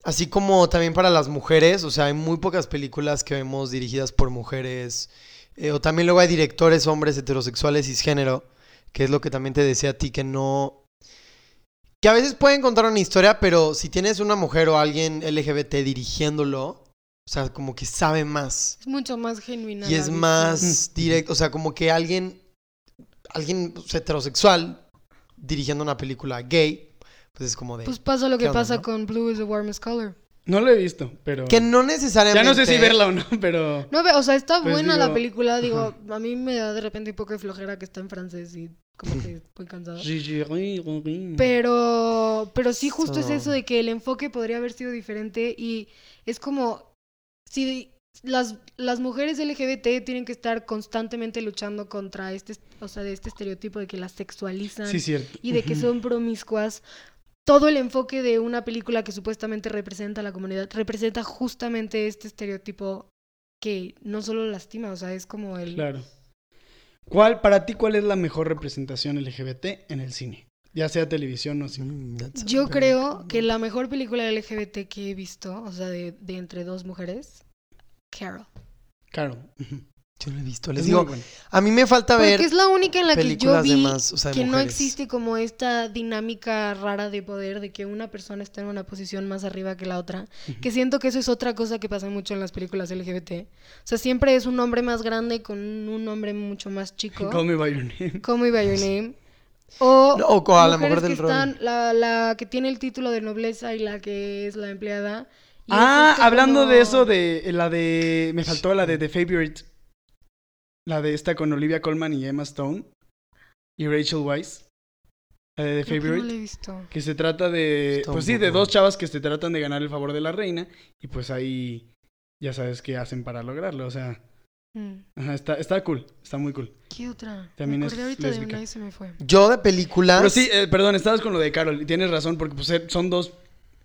[SPEAKER 2] así como también para las mujeres, o sea, hay muy pocas películas que vemos dirigidas por mujeres, eh, o también luego hay directores hombres heterosexuales cisgénero, que es lo que también te decía a ti, que no... Que a veces pueden contar una historia, pero si tienes una mujer o alguien LGBT dirigiéndolo, o sea, como que sabe más.
[SPEAKER 3] Es mucho más genuina.
[SPEAKER 2] Y
[SPEAKER 3] la
[SPEAKER 2] es
[SPEAKER 3] visión. Mm.
[SPEAKER 2] más directo, o sea, como que alguien, alguien pues, heterosexual dirigiendo una película gay, pues es como de...
[SPEAKER 3] Pues pasa lo que
[SPEAKER 2] ¿Qué onda,
[SPEAKER 3] pasa
[SPEAKER 2] no?
[SPEAKER 3] con Blue is the Warmest Color.
[SPEAKER 1] No lo he visto, pero...
[SPEAKER 2] que no necesariamente...
[SPEAKER 1] Ya no sé si verla o no, pero...
[SPEAKER 3] No, ve- o sea, está
[SPEAKER 1] Pues
[SPEAKER 3] buena la
[SPEAKER 1] digo-
[SPEAKER 3] película. Digo, a mí me da de repente un poco de flojera que está en francés y como
[SPEAKER 1] <laughs>
[SPEAKER 3] que estoy cansada. Pero, pero sí, justo es
[SPEAKER 2] So-
[SPEAKER 3] eso de que el enfoque podría haber sido diferente y es como si las, las mujeres LGBT tienen que estar constantemente luchando contra este, o sea, de este estereotipo de que las sexualizan
[SPEAKER 1] Sí, cierto.
[SPEAKER 3] y de que
[SPEAKER 1] Ujú.
[SPEAKER 3] son promiscuas. Todo el enfoque de una película que supuestamente representa a la comunidad representa justamente este estereotipo que no solo lastima, o sea, es como el...
[SPEAKER 1] Claro. ¿Cuál, para ti, cuál es la mejor representación LGBT en el cine? Ya sea televisión o cine.
[SPEAKER 2] Mm, that's a
[SPEAKER 3] Yo
[SPEAKER 2] very
[SPEAKER 3] creo
[SPEAKER 2] good-
[SPEAKER 3] que la mejor película LGBT que he visto, o sea, de, de entre dos mujeres, Carol.
[SPEAKER 1] Claro.
[SPEAKER 2] Yo no la he visto, les digo, a mí me falta
[SPEAKER 3] Porque
[SPEAKER 2] ver...
[SPEAKER 3] es la única en la que yo
[SPEAKER 2] películas de
[SPEAKER 3] vi
[SPEAKER 2] más, o sea, de
[SPEAKER 3] que no
[SPEAKER 2] mujeres.
[SPEAKER 3] existe como esta dinámica rara de poder de que una persona está en una posición más arriba que la otra. Que siento que eso es otra cosa que pasa mucho en las películas LGBT. O sea, siempre es un hombre más grande con un hombre mucho más chico.
[SPEAKER 1] Call me by your name.
[SPEAKER 3] Call me by your name. O,
[SPEAKER 2] No, o con- a la
[SPEAKER 3] mujeres
[SPEAKER 2] mujer del
[SPEAKER 3] que
[SPEAKER 2] rol.
[SPEAKER 3] están- la, la que tiene el título de nobleza y la que es la empleada. Y es
[SPEAKER 1] Ah,
[SPEAKER 3] este
[SPEAKER 1] hablando
[SPEAKER 3] como-
[SPEAKER 1] de eso, de eh, la de... Me faltó la de The Favorite. La de esta con Olivia Colman y Emma Stone. Y Rachel Weisz. La de The
[SPEAKER 3] Creo que no
[SPEAKER 1] Favorite.
[SPEAKER 3] la he visto.
[SPEAKER 1] Que se trata de.
[SPEAKER 2] Está
[SPEAKER 1] pues
[SPEAKER 2] un
[SPEAKER 1] sí, de
[SPEAKER 2] poco-
[SPEAKER 1] dos chavas que se tratan de ganar el favor de la reina. Y pues ahí. Ya sabes qué hacen para lograrlo. O sea.
[SPEAKER 3] Mm.
[SPEAKER 1] ajá, está, está cool. Está muy cool.
[SPEAKER 3] ¿Qué otra?
[SPEAKER 1] También
[SPEAKER 3] Me
[SPEAKER 1] es
[SPEAKER 3] acordé ahorita de
[SPEAKER 1] lésbica.
[SPEAKER 3] una y se me fue.
[SPEAKER 2] Yo de películas...
[SPEAKER 1] Pero sí, eh, perdón, estabas con lo de Carol. Y tienes razón, porque pues eh, son dos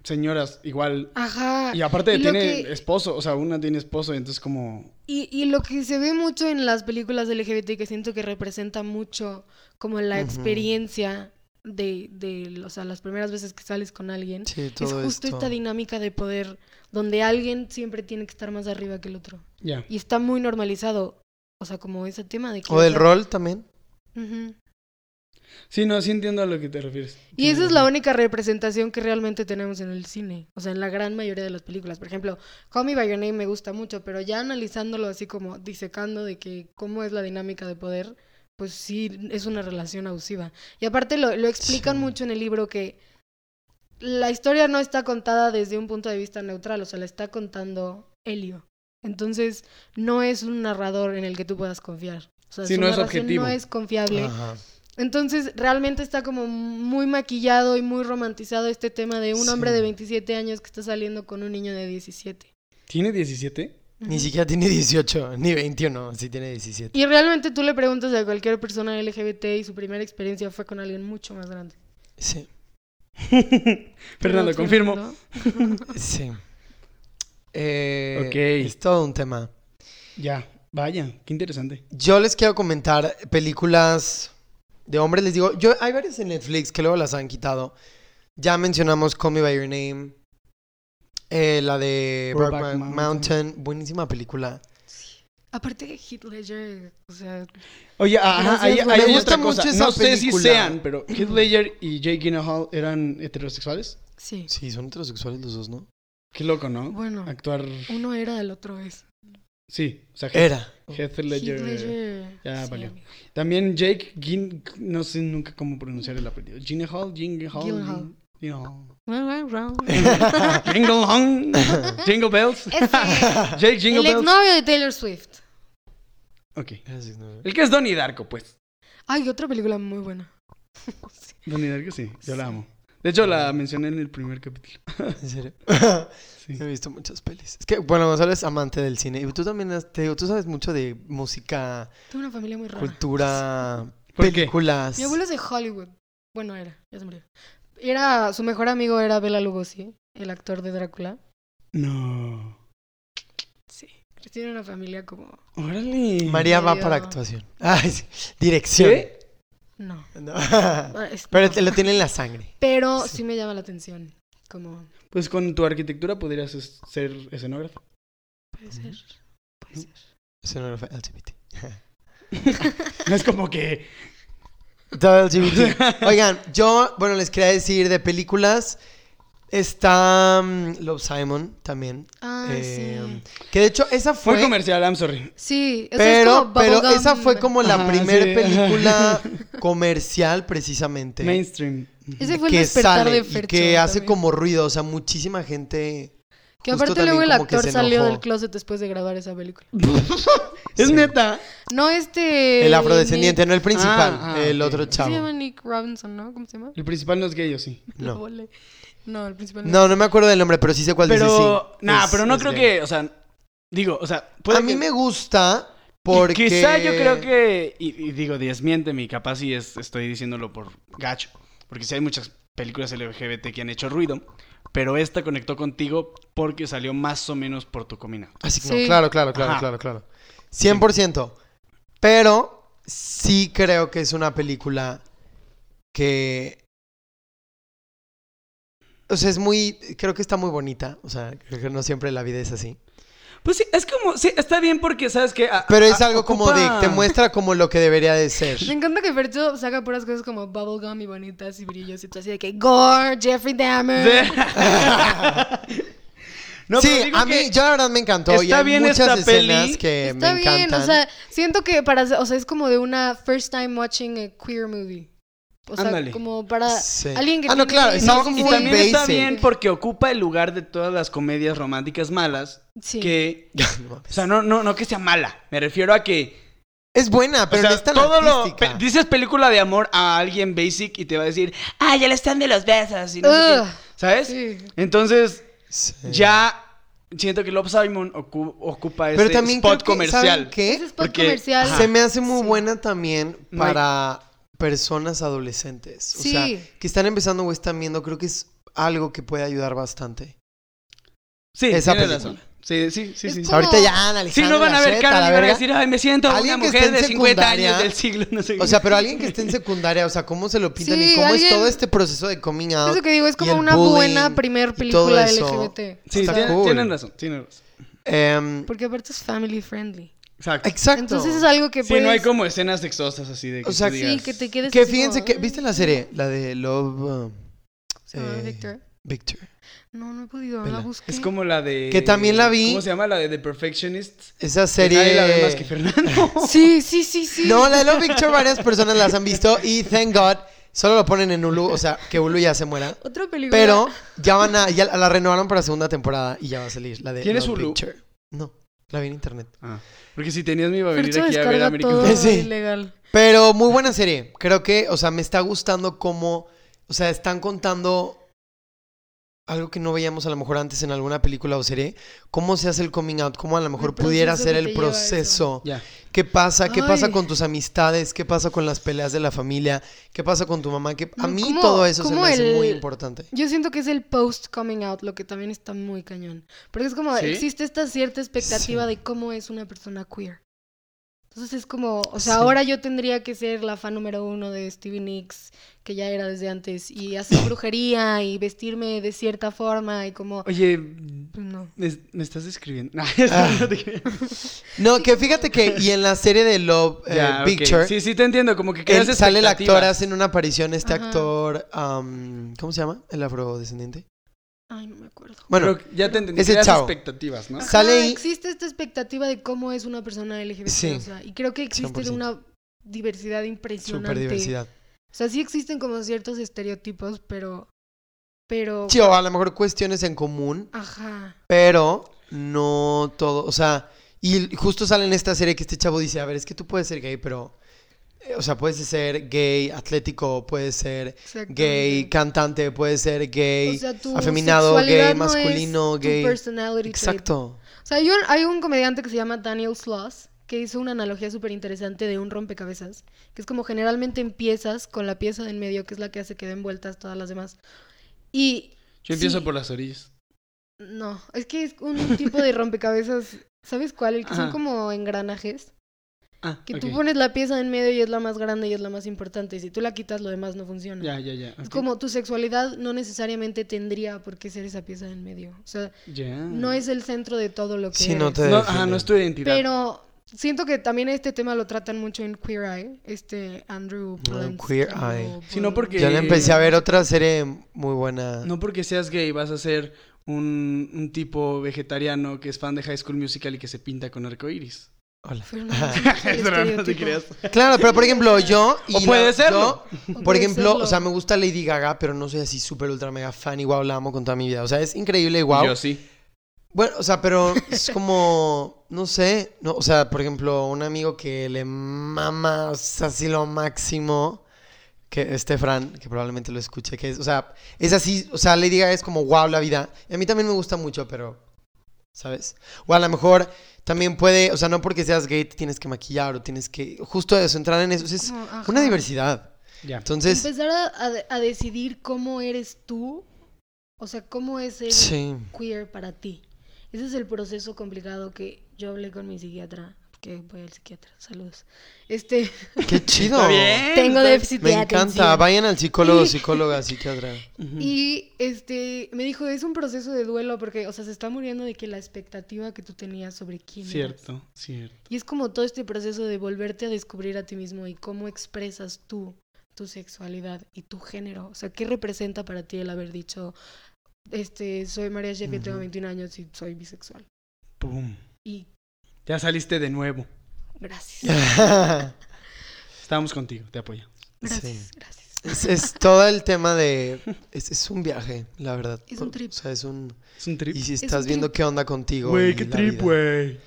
[SPEAKER 1] señoras igual.
[SPEAKER 3] Ajá.
[SPEAKER 1] Y aparte
[SPEAKER 3] Ah, y lo
[SPEAKER 1] tiene
[SPEAKER 3] que-
[SPEAKER 1] esposo. O sea, una tiene esposo. Entonces, como.
[SPEAKER 3] Y, y lo que se ve mucho en las películas LGBT que siento que representa mucho como la
[SPEAKER 2] Ujú.
[SPEAKER 3] experiencia de, de, o sea, las primeras veces que sales con alguien,
[SPEAKER 2] Sí,
[SPEAKER 3] es
[SPEAKER 2] todo
[SPEAKER 3] justo
[SPEAKER 2] esto.
[SPEAKER 3] esta dinámica de poder donde alguien siempre tiene que estar más arriba que el otro.
[SPEAKER 1] Ya.
[SPEAKER 3] Y está muy normalizado, o sea, como ese tema de que...
[SPEAKER 2] O del
[SPEAKER 3] sea-
[SPEAKER 2] rol también.
[SPEAKER 3] Ujú.
[SPEAKER 1] Sí, no, sí entiendo a lo que te refieres.
[SPEAKER 3] Y esa es la única representación que realmente tenemos en el cine, o sea, en la gran mayoría de las películas. Por ejemplo, Call Me By Your Name me gusta mucho, pero ya analizándolo así como disecando de que cómo es la dinámica de poder, pues sí es una relación abusiva. Y aparte lo, lo explican
[SPEAKER 2] Sí.
[SPEAKER 3] mucho en el libro que la historia no está contada desde un punto de vista neutral, o sea, la está contando Helio. Entonces, no es un narrador en el que tú puedas confiar. O sea,
[SPEAKER 1] Sí,
[SPEAKER 3] su
[SPEAKER 1] no es
[SPEAKER 3] narración
[SPEAKER 1] objetivo.
[SPEAKER 3] no es confiable.
[SPEAKER 2] Ajá.
[SPEAKER 3] Entonces, realmente está como muy maquillado y muy romantizado este tema de un
[SPEAKER 2] Sí.
[SPEAKER 3] hombre de 27 años que está saliendo con un niño de 17.
[SPEAKER 1] ¿Tiene <laughs> 17?
[SPEAKER 2] Ni
[SPEAKER 3] Ujú.
[SPEAKER 2] siquiera tiene 18, ni 21, sí tiene 17.
[SPEAKER 3] Y realmente tú le preguntas a cualquier persona LGBT y su primera experiencia fue con alguien mucho más grande.
[SPEAKER 2] Sí.
[SPEAKER 1] Fernando, confirmo.
[SPEAKER 3] Fernando.
[SPEAKER 2] Sí. Eh,
[SPEAKER 1] Ok.
[SPEAKER 2] Es todo un tema.
[SPEAKER 1] Ya, vaya, qué interesante.
[SPEAKER 2] Yo les quiero comentar películas de hombres. Les digo, yo hay varias en Netflix que luego las han quitado. Ya mencionamos Call Me By Your Name. eh, la de
[SPEAKER 1] Brokeback
[SPEAKER 2] Brokeback
[SPEAKER 1] Mountain.
[SPEAKER 2] Mountain. Buenísima película.
[SPEAKER 3] Aparte de Heath Ledger, o sea,
[SPEAKER 1] Oye, ajá,
[SPEAKER 2] Gracias,
[SPEAKER 1] ahí,
[SPEAKER 2] me
[SPEAKER 1] ahí hay
[SPEAKER 2] gusta
[SPEAKER 1] otra cosa.
[SPEAKER 2] mucho esa
[SPEAKER 1] No sé si
[SPEAKER 2] película.
[SPEAKER 1] sean, pero Heath Ledger y Jake Gyllenhaal eran heterosexuales.
[SPEAKER 3] sí.
[SPEAKER 2] Sí, son heterosexuales los dos, ¿no?
[SPEAKER 1] Qué loco, ¿no?
[SPEAKER 3] Bueno,
[SPEAKER 1] Actuar.
[SPEAKER 3] uno era, el otro es.
[SPEAKER 1] Sí, o sea, Heath,
[SPEAKER 2] Era.
[SPEAKER 1] Heath
[SPEAKER 3] Heath
[SPEAKER 1] Ledger.
[SPEAKER 3] Ledger.
[SPEAKER 1] Ya valió.
[SPEAKER 3] amigo.
[SPEAKER 1] También Jake Gin, no sé nunca cómo pronunciar el apellido. Gyllenhaal, Gyllenhaal,
[SPEAKER 3] Gyllenhaal.
[SPEAKER 1] Gyllenhaal.
[SPEAKER 3] Ese,
[SPEAKER 1] Jingle Hong, Jingle Bells, Jake Jingle
[SPEAKER 3] el
[SPEAKER 1] Bells.
[SPEAKER 3] exnovio de Taylor Swift.
[SPEAKER 1] Ok.
[SPEAKER 2] Era sí, ¿no?
[SPEAKER 1] El que es Donnie Darko, pues.
[SPEAKER 3] Ay, otra película muy buena. <laughs> Sí.
[SPEAKER 1] Donnie Darko sí, yo la amo. De hecho, la mencioné en el primer capítulo.
[SPEAKER 2] En serio. <laughs>
[SPEAKER 1] Sí.
[SPEAKER 2] He visto muchas pelis. Es que, bueno, Gonzalo es amante del cine. Y tú también, has- te digo, tú sabes mucho de música,
[SPEAKER 3] Tengo una familia muy rara.
[SPEAKER 2] cultura,
[SPEAKER 1] ¿Por qué?
[SPEAKER 2] películas.
[SPEAKER 3] Ah. Mi abuelo es de Hollywood. Bueno, era, ya se murió. Era, su mejor amigo era Bela Lugosi, el actor de Drácula.
[SPEAKER 1] No.
[SPEAKER 3] Sí. Pues Tiene una familia como...
[SPEAKER 1] Órale.
[SPEAKER 2] María va
[SPEAKER 3] Medio-
[SPEAKER 2] para actuación. <laughs> Ay, sí. dirección.
[SPEAKER 1] ¿Qué?
[SPEAKER 3] No.
[SPEAKER 2] No. <laughs>
[SPEAKER 3] Ah, es-
[SPEAKER 2] Pero
[SPEAKER 3] no.
[SPEAKER 2] te lo tiene en la sangre.
[SPEAKER 3] Pero
[SPEAKER 2] Sí.
[SPEAKER 3] sí. me llama la atención. Como,
[SPEAKER 1] Pues con tu arquitectura podrías es- ser escenógrafo.
[SPEAKER 3] puede ser, puede ser.
[SPEAKER 2] Eso no lo fue LGBT.
[SPEAKER 1] No es como que.
[SPEAKER 2] <laughs>
[SPEAKER 1] <laughs>
[SPEAKER 2] Todo LGBT. Oigan, yo, bueno, les quería decir de películas. Está mm, Love Simon también.
[SPEAKER 3] Ah,
[SPEAKER 2] Eh,
[SPEAKER 3] sí.
[SPEAKER 2] Que de hecho, esa
[SPEAKER 1] Fue
[SPEAKER 2] fue.
[SPEAKER 1] comercial, I'm sorry.
[SPEAKER 3] Sí, eso es
[SPEAKER 2] pero,
[SPEAKER 3] como
[SPEAKER 2] pero
[SPEAKER 3] bubblegum,
[SPEAKER 2] esa fue como la
[SPEAKER 1] Ajá,
[SPEAKER 2] primera
[SPEAKER 1] sí. <laughs>
[SPEAKER 2] película comercial, precisamente.
[SPEAKER 1] Mainstream.
[SPEAKER 3] Ese fue el
[SPEAKER 2] que
[SPEAKER 3] despertar
[SPEAKER 2] sale
[SPEAKER 3] de
[SPEAKER 2] y
[SPEAKER 3] Fercho.
[SPEAKER 2] que hace
[SPEAKER 3] también.
[SPEAKER 2] como ruido. O sea, muchísima gente.
[SPEAKER 3] Que
[SPEAKER 2] justo
[SPEAKER 3] aparte luego
[SPEAKER 2] también
[SPEAKER 3] el
[SPEAKER 2] como que
[SPEAKER 3] actor
[SPEAKER 2] se
[SPEAKER 3] salió
[SPEAKER 2] enojó.
[SPEAKER 3] del closet después de grabar esa película.
[SPEAKER 1] Es
[SPEAKER 2] Sí.
[SPEAKER 1] neta.
[SPEAKER 3] No este...
[SPEAKER 2] El afrodescendiente, no el principal,
[SPEAKER 1] Ah, ah,
[SPEAKER 2] el
[SPEAKER 1] ok.
[SPEAKER 2] otro
[SPEAKER 3] Nick- ¿sí se
[SPEAKER 2] chavo.
[SPEAKER 3] llama Nick Robinson, ¿no? ¿Cómo se llama?
[SPEAKER 1] El principal no es gay, ¿o sí?
[SPEAKER 3] <laughs> La
[SPEAKER 2] No.
[SPEAKER 3] vole. No, el principal no.
[SPEAKER 2] no, no me acuerdo del nombre, pero sí sé cuál
[SPEAKER 1] Pero.
[SPEAKER 2] dice. sí.
[SPEAKER 1] Nah,
[SPEAKER 2] Es-
[SPEAKER 1] pero no
[SPEAKER 2] es
[SPEAKER 1] creo
[SPEAKER 2] gay.
[SPEAKER 1] que. O sea, digo, o sea. puede
[SPEAKER 2] A mí
[SPEAKER 1] que-
[SPEAKER 2] me gusta porque.
[SPEAKER 1] Quizá yo creo que, y, y digo, desmiénteme, y capaz si es, estoy diciéndolo por gacho, porque sí hay muchas películas LGBT que han hecho ruido, pero esta conectó contigo porque salió más o menos por tu comina.
[SPEAKER 2] Así que
[SPEAKER 3] Sí.
[SPEAKER 2] no, Ah, claro, claro, claro,
[SPEAKER 1] Ajá.
[SPEAKER 2] claro, claro. 100%. Pero sí creo que es una película que. O sea, es muy. Creo que está muy bonita. O sea, creo que no siempre la vida es así.
[SPEAKER 1] Pues sí, es como, sí, está bien porque, ¿sabes que
[SPEAKER 2] Pero es algo como de. Te muestra como lo que debería de ser.
[SPEAKER 3] Me encanta que Fercho saca puras cosas como bubblegum y bonitas y brillos y todo así de que Gore, Jeffrey Dahmer.
[SPEAKER 1] <laughs> No, pero
[SPEAKER 2] sí,
[SPEAKER 1] digo
[SPEAKER 2] a
[SPEAKER 1] que-
[SPEAKER 2] mí, yo la verdad me encantó. y
[SPEAKER 1] está
[SPEAKER 2] hay
[SPEAKER 1] bien
[SPEAKER 2] muchas
[SPEAKER 1] esta peli,
[SPEAKER 2] escenas que
[SPEAKER 3] Está
[SPEAKER 2] me
[SPEAKER 3] bien,
[SPEAKER 2] encantan. <laughs>
[SPEAKER 3] o sea, Eh, siento que para, o sea, es como de una first time watching a queer movie. O sea,
[SPEAKER 1] Ándale.
[SPEAKER 3] como para
[SPEAKER 2] Sí.
[SPEAKER 3] alguien que
[SPEAKER 2] Ah, no,
[SPEAKER 3] tiene-
[SPEAKER 2] claro, está
[SPEAKER 1] No,
[SPEAKER 2] como
[SPEAKER 1] y
[SPEAKER 2] muy
[SPEAKER 1] también está
[SPEAKER 2] basic.
[SPEAKER 1] bien porque ocupa el lugar de todas las comedias románticas malas
[SPEAKER 3] Sí.
[SPEAKER 1] que...
[SPEAKER 2] No mames.
[SPEAKER 1] O sea, no, no, no que sea mala. Me refiero a que
[SPEAKER 2] es buena,
[SPEAKER 1] o
[SPEAKER 2] pero
[SPEAKER 1] sea,
[SPEAKER 2] no es tan
[SPEAKER 1] todo lo-
[SPEAKER 2] artística.
[SPEAKER 1] pe- dices película de amor a alguien basic y te va a decir, ah, ya le están de los besos y no sé
[SPEAKER 3] Ugh.
[SPEAKER 1] qué", ¿Sabes?
[SPEAKER 3] Sí.
[SPEAKER 2] ¿Eh?
[SPEAKER 1] Entonces,
[SPEAKER 2] Sí.
[SPEAKER 1] ya siento que Love Simon ocu- ocupa ese
[SPEAKER 2] Pero también
[SPEAKER 1] este, spot
[SPEAKER 2] creo que-
[SPEAKER 1] comercial.
[SPEAKER 2] ¿saben qué?
[SPEAKER 3] Ese spot
[SPEAKER 1] Porque-
[SPEAKER 3] comercial.
[SPEAKER 1] Ajá.
[SPEAKER 2] Se me hace muy
[SPEAKER 3] Sí.
[SPEAKER 2] buena también
[SPEAKER 1] No hay-
[SPEAKER 2] para personas adolescentes. O
[SPEAKER 3] Sí.
[SPEAKER 2] sea, que están empezando o están viendo, creo que es algo que puede ayudar bastante.
[SPEAKER 1] Sí,
[SPEAKER 2] esa
[SPEAKER 1] tiene
[SPEAKER 2] película.
[SPEAKER 1] razón. Sí, sí, sí,
[SPEAKER 3] Es
[SPEAKER 1] sí.
[SPEAKER 2] O
[SPEAKER 1] sí.
[SPEAKER 2] sea, ahorita ya analizando.
[SPEAKER 1] Sí, no van a ver cara y van a decir, ay, me siento una
[SPEAKER 2] Alguien que
[SPEAKER 1] mujer
[SPEAKER 2] esté en
[SPEAKER 1] de 50 años
[SPEAKER 2] secundaria,
[SPEAKER 1] del siglo, no sé
[SPEAKER 2] O
[SPEAKER 1] qué.
[SPEAKER 2] sea, pero alguien que esté en secundaria, o sea, cómo se lo pintan y
[SPEAKER 3] Sí,
[SPEAKER 2] cómo es
[SPEAKER 3] alguien-
[SPEAKER 2] todo este proceso de coming out.
[SPEAKER 3] Eso que digo, es
[SPEAKER 2] y
[SPEAKER 3] como
[SPEAKER 2] el
[SPEAKER 3] una
[SPEAKER 2] bullying
[SPEAKER 3] buena
[SPEAKER 2] y
[SPEAKER 3] primer
[SPEAKER 2] todo
[SPEAKER 3] película
[SPEAKER 2] eso.
[SPEAKER 3] LGBT.
[SPEAKER 1] sí,
[SPEAKER 2] está
[SPEAKER 1] tienen,
[SPEAKER 2] cool.
[SPEAKER 1] tienen razón, tienen razón.
[SPEAKER 2] Em,
[SPEAKER 3] Porque aparte es family friendly.
[SPEAKER 1] Exacto.
[SPEAKER 2] exacto.
[SPEAKER 3] Entonces es algo que
[SPEAKER 1] Sí,
[SPEAKER 3] puedes...
[SPEAKER 1] no hay como escenas sexosas así de que
[SPEAKER 2] pues. O sea,
[SPEAKER 1] tú
[SPEAKER 2] sí,
[SPEAKER 1] digas,
[SPEAKER 3] Sí, que te quedes
[SPEAKER 2] Que
[SPEAKER 3] así
[SPEAKER 2] fíjense
[SPEAKER 3] como,
[SPEAKER 2] que,
[SPEAKER 3] "Ay,
[SPEAKER 2] ¿viste la serie? La de Love um,
[SPEAKER 3] se llama
[SPEAKER 2] eh,
[SPEAKER 3] Victor.
[SPEAKER 2] Victor.
[SPEAKER 3] No, no he podido,
[SPEAKER 2] Vela.
[SPEAKER 3] la busqué.
[SPEAKER 1] Es como la de...
[SPEAKER 2] Que también la vi.
[SPEAKER 1] ¿Cómo se llama? La de The Perfectionist.
[SPEAKER 2] Esa
[SPEAKER 1] Que
[SPEAKER 2] serie...
[SPEAKER 1] Nadie la ve más que
[SPEAKER 2] <laughs>
[SPEAKER 1] Fernando.
[SPEAKER 3] Sí, sí, sí, sí.
[SPEAKER 2] No, la de Love Victor varias personas las han visto y thank God solo lo ponen en Hulu, o sea, que Hulu ya se muera.
[SPEAKER 3] Otra película.
[SPEAKER 2] Pero ya van a, ya la renovaron para segunda temporada y ya va a salir la de
[SPEAKER 1] ¿Tienes
[SPEAKER 2] Love
[SPEAKER 1] Hulu?
[SPEAKER 2] Picture. No, la vi en internet.
[SPEAKER 1] Ah, porque si tenías me iba a venir
[SPEAKER 3] Fercho
[SPEAKER 1] aquí a ver
[SPEAKER 3] descarga
[SPEAKER 1] American
[SPEAKER 3] todo
[SPEAKER 1] Pie.
[SPEAKER 2] <laughs> Sí.
[SPEAKER 3] ilegal.
[SPEAKER 2] Pero muy buena serie. Creo que, o sea, me está gustando cómo, o sea, están contando algo que no veíamos a lo mejor antes en alguna película o serie, cómo se hace el coming out, cómo a lo mejor pudiera
[SPEAKER 3] proceso
[SPEAKER 2] ser
[SPEAKER 3] que
[SPEAKER 2] el
[SPEAKER 3] te lleva a
[SPEAKER 2] proceso.
[SPEAKER 3] eso.
[SPEAKER 1] Ya.
[SPEAKER 2] ¿Qué pasa? ¿Qué pasa
[SPEAKER 3] Ay.
[SPEAKER 2] con tus amistades? ¿Qué pasa con las peleas de la familia? ¿Qué pasa con tu mamá? ¿Qué- A
[SPEAKER 3] No,
[SPEAKER 2] mí
[SPEAKER 3] ¿cómo-
[SPEAKER 2] todo eso se
[SPEAKER 3] cómo
[SPEAKER 2] me hace muy
[SPEAKER 3] el-
[SPEAKER 2] importante.
[SPEAKER 3] Yo siento que es el post coming out lo que también está muy cañón. Porque es como,
[SPEAKER 1] ¿Sí?
[SPEAKER 3] existe esta cierta expectativa
[SPEAKER 2] Sí.
[SPEAKER 3] de cómo es una persona queer. Entonces es como, o sea,
[SPEAKER 2] Sí.
[SPEAKER 3] ahora yo tendría que ser la fan número uno de Stevie Nicks, que ya era desde antes, y hacer
[SPEAKER 2] <coughs>
[SPEAKER 3] brujería y vestirme de cierta forma y como,
[SPEAKER 1] Oye,
[SPEAKER 3] pues no.
[SPEAKER 1] me, me estás describiendo. <laughs>
[SPEAKER 2] Ah,
[SPEAKER 1] No, eso no te creo.
[SPEAKER 2] No, que fíjate que, y en la serie de Love eh,
[SPEAKER 1] Ya, ok.
[SPEAKER 2] Picture,
[SPEAKER 1] Sí, sí, te entiendo. Como que
[SPEAKER 2] él
[SPEAKER 1] creas
[SPEAKER 2] sale el actor,
[SPEAKER 1] expectativas.
[SPEAKER 2] hace en una aparición este
[SPEAKER 3] Ajá.
[SPEAKER 2] actor, am, ¿cómo se llama? El afrodescendiente.
[SPEAKER 3] Ay, no me acuerdo.
[SPEAKER 2] Bueno,
[SPEAKER 1] Pero ya te entendí.
[SPEAKER 2] ese
[SPEAKER 1] creas
[SPEAKER 2] chavo.
[SPEAKER 1] expectativas, ¿no?
[SPEAKER 3] Ajá,
[SPEAKER 2] Sale ahí-
[SPEAKER 3] Existe esta expectativa de cómo es una persona LGBT.
[SPEAKER 2] Sí.
[SPEAKER 3] o sea, y creo que existe
[SPEAKER 2] 100%.
[SPEAKER 3] una diversidad impresionante.
[SPEAKER 2] super diversidad.
[SPEAKER 3] O sea, sí existen como ciertos estereotipos, pero. Pero.
[SPEAKER 2] Sí, o a lo mejor cuestiones en común,
[SPEAKER 3] Ajá.
[SPEAKER 2] pero no todo, o sea, y justo sale en esta serie que este chavo dice, a ver, es que tú puedes ser gay, pero, eh, o sea, puedes ser gay, atlético, puedes ser gay,
[SPEAKER 3] exactamente.
[SPEAKER 2] cantante, puedes ser gay,
[SPEAKER 3] O sea, tu
[SPEAKER 2] afeminado,
[SPEAKER 3] sexualidad
[SPEAKER 2] gay,
[SPEAKER 3] no es
[SPEAKER 2] masculino,
[SPEAKER 3] tu
[SPEAKER 2] gay.
[SPEAKER 3] personality trait.
[SPEAKER 2] Exacto.
[SPEAKER 3] O sea, hay un, hay un comediante que se llama Daniel Sloss que hizo una analogía súper interesante de un rompecabezas, que es como generalmente empiezas con la pieza de en medio, que es la que hace que den vueltas todas las demás. Y
[SPEAKER 1] Yo empiezo
[SPEAKER 3] Sí.
[SPEAKER 1] por las orillas.
[SPEAKER 3] no, es que es un tipo
[SPEAKER 2] <laughs>
[SPEAKER 3] de rompecabezas, ¿sabes cuál? El que son
[SPEAKER 1] Ajá.
[SPEAKER 3] como engranajes.
[SPEAKER 1] Ah,
[SPEAKER 3] Que
[SPEAKER 1] ok.
[SPEAKER 3] tú pones la pieza en medio y es la más grande y es la más importante. Y si tú la quitas, lo demás no funciona.
[SPEAKER 1] Ya, ya, ya.
[SPEAKER 3] Es
[SPEAKER 1] ok.
[SPEAKER 3] como tu sexualidad no necesariamente tendría por qué ser esa pieza en medio. O sea,
[SPEAKER 1] Ya.
[SPEAKER 3] no es el centro de todo lo que
[SPEAKER 2] Sí, no
[SPEAKER 3] eres.
[SPEAKER 2] te-
[SPEAKER 1] No, ajá, no es tu identidad.
[SPEAKER 3] Pero siento que también este tema lo tratan mucho en Queer Eye. Este Andrew
[SPEAKER 2] No,
[SPEAKER 3] Plants,
[SPEAKER 2] Queer
[SPEAKER 3] Andrew
[SPEAKER 2] Eye.
[SPEAKER 3] Plants.
[SPEAKER 1] Sino porque-
[SPEAKER 2] Ya le
[SPEAKER 1] Eh,
[SPEAKER 2] empecé a
[SPEAKER 3] <laughs>
[SPEAKER 2] ver otra serie muy buena.
[SPEAKER 1] No porque seas gay vas a ser un, un tipo vegetariano que es fan de High School Musical y que se pinta con arcoiris.
[SPEAKER 3] <laughs>
[SPEAKER 2] Hola.
[SPEAKER 3] Fernando,
[SPEAKER 1] <laughs> Eso no, no te
[SPEAKER 3] estereotipo.
[SPEAKER 1] creas.
[SPEAKER 2] Claro, pero por ejemplo, yo... y
[SPEAKER 1] O
[SPEAKER 2] la-
[SPEAKER 1] puede serlo.
[SPEAKER 2] yo,
[SPEAKER 3] O
[SPEAKER 2] por
[SPEAKER 3] puede
[SPEAKER 2] ejemplo,
[SPEAKER 3] serlo.
[SPEAKER 2] o sea, me gusta Lady Gaga, pero no soy así súper ultra mega fan y wow, la amo con toda mi vida. O sea, es increíble y wow.
[SPEAKER 1] Yo sí.
[SPEAKER 2] Bueno, o sea, pero es como, no sé, no, o sea, por ejemplo, un amigo que le mama, o sea, así lo máximo, que este Fran, que probablemente lo escuche, que es, o sea, es así, o sea, Lady Gaga es como, wow, la vida. Y a mí también me gusta mucho, pero, ¿sabes? O a lo mejor también puede, o sea, no porque seas gay te tienes que maquillar o tienes que, justo eso, entrar en eso, o sea, es
[SPEAKER 3] Como, ajá.
[SPEAKER 2] una diversidad.
[SPEAKER 1] Ya.
[SPEAKER 2] Entonces,
[SPEAKER 3] Empezar a, a- a decidir cómo eres tú. O sea, cómo es el...
[SPEAKER 2] sí,
[SPEAKER 3] queer para ti? Ese es el proceso complicado que yo hablé con mi psiquiatra, que voy al psiquiatra, saludos. Este,
[SPEAKER 2] qué chido.
[SPEAKER 1] Está bien.
[SPEAKER 3] <laughs> tengo déficit
[SPEAKER 2] Me
[SPEAKER 3] de
[SPEAKER 2] encanta,
[SPEAKER 3] atención.
[SPEAKER 2] vayan al psicólogo,
[SPEAKER 3] Y-
[SPEAKER 2] psicóloga, psiquiatra. <laughs>
[SPEAKER 3] Y este, me dijo, es un proceso de duelo porque, o sea, se está muriendo de que la expectativa que tú tenías sobre quién eras.
[SPEAKER 1] Cierto, cierto.
[SPEAKER 3] Y es como todo este proceso de volverte a descubrir a ti mismo y cómo expresas tú tu sexualidad y tu género. O sea, ¿qué representa para ti el haber dicho, este, soy María Sheffield, tengo
[SPEAKER 2] Ujú.
[SPEAKER 3] 21 años y soy bisexual?
[SPEAKER 1] Pum.
[SPEAKER 3] Y
[SPEAKER 1] Ya saliste de nuevo.
[SPEAKER 3] gracias.
[SPEAKER 1] Estamos contigo, te apoyo.
[SPEAKER 3] Gracias,
[SPEAKER 2] Sí.
[SPEAKER 3] gracias.
[SPEAKER 2] es, es todo el tema de... Es, es un viaje, la verdad.
[SPEAKER 3] Es un trip.
[SPEAKER 2] O sea, es un...
[SPEAKER 1] Es un trip.
[SPEAKER 2] Y si
[SPEAKER 3] un
[SPEAKER 2] estás viendo
[SPEAKER 3] trip.
[SPEAKER 2] qué onda contigo.
[SPEAKER 1] Güey,
[SPEAKER 2] y
[SPEAKER 1] qué
[SPEAKER 2] la
[SPEAKER 1] trip,
[SPEAKER 2] vida.
[SPEAKER 1] güey.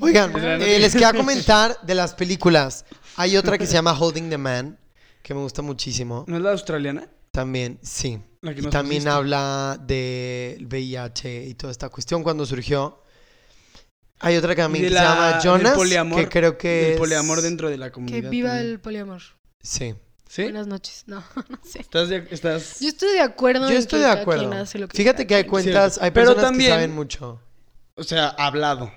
[SPEAKER 2] Oigan,
[SPEAKER 1] Pues, la
[SPEAKER 2] eh,
[SPEAKER 1] neta-
[SPEAKER 2] les quería comentar de las películas. Hay otra que se llama Holding the Man, que me gusta muchísimo.
[SPEAKER 1] ¿No es la australiana?
[SPEAKER 2] También, sí.
[SPEAKER 1] La que
[SPEAKER 2] Y
[SPEAKER 1] nos
[SPEAKER 2] también
[SPEAKER 1] pusiste.
[SPEAKER 2] habla del VIH y toda esta cuestión cuando surgió. Hay otra que también
[SPEAKER 1] Y de
[SPEAKER 2] que se
[SPEAKER 1] la-
[SPEAKER 2] llama
[SPEAKER 1] del
[SPEAKER 2] Jonas,
[SPEAKER 1] poliamor,
[SPEAKER 2] que creo que
[SPEAKER 1] El
[SPEAKER 2] es-
[SPEAKER 1] poliamor dentro de la comunidad.
[SPEAKER 3] Que viva
[SPEAKER 1] también.
[SPEAKER 3] el poliamor.
[SPEAKER 2] Sí.
[SPEAKER 1] ¿Sí?
[SPEAKER 3] Buenas noches. No, <laughs> no sé.
[SPEAKER 1] ¿Estás, de- estás...
[SPEAKER 3] Yo estoy de acuerdo.
[SPEAKER 2] Yo
[SPEAKER 3] en
[SPEAKER 2] estoy
[SPEAKER 3] que
[SPEAKER 2] de
[SPEAKER 3] cada
[SPEAKER 2] acuerdo.
[SPEAKER 3] quien hace lo que
[SPEAKER 2] Fíjate que
[SPEAKER 3] quiera.
[SPEAKER 2] hay cuentas,
[SPEAKER 1] Cierto.
[SPEAKER 2] hay
[SPEAKER 1] Pero
[SPEAKER 2] personas
[SPEAKER 1] también-
[SPEAKER 2] que saben mucho.
[SPEAKER 1] O sea, hablado.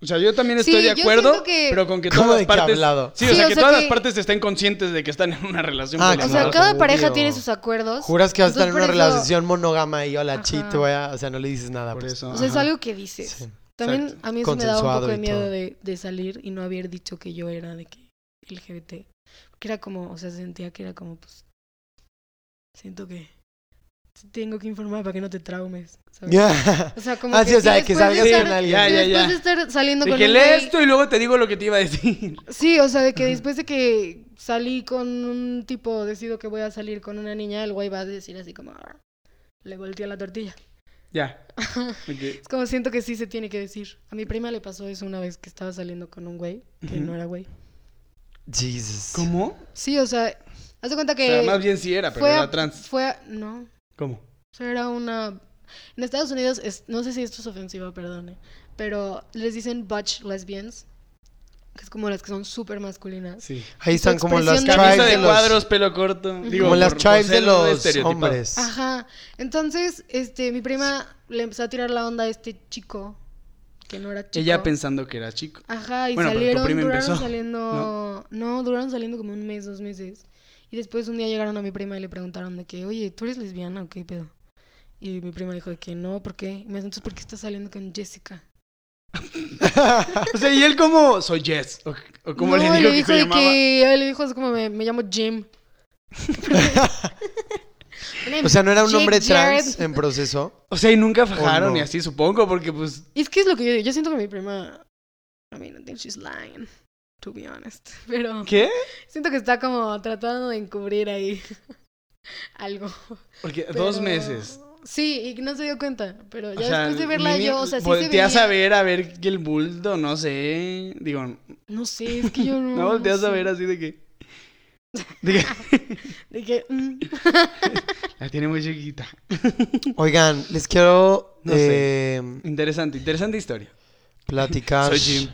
[SPEAKER 1] O sea, yo también
[SPEAKER 3] Sí,
[SPEAKER 1] estoy de
[SPEAKER 3] yo
[SPEAKER 1] acuerdo,
[SPEAKER 3] siento que-
[SPEAKER 1] pero con que
[SPEAKER 2] ¿Cómo
[SPEAKER 1] todas las
[SPEAKER 2] de que
[SPEAKER 1] partes...
[SPEAKER 2] hablado?
[SPEAKER 1] Sí, o
[SPEAKER 3] Sí,
[SPEAKER 1] sea,
[SPEAKER 3] o
[SPEAKER 1] que
[SPEAKER 3] sea
[SPEAKER 1] todas
[SPEAKER 3] que-
[SPEAKER 1] las partes estén conscientes de que están en una relación
[SPEAKER 2] Ah,
[SPEAKER 3] O
[SPEAKER 1] poliamorosa.
[SPEAKER 3] sea,
[SPEAKER 2] Claro,
[SPEAKER 3] cada
[SPEAKER 2] obvio.
[SPEAKER 3] pareja tiene sus acuerdos.
[SPEAKER 2] Juras que vas a estar
[SPEAKER 3] Entonces,
[SPEAKER 2] en una
[SPEAKER 3] por eso-
[SPEAKER 2] relación monogama y hola,
[SPEAKER 3] Ajá.
[SPEAKER 2] chi, te voy a... O sea, no le dices nada.
[SPEAKER 1] Por
[SPEAKER 2] pues.
[SPEAKER 1] eso.
[SPEAKER 3] O sea, es
[SPEAKER 1] ajá.
[SPEAKER 3] algo que dices.
[SPEAKER 2] Sí.
[SPEAKER 3] También
[SPEAKER 1] Exacto.
[SPEAKER 3] a mí eso me daba un
[SPEAKER 2] Consensuado
[SPEAKER 3] poco de
[SPEAKER 2] y
[SPEAKER 3] miedo
[SPEAKER 2] todo.
[SPEAKER 3] de, de salir y no haber dicho que yo era de que LGBT. Que era como, o sea, sentía que era como, pues. Siento que. Tengo que informar para que no te traumes. ¿sabes?
[SPEAKER 2] Ya.
[SPEAKER 3] O sea, como.
[SPEAKER 2] Ah, sí, o
[SPEAKER 3] sí,
[SPEAKER 2] sea, que
[SPEAKER 3] después de
[SPEAKER 2] salgas
[SPEAKER 3] estar-
[SPEAKER 2] con alguien.
[SPEAKER 1] Ya,
[SPEAKER 3] sí,
[SPEAKER 1] ya,
[SPEAKER 3] Después
[SPEAKER 1] ya.
[SPEAKER 3] de estar saliendo
[SPEAKER 1] De
[SPEAKER 3] con
[SPEAKER 1] que
[SPEAKER 3] un
[SPEAKER 1] lee
[SPEAKER 3] güey-
[SPEAKER 1] esto y luego te digo lo que te iba a decir. <laughs>
[SPEAKER 3] Sí, o sea, de que después de que salí con un tipo, decido que voy a salir con una niña, el güey va a decir así como, "Arr", le volteé la tortilla.
[SPEAKER 1] Ya. Ok.
[SPEAKER 3] Es como siento que sí se tiene que decir. A mi prima le pasó eso una vez que estaba saliendo con un güey, que
[SPEAKER 1] Ujú.
[SPEAKER 3] no era güey.
[SPEAKER 2] <laughs> Jesus.
[SPEAKER 1] ¿Cómo?
[SPEAKER 3] Sí, o sea, haz de cuenta
[SPEAKER 1] O
[SPEAKER 3] que...
[SPEAKER 1] sea, más bien sí era, pero
[SPEAKER 3] fue a-
[SPEAKER 1] era trans.
[SPEAKER 3] Fue a- no,
[SPEAKER 1] ¿Cómo?
[SPEAKER 3] o sea, era una... En Estados Unidos, es- no sé si esto es ofensivo, perdone, pero les dicen butch lesbians, que es como las que son súper masculinas.
[SPEAKER 1] Sí.
[SPEAKER 2] Ahí están como las
[SPEAKER 3] expresión de-
[SPEAKER 2] tribes
[SPEAKER 3] Camisa
[SPEAKER 2] de
[SPEAKER 3] de
[SPEAKER 2] los,
[SPEAKER 1] pelo corto.
[SPEAKER 2] como las
[SPEAKER 4] por- por
[SPEAKER 2] tribes de
[SPEAKER 4] ser muy
[SPEAKER 2] los
[SPEAKER 4] estereotipado.
[SPEAKER 2] hombres. <laughs>
[SPEAKER 3] Ajá. Entonces, este, mi prima le empezó a tirar la onda a este chico, que no era chico.
[SPEAKER 1] Ella pensando que era chico.
[SPEAKER 3] Ajá, y
[SPEAKER 1] Bueno, pero tu
[SPEAKER 3] salieron,
[SPEAKER 1] prima
[SPEAKER 3] duraron
[SPEAKER 1] empezó,
[SPEAKER 3] saliendo, ¿no? duraron saliendo como un mes, dos meses. Y después un día llegaron a mi prima y le preguntaron de que, oye, ¿tú eres lesbiana o qué pedo? Y mi prima dijo de que no, ¿por qué? Y me dice, entonces, ¿por qué estás saliendo con Jessica?
[SPEAKER 2] Ah.
[SPEAKER 1] O sea, y él como, soy Jess. O, o como le
[SPEAKER 3] no,
[SPEAKER 1] dijo que
[SPEAKER 3] dijo
[SPEAKER 1] se
[SPEAKER 3] de
[SPEAKER 1] llamaba.
[SPEAKER 3] que, él le dijo así como, me, me llamo Jim.
[SPEAKER 2] O sea, no era un
[SPEAKER 3] Jake
[SPEAKER 2] hombre trans
[SPEAKER 3] Jared.
[SPEAKER 2] en proceso.
[SPEAKER 1] O sea, y nunca fajaron
[SPEAKER 2] Oh, no.
[SPEAKER 1] y así, supongo, porque pues...
[SPEAKER 3] Es que es lo que yo digo, yo siento que mi prima, I mean, I think she's lying, to be honest. <laughs> Pero
[SPEAKER 1] ¿Qué?
[SPEAKER 3] siento que está como tratando de encubrir ahí <laughs> algo.
[SPEAKER 1] Porque dos
[SPEAKER 3] Pero-
[SPEAKER 1] meses.
[SPEAKER 3] Sí, y no se dio cuenta, pero ya
[SPEAKER 1] o sea,
[SPEAKER 3] después de verla
[SPEAKER 1] mínimo-
[SPEAKER 3] yo, o sea, sí se veía.
[SPEAKER 1] Volteas a ver, a ver que el bulto, no sé. Digo, no,
[SPEAKER 3] No sé, es que
[SPEAKER 1] <laughs>
[SPEAKER 3] yo no.
[SPEAKER 1] volteas a
[SPEAKER 3] sé.
[SPEAKER 1] ver así de que... de que, <laughs>
[SPEAKER 3] De que, mm,
[SPEAKER 1] la tiene muy chiquita.
[SPEAKER 2] Oigan, les quiero
[SPEAKER 1] No sé.
[SPEAKER 2] eh,
[SPEAKER 1] Interesante, interesante historia.
[SPEAKER 2] platicar.
[SPEAKER 1] Soy Jim.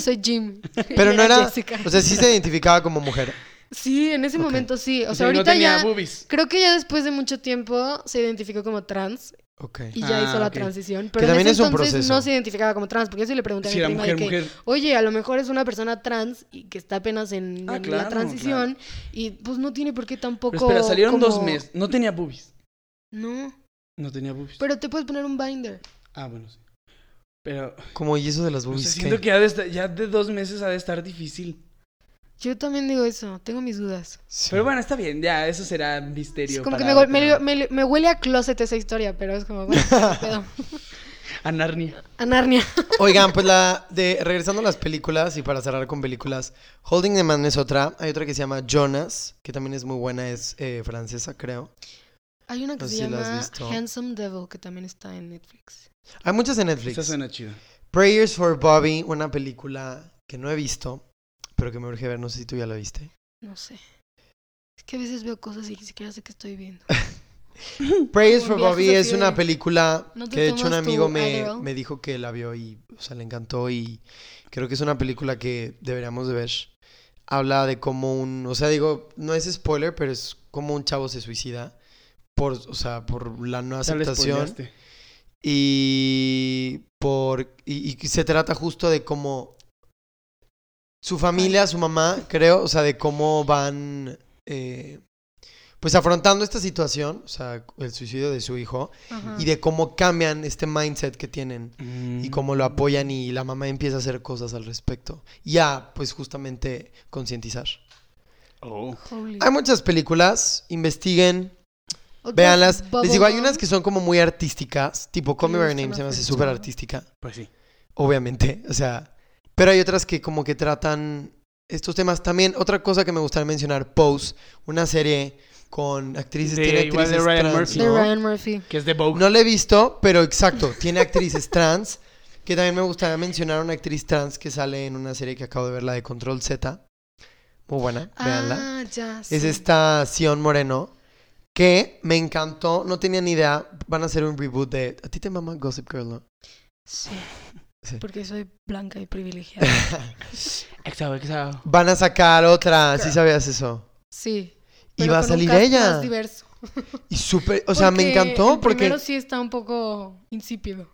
[SPEAKER 3] soy Jim. <laughs>
[SPEAKER 2] Pero no era.
[SPEAKER 3] Jessica.
[SPEAKER 2] O sea, sí se identificaba como mujer.
[SPEAKER 3] sí, en ese
[SPEAKER 2] Ok.
[SPEAKER 3] momento sí. O
[SPEAKER 1] Sí,
[SPEAKER 3] sea,
[SPEAKER 1] no
[SPEAKER 3] ahorita
[SPEAKER 1] tenía
[SPEAKER 3] ya.
[SPEAKER 1] boobies.
[SPEAKER 3] Creo que ya después de mucho tiempo se identificó como trans
[SPEAKER 2] Ok.
[SPEAKER 3] y ya
[SPEAKER 1] Ah,
[SPEAKER 3] hizo la
[SPEAKER 1] ok.
[SPEAKER 3] transición. Pero
[SPEAKER 2] también
[SPEAKER 3] en
[SPEAKER 2] es
[SPEAKER 3] ese
[SPEAKER 2] un
[SPEAKER 3] entonces
[SPEAKER 2] proceso.
[SPEAKER 3] no se identificaba como trans, porque yo sí le pregunté a
[SPEAKER 1] Sí,
[SPEAKER 3] mi
[SPEAKER 1] era
[SPEAKER 3] prima
[SPEAKER 1] mujer,
[SPEAKER 3] de que,
[SPEAKER 1] mujer.
[SPEAKER 3] oye, a lo mejor es una persona trans y que está apenas en,
[SPEAKER 1] Ah,
[SPEAKER 3] en
[SPEAKER 1] claro,
[SPEAKER 3] la transición y pues no tiene por qué tampoco.
[SPEAKER 1] Pero espera, salieron dos
[SPEAKER 3] como-
[SPEAKER 1] meses. No tenía boobies.
[SPEAKER 3] No,
[SPEAKER 1] No tenía boobies.
[SPEAKER 3] pero te puedes poner un binder.
[SPEAKER 1] Ah, bueno, sí. Pero
[SPEAKER 2] Como y eso de las
[SPEAKER 1] o sea,
[SPEAKER 2] boobies.
[SPEAKER 1] siento
[SPEAKER 2] ¿qué?
[SPEAKER 1] que ha de estar- ya de dos meses ha de estar difícil.
[SPEAKER 3] Yo también digo eso, tengo mis dudas.
[SPEAKER 2] Sí.
[SPEAKER 1] Pero bueno, está bien, ya, eso será misterio.
[SPEAKER 3] Es como que
[SPEAKER 1] para
[SPEAKER 3] me, hue-
[SPEAKER 1] otro-
[SPEAKER 3] me- me- me huele a closet esa historia, pero es como,
[SPEAKER 1] <laughs>
[SPEAKER 3] bueno, qué pedo.
[SPEAKER 1] A Narnia.
[SPEAKER 3] a Narnia.
[SPEAKER 2] Oigan, pues la de regresando a las películas y para cerrar con películas, Holding the Man es otra. Hay otra que se llama Jonas, que también es muy buena, es eh, francesa, creo.
[SPEAKER 3] Hay una que
[SPEAKER 2] No sé
[SPEAKER 3] se
[SPEAKER 2] si la has
[SPEAKER 3] llama
[SPEAKER 2] visto.
[SPEAKER 3] Handsome Devil, que también está en Netflix.
[SPEAKER 2] Hay muchas en Netflix.
[SPEAKER 1] Esa suena chida.
[SPEAKER 2] Prayers for Bobby, una película que no he visto, pero que me urge ver. No sé si tú ya la viste.
[SPEAKER 3] No sé. Es que a veces veo cosas y ni siquiera sé qué estoy viendo.
[SPEAKER 1] <laughs>
[SPEAKER 2] Prayers for
[SPEAKER 3] Como viajes
[SPEAKER 2] Bobby
[SPEAKER 3] así
[SPEAKER 2] es una
[SPEAKER 3] de-
[SPEAKER 2] película
[SPEAKER 3] ¿No te
[SPEAKER 2] que de hecho un
[SPEAKER 3] tomas tu
[SPEAKER 2] amigo me,
[SPEAKER 3] Adderall?
[SPEAKER 2] me dijo que la vio y, o sea, le encantó y creo que es una película que deberíamos de ver. Habla de cómo un, o sea, digo, no es spoiler, pero es como un chavo se suicida por, o sea, por la no
[SPEAKER 1] Ya la
[SPEAKER 2] aceptación
[SPEAKER 1] spoileaste.
[SPEAKER 2] y por y, y se trata justo de cómo su familia, su mamá, creo, o sea, de cómo van eh, pues afrontando esta situación, o sea, el suicidio de su hijo
[SPEAKER 3] Ajá.
[SPEAKER 2] y de cómo cambian este mindset que tienen
[SPEAKER 1] Mm.
[SPEAKER 2] y cómo lo apoyan y la mamá empieza a hacer cosas al respecto y a pues justamente concientizar.
[SPEAKER 1] Oh.
[SPEAKER 3] Holy.
[SPEAKER 2] Hay muchas películas, investiguen,
[SPEAKER 3] Otras
[SPEAKER 2] véanlas. Les
[SPEAKER 3] Bubble
[SPEAKER 2] digo, hay unas
[SPEAKER 3] Gum.
[SPEAKER 2] que son como muy artísticas, tipo Call Me
[SPEAKER 3] me
[SPEAKER 2] By Your
[SPEAKER 3] gustan
[SPEAKER 2] Name se me hace
[SPEAKER 3] bastante.
[SPEAKER 2] súper artística
[SPEAKER 1] Pues sí.
[SPEAKER 2] obviamente, <laughs> o sea, pero hay otras que como que tratan estos temas también. Otra cosa que me gustaría mencionar, Pose, una serie con actrices,
[SPEAKER 1] De-
[SPEAKER 2] tiene
[SPEAKER 1] igual
[SPEAKER 2] actrices
[SPEAKER 1] de Ryan
[SPEAKER 2] trans,
[SPEAKER 1] Murphy.
[SPEAKER 3] de
[SPEAKER 2] ¿no?
[SPEAKER 3] Ryan Murphy.
[SPEAKER 1] Que es de Vogue.
[SPEAKER 2] No la he visto, pero exacto, tiene actrices trans, que también me gustaría mencionar una actriz trans que sale en una serie que acabo de ver, la de Control Z, muy buena, véanla.
[SPEAKER 3] Ah, ya.
[SPEAKER 2] Es
[SPEAKER 3] sí.
[SPEAKER 2] esta Sion Moreno, que me encantó, no tenía ni idea, van a hacer un reboot de... A ti te mama Gossip Girl, ¿no? <laughs>
[SPEAKER 3] Sí.
[SPEAKER 2] Sí.
[SPEAKER 3] Porque soy blanca
[SPEAKER 2] <laughs>
[SPEAKER 3] y privilegiada.
[SPEAKER 1] Exao, exao.
[SPEAKER 2] Van a sacar otra, si sabías eso.
[SPEAKER 3] Sí.
[SPEAKER 2] Y
[SPEAKER 3] pero
[SPEAKER 2] va a
[SPEAKER 3] con un
[SPEAKER 2] salir
[SPEAKER 3] cast
[SPEAKER 2] ella.
[SPEAKER 3] Más diverso.
[SPEAKER 2] Y súper, o sea, me
[SPEAKER 3] Porque
[SPEAKER 2] encantó
[SPEAKER 3] el
[SPEAKER 2] porque...
[SPEAKER 3] Primero sí está un poco insípido.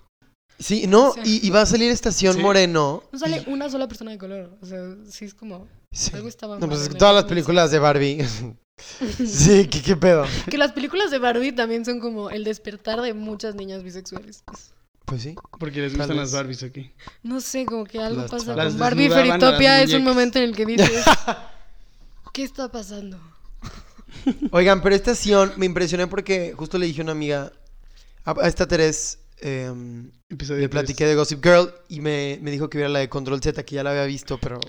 [SPEAKER 2] Sí, no,
[SPEAKER 3] o sea.
[SPEAKER 2] y, y va a salir Estación
[SPEAKER 1] Sí.
[SPEAKER 2] Moreno.
[SPEAKER 3] No sale una sola persona de color. O sea, sí es como.
[SPEAKER 2] Sí.
[SPEAKER 3] Algo estaba
[SPEAKER 2] No,
[SPEAKER 3] mal
[SPEAKER 2] pues es
[SPEAKER 3] en
[SPEAKER 2] que
[SPEAKER 3] la
[SPEAKER 2] todas las
[SPEAKER 3] película.
[SPEAKER 2] películas de
[SPEAKER 3] <laughs>
[SPEAKER 2] Barbie. sí, ¿qué, qué pedo.
[SPEAKER 3] Que las películas de Barbie también son como el despertar de muchas niñas bisexuales.
[SPEAKER 2] Pues sí.
[SPEAKER 1] Porque les
[SPEAKER 2] Tal
[SPEAKER 1] gustan
[SPEAKER 2] vez.
[SPEAKER 1] las Barbies aquí.
[SPEAKER 3] No sé, como que algo
[SPEAKER 2] Las
[SPEAKER 3] pasa
[SPEAKER 1] chavas.
[SPEAKER 3] con
[SPEAKER 1] Las
[SPEAKER 3] Barbie
[SPEAKER 1] desnudaban a las
[SPEAKER 3] Feritopia. Es un
[SPEAKER 1] muñecas.
[SPEAKER 3] momento en el que
[SPEAKER 2] <laughs>
[SPEAKER 3] dices: ¿Qué está pasando?
[SPEAKER 2] Oigan, pero esta Sion me impresionó porque justo le dije a una amiga, a, a esta Teres, em,
[SPEAKER 1] Episodio
[SPEAKER 2] le
[SPEAKER 1] tres.
[SPEAKER 2] platiqué de Gossip Girl y me, me dijo que viera la de Control Z, que ya la había visto, pero...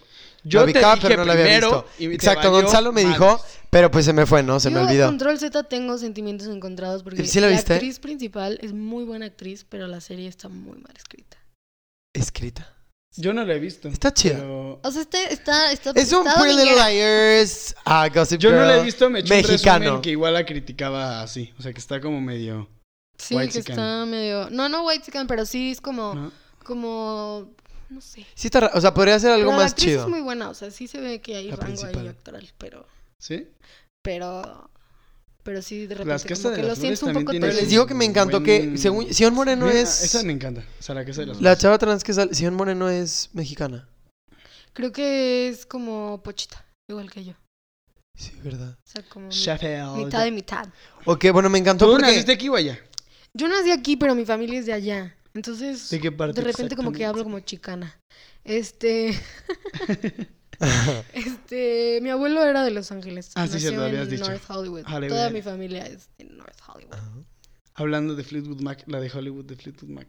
[SPEAKER 1] Yo
[SPEAKER 2] la
[SPEAKER 1] te
[SPEAKER 2] ubicaba,
[SPEAKER 1] dije
[SPEAKER 2] pero no la había
[SPEAKER 1] primero
[SPEAKER 2] visto.
[SPEAKER 1] y te
[SPEAKER 2] Exacto,
[SPEAKER 1] valió
[SPEAKER 2] Gonzalo me
[SPEAKER 1] madres.
[SPEAKER 2] dijo, pero pues se me fue, ¿no? Se me
[SPEAKER 3] Yo
[SPEAKER 2] olvidó.
[SPEAKER 3] Control Z tengo sentimientos encontrados porque
[SPEAKER 2] ¿Sí la viste?
[SPEAKER 3] actriz principal es muy buena actriz, pero la serie está muy mal escrita.
[SPEAKER 2] Escrita.
[SPEAKER 1] Yo no la he visto.
[SPEAKER 2] Está chida.
[SPEAKER 1] pero-
[SPEAKER 3] O sea, este- está, está,
[SPEAKER 2] Es un
[SPEAKER 3] está
[SPEAKER 2] Pretty Little
[SPEAKER 3] dominguera.
[SPEAKER 2] Liars a Gossip
[SPEAKER 1] Yo no la he
[SPEAKER 2] Girl
[SPEAKER 1] visto, me eché un
[SPEAKER 2] mexicano.
[SPEAKER 1] resumen que igual la criticaba así. O sea, que está como medio...
[SPEAKER 3] Sí,
[SPEAKER 1] White
[SPEAKER 3] que
[SPEAKER 1] chican.
[SPEAKER 3] está medio. No, no white chican, pero sí es como.
[SPEAKER 1] ¿no?
[SPEAKER 3] Como. No sé.
[SPEAKER 2] Sí está, ra- o sea, podría ser algo
[SPEAKER 3] Pero la
[SPEAKER 2] más
[SPEAKER 3] actriz
[SPEAKER 2] chido.
[SPEAKER 3] es muy buena, o sea, sí se ve que hay
[SPEAKER 1] La
[SPEAKER 3] rango ahí
[SPEAKER 1] principal.
[SPEAKER 3] actoral, pero.
[SPEAKER 1] ¿Sí?
[SPEAKER 3] Pero. Pero sí, de repente.
[SPEAKER 1] Las Casa
[SPEAKER 3] como
[SPEAKER 1] de
[SPEAKER 3] que
[SPEAKER 1] las
[SPEAKER 3] lo siento un
[SPEAKER 1] Flores
[SPEAKER 3] poco
[SPEAKER 1] también tiene
[SPEAKER 2] Pero
[SPEAKER 3] torcido.
[SPEAKER 2] les digo que me encantó que
[SPEAKER 1] Buen-
[SPEAKER 2] según Sion Moreno
[SPEAKER 1] Mira,
[SPEAKER 2] es
[SPEAKER 1] Esa me encanta. O sea, la que se las
[SPEAKER 2] la chava trans que sale, Sion Moreno es mexicana.
[SPEAKER 3] Creo que es como pochita, igual que yo. O
[SPEAKER 2] Sí, verdad.
[SPEAKER 3] sea, como. mi-
[SPEAKER 1] Sheffield.
[SPEAKER 3] Mitad de mitad.
[SPEAKER 2] Ok, bueno, me encantó
[SPEAKER 1] ¿Tú
[SPEAKER 2] porque
[SPEAKER 1] naciste aquí o allá?
[SPEAKER 3] Yo nací aquí, pero mi familia es de allá. Entonces,
[SPEAKER 1] ¿De qué parte?
[SPEAKER 3] de repente como que hablo como chicana.
[SPEAKER 2] <laughs>
[SPEAKER 3] Este, <laughs> este, mi abuelo era de Los Ángeles.
[SPEAKER 1] Ah, sí,
[SPEAKER 3] Nació
[SPEAKER 1] cierto, habías
[SPEAKER 3] en
[SPEAKER 1] dicho.
[SPEAKER 3] North Hollywood.
[SPEAKER 2] Ah,
[SPEAKER 1] Hollywood.
[SPEAKER 3] Toda mi familia es de North Hollywood.
[SPEAKER 1] Hablando de Fleetwood Mac, la de Hollywood de Fleetwood Mac.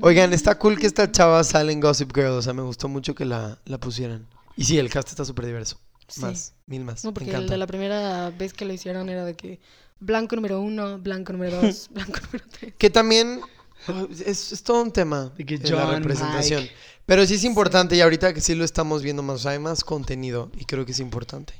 [SPEAKER 2] Oigan, está cool que esta chava sale en Gossip Girl, o sea, me gustó mucho que la, la pusieran. Y sí, el cast está súper diverso.
[SPEAKER 3] Sí.
[SPEAKER 2] Más, mil más.
[SPEAKER 3] No, porque
[SPEAKER 2] me
[SPEAKER 3] el
[SPEAKER 2] encanta.
[SPEAKER 3] de la primera vez que lo hicieron era de que blanco número uno, blanco número
[SPEAKER 2] <laughs>
[SPEAKER 3] dos, blanco número tres.
[SPEAKER 2] Que también oh, es, es todo un tema
[SPEAKER 1] De que
[SPEAKER 2] de la
[SPEAKER 1] John,
[SPEAKER 2] representación.
[SPEAKER 1] Mike.
[SPEAKER 2] Pero sí es importante y ahorita que sí lo estamos viendo más, o sea, hay más contenido y creo que es importante.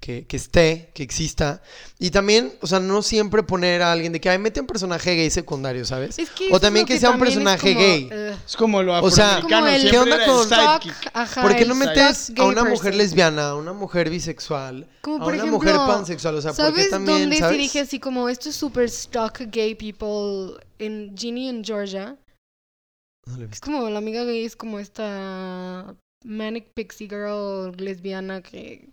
[SPEAKER 2] Que, que esté, que exista. Y también, o sea, no siempre poner a alguien de que, ay, mete un personaje gay secundario, ¿sabes?
[SPEAKER 3] Es que
[SPEAKER 2] O
[SPEAKER 3] eso es
[SPEAKER 2] también
[SPEAKER 3] lo
[SPEAKER 2] que sea un
[SPEAKER 3] también es
[SPEAKER 2] personaje
[SPEAKER 3] como,
[SPEAKER 2] gay.
[SPEAKER 3] eh,
[SPEAKER 1] es como lo
[SPEAKER 2] O sea,
[SPEAKER 1] afroamericano.
[SPEAKER 3] como el-
[SPEAKER 1] siempre
[SPEAKER 2] ¿qué onda
[SPEAKER 1] era
[SPEAKER 2] con-
[SPEAKER 1] sidekick.
[SPEAKER 3] fuck, ajá,
[SPEAKER 2] ¿Por qué
[SPEAKER 3] el
[SPEAKER 2] no
[SPEAKER 3] fuck
[SPEAKER 2] metes
[SPEAKER 3] gay
[SPEAKER 2] a una
[SPEAKER 3] person.
[SPEAKER 2] mujer lesbiana, a una mujer bisexual,
[SPEAKER 3] Como
[SPEAKER 2] a
[SPEAKER 3] por
[SPEAKER 2] una
[SPEAKER 3] ejemplo,
[SPEAKER 2] mujer pansexual? O sea, ¿por qué
[SPEAKER 3] ¿Sabes
[SPEAKER 2] también,
[SPEAKER 3] dónde
[SPEAKER 2] ¿sabes?
[SPEAKER 3] se dije así como esto es super stock gay people en Ginny en Georgia?
[SPEAKER 2] No lo he visto.
[SPEAKER 3] Es como la amiga gay es como esta manic pixie girl lesbiana que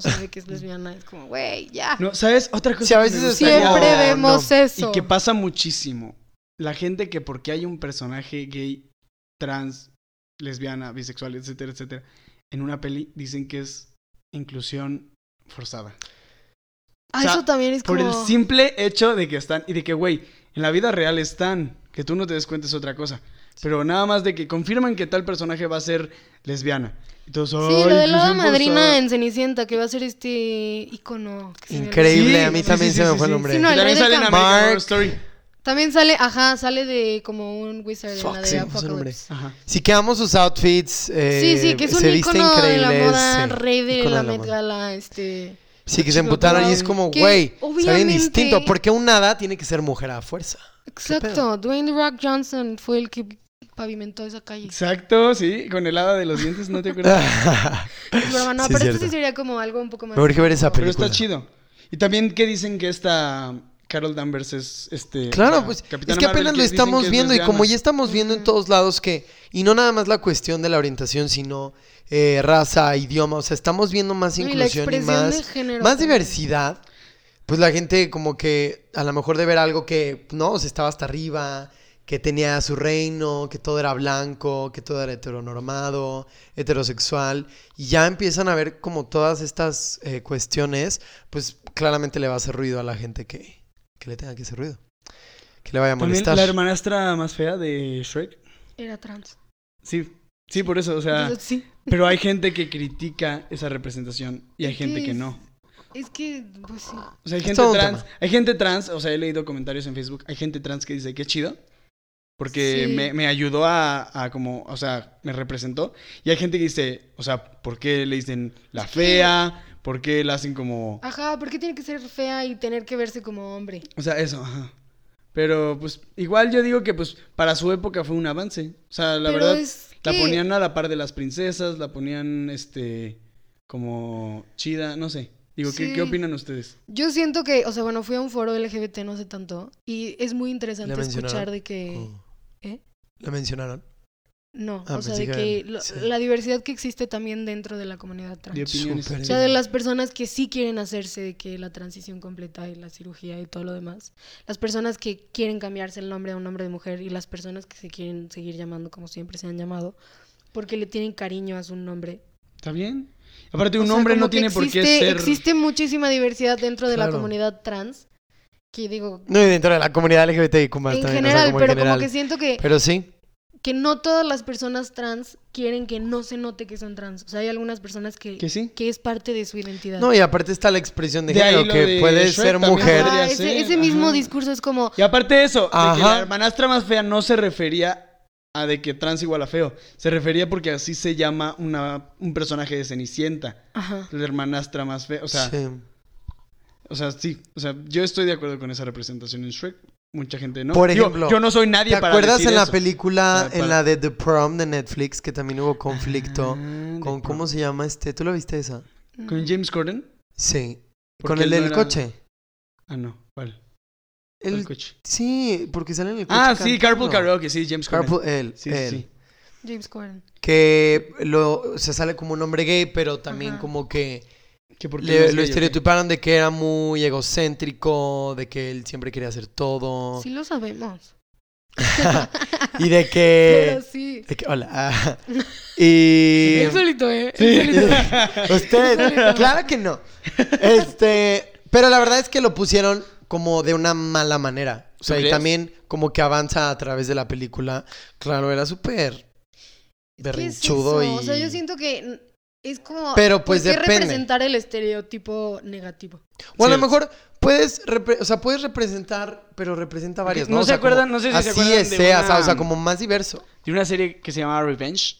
[SPEAKER 2] <laughs>
[SPEAKER 3] sabe que es lesbiana, es como güey, ya.
[SPEAKER 1] No, ¿sabes? Otra cosa
[SPEAKER 2] Sí, a veces
[SPEAKER 1] que me
[SPEAKER 2] es
[SPEAKER 1] gustaría-
[SPEAKER 3] Siempre
[SPEAKER 2] no,
[SPEAKER 3] vemos eso.
[SPEAKER 1] Y que pasa muchísimo. La gente que porque hay un personaje gay, trans, lesbiana, bisexual, etcétera, etcétera, en una peli dicen que es inclusión forzada.
[SPEAKER 3] Ah,
[SPEAKER 1] o sea,
[SPEAKER 3] eso también es
[SPEAKER 1] Por
[SPEAKER 3] como
[SPEAKER 1] el simple hecho de que están y de que, güey, en la vida real están, que tú no te des cuenta es otra cosa. Pero nada más de que confirman que tal personaje va a ser lesbiana. Entonces, pues
[SPEAKER 3] Sí, lo de la
[SPEAKER 1] inclusión
[SPEAKER 3] madrina
[SPEAKER 1] forzada.
[SPEAKER 3] en Cenicienta que va a ser este icono. que se me olvidó.
[SPEAKER 2] Increíble, a mí
[SPEAKER 1] Sí, sí,
[SPEAKER 2] también
[SPEAKER 1] sí,
[SPEAKER 2] se me
[SPEAKER 1] sí,
[SPEAKER 2] fue el
[SPEAKER 1] sí.
[SPEAKER 2] nombre.
[SPEAKER 3] Sí, no, el
[SPEAKER 1] También
[SPEAKER 3] rey
[SPEAKER 1] sale
[SPEAKER 3] del
[SPEAKER 1] en
[SPEAKER 3] campo.
[SPEAKER 1] American Horror
[SPEAKER 2] Mark.
[SPEAKER 1] Story.
[SPEAKER 3] También sale, ajá, sale de como un wizard en
[SPEAKER 2] Fuck,
[SPEAKER 3] la
[SPEAKER 2] se
[SPEAKER 3] de
[SPEAKER 2] me fue su nombre.
[SPEAKER 3] Apocalypse.
[SPEAKER 1] Ajá.
[SPEAKER 2] Si quedamos sus outfits, eh,
[SPEAKER 3] Sí, sí, que es un
[SPEAKER 2] se viste
[SPEAKER 3] icono de la
[SPEAKER 2] increíble,
[SPEAKER 3] moda,
[SPEAKER 2] sí,
[SPEAKER 3] rey de
[SPEAKER 2] ícono
[SPEAKER 3] la
[SPEAKER 2] moda.
[SPEAKER 3] Met Gala, este...
[SPEAKER 2] Sí, que se emputaron y es como,
[SPEAKER 3] Que
[SPEAKER 2] güey, está bien
[SPEAKER 3] obviamente-
[SPEAKER 2] distinto. Porque un nada tiene que ser mujer a fuerza.
[SPEAKER 3] Exacto, Dwayne The Rock Johnson fue el que pavimentó esa calle.
[SPEAKER 1] Exacto, sí, con helada de los dientes, no te acuerdas.
[SPEAKER 3] Es broma, no,
[SPEAKER 2] Sí, es
[SPEAKER 3] pero esto
[SPEAKER 2] cierto.
[SPEAKER 3] sí sería como algo un poco más...
[SPEAKER 2] Me urge ver esa
[SPEAKER 1] Pero
[SPEAKER 2] película.
[SPEAKER 1] está chido. Y también que dicen que esta Carol Danvers es este.
[SPEAKER 2] Claro,
[SPEAKER 1] la
[SPEAKER 2] pues
[SPEAKER 1] Capitana
[SPEAKER 2] es que
[SPEAKER 1] Marvel,
[SPEAKER 2] apenas lo
[SPEAKER 1] dicen
[SPEAKER 2] estamos
[SPEAKER 1] que es
[SPEAKER 2] viendo y
[SPEAKER 1] lesbiana.
[SPEAKER 2] como ya estamos viendo en todos lados que, y no nada más la cuestión de la orientación, sino eh, raza, idioma, o sea, estamos viendo más
[SPEAKER 3] No, y la
[SPEAKER 2] inclusión y,
[SPEAKER 3] expresión de
[SPEAKER 2] más,
[SPEAKER 3] género
[SPEAKER 2] más
[SPEAKER 3] también.
[SPEAKER 2] diversidad, pues la gente como que a lo mejor de ver algo que, no, o sea, estaba hasta arriba, que tenía su reino, que todo era blanco, que todo era heteronormado, heterosexual, y ya empiezan a ver como todas estas eh, cuestiones, pues claramente le va a hacer ruido a la gente que, que le tenga que hacer ruido. Que le vaya a
[SPEAKER 1] También
[SPEAKER 2] molestar.
[SPEAKER 1] la hermanastra más fea de Shrek.
[SPEAKER 3] Era trans.
[SPEAKER 1] Sí, sí, por eso, o sea.
[SPEAKER 3] Entonces, sí.
[SPEAKER 1] Pero hay gente que critica esa representación y hay
[SPEAKER 3] Es que
[SPEAKER 1] gente que
[SPEAKER 3] es-
[SPEAKER 1] no.
[SPEAKER 3] Es que, pues sí.
[SPEAKER 1] O sea, hay
[SPEAKER 2] Es
[SPEAKER 1] gente
[SPEAKER 2] todo un
[SPEAKER 1] trans.
[SPEAKER 2] tema.
[SPEAKER 1] Hay gente trans, o sea, he leído comentarios en Facebook. Hay gente trans que dice que chido. Porque
[SPEAKER 3] Sí.
[SPEAKER 1] me, me ayudó a, a como, o sea, me representó. Y hay gente que dice, o sea, ¿por qué le dicen la
[SPEAKER 3] Es que-
[SPEAKER 1] fea? ¿Por qué la hacen como...
[SPEAKER 3] Ajá, ¿por qué tiene que ser fea y tener que verse como hombre?
[SPEAKER 1] O sea, eso, ajá. Pero pues igual yo digo que pues para su época fue un avance. O sea, la
[SPEAKER 3] Pero
[SPEAKER 1] verdad
[SPEAKER 3] es
[SPEAKER 1] la
[SPEAKER 3] que-
[SPEAKER 1] ponían a la par de las princesas, la ponían este como chida, no sé. Digo, ¿qué,
[SPEAKER 3] Sí.
[SPEAKER 1] qué opinan ustedes?
[SPEAKER 3] Yo siento que, o sea, bueno, fui a un foro LGBT no hace tanto y es muy interesante
[SPEAKER 2] mencionaron?
[SPEAKER 3] escuchar de que...
[SPEAKER 2] Oh.
[SPEAKER 3] ¿Eh?
[SPEAKER 2] La mencionaron.
[SPEAKER 3] No,
[SPEAKER 2] Ah,
[SPEAKER 3] o sea,
[SPEAKER 2] pensé
[SPEAKER 3] de
[SPEAKER 2] que-
[SPEAKER 3] que lo-
[SPEAKER 2] sí.
[SPEAKER 3] la diversidad que existe también dentro de la comunidad trans.
[SPEAKER 1] De opiniones.
[SPEAKER 2] Súper.
[SPEAKER 3] O sea, de las personas que sí quieren hacerse de que la transición completa y la cirugía y todo lo demás. Las personas que quieren cambiarse el nombre a un nombre de mujer y las personas que se quieren seguir llamando como siempre se han llamado porque le tienen cariño a su nombre.
[SPEAKER 1] ¿Está bien? Aparte,
[SPEAKER 3] O
[SPEAKER 1] un
[SPEAKER 3] sea,
[SPEAKER 1] hombre
[SPEAKER 3] como
[SPEAKER 1] no
[SPEAKER 3] que
[SPEAKER 1] tiene por qué
[SPEAKER 3] existe-
[SPEAKER 1] ser...
[SPEAKER 3] Existe muchísima diversidad dentro de la
[SPEAKER 2] Claro.
[SPEAKER 3] comunidad trans que digo...
[SPEAKER 2] No, y dentro de la comunidad LGBTIQ
[SPEAKER 3] En
[SPEAKER 2] también. o sea,
[SPEAKER 3] general,
[SPEAKER 2] como en
[SPEAKER 3] pero
[SPEAKER 2] general.
[SPEAKER 3] como que siento que,
[SPEAKER 2] Pero sí.
[SPEAKER 3] que no todas las personas trans quieren que no se note que son trans. O sea, hay algunas personas que,
[SPEAKER 1] Que sí.
[SPEAKER 3] que es parte de su identidad.
[SPEAKER 2] No, y aparte está la expresión de,
[SPEAKER 1] De ahí
[SPEAKER 2] género,
[SPEAKER 1] lo
[SPEAKER 2] que
[SPEAKER 1] de
[SPEAKER 2] puede
[SPEAKER 1] Shrek
[SPEAKER 2] ser
[SPEAKER 1] también
[SPEAKER 2] mujer.
[SPEAKER 1] podría-
[SPEAKER 3] Ajá, ese,
[SPEAKER 1] ser,
[SPEAKER 3] ese mismo
[SPEAKER 1] ajá.
[SPEAKER 3] discurso es como,
[SPEAKER 1] Y aparte de eso, de que
[SPEAKER 2] Ajá.
[SPEAKER 1] la hermanastra más fea no se refería a de que trans igual a feo. Se refería porque así se llama una, un personaje de Cenicienta.
[SPEAKER 3] ajá.
[SPEAKER 1] La hermanastra más fea. O sea,
[SPEAKER 2] Sí.
[SPEAKER 1] O sea, sí. O sea, yo estoy de acuerdo con esa representación en Shrek. Mucha gente no.
[SPEAKER 2] Por
[SPEAKER 1] Digo,
[SPEAKER 2] ejemplo,
[SPEAKER 1] yo no soy nadie
[SPEAKER 2] ¿Te
[SPEAKER 1] para
[SPEAKER 2] acuerdas
[SPEAKER 1] decir
[SPEAKER 2] en la
[SPEAKER 1] eso.
[SPEAKER 2] película,
[SPEAKER 1] Ah, para-
[SPEAKER 2] en la de The Prom de Netflix, que también hubo conflicto
[SPEAKER 1] Ah,
[SPEAKER 2] con,
[SPEAKER 1] de-
[SPEAKER 2] ¿cómo se llama este? ¿Tú la viste esa?
[SPEAKER 1] ¿Con James Corden?
[SPEAKER 2] Sí.
[SPEAKER 1] Porque
[SPEAKER 2] Con el
[SPEAKER 1] él no
[SPEAKER 2] del
[SPEAKER 1] era-
[SPEAKER 2] coche.
[SPEAKER 1] Ah, no. ¿Cuál?
[SPEAKER 2] El-
[SPEAKER 1] ¿Cuál coche?
[SPEAKER 2] Sí, porque sale en el coche.
[SPEAKER 1] Ah, sí, Carpool
[SPEAKER 2] cantando.
[SPEAKER 1] Karaoke. Sí, James Corden.
[SPEAKER 2] Carpool, él,
[SPEAKER 1] Sí, sí,
[SPEAKER 2] él.
[SPEAKER 1] sí.
[SPEAKER 3] James Corden.
[SPEAKER 2] Que lo, se sale como un hombre gay, pero también
[SPEAKER 3] Ajá.
[SPEAKER 2] como que
[SPEAKER 1] Que porque
[SPEAKER 2] le-
[SPEAKER 1] no es gay, ¿o
[SPEAKER 2] lo
[SPEAKER 1] qué?
[SPEAKER 2] estereotiparon de que era muy egocéntrico, de que él siempre quería hacer todo.
[SPEAKER 3] Sí lo sabemos.
[SPEAKER 2] Y de que...
[SPEAKER 3] <laughs> Pero sí.
[SPEAKER 2] de que- hola.
[SPEAKER 1] <laughs>
[SPEAKER 2] ah, y...
[SPEAKER 3] Él solito, ¿eh?
[SPEAKER 1] Sí. <laughs>
[SPEAKER 2] <laughs>
[SPEAKER 3] Él solito.
[SPEAKER 2] Usted,
[SPEAKER 3] Solito.
[SPEAKER 2] claro que no. Este, pero la verdad es que lo pusieron como de una mala manera. O sea,
[SPEAKER 1] ¿Tú
[SPEAKER 2] y
[SPEAKER 1] crees?
[SPEAKER 2] también como que avanza a través de la película. Claro, era súper
[SPEAKER 3] ¿Qué es
[SPEAKER 2] berrinchudo
[SPEAKER 3] eso?
[SPEAKER 2] y.
[SPEAKER 3] O sea, yo siento que n- es como...
[SPEAKER 2] Pero,
[SPEAKER 3] ¿por
[SPEAKER 2] pues,
[SPEAKER 3] qué
[SPEAKER 2] depende.
[SPEAKER 3] representar el estereotipo negativo?
[SPEAKER 2] Bueno, a
[SPEAKER 1] Sí.
[SPEAKER 2] lo mejor puedes, repre- o sea, puedes representar, pero representa varios.
[SPEAKER 1] No
[SPEAKER 2] ¿no? O
[SPEAKER 1] se
[SPEAKER 2] sea, como
[SPEAKER 1] acuerdan- no sé si se
[SPEAKER 2] así
[SPEAKER 1] acuerdan
[SPEAKER 2] es,
[SPEAKER 1] de
[SPEAKER 2] sea,
[SPEAKER 1] una-
[SPEAKER 2] o sea, como más diverso.
[SPEAKER 1] De una serie que se llamaba Revenge.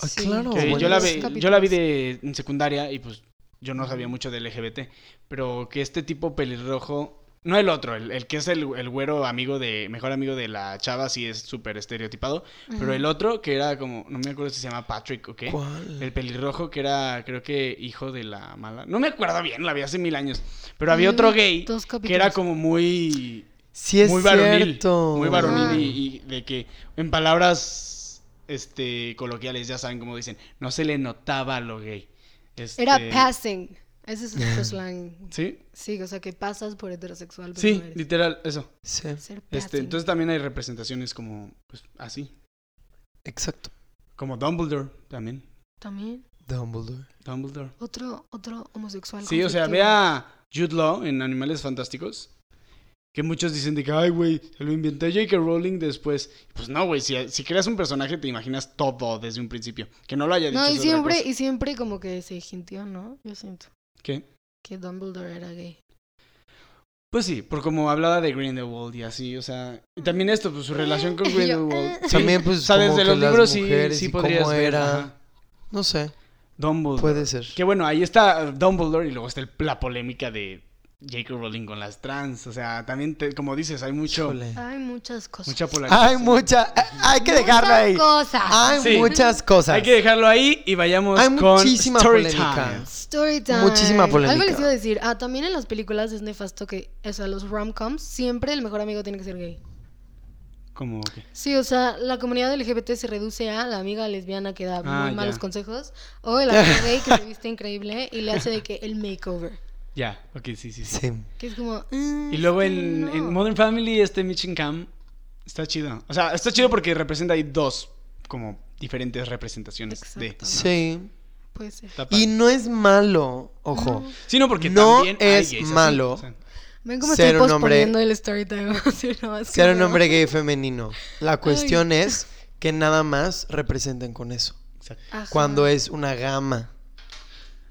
[SPEAKER 2] Ah,
[SPEAKER 3] Sí.
[SPEAKER 2] claro.
[SPEAKER 1] que
[SPEAKER 2] bueno.
[SPEAKER 1] yo, la
[SPEAKER 3] Buenos
[SPEAKER 1] vi, yo la vi
[SPEAKER 3] capítulos.
[SPEAKER 1] de, en secundaria y pues yo no sabía mucho del LGBT. Pero que este tipo pelirrojo. No el otro, el, el que es el, el güero amigo de. Mejor amigo de la chava, sí es súper estereotipado. Pero el otro que era como. No me acuerdo si se llama Patrick o qué.
[SPEAKER 2] ¿Cuál?
[SPEAKER 1] El pelirrojo que era, creo que, hijo de la mala. No me acuerdo bien, la vi hace mil años. Pero había
[SPEAKER 3] Yo
[SPEAKER 1] otro
[SPEAKER 3] vi
[SPEAKER 1] gay
[SPEAKER 3] dos
[SPEAKER 1] que era
[SPEAKER 3] capítulos.
[SPEAKER 1] como muy
[SPEAKER 2] Sí es
[SPEAKER 1] muy varonil.
[SPEAKER 2] cierto.
[SPEAKER 1] Muy varonil
[SPEAKER 3] Ajá.
[SPEAKER 1] y, y de que en palabras este coloquiales ya saben cómo dicen, no se le notaba lo gay. Este,
[SPEAKER 3] Era passing. Ese es
[SPEAKER 2] <laughs>
[SPEAKER 3] nuestro slang.
[SPEAKER 1] Sí,
[SPEAKER 3] Sí, o sea, que pasas por heterosexual. Pero
[SPEAKER 1] sí,
[SPEAKER 3] no eres.
[SPEAKER 1] literal, eso.
[SPEAKER 2] Sí,
[SPEAKER 3] Ser
[SPEAKER 1] Este,
[SPEAKER 3] passing.
[SPEAKER 1] entonces también hay representaciones como pues, así,
[SPEAKER 2] exacto.
[SPEAKER 1] como Dumbledore también.
[SPEAKER 3] También
[SPEAKER 2] Dumbledore.
[SPEAKER 1] Dumbledore.
[SPEAKER 3] otro, otro homosexual.
[SPEAKER 1] Sí, o sea,
[SPEAKER 3] conflictivo.
[SPEAKER 1] vea Jude Law en Animales Fantásticos. Que muchos dicen de que, ay, güey, se lo inventé J.K. Rowling después. Pues no, güey, si, si creas un personaje te imaginas todo desde un principio. Que no lo haya dicho.
[SPEAKER 3] No,
[SPEAKER 1] es
[SPEAKER 3] y
[SPEAKER 1] otra
[SPEAKER 3] siempre,
[SPEAKER 1] cosa.
[SPEAKER 3] y siempre como que se gintió, ¿no? Yo siento
[SPEAKER 1] ¿Qué?
[SPEAKER 3] que Dumbledore era gay.
[SPEAKER 1] Pues sí, por como hablaba de Grindelwald y así, o sea, y también esto, pues su relación con
[SPEAKER 3] <laughs> Yo,
[SPEAKER 1] Grindelwald.
[SPEAKER 3] eh.
[SPEAKER 1] Sí,
[SPEAKER 2] También, pues,
[SPEAKER 1] o sea,
[SPEAKER 2] como
[SPEAKER 1] desde
[SPEAKER 2] que
[SPEAKER 1] los
[SPEAKER 2] las
[SPEAKER 1] libros sí,
[SPEAKER 2] mujeres
[SPEAKER 1] sí
[SPEAKER 2] y cómo
[SPEAKER 1] podrías ver.
[SPEAKER 2] era.
[SPEAKER 1] ajá,
[SPEAKER 2] No sé,
[SPEAKER 1] Dumbledore.
[SPEAKER 2] puede ser.
[SPEAKER 1] Que bueno, ahí está Dumbledore y luego está el- la polémica de J.K. Rowling con las trans, o sea, también, te- como dices, hay mucho,
[SPEAKER 2] Híjole.
[SPEAKER 3] Hay muchas cosas.
[SPEAKER 1] mucha polarización.
[SPEAKER 2] Hay mucha, eh, hay que dejarlo
[SPEAKER 3] Muchas
[SPEAKER 2] ahí.
[SPEAKER 3] cosas.
[SPEAKER 2] Hay
[SPEAKER 1] Sí.
[SPEAKER 2] muchas cosas.
[SPEAKER 1] Hay que dejarlo ahí y vayamos
[SPEAKER 2] Hay
[SPEAKER 1] con
[SPEAKER 2] muchísima
[SPEAKER 1] story
[SPEAKER 2] polémica.
[SPEAKER 1] time.
[SPEAKER 3] Story time.
[SPEAKER 2] Muchísima polémica.
[SPEAKER 3] Algo les iba a decir. Ah, también en las películas es nefasto que, o sea, los rom-coms, siempre el mejor amigo tiene que ser gay.
[SPEAKER 1] Como que
[SPEAKER 3] Sí, o sea, la comunidad LGBT se reduce a la amiga lesbiana que da
[SPEAKER 1] Ah,
[SPEAKER 3] muy
[SPEAKER 1] ya.
[SPEAKER 3] malos consejos o el amigo gay que se viste increíble y le hace de que el makeover.
[SPEAKER 1] ya, ok, sí, sí, sí.
[SPEAKER 2] Sí.
[SPEAKER 3] Que es como... "Mm,
[SPEAKER 1] Y luego
[SPEAKER 3] sí,
[SPEAKER 1] en,
[SPEAKER 3] no".
[SPEAKER 1] en Modern Family, este Mitching Cam está chido. O sea, está chido porque representa ahí dos como diferentes representaciones de.
[SPEAKER 3] Exacto.
[SPEAKER 2] Sí.
[SPEAKER 3] Puede ser.
[SPEAKER 1] Está padre.
[SPEAKER 2] Y no es malo, ojo.
[SPEAKER 1] Sí, no, porque
[SPEAKER 2] no
[SPEAKER 1] también hay
[SPEAKER 2] es
[SPEAKER 1] gays así,
[SPEAKER 2] malo.
[SPEAKER 1] o sea,
[SPEAKER 3] Ven cómo
[SPEAKER 2] Ser
[SPEAKER 3] estoy
[SPEAKER 2] un hombre-
[SPEAKER 3] posponiendo el story time. <laughs> Sí, no, es
[SPEAKER 2] Ser un
[SPEAKER 3] como-
[SPEAKER 2] hombre gay femenino. La cuestión es que nada más representen con eso.
[SPEAKER 1] exacto.
[SPEAKER 3] Ajá.
[SPEAKER 2] Cuando es una gama.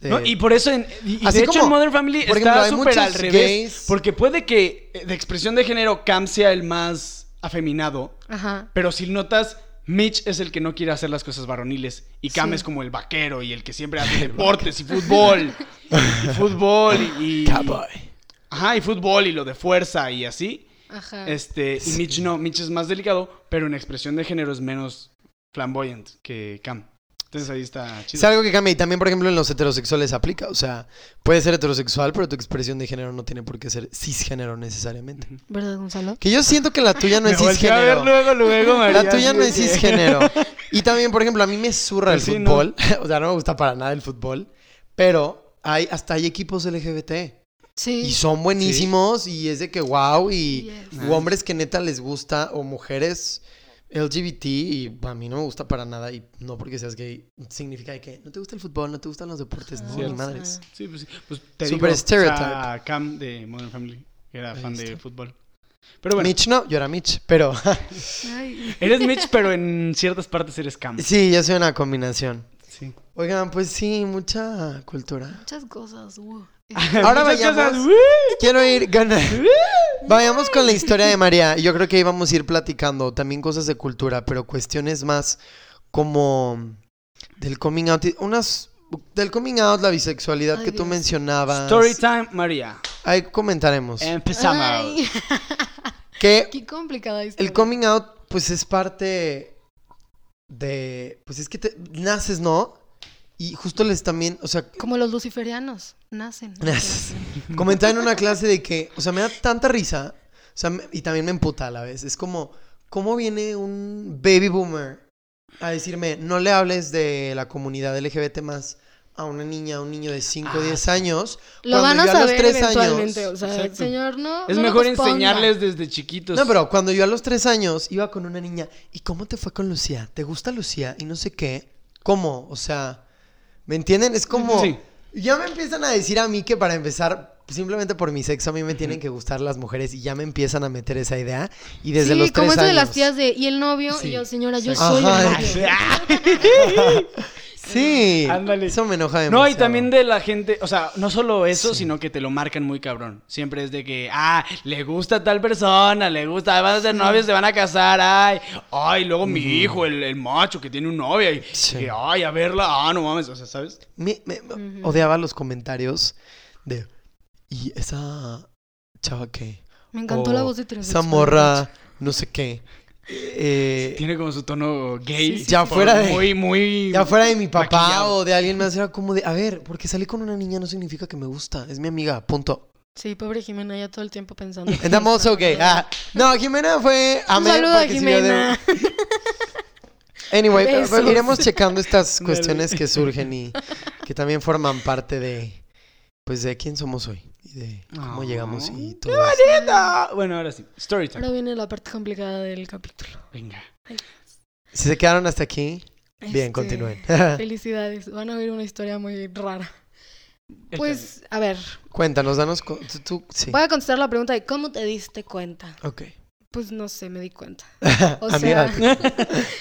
[SPEAKER 2] de-
[SPEAKER 1] No, y por eso en, y, y
[SPEAKER 2] Eh, Así
[SPEAKER 1] de hecho
[SPEAKER 2] como,
[SPEAKER 1] en Modern Family
[SPEAKER 2] por ejemplo,
[SPEAKER 1] está
[SPEAKER 2] hay
[SPEAKER 1] súper al
[SPEAKER 2] muchos
[SPEAKER 1] revés.
[SPEAKER 2] gays-
[SPEAKER 1] Porque puede que eh, de expresión de género Cam sea el más afeminado,
[SPEAKER 3] Ajá.
[SPEAKER 1] pero si notas. Mitch es el que no quiere hacer las cosas varoniles y Cam
[SPEAKER 3] Sí.
[SPEAKER 1] es como el vaquero y el que
[SPEAKER 2] <laughs>
[SPEAKER 1] siempre hace deportes y fútbol y fútbol y, y-
[SPEAKER 2] Cowboy.
[SPEAKER 1] ajá y fútbol y lo de fuerza y así
[SPEAKER 3] Ajá.
[SPEAKER 1] Este, y Mitch no, Mitch es más delicado, pero en expresión de género es menos flamboyant que Cam. Entonces ahí está chido.
[SPEAKER 2] Es algo que cambia. Y también, por ejemplo, en los heterosexuales aplica. O sea, puedes ser heterosexual, pero tu expresión de género no tiene por qué ser cisgénero necesariamente.
[SPEAKER 3] ¿Verdad, Gonzalo?
[SPEAKER 2] Que yo siento que la tuya no
[SPEAKER 1] Me
[SPEAKER 2] es
[SPEAKER 1] volteé a ver
[SPEAKER 2] cisgénero.
[SPEAKER 1] luego, luego, María,
[SPEAKER 2] La tuya
[SPEAKER 1] así
[SPEAKER 2] no
[SPEAKER 1] de
[SPEAKER 2] es
[SPEAKER 1] que-
[SPEAKER 2] cisgénero. <laughs> Y también, por ejemplo, a mí me zurra
[SPEAKER 1] Pues
[SPEAKER 2] el
[SPEAKER 1] sí, ¿no?
[SPEAKER 2] fútbol. <laughs> O sea, no me gusta para nada el fútbol. Pero hay, hasta hay equipos LGBT.
[SPEAKER 3] Sí.
[SPEAKER 2] Y son buenísimos. Y es de que wow. Y
[SPEAKER 3] Yes.
[SPEAKER 2] u hombres que neta les gusta. O mujeres LGBT. Y a mí no me gusta para nada. Y no porque seas gay. Significa de que no te gusta el fútbol, no te gustan los deportes.
[SPEAKER 3] Ajá.
[SPEAKER 2] no,
[SPEAKER 1] Cierto.
[SPEAKER 2] ni madres.
[SPEAKER 1] Ah, Sí, pues, sí. Pues te
[SPEAKER 2] Super
[SPEAKER 1] digo, o sea,
[SPEAKER 2] stereotype.
[SPEAKER 1] Cam de Modern Family, que era
[SPEAKER 2] Ahí
[SPEAKER 1] fan de
[SPEAKER 2] está.
[SPEAKER 1] fútbol. Pero bueno,
[SPEAKER 2] Mitch no, yo era Mitch. Pero <laughs>
[SPEAKER 3] Ay.
[SPEAKER 1] eres Mitch, pero en ciertas partes eres Cam.
[SPEAKER 2] sí, yo soy una combinación.
[SPEAKER 1] Sí.
[SPEAKER 2] Oigan, pues sí, mucha cultura.
[SPEAKER 3] Muchas cosas. uh.
[SPEAKER 1] Muchas
[SPEAKER 2] Ahora vayamos.
[SPEAKER 1] cosas, ¡uh!
[SPEAKER 2] Quiero ir
[SPEAKER 3] <laughs>
[SPEAKER 2] con... Vayamos con la historia de María. Yo creo que íbamos a ir platicando también cosas de cultura, pero cuestiones más como del coming out. y Unas del coming out, la bisexualidad
[SPEAKER 3] Ay,
[SPEAKER 2] que tú
[SPEAKER 3] Dios.
[SPEAKER 2] mencionabas.
[SPEAKER 1] Story time, Em. María.
[SPEAKER 2] Ahí comentaremos.
[SPEAKER 1] Empezamos.
[SPEAKER 3] Ay, <laughs>
[SPEAKER 2] Que
[SPEAKER 3] qué complicada historia.
[SPEAKER 2] el coming out, pues es parte de. Pues es que te, naces, ¿no? Y justo les también, o sea,
[SPEAKER 3] Como los luciferianos, nacen.
[SPEAKER 2] Naces. comentaba en una clase de que, o sea, me da tanta risa, o sea, me- y también me emputa a la vez. Es como, ¿cómo viene un baby boomer a decirme, no le hables de la comunidad LGBT más a una niña, a un niño de 5 o 10 años?
[SPEAKER 3] Lo van
[SPEAKER 2] cuando
[SPEAKER 3] a
[SPEAKER 2] yo a los
[SPEAKER 3] saber
[SPEAKER 2] tres
[SPEAKER 3] eventualmente,
[SPEAKER 2] años-
[SPEAKER 3] o sea,
[SPEAKER 1] Exacto.
[SPEAKER 3] señor, no
[SPEAKER 1] Es
[SPEAKER 3] no lo
[SPEAKER 1] mejor
[SPEAKER 3] posponga.
[SPEAKER 1] enseñarles desde chiquitos.
[SPEAKER 2] No, pero cuando yo a los tres años iba con una niña, ¿y cómo te fue con Lucía? ¿Te gusta Lucía? Y no sé qué. ¿Cómo? O sea, ¿me entienden? Es como...
[SPEAKER 1] Sí.
[SPEAKER 2] Ya me empiezan a decir a mí que para empezar, simplemente por mi sexo, a mí me tienen que gustar las mujeres y ya me empiezan a meter esa idea. Y desde
[SPEAKER 3] sí,
[SPEAKER 2] los tres
[SPEAKER 3] como eso
[SPEAKER 2] años...
[SPEAKER 3] de las tías de y el novio
[SPEAKER 1] Sí.
[SPEAKER 3] y yo, señora, yo
[SPEAKER 2] Ajá,
[SPEAKER 3] soy el
[SPEAKER 2] exacto.
[SPEAKER 3] novio.
[SPEAKER 2] Sí.
[SPEAKER 1] Ándale.
[SPEAKER 2] Eso me enoja demasiado.
[SPEAKER 1] No, y también de la gente, o sea, no solo eso, sino que te lo marcan muy cabrón. Siempre es de que, ah, le gusta a tal persona, le gusta, van a ser novios, se van a casar, ay, ay, luego mi hijo, el, el macho que tiene un novia, y,
[SPEAKER 2] Sí.
[SPEAKER 1] y, ay, a verla, ah, no mames, o sea, ¿sabes?
[SPEAKER 2] Me, me- me- Odiaba los comentarios de... ¿Y esa chava qué?
[SPEAKER 3] Me encantó
[SPEAKER 2] O
[SPEAKER 3] la voz de Teresa.
[SPEAKER 2] Esa morra, no sé qué. Eh,
[SPEAKER 1] Tiene como su tono gay.
[SPEAKER 2] Sí, sí, Ya sí. fuera de-
[SPEAKER 1] Muy, muy.
[SPEAKER 2] Ya fuera de mi papá
[SPEAKER 1] maquillado.
[SPEAKER 2] o de alguien más, era como de, a ver, porque salí con una niña no significa que me gusta, es mi amiga, punto.
[SPEAKER 3] Sí, pobre Jimena, ya todo el tiempo
[SPEAKER 2] <laughs>
[SPEAKER 3] pensando.
[SPEAKER 2] And I'm also gay. Ah, no, Jimena fue...
[SPEAKER 3] Un
[SPEAKER 2] amé
[SPEAKER 3] saludo a
[SPEAKER 2] porque sí vio de- <laughs>
[SPEAKER 3] Jimena.
[SPEAKER 2] Anyway,
[SPEAKER 3] Besos.
[SPEAKER 2] pero iremos checando estas
[SPEAKER 1] Dale.
[SPEAKER 2] cuestiones que
[SPEAKER 1] <laughs>
[SPEAKER 2] surgen y que también forman parte de, pues, de quién somos hoy y de cómo
[SPEAKER 1] Aw.
[SPEAKER 2] llegamos y
[SPEAKER 1] ¡Qué
[SPEAKER 2] todo. eso.
[SPEAKER 1] ¡Neta! Bueno, ahora sí. Story time.
[SPEAKER 3] Ahora viene la parte complicada del capítulo.
[SPEAKER 1] Venga.
[SPEAKER 2] Si se quedaron hasta aquí, bien,
[SPEAKER 3] Este,
[SPEAKER 2] continúen.
[SPEAKER 3] <laughs>
[SPEAKER 2] <laughs>
[SPEAKER 3] Felicidades, van a oír una historia muy rara.
[SPEAKER 1] El
[SPEAKER 3] Pues, a ver,
[SPEAKER 2] Cuéntanos, danos... co- Tú, tú- sí.
[SPEAKER 3] voy a contestar la pregunta de cómo te diste cuenta.
[SPEAKER 2] Ok.
[SPEAKER 3] Pues no sé, me di
[SPEAKER 2] <laughs>
[SPEAKER 3] cuenta. O sea,
[SPEAKER 2] Amiga,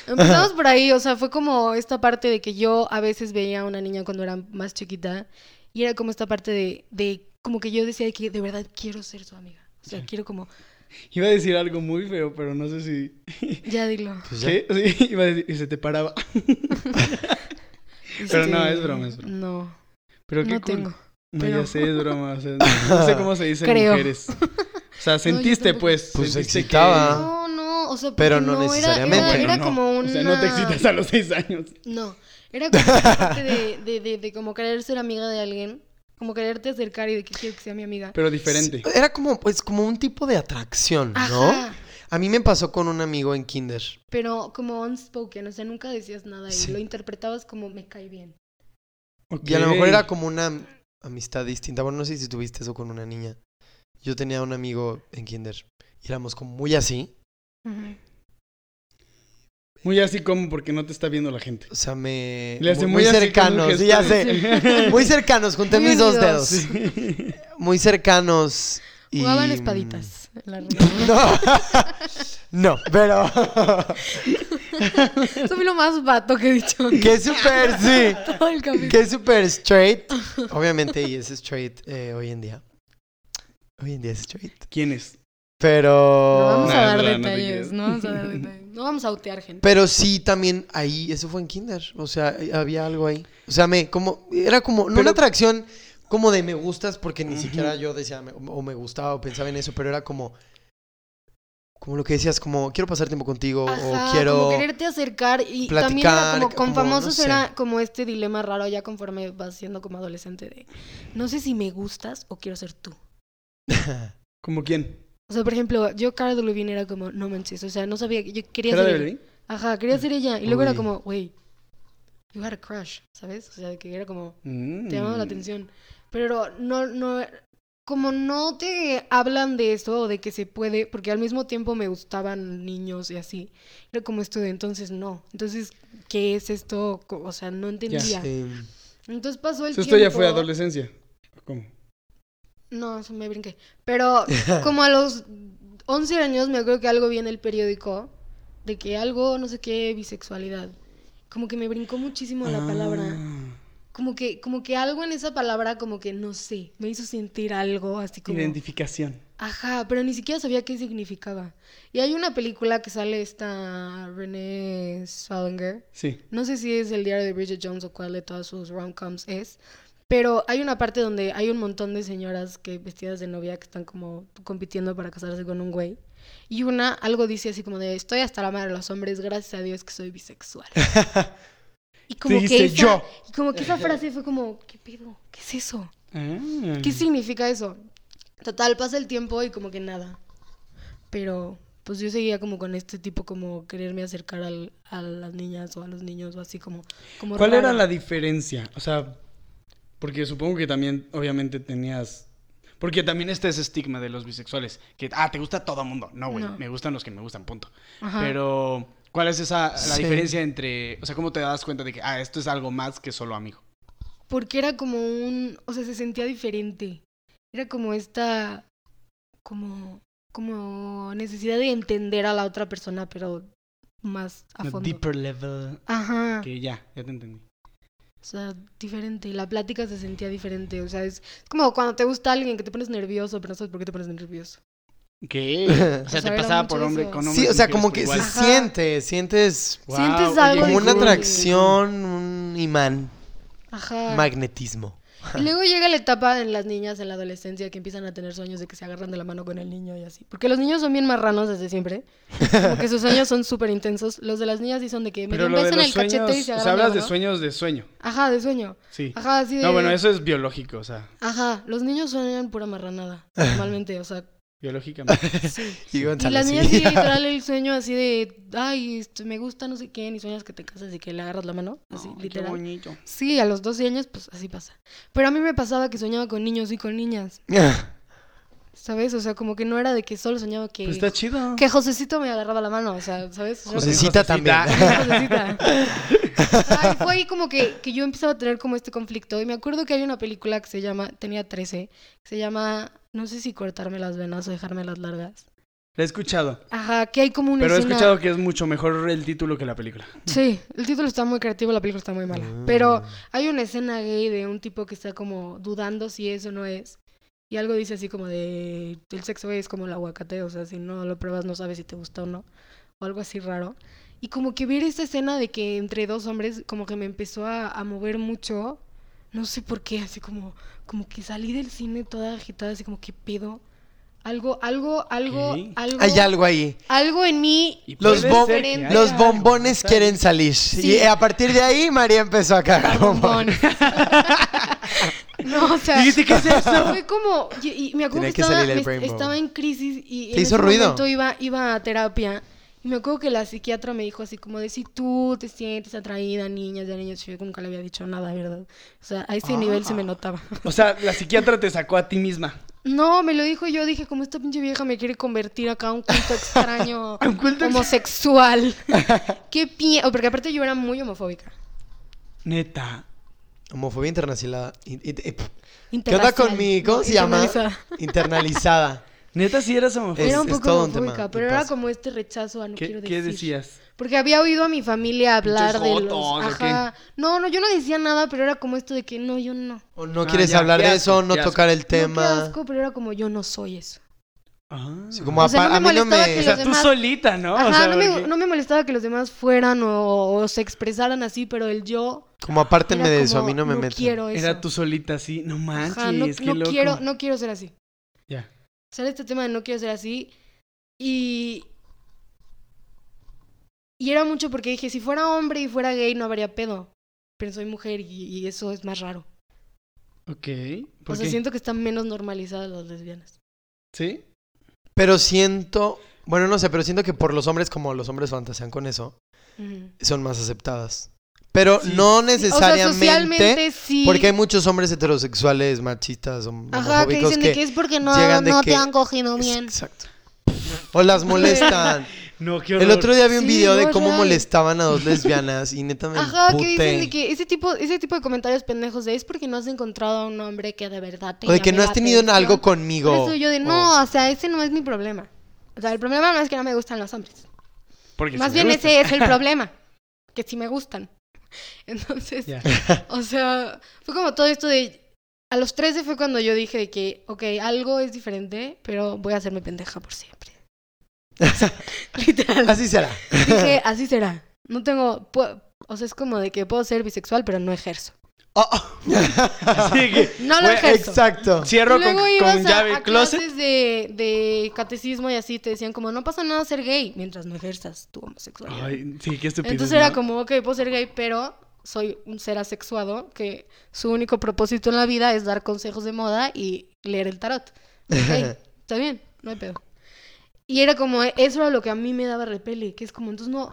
[SPEAKER 3] empezamos por ahí, o sea, fue como esta parte de que yo a veces veía a una niña cuando era más chiquita y era como esta parte de, de como que yo decía de que de verdad quiero ser su amiga. O sea, quiero como,
[SPEAKER 1] Iba a decir algo muy feo, pero no sé si.
[SPEAKER 3] ya dilo.
[SPEAKER 2] pues ya.
[SPEAKER 1] ¿Qué? Sí, <laughs> iba a decir, y se te paraba. Pero no,
[SPEAKER 3] Este,
[SPEAKER 1] es broma, es broma.
[SPEAKER 3] No,
[SPEAKER 1] Pero qué
[SPEAKER 3] no
[SPEAKER 1] cool.
[SPEAKER 3] tengo.
[SPEAKER 1] No,
[SPEAKER 3] pero-
[SPEAKER 1] ya sé, es broma.
[SPEAKER 3] <laughs>
[SPEAKER 1] o sea, no, no sé cómo se dice en
[SPEAKER 3] Creo.
[SPEAKER 1] mujeres. O
[SPEAKER 3] <laughs>
[SPEAKER 1] sea, sentiste,
[SPEAKER 3] tampoco.
[SPEAKER 1] pues.
[SPEAKER 2] Pues
[SPEAKER 1] sentiste
[SPEAKER 2] excitaba. Ah.
[SPEAKER 3] No, no, o sea,
[SPEAKER 2] Pero
[SPEAKER 3] porque
[SPEAKER 2] no
[SPEAKER 3] era-
[SPEAKER 2] necesariamente.
[SPEAKER 3] Era,
[SPEAKER 1] Bueno,
[SPEAKER 3] era
[SPEAKER 1] no.
[SPEAKER 3] como una...
[SPEAKER 1] O sea, no te excitas a los seis años.
[SPEAKER 3] No, era como esta parte de, de, de, de como querer ser amiga de alguien, como quererte acercar y de que quiero que sea mi amiga.
[SPEAKER 1] Pero diferente.
[SPEAKER 2] Sí, Era como, pues, como un tipo de atracción, ¿no?
[SPEAKER 3] Ajá.
[SPEAKER 2] A mí me pasó con un amigo en kinder.
[SPEAKER 3] Pero como unspoken, o sea, nunca decías nada y
[SPEAKER 2] Sí.
[SPEAKER 3] lo interpretabas como me cae bien.
[SPEAKER 1] Ok.
[SPEAKER 2] Y a lo mejor era como una amistad distinta. Bueno, no sé si tuviste eso con una niña. Yo tenía un amigo en kinder. Y éramos como muy así.
[SPEAKER 1] Muy así como porque no te está viendo la gente.
[SPEAKER 2] O sea, me...
[SPEAKER 1] Le hace
[SPEAKER 2] muy,
[SPEAKER 1] muy así con un
[SPEAKER 2] cercanos.
[SPEAKER 1] gesto.
[SPEAKER 2] Sí, ya sé. Muy cercanos. Junté
[SPEAKER 3] Muy
[SPEAKER 2] mis dos
[SPEAKER 1] <laughs>
[SPEAKER 2] dedos.
[SPEAKER 3] unidos.
[SPEAKER 2] Muy cercanos. Y... mm,
[SPEAKER 3] Jugaban espaditas. en
[SPEAKER 2] <laughs>
[SPEAKER 3] la red.
[SPEAKER 2] No. no, pero... <laughs>
[SPEAKER 3] Eso fue lo más vato que he dicho.
[SPEAKER 2] ¡Qué súper, sí!
[SPEAKER 3] <laughs> Todo el capítulo.
[SPEAKER 2] Que es súper straight. Obviamente, y es straight eh, hoy en día. Hoy en día es straight.
[SPEAKER 1] ¿Quién es?
[SPEAKER 3] No
[SPEAKER 2] Pero.
[SPEAKER 3] vamos
[SPEAKER 1] No,
[SPEAKER 3] a dar
[SPEAKER 1] es verdad, no te
[SPEAKER 3] detalles,
[SPEAKER 1] quiero.
[SPEAKER 3] no, vamos a dar detalles. No vamos a autear gente.
[SPEAKER 2] Pero sí, también ahí, eso fue en Kinder. O sea, había algo ahí. O sea, me, como, era como, no una
[SPEAKER 1] Pero-
[SPEAKER 2] atracción como de me gustas, porque ni siquiera yo decía, me- o me gustaba, o pensaba en eso, pero era como, como lo que decías, como, quiero pasar tiempo contigo,
[SPEAKER 3] Ajá,
[SPEAKER 2] o quiero.
[SPEAKER 3] como
[SPEAKER 2] <laughs>
[SPEAKER 3] quererte acercar y también era
[SPEAKER 2] platicar,
[SPEAKER 3] como con
[SPEAKER 2] como,
[SPEAKER 3] famosos
[SPEAKER 2] no sé.
[SPEAKER 3] era como este dilema raro ya conforme vas siendo como adolescente de no sé si me gustas o quiero ser tú.
[SPEAKER 1] ¿Como quién?
[SPEAKER 3] O sea, por ejemplo, yo Cara Delevingne era como no manches, o sea, no sabía que yo quería
[SPEAKER 1] ¿Cara
[SPEAKER 3] ser
[SPEAKER 1] de
[SPEAKER 3] ella.
[SPEAKER 1] Belén?
[SPEAKER 3] Ajá, quería ser ella y luego era
[SPEAKER 2] Uy.
[SPEAKER 3] como, "Güey, you had a crush", ¿sabes? O sea, que era como
[SPEAKER 1] Mm.
[SPEAKER 3] te llamaba la atención, pero no no como no te hablan de eso o de que se puede, porque al mismo tiempo me gustaban niños y así. Era como esto de entonces no. Entonces, ¿qué es esto? Co- O sea, no entendía.
[SPEAKER 2] Sí.
[SPEAKER 3] Entonces pasó el
[SPEAKER 1] Eso
[SPEAKER 3] tiempo.
[SPEAKER 1] esto ya fue adolescencia. ¿Cómo?
[SPEAKER 3] No, eso me brinqué. Pero como a los 11 años me acuerdo que algo vi en el periódico de que algo, no sé qué, bisexualidad. Como que me brincó muchísimo la palabra.
[SPEAKER 1] Ah.
[SPEAKER 3] Como que, como que algo en esa palabra, como que no sé, me hizo sentir algo así como.
[SPEAKER 1] Identificación.
[SPEAKER 3] Ajá, pero ni siquiera sabía qué significaba. Y hay una película que sale esta Renee Zellweger.
[SPEAKER 1] Sí.
[SPEAKER 3] No sé si es el diario de Bridget Jones o cuál de todas sus rom-coms es. Pero hay una parte donde hay un montón de señoras que vestidas de novia que están como compitiendo para casarse con un güey. Y una algo dice así como de, estoy hasta la madre de los hombres, gracias a Dios que soy bisexual. y como
[SPEAKER 2] Te
[SPEAKER 3] que
[SPEAKER 2] dice
[SPEAKER 3] esa,
[SPEAKER 2] yo.
[SPEAKER 3] y como que esa frase fue como, ¿qué pedo? ¿Qué es eso?
[SPEAKER 1] Ah.
[SPEAKER 3] ¿Qué significa eso? Total, pasa el tiempo y como que nada. Pero pues yo seguía como con este tipo como quererme acercar al- a las niñas o a los niños o así como... como
[SPEAKER 1] ¿Cuál
[SPEAKER 3] rara.
[SPEAKER 1] era la diferencia? O sea, porque supongo que también, obviamente, tenías. Porque también está ese estigma de los bisexuales. Que, ah, te gusta todo mundo. No, güey.
[SPEAKER 3] No.
[SPEAKER 1] Me gustan los que me gustan, punto.
[SPEAKER 3] Ajá.
[SPEAKER 1] Pero, ¿cuál es esa la
[SPEAKER 2] Sí.
[SPEAKER 1] diferencia entre. O sea, ¿cómo te das cuenta de que, ah, esto es algo más que solo amigo?
[SPEAKER 3] Porque era como un, o sea, se sentía diferente. Era como esta, como, como necesidad de entender a la otra persona, pero más a
[SPEAKER 1] No,
[SPEAKER 3] fondo.
[SPEAKER 1] Deeper level.
[SPEAKER 3] Ajá.
[SPEAKER 1] Que ya, ya te entendí.
[SPEAKER 3] O sea, diferente. La plática se sentía diferente. O sea, es, es como cuando te gusta alguien que te pones nervioso, pero no sabes por qué te pones nervioso.
[SPEAKER 1] ¿Qué? O sea,
[SPEAKER 3] sea,
[SPEAKER 1] te
[SPEAKER 3] era
[SPEAKER 1] pasaba
[SPEAKER 3] mucho
[SPEAKER 1] por hombre
[SPEAKER 3] eso.
[SPEAKER 1] con hombre.
[SPEAKER 2] Sí, o sea, como que se
[SPEAKER 3] igual. Ajá.
[SPEAKER 2] siente, sientes
[SPEAKER 1] Wow,
[SPEAKER 3] Sientes
[SPEAKER 1] oye,
[SPEAKER 3] algo
[SPEAKER 2] como una
[SPEAKER 3] diferente.
[SPEAKER 2] atracción, un imán,
[SPEAKER 3] Ajá.
[SPEAKER 2] magnetismo.
[SPEAKER 3] Y luego llega la etapa en las niñas, en la adolescencia, que empiezan a tener sueños de que se agarran de la mano con el niño y así. Porque los niños son bien marranos desde siempre. Como que sus sueños son súper intensos. Los de las niñas sí son de que me
[SPEAKER 1] Pero lo de
[SPEAKER 3] besan
[SPEAKER 1] los
[SPEAKER 3] el
[SPEAKER 1] sueños.
[SPEAKER 3] cachete
[SPEAKER 1] O
[SPEAKER 3] y se
[SPEAKER 1] sea,
[SPEAKER 3] agarran
[SPEAKER 1] hablas de
[SPEAKER 3] la mano.
[SPEAKER 1] sueños de sueño.
[SPEAKER 3] Ajá, de sueño.
[SPEAKER 1] Sí.
[SPEAKER 3] Ajá, así de...
[SPEAKER 1] No, bueno, eso es biológico, o sea,
[SPEAKER 3] Ajá, los niños sueñan pura marranada, normalmente, o sea, <laughs>
[SPEAKER 1] biológicamente. <laughs>
[SPEAKER 3] sí.
[SPEAKER 2] Y,
[SPEAKER 3] Y
[SPEAKER 2] Gonzalo,
[SPEAKER 3] las
[SPEAKER 2] sí.
[SPEAKER 3] niñas sí,
[SPEAKER 2] <laughs>
[SPEAKER 3] literal, el sueño así de, ay, este, me gusta no sé quién, y sueñas que te casas y que le agarras la mano, así, literal.
[SPEAKER 1] bonito.
[SPEAKER 3] Sí, a los 12 años, pues así pasa. Pero a mí me pasaba que soñaba con niños y con niñas, ¿sabes? O sea, como que no era de que solo soñaba que,
[SPEAKER 1] Pues está chido. Pues
[SPEAKER 3] que Josecito me agarraba la mano, o sea, ¿sabes? O sea,
[SPEAKER 1] Josecita.
[SPEAKER 2] Josecita también.
[SPEAKER 3] Ay,
[SPEAKER 1] <laughs>
[SPEAKER 3] Josecita. Ay, fue ahí como que, que yo empezaba a tener como este conflicto. Y me acuerdo que hay una película que se llama, tenía 13, que se llama, no sé si cortarme las venas o dejarme las largas.
[SPEAKER 1] La he escuchado.
[SPEAKER 3] Ajá, que hay como una
[SPEAKER 1] Pero he
[SPEAKER 3] escena-
[SPEAKER 1] escuchado que es mucho mejor el título que la película.
[SPEAKER 3] Sí, el título está muy creativo, la película está muy mala.
[SPEAKER 2] Ah.
[SPEAKER 3] Pero hay una escena gay de un tipo que está como dudando si es o no es. Y algo dice así como de, el sexo gay es como el aguacate, o sea, si no lo pruebas no sabes si te gusta o no. O algo así raro. Y como que ver esta escena de que entre dos hombres como que me empezó a, a mover mucho. No sé por qué, así como, como que salí del cine toda agitada, así como que pedo. Algo, algo, algo,
[SPEAKER 1] Ok.
[SPEAKER 3] algo.
[SPEAKER 2] Hay algo ahí.
[SPEAKER 3] algo en mí.
[SPEAKER 1] Y
[SPEAKER 2] Los,
[SPEAKER 1] puede
[SPEAKER 2] bom-
[SPEAKER 1] ser que haya
[SPEAKER 2] los
[SPEAKER 1] algo,
[SPEAKER 2] bombones
[SPEAKER 1] ¿sabes?
[SPEAKER 2] quieren salir. Y a partir de ahí, María empezó a cagar
[SPEAKER 3] bombón.
[SPEAKER 2] bombones.
[SPEAKER 3] <laughs> no, o sea.
[SPEAKER 1] Dijiste,
[SPEAKER 3] <laughs>
[SPEAKER 1] ¿qué es eso?
[SPEAKER 3] Fue como, y, y me acuerdo
[SPEAKER 2] Tenía
[SPEAKER 3] que,
[SPEAKER 2] que
[SPEAKER 3] estaba,
[SPEAKER 2] salir el
[SPEAKER 3] me-
[SPEAKER 2] Rainbow.
[SPEAKER 3] estaba en crisis y en
[SPEAKER 2] ¿Te hizo
[SPEAKER 3] ese
[SPEAKER 2] ruido?
[SPEAKER 3] momento iba, iba a terapia. Y me acuerdo que la psiquiatra me dijo así como de si tú te sientes atraída a niñas y a niños, yo nunca le había dicho nada, ¿verdad? O sea, a ese nivel
[SPEAKER 2] Ah.
[SPEAKER 3] se me notaba. <laughs>
[SPEAKER 1] O sea, la psiquiatra te sacó a ti misma.
[SPEAKER 3] No, me lo dijo y yo dije, como esta pinche vieja me quiere convertir acá a un
[SPEAKER 2] <laughs>
[SPEAKER 3] culto extraño
[SPEAKER 1] ¿A un culto ex-
[SPEAKER 3] homosexual. Qué pie... Oh, Porque aparte yo era muy homofóbica.
[SPEAKER 1] Neta.
[SPEAKER 2] Homofobia internacional. in- in- eh, ¿Qué onda con mi. ¿Cómo
[SPEAKER 3] No,
[SPEAKER 2] se llama?
[SPEAKER 3] internalizada.
[SPEAKER 2] Internalizada.
[SPEAKER 1] Neta, sí eras homofóbico.
[SPEAKER 2] Es-
[SPEAKER 3] Era un
[SPEAKER 2] es
[SPEAKER 3] poco
[SPEAKER 2] todo un tema,
[SPEAKER 3] homofóbica,
[SPEAKER 2] y
[SPEAKER 3] pero era
[SPEAKER 2] pasa.
[SPEAKER 3] como este rechazo a no
[SPEAKER 1] ¿Qué,
[SPEAKER 3] quiero
[SPEAKER 1] qué
[SPEAKER 3] decir.
[SPEAKER 1] decías?
[SPEAKER 3] Porque había oído a mi familia hablar
[SPEAKER 1] Pinches
[SPEAKER 3] de
[SPEAKER 1] jotos, ¿o
[SPEAKER 3] los... Ajá. No, no, yo no decía nada, pero era como esto de que no, yo no.
[SPEAKER 2] O no
[SPEAKER 1] Ah,
[SPEAKER 2] quieres
[SPEAKER 1] ya,
[SPEAKER 2] hablar
[SPEAKER 1] qué
[SPEAKER 2] de
[SPEAKER 1] asco,
[SPEAKER 2] eso, no
[SPEAKER 1] qué asco.
[SPEAKER 2] tocar el
[SPEAKER 3] No, qué
[SPEAKER 2] tema.
[SPEAKER 3] asco, pero era como yo no soy eso.
[SPEAKER 1] Ah.
[SPEAKER 2] Sí, como
[SPEAKER 3] O sea,
[SPEAKER 2] apa-
[SPEAKER 3] no me
[SPEAKER 2] a mí no
[SPEAKER 3] molestaba
[SPEAKER 2] me.
[SPEAKER 3] que
[SPEAKER 1] o sea,
[SPEAKER 3] los
[SPEAKER 1] tú
[SPEAKER 3] demás-
[SPEAKER 1] solita, ¿no? O
[SPEAKER 3] Ajá,
[SPEAKER 1] sea,
[SPEAKER 3] no, me,
[SPEAKER 1] porque-
[SPEAKER 3] no me molestaba que los demás fueran o, o se expresaran así, pero el yo...
[SPEAKER 2] Como apártenme
[SPEAKER 3] era
[SPEAKER 2] de eso, a
[SPEAKER 3] como,
[SPEAKER 2] mí no me
[SPEAKER 3] no
[SPEAKER 2] meten.
[SPEAKER 3] quiero eso.
[SPEAKER 1] Era tú solita así. No manches,
[SPEAKER 3] Ajá, no,
[SPEAKER 1] qué
[SPEAKER 3] no
[SPEAKER 1] loco.
[SPEAKER 3] quiero, no quiero ser así.
[SPEAKER 1] Ya.
[SPEAKER 3] sale este tema de no quiero ser así y y era mucho porque dije si fuera hombre y fuera gay no habría pedo pero soy mujer y, y eso es más raro
[SPEAKER 1] Ok. ¿Por
[SPEAKER 3] o sea
[SPEAKER 1] qué?
[SPEAKER 3] siento que están menos normalizadas las lesbianas
[SPEAKER 1] ¿Sí?
[SPEAKER 2] Pero siento. Bueno, no sé, pero siento que por los hombres, como los hombres fantasean con eso,
[SPEAKER 3] Ujú.
[SPEAKER 2] son más aceptadas. Pero
[SPEAKER 1] Sí.
[SPEAKER 2] no
[SPEAKER 3] o sea
[SPEAKER 2] necesariamente.
[SPEAKER 3] socialmente sí
[SPEAKER 2] Porque hay muchos hombres heterosexuales, machistas, hom-
[SPEAKER 3] ajá que
[SPEAKER 2] homofóbicos
[SPEAKER 3] dicen de que es porque no,
[SPEAKER 2] llegan de
[SPEAKER 3] no
[SPEAKER 2] que-
[SPEAKER 3] te han cogido bien
[SPEAKER 2] Exacto. O las molestan.
[SPEAKER 1] No, <laughs> qué
[SPEAKER 2] El otro día vi un
[SPEAKER 3] Sí,
[SPEAKER 2] video de
[SPEAKER 3] no,
[SPEAKER 2] cómo
[SPEAKER 3] real.
[SPEAKER 2] molestaban a dos lesbianas y neta me
[SPEAKER 3] Ajá, que
[SPEAKER 2] emputé.
[SPEAKER 3] dicen de que ese tipo, ese tipo de comentarios pendejos de es porque no has encontrado a un hombre que de verdad te
[SPEAKER 2] O de que
[SPEAKER 3] llame
[SPEAKER 2] no
[SPEAKER 3] la
[SPEAKER 2] has tenido
[SPEAKER 3] atención".
[SPEAKER 2] algo conmigo.
[SPEAKER 3] Por eso yo de, no, o sea, ese no es mi problema. O sea, el problema no es que no me gustan los hombres.
[SPEAKER 1] Porque
[SPEAKER 3] Más
[SPEAKER 1] sí me
[SPEAKER 3] bien
[SPEAKER 1] gusta.
[SPEAKER 3] ese es el
[SPEAKER 1] <laughs>
[SPEAKER 3] problema, que sí me gustan. <laughs>
[SPEAKER 1] <laughs>
[SPEAKER 3] Entonces,
[SPEAKER 1] Ya.
[SPEAKER 3] o sea, fue como todo esto de... A los 13 fue cuando yo dije de que, ok, algo es diferente, pero voy a hacerme pendeja por siempre.
[SPEAKER 2] O-
[SPEAKER 1] <laughs>
[SPEAKER 3] Literal.
[SPEAKER 2] Así
[SPEAKER 3] <laughs>
[SPEAKER 2] será.
[SPEAKER 3] Dije, así será. No tengo... pu- O sea, es como de que puedo ser bisexual, pero no ejerzo.
[SPEAKER 2] Ah,
[SPEAKER 1] Así que.
[SPEAKER 3] No lo
[SPEAKER 1] güey,
[SPEAKER 3] ejerzo.
[SPEAKER 2] exacto.
[SPEAKER 1] Cierro
[SPEAKER 3] Y
[SPEAKER 1] con,
[SPEAKER 3] luego
[SPEAKER 1] con
[SPEAKER 3] ibas a-
[SPEAKER 1] llave
[SPEAKER 3] a,
[SPEAKER 1] el closet.
[SPEAKER 3] clases de, de catecismo y así te decían como no pasa nada ser gay mientras no ejerzas tu homosexualidad.
[SPEAKER 1] Ay, sí, qué estupidez.
[SPEAKER 3] Entonces era
[SPEAKER 1] ¿no?
[SPEAKER 3] como, ok, puedo ser gay, pero soy un ser asexuado que su único propósito en la vida es dar consejos de moda y leer el tarot. Ok, está bien, no hay pedo. Y era como, eso era lo que a mí me daba repele, que es como, entonces no,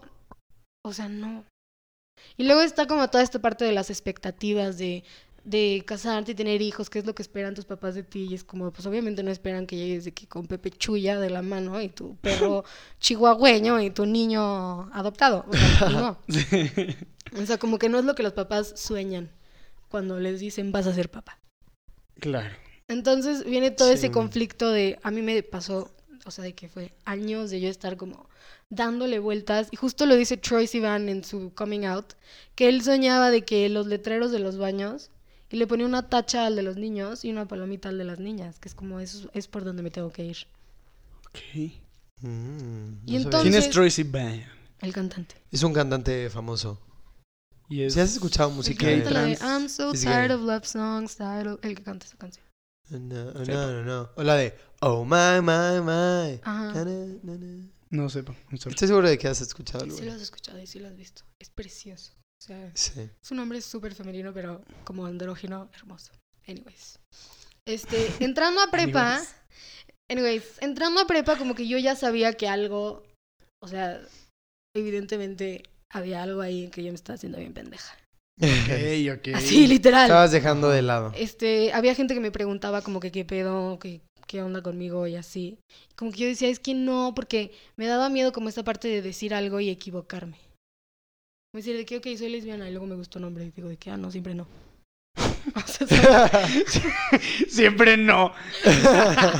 [SPEAKER 3] o sea, no. Y luego está como toda esta parte de las expectativas de, de casarte y tener hijos, qué es lo que esperan tus papás de ti. Y es como, pues obviamente no esperan que llegues de que con Pepe Chuya de la mano y tu perro chihuahueño y tu niño adoptado. O sea, pues, no. O sea, como que no es lo que los papás sueñan cuando les dicen vas a ser papá.
[SPEAKER 1] <laughs> Claro.
[SPEAKER 3] Entonces viene todo
[SPEAKER 2] Sí.
[SPEAKER 3] ese conflicto de, a mí me pasó, o sea, de que fue años de yo estar como dándole vueltas. Y justo lo dice Troy Sivan en su coming out, que él soñaba de que los letreros de los baños, y le ponía una tacha al de los niños y una palomita al de las niñas, que es como, eso es por donde me tengo que ir.
[SPEAKER 1] Okay.
[SPEAKER 2] Mm,
[SPEAKER 3] Y
[SPEAKER 2] no sabía.
[SPEAKER 1] ¿Quién
[SPEAKER 3] entonces-
[SPEAKER 1] es Troy Sivan?
[SPEAKER 3] El cantante.
[SPEAKER 2] Es un cantante famoso.
[SPEAKER 1] Y es-
[SPEAKER 2] Si has escuchado
[SPEAKER 3] El
[SPEAKER 2] música
[SPEAKER 3] que
[SPEAKER 1] gay,
[SPEAKER 2] de...
[SPEAKER 3] canta la de,
[SPEAKER 1] trans,
[SPEAKER 3] I'm so
[SPEAKER 2] es
[SPEAKER 3] tired
[SPEAKER 2] gay.
[SPEAKER 3] of love songs, tired of-" El que canta esa canción.
[SPEAKER 2] No, no, no, no. O la de... Oh, my, my, my.
[SPEAKER 3] Ajá.
[SPEAKER 2] Na, na, na, na.
[SPEAKER 1] No sé, I'm sorry.
[SPEAKER 2] Estoy seguro de que has escuchado algo.
[SPEAKER 3] Sí lo has escuchado y sí lo has visto. Es precioso. O sea,
[SPEAKER 2] Sí.
[SPEAKER 3] su nombre es súper femenino, pero como andrógino, hermoso. Anyways.
[SPEAKER 1] <laughs>
[SPEAKER 3] Este, entrando a prepa,
[SPEAKER 1] Anyways.
[SPEAKER 3] anyways, entrando a prepa como que yo ya sabía que algo, o sea, evidentemente había algo ahí en que yo me estaba haciendo bien pendeja.
[SPEAKER 1] Ok, ok.
[SPEAKER 3] Así, literal.
[SPEAKER 2] <laughs> Estabas dejando de lado.
[SPEAKER 3] Este, había gente que me preguntaba como que qué pedo, que qué onda conmigo y así. Como que yo decía, es que no, porque me daba miedo como esta parte de decir algo y equivocarme. Como decir de que, ok, soy lesbiana y luego me gustó un hombre y digo de que, ah, no, siempre no. <laughs> O sea, ¿sabes?
[SPEAKER 1] Siempre no.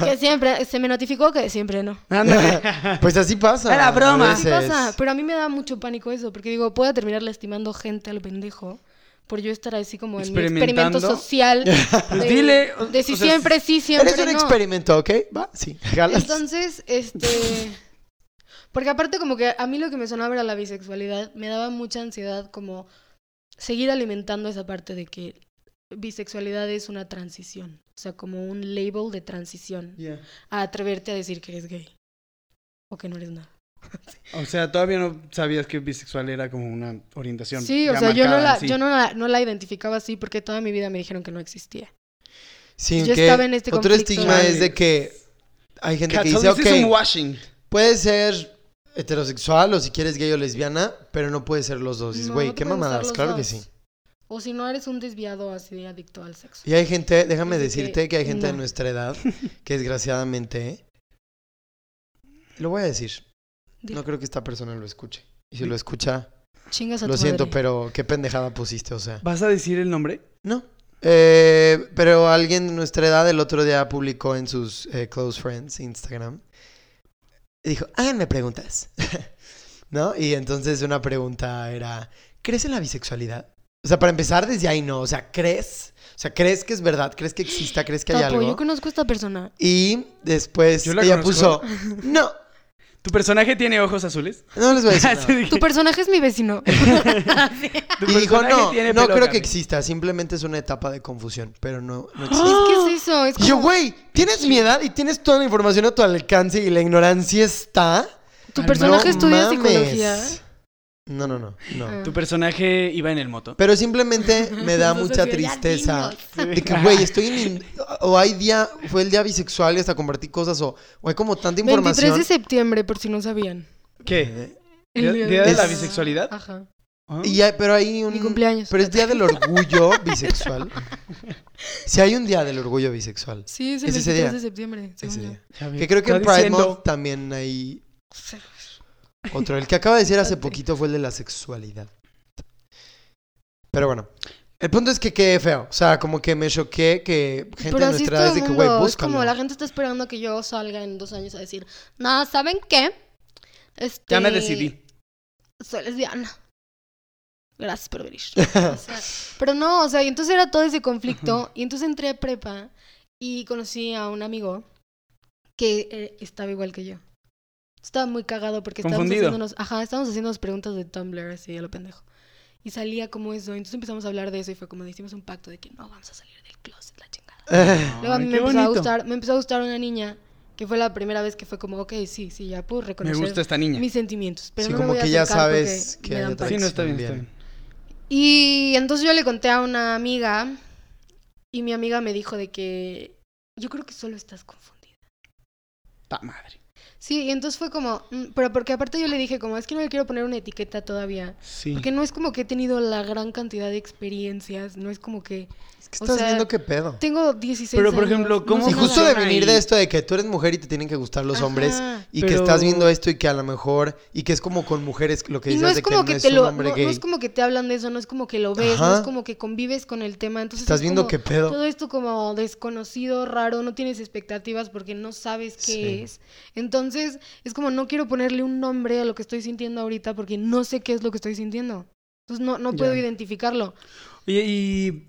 [SPEAKER 3] que siempre, se me notificó que siempre no.
[SPEAKER 1] <laughs> Ándale.
[SPEAKER 2] Pues así pasa.
[SPEAKER 1] Era
[SPEAKER 2] a
[SPEAKER 1] broma.
[SPEAKER 3] Así
[SPEAKER 2] veces.
[SPEAKER 3] pasa, pero a mí me da mucho pánico eso, porque digo, puedo terminar lastimando gente al pendejo por yo estar así como en mi
[SPEAKER 1] Experimentando. <laughs>
[SPEAKER 3] experimento social.
[SPEAKER 1] Pues
[SPEAKER 3] de-
[SPEAKER 1] dile. o-
[SPEAKER 3] De si
[SPEAKER 1] o sea,
[SPEAKER 3] siempre sí, siempre
[SPEAKER 2] Eres un
[SPEAKER 3] no.
[SPEAKER 2] experimento, ¿ok? Va, sí. <laughs> Jalas.
[SPEAKER 3] Entonces, este. Porque aparte, como que a mí lo que me sonaba era la bisexualidad. Me daba mucha ansiedad, como seguir alimentando esa parte de que bisexualidad es una transición. O sea, como un label de transición.
[SPEAKER 1] Ya.
[SPEAKER 3] A atreverte a decir que eres gay. O que no eres nada.
[SPEAKER 1] O sea, todavía no sabías que bisexual era como una orientación.
[SPEAKER 3] Sí, o
[SPEAKER 1] ya
[SPEAKER 3] sea, yo, no
[SPEAKER 1] marcada
[SPEAKER 3] la,
[SPEAKER 1] en sí.
[SPEAKER 3] yo no, la, no la identificaba así porque toda mi vida me dijeron que no existía.
[SPEAKER 2] Sí,
[SPEAKER 3] Yo
[SPEAKER 2] que
[SPEAKER 3] estaba en este
[SPEAKER 2] Otro
[SPEAKER 3] conflicto.
[SPEAKER 2] estigma es
[SPEAKER 1] Chales.
[SPEAKER 2] de que hay gente que dice,
[SPEAKER 1] Catolicism
[SPEAKER 2] ok,
[SPEAKER 1] washing.
[SPEAKER 2] puedes ser heterosexual o si quieres gay o lesbiana, pero no puedes ser los dos. Pues Dices,
[SPEAKER 3] No,
[SPEAKER 2] güey,
[SPEAKER 3] no te
[SPEAKER 2] qué
[SPEAKER 3] pueden gustar
[SPEAKER 2] mamadas,
[SPEAKER 3] los
[SPEAKER 2] claro que
[SPEAKER 3] dos.
[SPEAKER 2] sí.
[SPEAKER 3] O si no eres un desviado así adicto al sexo.
[SPEAKER 2] Y hay gente, déjame
[SPEAKER 3] Así que,
[SPEAKER 2] decirte que, hay gente de
[SPEAKER 3] no.
[SPEAKER 2] nuestra
[SPEAKER 3] <laughs>
[SPEAKER 2] edad que desgraciadamente, lo voy a decir,
[SPEAKER 3] Dilo.
[SPEAKER 2] no creo que esta persona lo escuche. Y si lo escucha,
[SPEAKER 3] Chingas a
[SPEAKER 2] lo
[SPEAKER 3] tu
[SPEAKER 2] siento,
[SPEAKER 3] madre.
[SPEAKER 2] pero qué pendejada pusiste, o sea.
[SPEAKER 1] ¿Vas a decir el nombre?
[SPEAKER 2] No. Eh, pero alguien de nuestra edad el otro día publicó en sus eh, Close Friends Instagram. Y dijo, háganme preguntas. <laughs> ¿No? Y entonces una pregunta era, ¿crees en la bisexualidad? O sea, para empezar desde ahí no. O sea, ¿crees? O sea, ¿crees que es verdad? ¿Crees que exista? ¿Crees que hay
[SPEAKER 3] Papo,
[SPEAKER 2] algo?
[SPEAKER 3] yo conozco a esta persona.
[SPEAKER 2] Y después
[SPEAKER 1] Yo la
[SPEAKER 2] ella
[SPEAKER 1] conozco.
[SPEAKER 2] puso, no,
[SPEAKER 1] ¿Tu personaje tiene ojos azules? Ah,
[SPEAKER 2] no les voy
[SPEAKER 1] <laughs>
[SPEAKER 2] a decir nada".
[SPEAKER 1] Así de que-
[SPEAKER 3] Tu personaje es
[SPEAKER 2] <laughs>
[SPEAKER 3] mi vecino.
[SPEAKER 1] tu
[SPEAKER 2] Y dijo,
[SPEAKER 1] personaje
[SPEAKER 2] no,
[SPEAKER 1] tiene
[SPEAKER 2] no
[SPEAKER 1] pelo,
[SPEAKER 2] creo
[SPEAKER 1] Gaby".
[SPEAKER 2] que exista. Simplemente es una etapa de confusión, pero no, no existe.
[SPEAKER 3] ¿Qué es eso? Es
[SPEAKER 2] Y yo,
[SPEAKER 3] como,
[SPEAKER 2] güey, tienes mi edad y tienes toda la información a tu alcance y la ignorancia está.
[SPEAKER 3] tu
[SPEAKER 1] Ay,
[SPEAKER 3] personaje
[SPEAKER 2] No
[SPEAKER 3] estudia
[SPEAKER 2] mames.
[SPEAKER 3] psicología.
[SPEAKER 2] No, no, no, no.
[SPEAKER 3] Ah.
[SPEAKER 1] Tu personaje iba en el moto.
[SPEAKER 2] Pero
[SPEAKER 3] <laughs>
[SPEAKER 2] simplemente me da
[SPEAKER 3] Entonces,
[SPEAKER 2] mucha
[SPEAKER 3] yo, ya
[SPEAKER 2] tristeza
[SPEAKER 3] dinos.
[SPEAKER 2] de que, güey, estoy en... in- O hay día, fue el día bisexual y hasta compartí cosas o, o hay como tanta
[SPEAKER 3] 23
[SPEAKER 2] información.
[SPEAKER 3] de septiembre, por si no sabían.
[SPEAKER 1] ¿Qué?
[SPEAKER 3] El
[SPEAKER 1] ¿Día- día
[SPEAKER 2] de la
[SPEAKER 1] bisexualidad?
[SPEAKER 3] Ajá.
[SPEAKER 1] ¿Ah?
[SPEAKER 2] Y hay- pero hay un...
[SPEAKER 3] Mi cumpleaños.
[SPEAKER 2] Pero es día del
[SPEAKER 3] <laughs>
[SPEAKER 2] orgullo bisexual. Si hay un día del orgullo bisexual.
[SPEAKER 3] Sí, es el
[SPEAKER 2] es ese
[SPEAKER 3] 23
[SPEAKER 2] día.
[SPEAKER 3] de septiembre. según
[SPEAKER 2] Ese
[SPEAKER 3] yo.
[SPEAKER 2] día.
[SPEAKER 1] Ya ves,
[SPEAKER 2] Que creo que en
[SPEAKER 1] está
[SPEAKER 2] Pride
[SPEAKER 1] diciendo-
[SPEAKER 2] Month también hay otro. El que acaba de decir hace poquito fue el de la sexualidad. Pero bueno. El punto es que qué feo. O sea, como que me choqué que gente
[SPEAKER 3] Pero
[SPEAKER 2] de
[SPEAKER 3] así es
[SPEAKER 2] nuestra edad
[SPEAKER 3] todo
[SPEAKER 2] es de
[SPEAKER 3] el
[SPEAKER 2] que, güey,
[SPEAKER 3] mundo. Es
[SPEAKER 2] búscalo. <laughs>
[SPEAKER 3] como la gente está esperando que yo salga en dos años a decir, nada, ¿saben qué? Este,
[SPEAKER 1] Ya me decidí.
[SPEAKER 3] soy lesbiana. Gracias
[SPEAKER 1] <laughs>
[SPEAKER 3] por venir. O sea, pero no, o sea, y entonces era todo ese conflicto. Y entonces entré a prepa y conocí a un amigo que eh, estaba igual que yo. Estaba muy cagado porque estábamos
[SPEAKER 1] Confundido.
[SPEAKER 3] haciéndonos, ajá, estábamos haciéndonos preguntas de Tumblr así a lo pendejo. Y Y salía como eso. Entonces empezamos a hablar de eso y fue como de, hicimos un pacto de que no vamos a salir del closet, la chingada. Luego a mí
[SPEAKER 1] Ay,
[SPEAKER 3] me
[SPEAKER 1] qué
[SPEAKER 3] empezó, a
[SPEAKER 1] bonito.
[SPEAKER 3] gustar, me empezó a gustar una niña que fue la primera vez que fue como, ok, sí, sí, ya puedo
[SPEAKER 1] Me
[SPEAKER 3] reconocer
[SPEAKER 1] gusta esta niña.
[SPEAKER 3] mis sentimientos. Pero
[SPEAKER 2] Sí,
[SPEAKER 3] no me
[SPEAKER 2] como
[SPEAKER 3] voy a
[SPEAKER 2] que ya
[SPEAKER 3] acercar porque
[SPEAKER 2] sabes que
[SPEAKER 3] me
[SPEAKER 2] hay
[SPEAKER 3] dan
[SPEAKER 2] otra
[SPEAKER 3] paz".
[SPEAKER 1] Sí, no está bien,
[SPEAKER 2] Bien.
[SPEAKER 1] está bien.
[SPEAKER 3] Y entonces yo le conté a una amiga y mi amiga me dijo de que yo creo que solo estás confundida.
[SPEAKER 1] Ta madre.
[SPEAKER 3] Sí, y entonces fue como, "Mm", pero porque aparte yo le dije como, es que no le quiero poner una etiqueta todavía.
[SPEAKER 1] Sí.
[SPEAKER 3] Porque no es como que he tenido la gran cantidad de experiencias, no es como que
[SPEAKER 2] Es que
[SPEAKER 3] O
[SPEAKER 2] estás
[SPEAKER 3] sea,
[SPEAKER 2] viendo qué pedo.
[SPEAKER 3] tengo 16
[SPEAKER 1] Pero, por
[SPEAKER 3] años,
[SPEAKER 1] ejemplo,
[SPEAKER 3] no
[SPEAKER 1] ¿cómo-
[SPEAKER 3] sé
[SPEAKER 2] Y
[SPEAKER 1] no
[SPEAKER 2] justo
[SPEAKER 1] la
[SPEAKER 2] de
[SPEAKER 3] nada.
[SPEAKER 1] gana
[SPEAKER 2] venir
[SPEAKER 1] ahí.
[SPEAKER 2] de esto de que tú eres mujer y te tienen que gustar los hombres
[SPEAKER 3] Ajá.
[SPEAKER 2] y que
[SPEAKER 1] Pero-
[SPEAKER 2] estás viendo esto y que a lo mejor y que es como con mujeres lo que
[SPEAKER 3] Y
[SPEAKER 2] dices
[SPEAKER 3] no es
[SPEAKER 2] de
[SPEAKER 3] como
[SPEAKER 2] que
[SPEAKER 3] que,
[SPEAKER 2] no es
[SPEAKER 3] te
[SPEAKER 2] un
[SPEAKER 3] lo,
[SPEAKER 2] hombre
[SPEAKER 3] no, no
[SPEAKER 2] gay.
[SPEAKER 3] es como que te hablan de eso, no es como que lo ves, no
[SPEAKER 2] Ajá.
[SPEAKER 3] es como que convives con el tema. Entonces
[SPEAKER 2] Estás
[SPEAKER 3] es
[SPEAKER 2] viendo
[SPEAKER 3] como
[SPEAKER 2] qué pedo.
[SPEAKER 3] Todo esto como desconocido, raro, no tienes expectativas porque no sabes qué
[SPEAKER 2] Sí.
[SPEAKER 3] es. Entonces es como no quiero ponerle un nombre a lo que estoy sintiendo ahorita porque no sé qué es lo que estoy sintiendo. Entonces no, no puedo
[SPEAKER 1] Ya.
[SPEAKER 3] identificarlo.
[SPEAKER 1] Oye, y.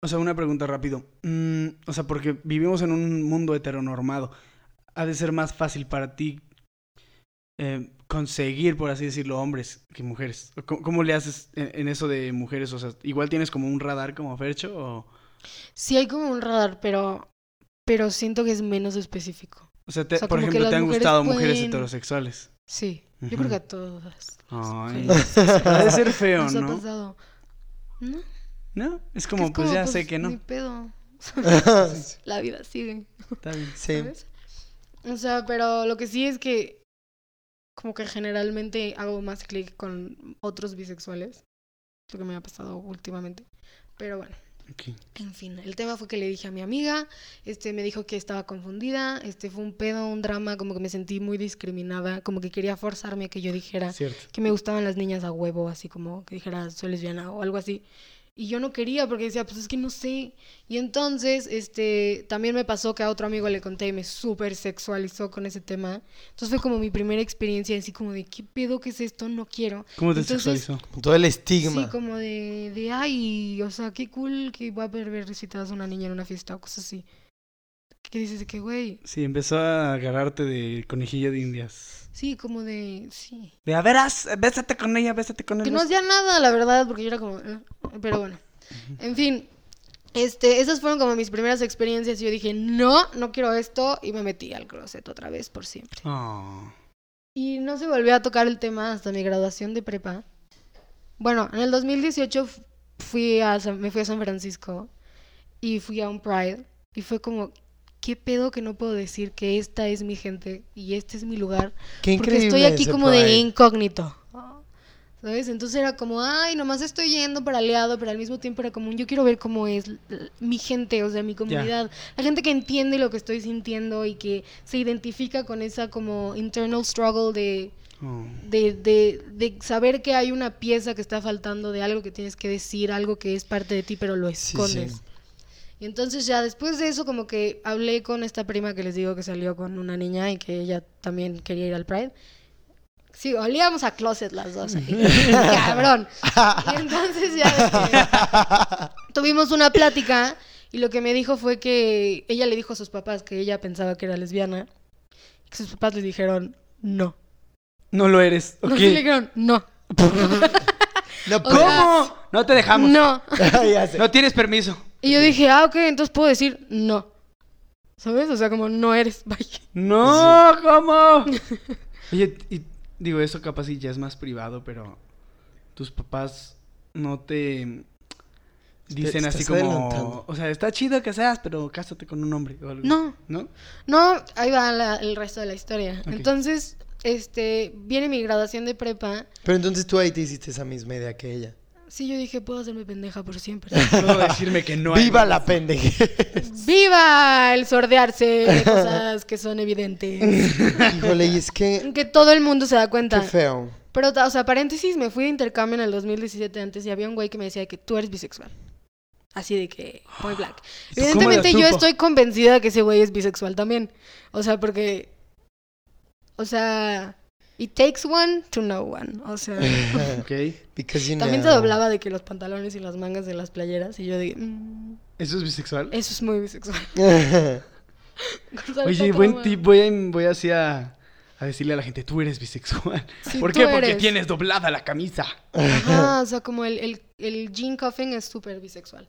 [SPEAKER 1] O sea, una pregunta rápido. Mm, o sea, porque vivimos en un mundo heteronormado. Ha de ser más fácil para ti eh, conseguir, por así decirlo, hombres que mujeres. ¿O ¿Cómo, cómo le haces en, en eso de mujeres? O sea, igual tienes como un radar como Fercho o.
[SPEAKER 3] Sí hay como un radar, pero, pero siento que es menos específico.
[SPEAKER 1] O sea, te-
[SPEAKER 3] O sea,
[SPEAKER 1] por
[SPEAKER 3] como que
[SPEAKER 1] ejemplo,
[SPEAKER 3] las
[SPEAKER 1] te han
[SPEAKER 3] mujeres
[SPEAKER 1] gustado mujeres
[SPEAKER 3] pueden-
[SPEAKER 1] heterosexuales.
[SPEAKER 3] Sí, yo creo
[SPEAKER 1] Ujú.
[SPEAKER 3] que a todas. las
[SPEAKER 1] Ay. <laughs>
[SPEAKER 3] mujeres
[SPEAKER 1] Ha
[SPEAKER 2] <laughs>
[SPEAKER 1] de ser feo,
[SPEAKER 3] Nos ha
[SPEAKER 1] ¿no?
[SPEAKER 3] pasado. ¿No?
[SPEAKER 1] No, es
[SPEAKER 3] que
[SPEAKER 1] como,
[SPEAKER 3] es
[SPEAKER 1] pues
[SPEAKER 3] como,
[SPEAKER 1] ya sé que no.
[SPEAKER 3] Ni pedo.
[SPEAKER 2] sí.
[SPEAKER 3] La vida sigue.
[SPEAKER 2] Sí.
[SPEAKER 3] ¿sabes? O sea, pero lo que sí es que como que generalmente hago más clic con otros bisexuales. Lo que me ha pasado últimamente. Pero bueno,
[SPEAKER 1] Ok.
[SPEAKER 3] en fin, el tema fue que le dije a mi amiga, este me dijo que estaba confundida, este fue un pedo, un drama, como que me sentí muy discriminada, como que quería forzarme a que yo dijera
[SPEAKER 1] Cierto.
[SPEAKER 3] que me gustaban las niñas a huevo, así como que dijera soy lesbiana o algo así. Y yo no quería porque decía, pues es que no sé. Y entonces, este, también me pasó que a otro amigo le conté y me súper sexualizó con ese tema. Entonces fue como mi primera experiencia, así como de, ¿qué pedo que es esto? No quiero.
[SPEAKER 1] ¿Cómo te
[SPEAKER 3] Entonces,
[SPEAKER 1] sexualizó?
[SPEAKER 2] Con Todo el
[SPEAKER 3] Sí,
[SPEAKER 2] estigma.
[SPEAKER 3] como de, de, ay, o sea, qué cool que va a haber ver recitadas a una niña en una fiesta o cosas así. Que dices de que, güey,
[SPEAKER 1] Sí, empezó a agarrarte de conejillo de indias.
[SPEAKER 3] sí, como de, sí.
[SPEAKER 1] De a verás, bésate con ella, bésate con él.
[SPEAKER 3] Que no hacía nada, la verdad, porque yo era como... "Eh", Pero bueno. En fin, este, esas fueron como mis primeras experiencias y yo dije, no, no quiero esto y me metí al closet otra vez por siempre.
[SPEAKER 1] Oh.
[SPEAKER 3] Y no se volvió a tocar el tema hasta mi graduación de prepa. Bueno, en el 2018 f- fui a San- me fui a San Francisco y fui a un Pride y fue como, ¿qué pedo que no puedo decir que esta es mi gente y este es mi lugar?
[SPEAKER 2] Qué
[SPEAKER 3] Porque
[SPEAKER 2] increíble.
[SPEAKER 3] estoy aquí
[SPEAKER 2] ese
[SPEAKER 3] como de
[SPEAKER 2] Pride.
[SPEAKER 3] incógnito. ¿Sabes? Entonces era como, ay, nomás estoy yendo para aliado, pero al mismo tiempo era como, yo quiero ver cómo es l- l- mi gente, o sea, mi comunidad. La gente que entiende lo que estoy sintiendo y que se identifica con esa como internal struggle de,
[SPEAKER 1] Oh.
[SPEAKER 3] de, de, de saber que hay una pieza que está faltando de algo que tienes que decir, algo que es parte de ti, pero lo
[SPEAKER 2] Sí, sí.
[SPEAKER 3] escondes. Y entonces ya después de eso como que hablé con esta prima que les digo que salió con una niña y que ella también quería ir al Pride. Sí, olíamos a closet las dos. así,
[SPEAKER 2] <laughs>
[SPEAKER 3] Cabrón. Y entonces ya
[SPEAKER 2] <laughs>
[SPEAKER 3] de que tuvimos una plática y lo que me dijo fue que ella le dijo a sus papás que ella pensaba que era lesbiana. Que sus papás le dijeron no.
[SPEAKER 1] No lo eres.
[SPEAKER 3] No
[SPEAKER 1] ok.
[SPEAKER 3] sí le dijeron no.
[SPEAKER 2] No,
[SPEAKER 3] O sea,
[SPEAKER 1] ¿Cómo? No te dejamos. No.
[SPEAKER 3] No.
[SPEAKER 2] <laughs> ya sé.
[SPEAKER 1] tienes permiso.
[SPEAKER 3] Y yo dije, ah, ok, entonces puedo decir no. ¿Sabes? O sea, como no eres, <laughs> vaya.
[SPEAKER 1] No, ¿cómo? <laughs> Oye, y digo, eso capaz y ya es más privado, pero tus papás no te dicen
[SPEAKER 2] estás
[SPEAKER 1] así como.
[SPEAKER 2] adelantando.
[SPEAKER 1] O sea, está chido que seas, pero cásate con un hombre o algo.
[SPEAKER 3] No.
[SPEAKER 1] ¿No?
[SPEAKER 3] No, ahí va la- el resto de la historia.
[SPEAKER 1] Ok.
[SPEAKER 3] Entonces, este, viene mi graduación de prepa.
[SPEAKER 2] Pero entonces tú ahí te hiciste esa misma idea que ella.
[SPEAKER 3] Sí, yo dije, puedo hacerme pendeja por
[SPEAKER 1] <laughs>
[SPEAKER 3] siempre.
[SPEAKER 1] Puedo decirme que no hay.
[SPEAKER 2] ¡Viva
[SPEAKER 1] <laughs>
[SPEAKER 2] la pendeje!
[SPEAKER 3] ¡Viva el sordearse de cosas que son
[SPEAKER 1] <laughs>
[SPEAKER 3] evidentes!
[SPEAKER 2] Híjole, y es que...
[SPEAKER 3] que todo el mundo se da cuenta.
[SPEAKER 2] Qué feo. <laughs>
[SPEAKER 3] Pero, o sea, paréntesis, me fui de intercambio en el 2017 antes y había un güey que me decía que tú eres bisexual. Así de que,
[SPEAKER 1] <gasps>
[SPEAKER 3] muy black.
[SPEAKER 1] ¿Y tú cómo lo
[SPEAKER 3] Evidentemente yo
[SPEAKER 1] supo?
[SPEAKER 3] estoy convencida de que ese güey es bisexual también. O sea, porque... O sea, it takes one to know one.
[SPEAKER 1] <laughs>
[SPEAKER 3] O sea,
[SPEAKER 1] Ok.
[SPEAKER 2] Because you
[SPEAKER 3] también se
[SPEAKER 2] know.
[SPEAKER 3] doblaba de que los pantalones y las mangas de las playeras y yo de... "Mm,
[SPEAKER 1] ¿Eso es bisexual?
[SPEAKER 3] eso es muy bisexual. <laughs>
[SPEAKER 2] Ajá.
[SPEAKER 3] Cortar esa
[SPEAKER 1] Oye, buen
[SPEAKER 3] croma.
[SPEAKER 1] tip. Voy a, voy así a, a decirle a la gente, tú eres bisexual.
[SPEAKER 3] Sí,
[SPEAKER 1] ¿Por
[SPEAKER 3] tú
[SPEAKER 1] qué? Porque
[SPEAKER 3] eres.
[SPEAKER 1] tienes doblada la camisa.
[SPEAKER 3] <laughs>
[SPEAKER 1] <laughs>
[SPEAKER 3] Ajá, o sea, como el, el, el Gene Coffin es súper bisexual,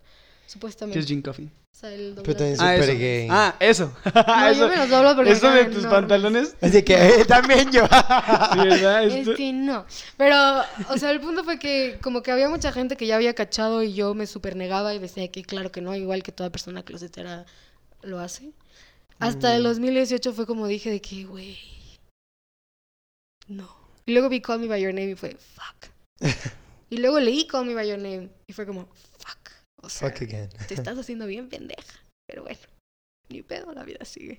[SPEAKER 1] ¿Qué
[SPEAKER 3] supuestamente.
[SPEAKER 1] es Gene Coffin?
[SPEAKER 3] O sea, el
[SPEAKER 2] Pero también
[SPEAKER 3] doblaje.
[SPEAKER 1] Ah,
[SPEAKER 2] Súper
[SPEAKER 1] eso.
[SPEAKER 2] gay.
[SPEAKER 1] Ah, eso.
[SPEAKER 3] No, yo
[SPEAKER 1] eso
[SPEAKER 3] me los doblo
[SPEAKER 1] <laughs>
[SPEAKER 3] porque
[SPEAKER 1] eso
[SPEAKER 3] me
[SPEAKER 1] de
[SPEAKER 3] quedan
[SPEAKER 1] tus
[SPEAKER 3] enormes.
[SPEAKER 1] pantalones.
[SPEAKER 2] <laughs> Así que eh, también yo. <laughs>
[SPEAKER 1] Sí,
[SPEAKER 3] <laughs>
[SPEAKER 1] ¿verdad? Esto-
[SPEAKER 3] Este, no. Pero, o sea, el punto fue que como que había mucha gente que ya había cachado y yo me supernegaba y decía que claro que no, igual que toda persona closetera lo hace. Hasta
[SPEAKER 1] Mm.
[SPEAKER 3] el 2018 fue como dije de que, güey, no. Y luego vi Call Me By Your Name y fue,
[SPEAKER 1] <laughs>
[SPEAKER 3] fuck. Y luego leí Call Me By Your Name y fue como, fuck. O sea,
[SPEAKER 2] Fuck
[SPEAKER 3] <laughs>
[SPEAKER 2] again.
[SPEAKER 3] te estás
[SPEAKER 1] <laughs>
[SPEAKER 3] haciendo bien pendeja. Pero bueno, ni pedo, la vida sigue.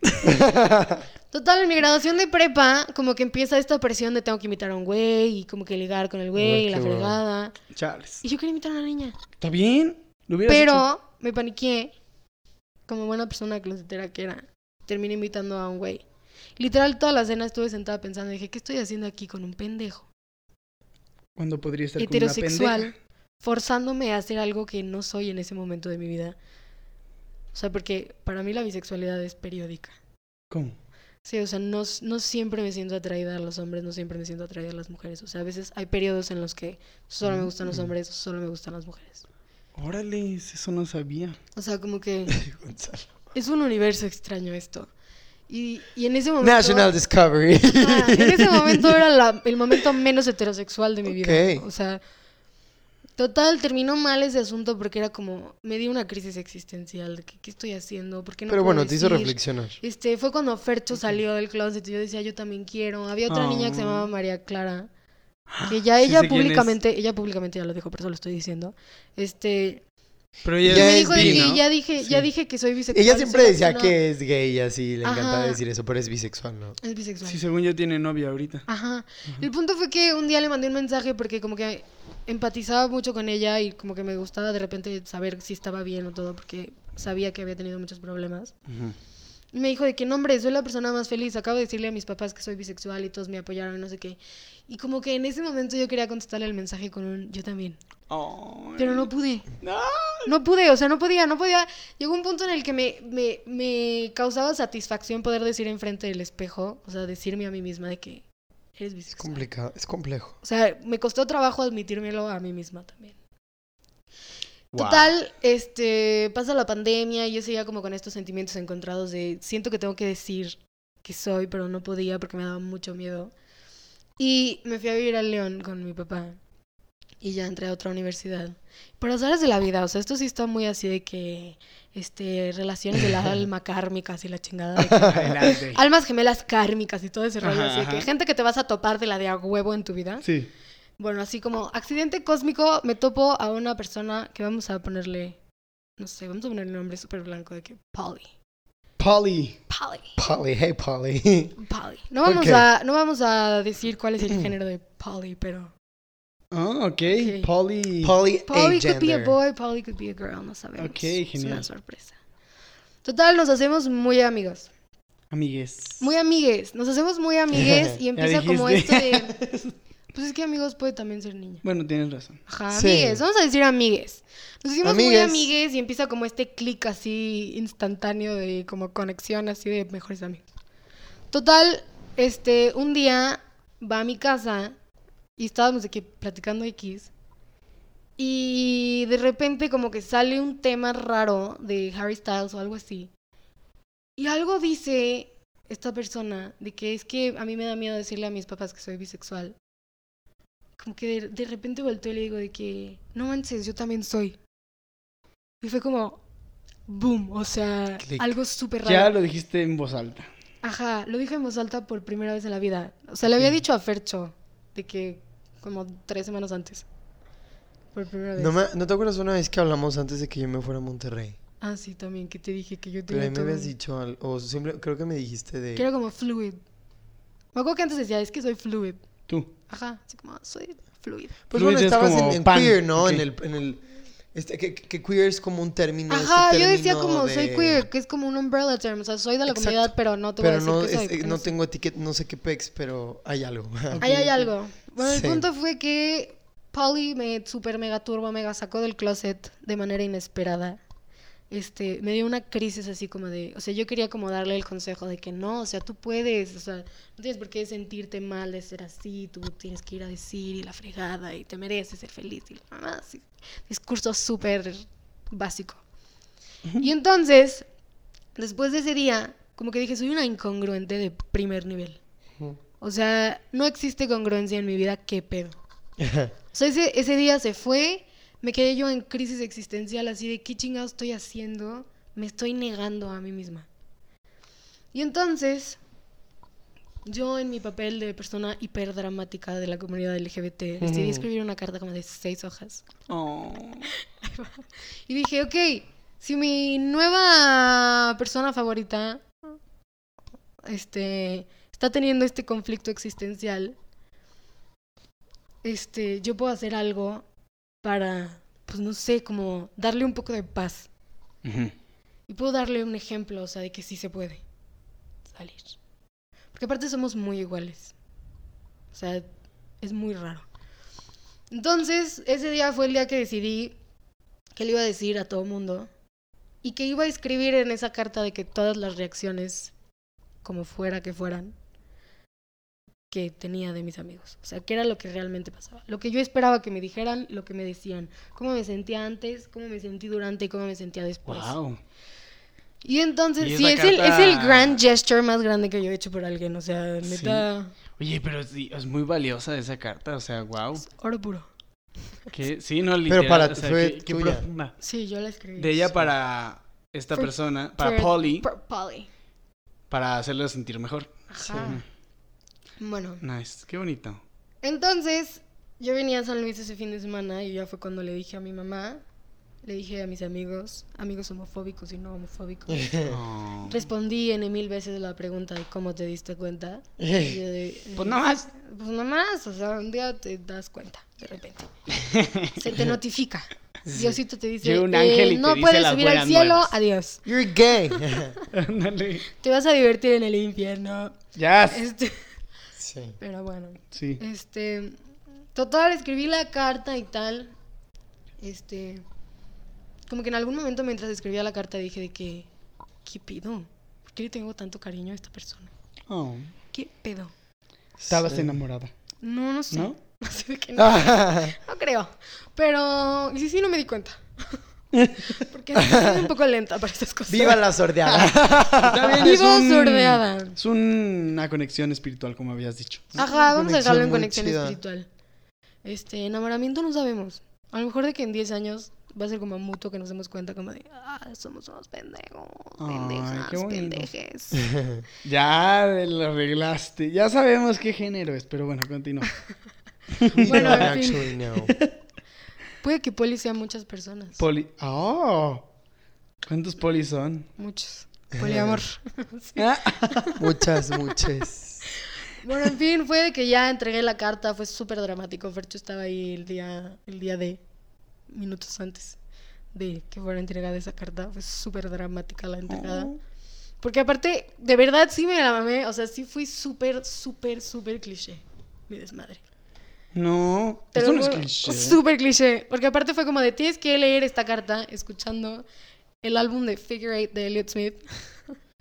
[SPEAKER 3] Total, en mi graduación de prepa, como que empieza esta presión de tengo que imitar a un güey y como que ligar con el güey
[SPEAKER 2] Ay,
[SPEAKER 3] y la
[SPEAKER 2] qué hueva.
[SPEAKER 3] fregada.
[SPEAKER 1] Charles.
[SPEAKER 3] Y yo quería imitar a una niña.
[SPEAKER 1] ¿Está bien? ¿Lo hubieras hecho?
[SPEAKER 3] Pero me paniqué, como buena persona closetera que era. Terminé imitando a un güey. Literal, toda la cena estuve sentada pensando, dije, ¿qué estoy haciendo aquí con un pendejo?
[SPEAKER 1] ¿Cuándo podría estar con una
[SPEAKER 3] Heterosexual,
[SPEAKER 1] pendeja?
[SPEAKER 3] forzándome a hacer algo que no soy en ese momento de mi vida. O sea, porque para mí la bisexualidad es periódica.
[SPEAKER 1] ¿Cómo?
[SPEAKER 3] Sí, o sea, no, s- no siempre me siento atraída a los hombres, no siempre me siento atraída a las mujeres. O sea, a veces hay periodos en los que solo me gustan los
[SPEAKER 1] Mm.
[SPEAKER 3] hombres, solo me gustan las mujeres.
[SPEAKER 1] Órale, eso no sabía.
[SPEAKER 3] O sea, como que
[SPEAKER 2] Gonzalo.
[SPEAKER 3] es un universo extraño esto. Y, y en ese momento...
[SPEAKER 2] National Discovery.
[SPEAKER 3] Ah, en ese momento era la- el momento menos heterosexual de mi vida.
[SPEAKER 2] Ok.
[SPEAKER 3] O sea, total, terminó mal ese asunto porque era como... Me dio una crisis existencial de que, qué estoy haciendo, por qué
[SPEAKER 2] <laughs>
[SPEAKER 3] no
[SPEAKER 2] Pero bueno,
[SPEAKER 3] puedo
[SPEAKER 2] te hizo
[SPEAKER 3] decir?
[SPEAKER 2] reflexionar.
[SPEAKER 3] Este, fue cuando Fercho salió del closet y yo decía, yo también quiero. Había otra niña que se
[SPEAKER 1] Ah.
[SPEAKER 3] llamaba María Clara. Que ya
[SPEAKER 1] Sí
[SPEAKER 3] ella
[SPEAKER 1] sé quién es.
[SPEAKER 3] públicamente, ella públicamente ya lo dijo, por eso lo estoy diciendo. Este,
[SPEAKER 1] Pero
[SPEAKER 2] ella
[SPEAKER 3] ya
[SPEAKER 2] es
[SPEAKER 3] me dijo de
[SPEAKER 2] bi,
[SPEAKER 3] que
[SPEAKER 2] ¿no?
[SPEAKER 3] ya dije, ya
[SPEAKER 1] Sí.
[SPEAKER 3] dije que soy bisexual.
[SPEAKER 2] Ella siempre
[SPEAKER 3] soy
[SPEAKER 2] decía
[SPEAKER 3] una-
[SPEAKER 2] que es gay y así, le encantaba
[SPEAKER 3] Ajá.
[SPEAKER 2] decir eso, pero es bisexual, ¿no?
[SPEAKER 3] es bisexual.
[SPEAKER 1] Sí, según yo tiene novia ahorita.
[SPEAKER 3] Ajá. El punto fue que un día le mandé un mensaje porque como que empatizaba mucho con ella y como que me gustaba de repente saber si estaba bien o todo porque sabía que había tenido muchos problemas.
[SPEAKER 1] Ujú.
[SPEAKER 3] Y me dijo de que, no, hombre, soy la persona más feliz. Acabo de decirle a mis papás que soy bisexual y todos me apoyaron, no sé qué. Y como que en ese momento yo quería contestarle el mensaje con un yo también.
[SPEAKER 1] Ay.
[SPEAKER 3] Pero no pude.
[SPEAKER 1] No.
[SPEAKER 3] No pude, o sea, no podía, no podía. Llegó un punto en el que me, me, me causaba satisfacción poder decir enfrente del espejo, o sea, decirme a mí misma de que eres
[SPEAKER 2] Es
[SPEAKER 3] bisexual.
[SPEAKER 2] complicado, es complejo.
[SPEAKER 3] O sea, me costó trabajo admitírmelo a mí misma también.
[SPEAKER 1] Wow.
[SPEAKER 3] Total, este, pasa la pandemia y yo seguía como con estos sentimientos encontrados de siento que tengo que decir que soy, pero no podía porque me daba mucho miedo. Y me fui a vivir al León con mi papá y ya entré a otra universidad. Por las horas de la vida, o sea, esto sí está muy así de que, este, relaciones
[SPEAKER 1] <laughs>
[SPEAKER 3] del alma kármicas y la chingada. de que-
[SPEAKER 1] Adelante.
[SPEAKER 3] almas gemelas kármicas y todo ese rollo
[SPEAKER 1] Ajá,
[SPEAKER 3] así de que
[SPEAKER 1] ajá.
[SPEAKER 3] gente que te vas a topar de la de a huevo en tu vida.
[SPEAKER 1] Sí.
[SPEAKER 3] Bueno, así como accidente cósmico, me topo a una persona que vamos a ponerle, no sé, vamos a ponerle un nombre súper blanco de que Polly.
[SPEAKER 2] Polly.
[SPEAKER 3] Polly.
[SPEAKER 2] Polly, hey Polly. <laughs>
[SPEAKER 3] Polly. No vamos,
[SPEAKER 2] Ok.
[SPEAKER 3] a, no vamos a decir cuál es el
[SPEAKER 1] <clears throat>
[SPEAKER 3] género de Polly, pero...
[SPEAKER 1] Ah, ok.
[SPEAKER 3] Ok.
[SPEAKER 1] Polly.
[SPEAKER 2] Polly,
[SPEAKER 3] Polly
[SPEAKER 2] agender.
[SPEAKER 3] could be a boy, Polly could be a girl, no sabemos.
[SPEAKER 1] Ok,
[SPEAKER 3] Es
[SPEAKER 1] genial.
[SPEAKER 3] una sorpresa. Total, nos hacemos muy amigos.
[SPEAKER 1] Amigues.
[SPEAKER 3] Muy amigues. Nos hacemos muy amigues
[SPEAKER 1] <laughs>
[SPEAKER 3] y
[SPEAKER 1] Ya
[SPEAKER 3] empieza como esto
[SPEAKER 1] dijiste.
[SPEAKER 3] de...
[SPEAKER 1] <laughs>
[SPEAKER 3] Pues es que amigos puede también ser niña.
[SPEAKER 1] Bueno, tienes razón.
[SPEAKER 3] Ajá,
[SPEAKER 2] Sí.
[SPEAKER 3] amigues, vamos a decir amigues. Nos hicimos muy
[SPEAKER 2] Amigues.
[SPEAKER 3] amigues y empieza como este clic así instantáneo de como conexión así de mejores amigos. Total, este, un día va a mi casa y estábamos de que platicando X y de repente como que sale un tema raro de Harry Styles o algo así. Y algo dice esta persona de que es que a mí me da miedo decirle a mis papás que soy bisexual. Como que de, de repente volteo y le digo de que, no manches, yo también soy. Y fue como, boom, o sea,
[SPEAKER 2] Clic.
[SPEAKER 3] algo súper raro.
[SPEAKER 1] Ya lo dijiste en voz alta.
[SPEAKER 3] Ajá, lo dije en voz alta por primera vez en la vida. O sea, le había dicho a Fercho de que como tres semanas antes. Por primera vez.
[SPEAKER 2] No, me- ¿No te acuerdas una vez que hablamos antes de que yo me fuera a Monterrey?
[SPEAKER 3] Ah, sí, también, que te dije que yo
[SPEAKER 2] Pero
[SPEAKER 3] tenía
[SPEAKER 2] ahí me
[SPEAKER 3] todo
[SPEAKER 2] habías
[SPEAKER 3] un-
[SPEAKER 2] dicho algo, o siempre, creo que me dijiste de...
[SPEAKER 3] Que era como fluid. Me acuerdo que antes decía, es que soy fluid.
[SPEAKER 1] Tú.
[SPEAKER 3] Ajá, así como, soy fluid.
[SPEAKER 2] Pues
[SPEAKER 1] Fluid
[SPEAKER 2] bueno,
[SPEAKER 1] es
[SPEAKER 2] estabas en,
[SPEAKER 1] como
[SPEAKER 2] en
[SPEAKER 1] pan,
[SPEAKER 2] queer, ¿no?
[SPEAKER 1] ok.
[SPEAKER 2] En el... En el este, que, que queer es como un término. este
[SPEAKER 3] Ajá, yo decía
[SPEAKER 2] término
[SPEAKER 3] como, soy
[SPEAKER 2] de-
[SPEAKER 3] queer, que es como un umbrella term. O sea, soy de la
[SPEAKER 2] Exacto.
[SPEAKER 3] comunidad, pero no te voy a
[SPEAKER 2] Pero no,
[SPEAKER 3] decir que soy.
[SPEAKER 2] es- eh,
[SPEAKER 3] porque
[SPEAKER 2] no
[SPEAKER 3] soy.
[SPEAKER 2] tengo etiqueta, no sé qué pex, pero hay algo. <laughs>
[SPEAKER 3] Ahí hay algo. Bueno, el
[SPEAKER 2] Sí. <laughs>
[SPEAKER 3] punto fue que Polly me super mega turbo mega sacó del closet de manera inesperada. este, me dio una crisis así como de, o sea, yo quería como darle el consejo de que no, o sea, tú puedes, o sea, no tienes por qué sentirte mal de ser así, tú tienes que ir a decir y la fregada y te mereces ser feliz y la mamá, así, discurso súper básico. Y entonces, después de ese día, como que dije, soy una incongruente de primer nivel. O sea, no existe congruencia en mi vida, qué pedo. O sea, ese, ese día se fue, me quedé yo en crisis existencial, así de qué chingados estoy haciendo, me estoy negando a mí misma. Y entonces, yo en mi papel de persona hiperdramática de la comunidad LGBT, decidí
[SPEAKER 2] Ujú.
[SPEAKER 3] escribir una carta como de seis hojas.
[SPEAKER 1] Oh.
[SPEAKER 3] Y dije, ok, si mi nueva persona favorita este, está teniendo este conflicto existencial, este, yo puedo hacer algo para, pues no sé, como darle un poco de paz.
[SPEAKER 1] Ujú.
[SPEAKER 3] Y puedo darle un ejemplo, o sea, de que sí se puede salir. Porque aparte somos muy iguales. O sea, es muy raro. Entonces, ese día fue el día que decidí que le iba a decir a todo mundo y que iba a escribir en esa carta de que todas las reacciones, como fuera que fueran, que tenía de mis amigos. O sea, que era lo que realmente pasaba. Lo que yo esperaba que me dijeran, lo que me decían. Cómo me sentía antes, cómo me sentí durante y cómo me sentía después.
[SPEAKER 1] Wow.
[SPEAKER 3] Y entonces,
[SPEAKER 1] Y es
[SPEAKER 3] sí,
[SPEAKER 1] la
[SPEAKER 3] es el, es el
[SPEAKER 1] carta-
[SPEAKER 3] grand gesture más grande que yo he hecho por alguien. O sea, neta,
[SPEAKER 1] Oye, pero sí, es muy valiosa esa carta, o sea, wow.
[SPEAKER 3] es oro puro.
[SPEAKER 1] Que, sí, no,
[SPEAKER 2] Pero
[SPEAKER 1] literal,
[SPEAKER 2] para-
[SPEAKER 1] o sea,
[SPEAKER 2] fue
[SPEAKER 1] qué- qué
[SPEAKER 2] tuya.
[SPEAKER 1] profunda.
[SPEAKER 3] Sí, yo la escribí.
[SPEAKER 1] De ella para esta
[SPEAKER 3] For-
[SPEAKER 1] persona, para
[SPEAKER 3] For-
[SPEAKER 1] Polly,
[SPEAKER 3] por Polly.
[SPEAKER 1] para hacerlo sentir mejor.
[SPEAKER 3] Ajá. Bueno,
[SPEAKER 1] Nice, qué bonito.
[SPEAKER 3] entonces, yo venía a San Luis ese fin de semana y ya fue cuando le dije a mi mamá, le dije a mis amigos, amigos homofóbicos y no homofóbicos.
[SPEAKER 1] <laughs> Oh.
[SPEAKER 3] Respondí en mil veces la pregunta de cómo te diste cuenta. Y yo de,
[SPEAKER 1] <laughs> Pues nada más.
[SPEAKER 3] Pues nomás, o sea, un día te das cuenta,
[SPEAKER 1] <laughs>
[SPEAKER 3] de repente. Se te notifica. Diosito te dice,
[SPEAKER 1] Llega un
[SPEAKER 3] "Eh,
[SPEAKER 1] ángel y te
[SPEAKER 3] no
[SPEAKER 1] dice
[SPEAKER 3] puedes
[SPEAKER 1] las
[SPEAKER 3] subir al
[SPEAKER 1] buenas
[SPEAKER 3] cielo,
[SPEAKER 1] nuevas".
[SPEAKER 3] adiós.
[SPEAKER 2] You're gay. <laughs>
[SPEAKER 1] Ándale.
[SPEAKER 3] Te vas a divertir en el infierno.
[SPEAKER 1] Ya.
[SPEAKER 3] Este,
[SPEAKER 2] sí.
[SPEAKER 3] pero bueno.
[SPEAKER 1] Sí.
[SPEAKER 3] Este, total, escribí la carta y tal. Este, como que en algún momento mientras escribía la carta dije de que, ¿qué pido? ¿Por qué le tengo tanto cariño a esta persona?
[SPEAKER 1] Oh.
[SPEAKER 3] ¿Qué pedo?
[SPEAKER 1] Estabas
[SPEAKER 2] Sí.
[SPEAKER 1] enamorada,
[SPEAKER 3] No, no sé.
[SPEAKER 1] ¿no?
[SPEAKER 3] <laughs> No sé de qué no.
[SPEAKER 2] Ah,
[SPEAKER 3] No creo. Pero sí, sí, no me di
[SPEAKER 2] <laughs>
[SPEAKER 3] cuenta. Porque soy un poco lenta para estas cosas.
[SPEAKER 2] <laughs> Viva la sordeada.
[SPEAKER 3] <laughs>
[SPEAKER 1] Está bien, es
[SPEAKER 3] Vivo
[SPEAKER 1] un-
[SPEAKER 3] sordeada.
[SPEAKER 1] Es una conexión espiritual, como habías dicho.
[SPEAKER 3] Ajá, vamos a dejarlo en
[SPEAKER 2] muy
[SPEAKER 3] conexión
[SPEAKER 2] chida.
[SPEAKER 3] espiritual. Este, enamoramiento no sabemos. A lo mejor de que en 10 años va a ser como mutuo que nos demos cuenta como de, ah, somos unos pendejos,
[SPEAKER 1] Ay,
[SPEAKER 3] pendejas,
[SPEAKER 1] qué bonito.
[SPEAKER 2] <laughs>
[SPEAKER 3] pendejes.
[SPEAKER 1] Ya lo arreglaste. Ya sabemos qué género es, pero bueno, <laughs> continúa.
[SPEAKER 2] We
[SPEAKER 3] Bueno,
[SPEAKER 2] don't
[SPEAKER 3] en fin.
[SPEAKER 2] actually
[SPEAKER 3] <laughs>
[SPEAKER 2] know.
[SPEAKER 3] Puede que poli sea muchas personas.
[SPEAKER 1] Poli. ¡Oh! ¿Cuántos polis
[SPEAKER 3] <laughs>
[SPEAKER 1] son? Ah.
[SPEAKER 3] Muchos.
[SPEAKER 2] <laughs>
[SPEAKER 3] Poliamor.
[SPEAKER 2] Muchas, muchas.
[SPEAKER 3] Bueno, en fin, fue de que ya entregué la carta, fue súper dramático. Fercho estaba ahí el día, el día de, minutos antes de que fuera entregada esa carta. Fue súper dramática la entregada.
[SPEAKER 1] Oh.
[SPEAKER 3] Porque aparte, de verdad sí me la mamé, o sea, sí fui súper, súper, súper cliché. Mi desmadre.
[SPEAKER 1] No,
[SPEAKER 3] Te
[SPEAKER 1] esto
[SPEAKER 3] lo
[SPEAKER 1] no es
[SPEAKER 3] juro,
[SPEAKER 1] cliché.
[SPEAKER 3] Súper cliché. Porque aparte fue como de, tienes que leer esta carta escuchando el álbum de Figure Eight de Elliot Smith. <laughs>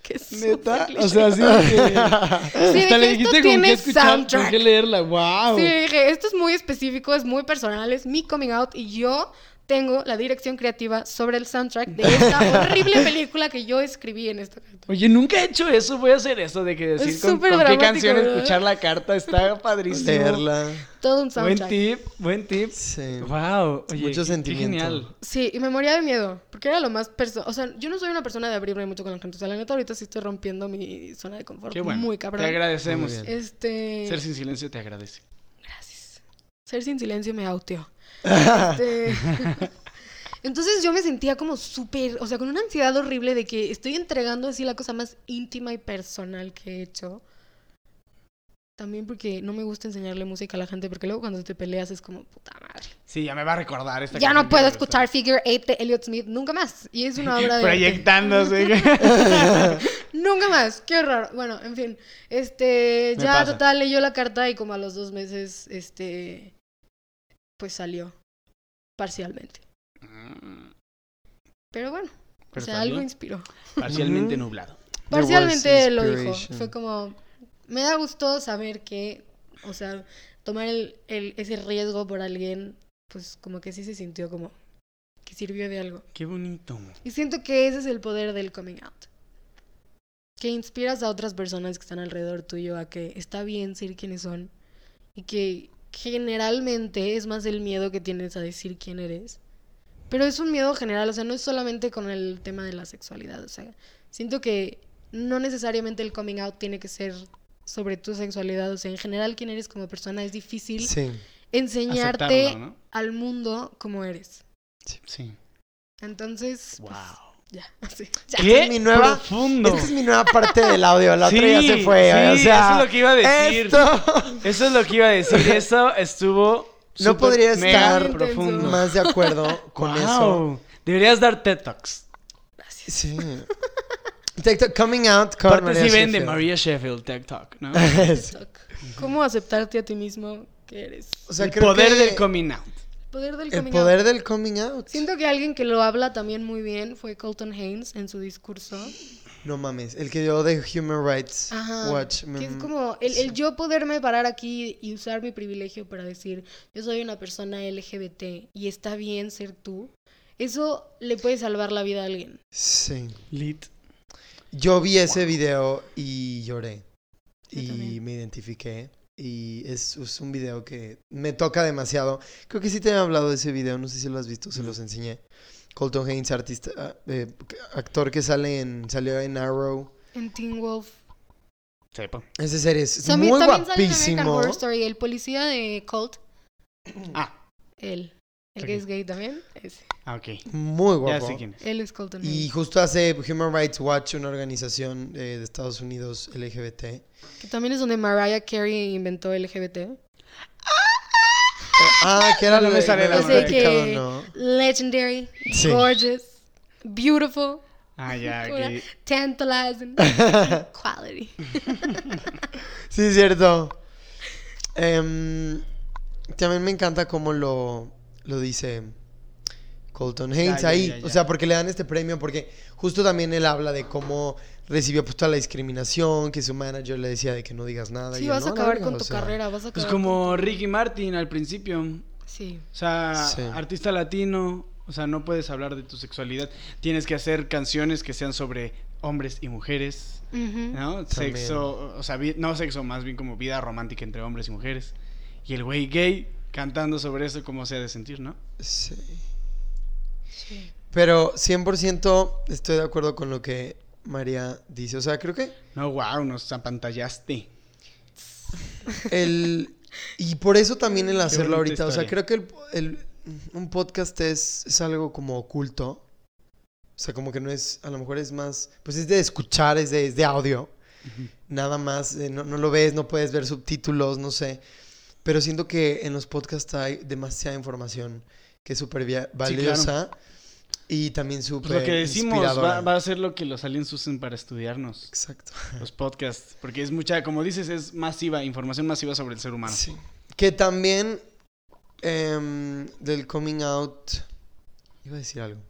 [SPEAKER 3] que es súper
[SPEAKER 1] Neta,
[SPEAKER 3] cliché.
[SPEAKER 1] o sea, así de
[SPEAKER 3] Sí,
[SPEAKER 2] <laughs>
[SPEAKER 1] que. Hasta
[SPEAKER 3] dije,
[SPEAKER 1] le
[SPEAKER 3] "Esto
[SPEAKER 1] dijiste con
[SPEAKER 3] tiene
[SPEAKER 1] qué escuchar, con
[SPEAKER 3] soundtrack".
[SPEAKER 1] qué leerla. ¡Wow!
[SPEAKER 3] Sí, dije, esto es muy específico, es muy personal, es mi coming out y yo tengo la dirección creativa sobre el soundtrack de
[SPEAKER 1] <laughs>
[SPEAKER 3] esta horrible película que yo escribí en esta carta.
[SPEAKER 1] Oye, nunca he hecho eso. Voy a hacer eso de que
[SPEAKER 3] Es
[SPEAKER 1] decir con,
[SPEAKER 3] súper
[SPEAKER 1] con qué
[SPEAKER 3] dramático,
[SPEAKER 1] canción
[SPEAKER 3] ¿verdad?
[SPEAKER 1] escuchar la carta.
[SPEAKER 3] <laughs>
[SPEAKER 1] Está padrísimo.
[SPEAKER 2] Leerla.
[SPEAKER 3] Todo un
[SPEAKER 1] Buen
[SPEAKER 3] soundtrack.
[SPEAKER 1] tip, buen tip.
[SPEAKER 2] Sí.
[SPEAKER 1] Wow, oye,
[SPEAKER 2] Mucho
[SPEAKER 1] qué- qué
[SPEAKER 2] sentimiento.
[SPEAKER 1] genial.
[SPEAKER 3] Sí, y me moría de miedo, porque era lo más perso- O sea, yo no soy una persona de abrirme mucho con la gente. O sea, la neta, ahorita sí estoy rompiendo mi zona de confort
[SPEAKER 1] Qué bueno.
[SPEAKER 3] muy
[SPEAKER 1] Te
[SPEAKER 3] cabrón.
[SPEAKER 1] agradecemos.
[SPEAKER 2] Muy bien.
[SPEAKER 3] Este...
[SPEAKER 1] Ser sin silencio te agradece.
[SPEAKER 3] Gracias. Ser sin silencio me auteó. Este, <laughs> Entonces yo me sentía como súper, o sea, con una ansiedad horrible de que estoy entregando así la cosa más íntima y personal que he hecho. También porque no me gusta enseñarle música a la gente, porque luego cuando te peleas es como, puta madre.
[SPEAKER 1] Sí, ya me va a recordar esta
[SPEAKER 3] Ya
[SPEAKER 1] canción
[SPEAKER 3] no
[SPEAKER 1] que
[SPEAKER 3] puedo
[SPEAKER 1] me gusta.
[SPEAKER 3] escuchar Figure 8 de Elliot Smith nunca más. Y es una
[SPEAKER 1] <laughs>
[SPEAKER 3] obra de... arte. <laughs>
[SPEAKER 1] Proyectándose. <laughs>
[SPEAKER 3] Nunca más, qué horror. Bueno, en fin, este,
[SPEAKER 1] Me
[SPEAKER 3] ya
[SPEAKER 1] pasa.
[SPEAKER 3] total leyó la carta y como a los dos meses, este, pues salió parcialmente. Pero bueno,
[SPEAKER 1] Pero
[SPEAKER 3] o sea,
[SPEAKER 1] está
[SPEAKER 3] algo
[SPEAKER 1] bien.
[SPEAKER 3] inspiró.
[SPEAKER 1] Parcialmente
[SPEAKER 2] Ujú.
[SPEAKER 1] nublado.
[SPEAKER 3] Parcialmente lo dijo.
[SPEAKER 2] inspiration.
[SPEAKER 3] Fue como, me da gusto saber que, o sea, tomar el, el- ese riesgo por alguien, pues como que sí se sintió como que sirvió de algo.
[SPEAKER 1] Qué bonito.
[SPEAKER 3] Y siento que ese es el poder del coming out. Que inspiras a otras personas que están alrededor tuyo a que está bien ser quienes son y que generalmente es más el miedo que tienes a decir quién eres. Pero es un miedo general, o sea, no es solamente con el tema de la sexualidad, o sea, siento que no necesariamente el coming out tiene que ser sobre tu sexualidad, o sea, en general quién eres como persona es difícil
[SPEAKER 2] Sí.
[SPEAKER 3] enseñarte
[SPEAKER 1] Aceptarlo, ¿no?
[SPEAKER 3] al mundo como eres.
[SPEAKER 1] Sí.
[SPEAKER 3] Entonces, pues,
[SPEAKER 1] Wow.
[SPEAKER 3] ya, <laughs> así.
[SPEAKER 2] esta es mi nueva-
[SPEAKER 1] profundo.
[SPEAKER 2] Esta es mi nueva parte del audio. La otra ya
[SPEAKER 1] Sí,
[SPEAKER 2] se fue.
[SPEAKER 1] sí,
[SPEAKER 2] o sea,
[SPEAKER 1] eso es lo que iba a decir.
[SPEAKER 2] esto-
[SPEAKER 1] Eso es lo que iba a decir.
[SPEAKER 2] <laughs>
[SPEAKER 1] Eso estuvo.
[SPEAKER 2] No
[SPEAKER 1] súper
[SPEAKER 2] podría
[SPEAKER 1] mega
[SPEAKER 2] estar
[SPEAKER 1] profundo.
[SPEAKER 2] más de acuerdo con eso.
[SPEAKER 1] Wow. Deberías dar TED Talks.
[SPEAKER 3] Gracias.
[SPEAKER 2] Sí. TikTok coming out con
[SPEAKER 1] Aparte
[SPEAKER 2] María
[SPEAKER 1] sí vende
[SPEAKER 2] Sheffield.
[SPEAKER 1] María Sheffield TED Talk,
[SPEAKER 2] <laughs>
[SPEAKER 1] ¿no?
[SPEAKER 2] Es-
[SPEAKER 3] TikTok. ¿Cómo aceptarte a ti mismo que eres?
[SPEAKER 2] o sea,
[SPEAKER 1] el
[SPEAKER 2] creo
[SPEAKER 1] poder
[SPEAKER 2] que
[SPEAKER 1] del coming out.
[SPEAKER 3] El poder del
[SPEAKER 2] El
[SPEAKER 3] coming
[SPEAKER 2] poder
[SPEAKER 3] out.
[SPEAKER 2] del coming out.
[SPEAKER 3] Siento que alguien que lo habla también muy bien fue Colton Haynes en su discurso.
[SPEAKER 2] No mames, el que dio de Human Rights
[SPEAKER 3] Ajá.
[SPEAKER 2] Watch. mm. me-
[SPEAKER 3] Que es como el, el yo poderme parar aquí y usar mi privilegio para decir, yo soy una persona LGBT y está bien ser tú. Eso le puede salvar la vida a alguien.
[SPEAKER 2] Sí.
[SPEAKER 1] Lit.
[SPEAKER 2] Yo vi ese video y lloré.
[SPEAKER 3] Yo
[SPEAKER 2] y
[SPEAKER 3] también.
[SPEAKER 2] me identifiqué. Y es, es un video que me toca demasiado. Creo que sí te he hablado de ese video, no sé si lo has visto, se los enseñé. Colton Haynes, artista, ah, eh, actor que sale en, salió en Arrow.
[SPEAKER 3] En Teen Wolf.
[SPEAKER 1] Sepa.
[SPEAKER 2] Ese serie es
[SPEAKER 3] También,
[SPEAKER 2] muy
[SPEAKER 3] también sale en American
[SPEAKER 2] guapísimo.
[SPEAKER 3] Horror Story. El policía de Colt,
[SPEAKER 2] Mm.
[SPEAKER 1] Ah,
[SPEAKER 3] él. El que
[SPEAKER 1] Ok.
[SPEAKER 3] es gay también. ese.
[SPEAKER 1] ah, ok.
[SPEAKER 2] Muy
[SPEAKER 1] Ya
[SPEAKER 2] guapo.
[SPEAKER 1] sé quién es.
[SPEAKER 3] Él es Colton Haynes.
[SPEAKER 2] Y justo hace Human Rights Watch, una organización eh, de Estados Unidos
[SPEAKER 1] <laughs>
[SPEAKER 2] LGBT.
[SPEAKER 3] Que también es donde Mariah Carey inventó LGBT.
[SPEAKER 2] Ah, que era
[SPEAKER 1] No
[SPEAKER 2] lo
[SPEAKER 1] me
[SPEAKER 2] de-
[SPEAKER 1] sale
[SPEAKER 2] lo
[SPEAKER 1] la
[SPEAKER 2] de
[SPEAKER 3] Así
[SPEAKER 1] verdad.
[SPEAKER 2] platicado,
[SPEAKER 3] que
[SPEAKER 2] ¿no?
[SPEAKER 3] legendary,
[SPEAKER 2] Sí.
[SPEAKER 3] gorgeous, beautiful,
[SPEAKER 1] Ah,
[SPEAKER 2] <laughs>
[SPEAKER 1] ya,
[SPEAKER 3] una
[SPEAKER 1] aquí.
[SPEAKER 3] tantalizing, quality.
[SPEAKER 2] Sí, es cierto. Em, también me encanta cómo lo, lo dice Colton Haynes
[SPEAKER 1] ya,
[SPEAKER 2] ahí.
[SPEAKER 1] ya, ya.
[SPEAKER 2] O sea, porque le dan este premio, porque justo también él habla de cómo recibió pues, toda la discriminación, que su manager le decía de que no digas nada. y
[SPEAKER 3] Sí,
[SPEAKER 2] yo,
[SPEAKER 3] vas
[SPEAKER 2] "No,
[SPEAKER 3] a
[SPEAKER 2] la
[SPEAKER 3] acabar
[SPEAKER 2] verga",
[SPEAKER 3] con
[SPEAKER 2] o
[SPEAKER 3] tu
[SPEAKER 2] sea,
[SPEAKER 3] carrera, vas a
[SPEAKER 1] Pues
[SPEAKER 3] acabar.
[SPEAKER 1] como Ricky Martin al principio.
[SPEAKER 3] con- Sí.
[SPEAKER 1] O sea,
[SPEAKER 2] Sí.
[SPEAKER 1] artista latino. O sea, no puedes hablar de tu sexualidad. Tienes que hacer canciones que sean sobre hombres y mujeres.
[SPEAKER 3] Ujú.
[SPEAKER 1] ¿No? Sexo. O sea, vi- no sexo, más bien como vida romántica entre hombres y mujeres. Y el güey gay cantando sobre eso, como se ha de sentir, ¿no?
[SPEAKER 2] Sí.
[SPEAKER 3] Sí.
[SPEAKER 2] Pero 100% estoy de acuerdo con lo que María dice. O sea, creo que
[SPEAKER 1] No, wow, nos apantallaste.
[SPEAKER 2] el... Y por eso también el hacerlo
[SPEAKER 1] bonita
[SPEAKER 2] ahorita. O sea,
[SPEAKER 1] historia.
[SPEAKER 2] creo que el, el- un podcast es, es algo como oculto. O sea, como que no es... A lo mejor es más... Pues es de escuchar, es de, es de audio. Nada más. eh, no, no lo ves, no puedes ver subtítulos, no sé. Pero siento que en los podcasts hay demasiada información que es súper via- valiosa. Y también súper
[SPEAKER 1] Pues lo que decimos va,
[SPEAKER 2] inspiradora.
[SPEAKER 1] va a ser lo que los aliens usen para
[SPEAKER 2] <laughs>
[SPEAKER 1] estudiarnos.
[SPEAKER 2] Exacto.
[SPEAKER 1] Los podcasts. Porque es mucha, como dices, es masiva, información masiva sobre el ser humano.
[SPEAKER 2] Sí. Que también em, del coming out. Iba a decir algo.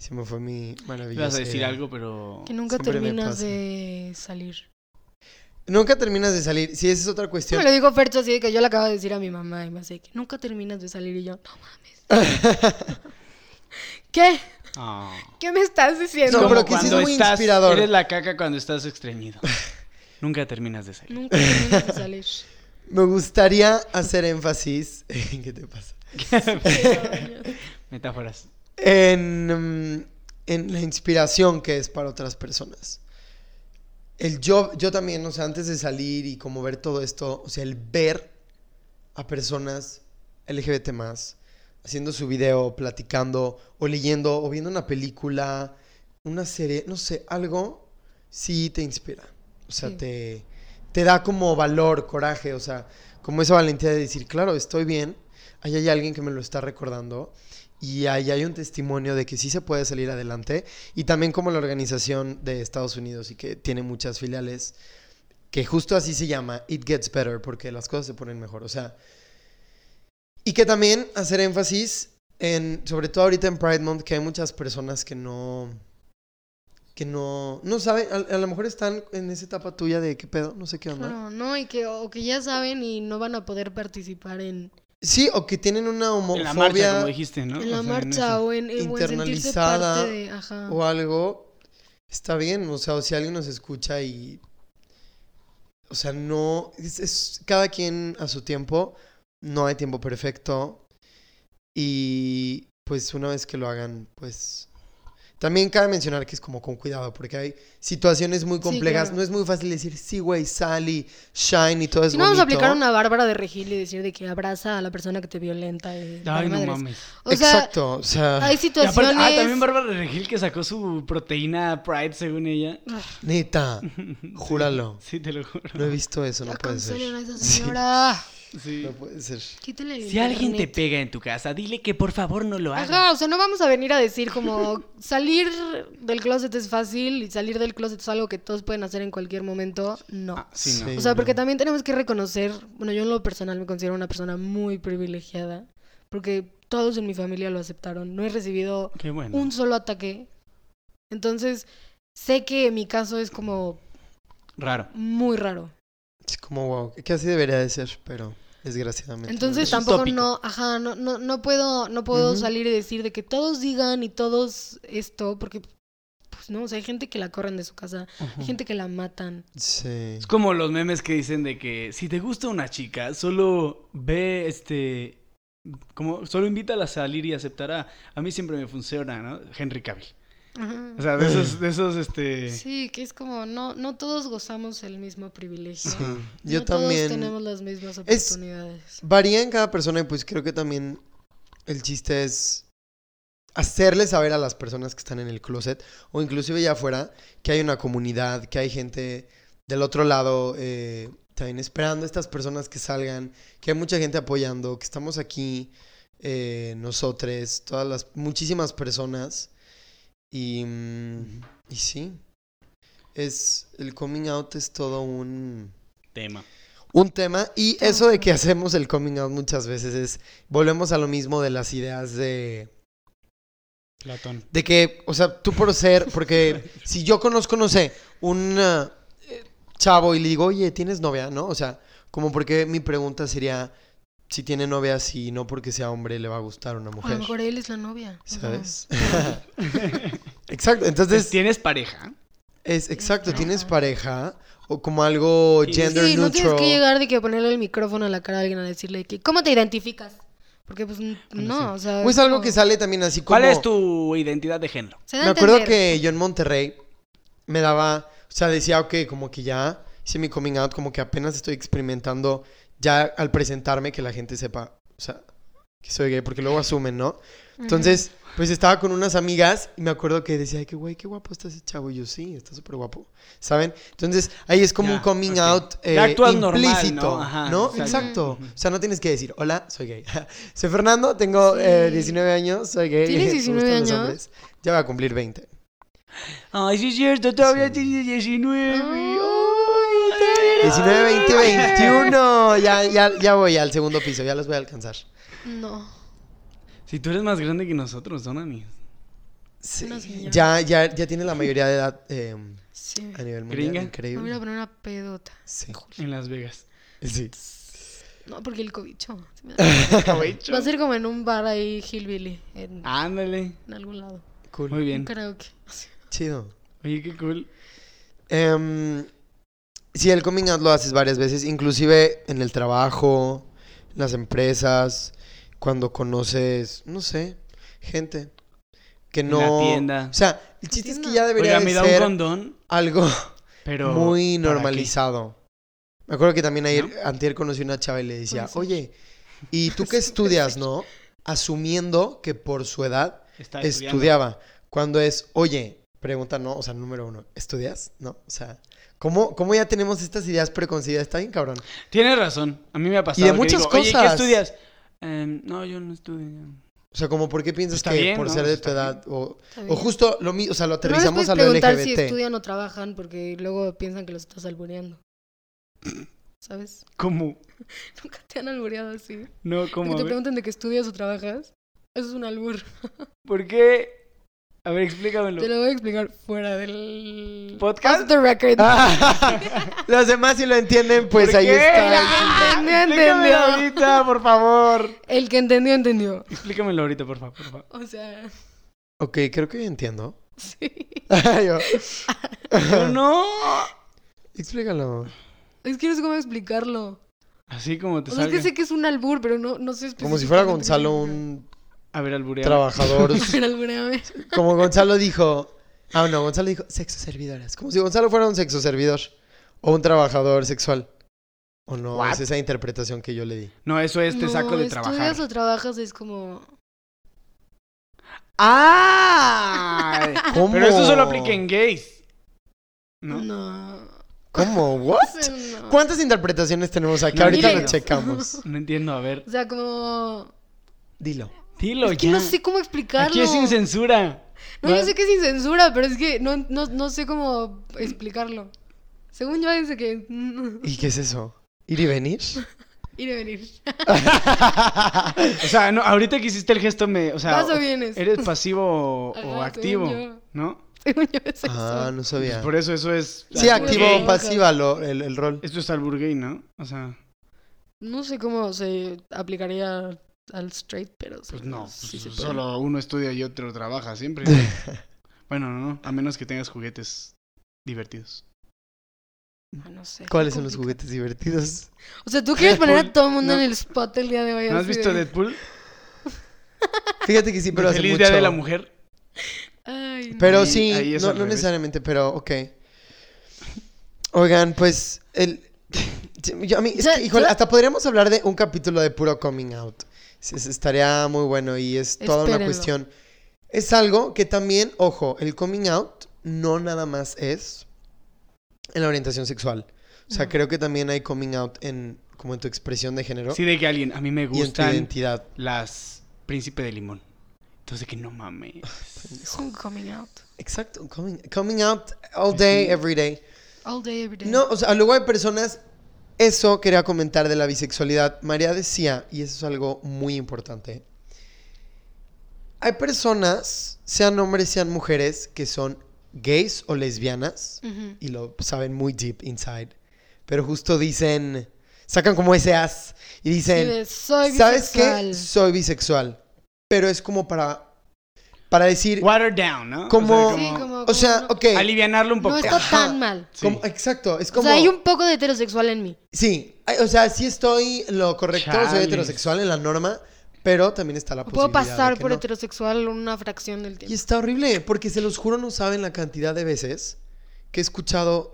[SPEAKER 2] Se me fue mi maravillosa.
[SPEAKER 1] Ibas a decir
[SPEAKER 2] idea.
[SPEAKER 1] algo, pero.
[SPEAKER 3] Que nunca
[SPEAKER 2] Siempre me
[SPEAKER 3] terminas
[SPEAKER 2] pasa.
[SPEAKER 3] de salir.
[SPEAKER 2] Nunca terminas de salir. Sí, esa es otra
[SPEAKER 3] Yo
[SPEAKER 2] cuestión.
[SPEAKER 3] me lo digo Fercho así de que yo le acabo de decir a mi mamá y me hace que nunca terminas de salir y yo, no mames.
[SPEAKER 2] <laughs>
[SPEAKER 3] ¿Qué?
[SPEAKER 1] Ah.
[SPEAKER 3] ¿Qué me estás
[SPEAKER 1] Es
[SPEAKER 3] diciendo?
[SPEAKER 2] No,
[SPEAKER 1] como
[SPEAKER 2] pero que sí es
[SPEAKER 1] cuando
[SPEAKER 2] muy
[SPEAKER 1] estás-
[SPEAKER 2] inspirador.
[SPEAKER 1] Eres la caca cuando estás
[SPEAKER 2] <laughs>
[SPEAKER 1] estreñido. nunca terminas de salir.
[SPEAKER 3] Nunca terminas de salir.
[SPEAKER 2] Me gustaría hacer énfasis. ¿En qué te pasa?
[SPEAKER 1] <laughs> Metáforas.
[SPEAKER 2] En, mm, en la inspiración que es para otras personas. El yo, yo también, o sea, antes de salir y como ver todo esto, o sea, el ver a personas LGBT más haciendo su video, platicando o leyendo o viendo una película, una serie, no sé, algo sí te inspira. O sea,
[SPEAKER 3] Sí.
[SPEAKER 2] te, te da como valor, coraje, o sea, como esa valentía de decir, claro, estoy bien, ahí hay alguien que me lo está recordando y ahí hay un testimonio de que sí se puede salir adelante y también como la organización de Estados Unidos y que tiene muchas filiales que justo así se llama It Gets Better porque las cosas se ponen mejor, o sea, y que también hacer énfasis en, sobre todo ahorita en Pride Month, que hay muchas personas que no, que no, no saben, a, a lo mejor están en esa etapa tuya de qué pedo, no sé qué onda.
[SPEAKER 3] Claro, no, y que, o que ya saben y no van a poder participar en,
[SPEAKER 2] Sí, o que tienen una
[SPEAKER 1] En la marcha, como
[SPEAKER 2] homofobia
[SPEAKER 1] dijiste, ¿no?
[SPEAKER 3] en la
[SPEAKER 1] Ah, O sea,
[SPEAKER 3] marcha
[SPEAKER 1] eso.
[SPEAKER 3] o en, en- o en sentirse
[SPEAKER 2] internalizada,
[SPEAKER 3] parte de. Ajá.
[SPEAKER 2] o algo, está bien, o sea, o si alguien nos escucha y, o sea, no, es, es cada quien a su tiempo, no hay tiempo perfecto y pues una vez que lo hagan, pues... También cabe mencionar que es como con cuidado, porque hay situaciones muy
[SPEAKER 3] Sí,
[SPEAKER 2] complejas.
[SPEAKER 3] claro.
[SPEAKER 2] No es muy fácil decir, sí, güey, Sally, Shine y todo es
[SPEAKER 3] Si no vamos a
[SPEAKER 2] bonito".
[SPEAKER 3] aplicar una Bárbara de Regil y decir de que abraza a la persona que te violenta. Y
[SPEAKER 1] Ay, no
[SPEAKER 3] madres.
[SPEAKER 1] mames.
[SPEAKER 3] O sea,
[SPEAKER 2] Exacto, o sea...
[SPEAKER 3] hay
[SPEAKER 1] Y aparte-
[SPEAKER 3] situaciones.
[SPEAKER 1] ah, también Bárbara Regil que sacó su proteína Pride, según ella.
[SPEAKER 3] Ah.
[SPEAKER 2] Neta, júralo.
[SPEAKER 1] Sí, te lo juro.
[SPEAKER 2] No he visto eso, no
[SPEAKER 3] Ya
[SPEAKER 2] puede ser.
[SPEAKER 3] cancelen a esa
[SPEAKER 2] Sí,
[SPEAKER 3] señora. ah,
[SPEAKER 1] Sí.
[SPEAKER 2] no puede ser.
[SPEAKER 3] Quítale el
[SPEAKER 1] Si alguien te
[SPEAKER 3] internet.
[SPEAKER 1] pega en tu casa, dile que por favor no lo haga.
[SPEAKER 3] Ajá, o sea, no vamos a venir a decir como <laughs> salir del closet es fácil y salir del closet es algo que todos pueden hacer en cualquier momento. No.
[SPEAKER 1] Ah, sí, no.
[SPEAKER 2] Sí.
[SPEAKER 3] O sea, porque
[SPEAKER 2] no.
[SPEAKER 3] también tenemos que reconocer, bueno, yo en lo personal me considero una persona muy privilegiada, porque todos en mi familia lo aceptaron, no he recibido
[SPEAKER 1] Qué
[SPEAKER 2] Mm.
[SPEAKER 1] bueno.
[SPEAKER 3] un solo ataque. Entonces, sé que mi caso es como
[SPEAKER 1] Raro.
[SPEAKER 3] muy raro.
[SPEAKER 2] Es como wow, que así debería de ser, pero desgraciadamente. no
[SPEAKER 3] Entonces
[SPEAKER 2] es.
[SPEAKER 3] tampoco
[SPEAKER 1] tópico.
[SPEAKER 3] no, ajá, no, no, no puedo, no puedo
[SPEAKER 2] Ujú.
[SPEAKER 3] salir y decir de que todos digan y todos esto, porque pues no, o sea, hay gente que la corren de su casa, hay gente que la matan.
[SPEAKER 2] Sí.
[SPEAKER 1] Es como los memes que dicen de que si te gusta una chica, solo ve este. Como solo invítala a salir y aceptará. A mí siempre me funciona, ¿no? Henry Cavill.
[SPEAKER 3] Ajá.
[SPEAKER 1] O sea, de esos, de esos, este.
[SPEAKER 3] Sí, que es como no, no todos gozamos el mismo privilegio.
[SPEAKER 2] Sí. Yo
[SPEAKER 3] no
[SPEAKER 2] también.
[SPEAKER 3] Todos tenemos las mismas
[SPEAKER 2] Es-
[SPEAKER 3] oportunidades.
[SPEAKER 2] Varía en cada persona y pues creo que también el chiste es hacerle saber a las personas que están en el closet o inclusive ya afuera que hay una comunidad, que hay gente del otro lado eh, también esperando a estas personas que salgan, que hay mucha gente apoyando, que estamos aquí eh, nosotros, todas las muchísimas personas y, mm, y sí, es el coming out es todo un
[SPEAKER 1] Tema.
[SPEAKER 2] un tema y eso de que hacemos el coming out muchas veces es volvemos a lo mismo de las ideas de
[SPEAKER 1] Platón.
[SPEAKER 2] de que o sea tú por ser
[SPEAKER 3] <laughs>
[SPEAKER 2] porque si yo conozco no sé un eh, chavo y le digo oye tienes novia no o sea como porque mi pregunta sería si tiene novia si no porque sea hombre le va a gustar una
[SPEAKER 3] O a lo
[SPEAKER 2] mujer
[SPEAKER 3] mejor él es la novia. ajá.
[SPEAKER 2] sabes <laughs> exacto entonces
[SPEAKER 1] ¿Tienes pareja?
[SPEAKER 2] es exacto tienes
[SPEAKER 3] Ajá.
[SPEAKER 2] pareja o como algo
[SPEAKER 1] Sí.
[SPEAKER 2] gender
[SPEAKER 3] sí, no
[SPEAKER 2] neutral
[SPEAKER 3] tienes que llegar de que ponerle el micrófono a la cara a alguien a decirle que ¿cómo te identificas? Porque pues n- no, o sea,
[SPEAKER 2] o es Pues, algo
[SPEAKER 3] como-
[SPEAKER 2] que sale también así como
[SPEAKER 1] ¿Cuál es tu identidad de género?
[SPEAKER 3] se da a
[SPEAKER 2] Me acuerdo
[SPEAKER 3] entender.
[SPEAKER 2] que yo en Monterrey me daba, o sea, decía, ok, como que ya hice mi coming out, como que apenas estoy experimentando ya al presentarme que la gente sepa, o sea, que soy gay, porque luego asumen, ¿no? Entonces, pues estaba con unas amigas y me acuerdo que decía, ay, qué güey, qué guapo está ese chavo. Y yo, sí, está súper guapo, ¿saben? Entonces, ahí es como
[SPEAKER 1] Ya,
[SPEAKER 2] un coming
[SPEAKER 1] ok.
[SPEAKER 2] out
[SPEAKER 1] Ya
[SPEAKER 2] eh,
[SPEAKER 1] actúas normal,
[SPEAKER 2] implícito,
[SPEAKER 1] ¿no? Ajá, exacto.
[SPEAKER 2] Exacto. O sea, no tienes que decir, hola, soy gay. <laughs> soy Fernando, tengo eh,
[SPEAKER 3] Sí.
[SPEAKER 2] 19 años, soy gay.
[SPEAKER 3] ¿Tienes
[SPEAKER 2] <laughs> me
[SPEAKER 3] 19
[SPEAKER 2] gustan los
[SPEAKER 3] años?
[SPEAKER 2] hombres. Ya voy a cumplir
[SPEAKER 3] <laughs>
[SPEAKER 2] 20.
[SPEAKER 1] Ay, sí Ah. es cierto, todavía
[SPEAKER 2] Sí.
[SPEAKER 1] tienes 19.
[SPEAKER 3] Ay,
[SPEAKER 1] Ay,
[SPEAKER 2] 19, 20,
[SPEAKER 1] ay.
[SPEAKER 2] 21. Ya, ya, ya voy al segundo piso, ya los voy a alcanzar.
[SPEAKER 3] No.
[SPEAKER 1] Si tú eres más grande que nosotros, son amigos.
[SPEAKER 2] Sí.
[SPEAKER 3] Una señora.
[SPEAKER 2] Ya, ya, ya tiene la mayoría de edad eh,
[SPEAKER 3] Sí.
[SPEAKER 2] a nivel mundial.
[SPEAKER 1] Gringa.
[SPEAKER 3] Me voy a
[SPEAKER 2] Increíble.
[SPEAKER 3] ir a poner una pedota.
[SPEAKER 2] Sí.
[SPEAKER 1] En Las <laughs> Vegas.
[SPEAKER 2] Sí.
[SPEAKER 3] No, porque el cobicho.
[SPEAKER 2] <laughs>
[SPEAKER 3] se me da- Va a ser como en un bar ahí hillbilly en,
[SPEAKER 1] Ándale.
[SPEAKER 3] en algún lado.
[SPEAKER 2] Cool.
[SPEAKER 1] Muy
[SPEAKER 3] Un
[SPEAKER 1] bien.
[SPEAKER 3] <laughs> karaoke.
[SPEAKER 2] Chido.
[SPEAKER 1] Oye, qué cool.
[SPEAKER 2] Em, sí, el coming out lo haces varias veces, inclusive en el trabajo, en las empresas, cuando conoces, no sé, gente que
[SPEAKER 1] En
[SPEAKER 2] no.
[SPEAKER 1] la tienda.
[SPEAKER 2] O sea, el chiste es que
[SPEAKER 3] tienda.
[SPEAKER 2] ya debería
[SPEAKER 1] Oiga, me
[SPEAKER 2] de
[SPEAKER 1] da
[SPEAKER 2] ser
[SPEAKER 1] un condón,
[SPEAKER 2] algo
[SPEAKER 1] pero.
[SPEAKER 2] <laughs> muy
[SPEAKER 1] ¿para qué?
[SPEAKER 2] normalizado. Me acuerdo que también ayer, antier conocí una chava y le decía,
[SPEAKER 3] Puede ser.
[SPEAKER 2] oye, ¿y tú qué estudias, no? Asumiendo que por su edad
[SPEAKER 1] Está estudiando.
[SPEAKER 2] estudiaba. Cuando es, oye, pregunta, no, o sea, número uno, ¿estudias? No, o sea, ¿cómo, cómo ya tenemos estas ideas preconcebidas? Está bien, cabrón.
[SPEAKER 1] Tienes razón. A mí me ha pasado.
[SPEAKER 2] Y de
[SPEAKER 1] que
[SPEAKER 2] muchas
[SPEAKER 1] digo, Oye, ¿qué
[SPEAKER 2] cosas.
[SPEAKER 1] estudias? Em, no, yo no estudio.
[SPEAKER 2] O sea, como, ¿por qué piensas
[SPEAKER 1] Está
[SPEAKER 2] que
[SPEAKER 1] bien,
[SPEAKER 2] por
[SPEAKER 1] ¿no?
[SPEAKER 2] ser de tu
[SPEAKER 1] Está
[SPEAKER 2] edad? O,
[SPEAKER 3] Está
[SPEAKER 2] o
[SPEAKER 3] bien.
[SPEAKER 2] justo lo mismo, o sea, lo
[SPEAKER 3] Pero no les
[SPEAKER 2] aterrizamos
[SPEAKER 3] puedes
[SPEAKER 2] a lo
[SPEAKER 3] preguntar si
[SPEAKER 2] LGBT.
[SPEAKER 3] estudian o trabajan porque luego piensan que los
[SPEAKER 2] <clears throat>
[SPEAKER 3] estás albureando. ¿Sabes?
[SPEAKER 1] ¿Cómo?
[SPEAKER 3] <laughs> Nunca te han albureado así.
[SPEAKER 1] No,
[SPEAKER 3] De
[SPEAKER 1] ¿cómo?
[SPEAKER 3] que
[SPEAKER 1] A
[SPEAKER 3] te
[SPEAKER 1] ver.
[SPEAKER 3] preguntan de que estudias o trabajas. Eso es un albur.
[SPEAKER 1] ¿Por qué? A ver, explícamelo.
[SPEAKER 3] Te lo voy a explicar fuera del...
[SPEAKER 1] ¿Podcast?
[SPEAKER 3] Off the record.
[SPEAKER 2] <laughs> Los demás si lo entienden, Ah, pues
[SPEAKER 1] ¿Por
[SPEAKER 2] ahí
[SPEAKER 1] qué?
[SPEAKER 2] está.
[SPEAKER 1] Ah,
[SPEAKER 3] Entendió,
[SPEAKER 1] explícamelo
[SPEAKER 3] entendió.
[SPEAKER 1] ahorita, por favor.
[SPEAKER 3] El que entendió, entendió.
[SPEAKER 1] Explícamelo ahorita, por favor. Por favor.
[SPEAKER 3] O sea, <laughs>
[SPEAKER 2] Ok, creo que ya entiendo. <laughs>
[SPEAKER 3] sí.
[SPEAKER 2] Yo,
[SPEAKER 1] Pero no.
[SPEAKER 2] Explícalo.
[SPEAKER 3] Es que no sé cómo explicarlo.
[SPEAKER 1] Así como te
[SPEAKER 3] O sea, es
[SPEAKER 1] salga.
[SPEAKER 3] que sé que es un albur, pero no, no sé
[SPEAKER 2] Como si fuera
[SPEAKER 3] específicamente
[SPEAKER 2] Gonzalo
[SPEAKER 3] qué significa.
[SPEAKER 2] un
[SPEAKER 1] A ver, alburea.
[SPEAKER 2] trabajador.
[SPEAKER 3] A <laughs> ver, alburéame.
[SPEAKER 2] Como Gonzalo dijo. Ah, no, Gonzalo dijo sexo servidoras. Como si Gonzalo fuera un sexo servidor o un trabajador sexual. O no,
[SPEAKER 1] What?
[SPEAKER 2] es esa interpretación que yo le di.
[SPEAKER 1] No, eso es te este saco
[SPEAKER 3] No,
[SPEAKER 1] de trabajar.
[SPEAKER 3] estudias o trabajas es como...
[SPEAKER 1] ¡Ah!
[SPEAKER 2] ¿Cómo?
[SPEAKER 1] Pero eso solo aplica en gays.
[SPEAKER 3] No.
[SPEAKER 1] ¿No? <laughs>
[SPEAKER 2] ¿Cómo? ¿What?
[SPEAKER 3] O sea, no.
[SPEAKER 2] ¿Cuántas interpretaciones tenemos aquí?
[SPEAKER 1] No,
[SPEAKER 2] Ahorita
[SPEAKER 1] dile. <laughs>
[SPEAKER 2] lo checamos.
[SPEAKER 1] No entiendo, a ver.
[SPEAKER 3] O sea, como...
[SPEAKER 2] Dilo.
[SPEAKER 1] Dilo
[SPEAKER 3] Es que
[SPEAKER 1] Pues ya.
[SPEAKER 3] no sé cómo explicarlo.
[SPEAKER 1] Aquí es sin censura.
[SPEAKER 3] No, yo sé que es sin censura, pero es que no, no, no sé cómo explicarlo. Según yo, dice que... <laughs>
[SPEAKER 2] ¿Y qué es eso? ¿Ir
[SPEAKER 1] <laughs>
[SPEAKER 2] y venir?
[SPEAKER 3] Ir y venir. <laughs>
[SPEAKER 1] O sea, no, ahorita que hiciste el gesto me, o sea,
[SPEAKER 3] Vas o vienes.
[SPEAKER 1] eres pasivo o,
[SPEAKER 3] <laughs> Ajá,
[SPEAKER 1] o
[SPEAKER 3] según
[SPEAKER 1] activo,
[SPEAKER 3] yo. <laughs>
[SPEAKER 1] ¿no?
[SPEAKER 3] Según yo es
[SPEAKER 2] Ah,
[SPEAKER 3] eso.
[SPEAKER 2] no
[SPEAKER 1] Pues
[SPEAKER 2] sabía.
[SPEAKER 1] por eso eso es
[SPEAKER 2] Sí,
[SPEAKER 1] albur
[SPEAKER 2] activo
[SPEAKER 1] gay.
[SPEAKER 2] o pasiva lo- el,
[SPEAKER 1] <laughs>
[SPEAKER 2] el rol.
[SPEAKER 1] Esto es albur gay, ¿no? O sea,
[SPEAKER 3] No sé cómo se aplicaría al straight, pero...
[SPEAKER 1] pues
[SPEAKER 3] según
[SPEAKER 1] no,
[SPEAKER 3] yo sí
[SPEAKER 1] pues
[SPEAKER 3] se puede.
[SPEAKER 1] solo uno estudia y otro trabaja siempre. bueno, no, a menos que tengas juguetes divertidos.
[SPEAKER 3] Ah, no sé.
[SPEAKER 2] ¿Cuáles son los
[SPEAKER 3] complicado.
[SPEAKER 2] juguetes divertidos?
[SPEAKER 3] O sea,
[SPEAKER 1] <laughs>
[SPEAKER 3] tú quieres poner a
[SPEAKER 1] Deadpool,
[SPEAKER 3] todo el mundo
[SPEAKER 1] no.
[SPEAKER 3] en el spot el día de hoy.
[SPEAKER 1] ¿No has
[SPEAKER 3] así
[SPEAKER 1] visto
[SPEAKER 3] de-
[SPEAKER 1] Deadpool?
[SPEAKER 2] Fíjate que sí, pero hace
[SPEAKER 1] Feliz
[SPEAKER 2] mucho.
[SPEAKER 1] Día de la Mujer.
[SPEAKER 3] Ay, no.
[SPEAKER 2] Pero
[SPEAKER 1] Ahí-
[SPEAKER 2] sí,
[SPEAKER 1] ahí es
[SPEAKER 2] no,
[SPEAKER 1] al
[SPEAKER 2] no
[SPEAKER 1] revés.
[SPEAKER 2] necesariamente, pero ok. Oigan, pues el <laughs> yo- a mí, es
[SPEAKER 3] Ya-
[SPEAKER 2] que, híjole,
[SPEAKER 3] ya-
[SPEAKER 2] hasta podríamos hablar de un capítulo de puro coming out. Sí, sí, estaría muy bueno y es toda una
[SPEAKER 3] Espérenlo.
[SPEAKER 2] cuestión. Es algo que también, ojo, el coming out no nada más es en la orientación sexual. O sea,
[SPEAKER 3] Ujú.
[SPEAKER 2] creo que también hay coming out en como en tu expresión de género
[SPEAKER 1] Sí, de que alguien, a mí me
[SPEAKER 2] y en tu
[SPEAKER 1] gustan
[SPEAKER 2] identidad.
[SPEAKER 1] las Príncipe de Limón. Entonces que no mames.
[SPEAKER 3] Es un coming out.
[SPEAKER 2] Exacto, un coming, coming out all day, every day.
[SPEAKER 3] All day, every day.
[SPEAKER 2] No, o sea, luego hay personas. Eso quería comentar de la bisexualidad. María decía, y eso es algo muy importante. Hay personas, sean hombres, sean mujeres, que son gays o lesbianas.
[SPEAKER 3] Ujú.
[SPEAKER 2] Y lo saben muy deep inside. Pero justo dicen. Sacan como ese as. Y
[SPEAKER 3] Sí,
[SPEAKER 2] dicen.
[SPEAKER 3] de, soy
[SPEAKER 2] ¿Sabes
[SPEAKER 3] bisexual.
[SPEAKER 2] qué? Soy bisexual. Pero es como para. Para decir.
[SPEAKER 1] Water down, ¿no?
[SPEAKER 2] Como,
[SPEAKER 1] O sea,
[SPEAKER 3] Sí, como-
[SPEAKER 2] O sea,
[SPEAKER 3] como-
[SPEAKER 2] ok.
[SPEAKER 1] alivianarlo un
[SPEAKER 3] No
[SPEAKER 1] poco.
[SPEAKER 3] está
[SPEAKER 2] Ajá.
[SPEAKER 3] tan mal.
[SPEAKER 1] Sí.
[SPEAKER 2] como- exacto. Es
[SPEAKER 3] O
[SPEAKER 2] como.
[SPEAKER 3] sea, hay un poco de heterosexual en mí.
[SPEAKER 2] Sí, ay, o sea, sí estoy en lo correcto, soy
[SPEAKER 1] Chales.
[SPEAKER 2] heterosexual en la norma, pero también está la
[SPEAKER 3] O puedo
[SPEAKER 2] posibilidad de
[SPEAKER 3] pasar
[SPEAKER 2] que
[SPEAKER 3] por
[SPEAKER 2] no.
[SPEAKER 3] heterosexual una fracción del
[SPEAKER 2] Y
[SPEAKER 3] tiempo.
[SPEAKER 2] está horrible, porque se los juro no saben la cantidad de veces que he escuchado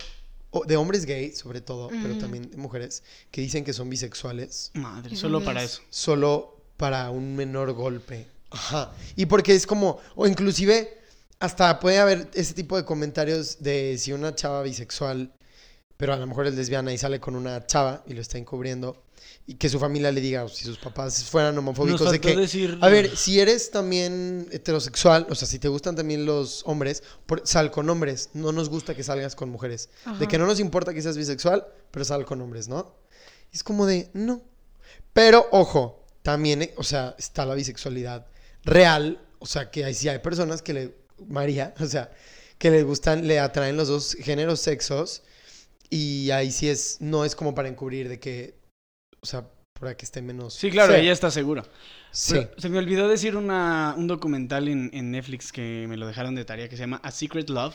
[SPEAKER 2] o- de hombres gays, sobre todo, pero
[SPEAKER 3] Ujú.
[SPEAKER 2] también de mujeres, que dicen que son bisexuales
[SPEAKER 1] Madre,
[SPEAKER 3] Y
[SPEAKER 1] solo
[SPEAKER 3] son
[SPEAKER 1] para
[SPEAKER 3] gays.
[SPEAKER 1] eso.
[SPEAKER 2] solo para un menor golpe. Ajá. Y porque es como, o inclusive, hasta puede haber ese tipo de comentarios de si una chava bisexual, pero a lo mejor es lesbiana y sale con una chava y lo está encubriendo, y que su familia le diga, o si sus papás fueran homofóbicos, de que...
[SPEAKER 1] decir...
[SPEAKER 2] A ver, si eres también heterosexual, o sea, si te gustan también los hombres, por- sal con hombres. No nos gusta que salgas con mujeres. De
[SPEAKER 3] Ajá.
[SPEAKER 2] que no nos importa que seas bisexual, pero sal con hombres, ¿no? Es como de, no. Pero, ojo, también, eh, o sea, está la bisexualidad real. O sea, que hay, si hay personas que le... María, <laughs> o sea, que le gustan, le atraen los dos géneros, sexos. Y ahí sí es, no es como para encubrir de que, o sea, para que esté menos...
[SPEAKER 1] Sí, claro,
[SPEAKER 2] fea.
[SPEAKER 1] ella está segura.
[SPEAKER 2] Sí.
[SPEAKER 1] Pero se me olvidó decir una, un documental en, en Netflix que me lo dejaron de tarea que se llama A Secret Love,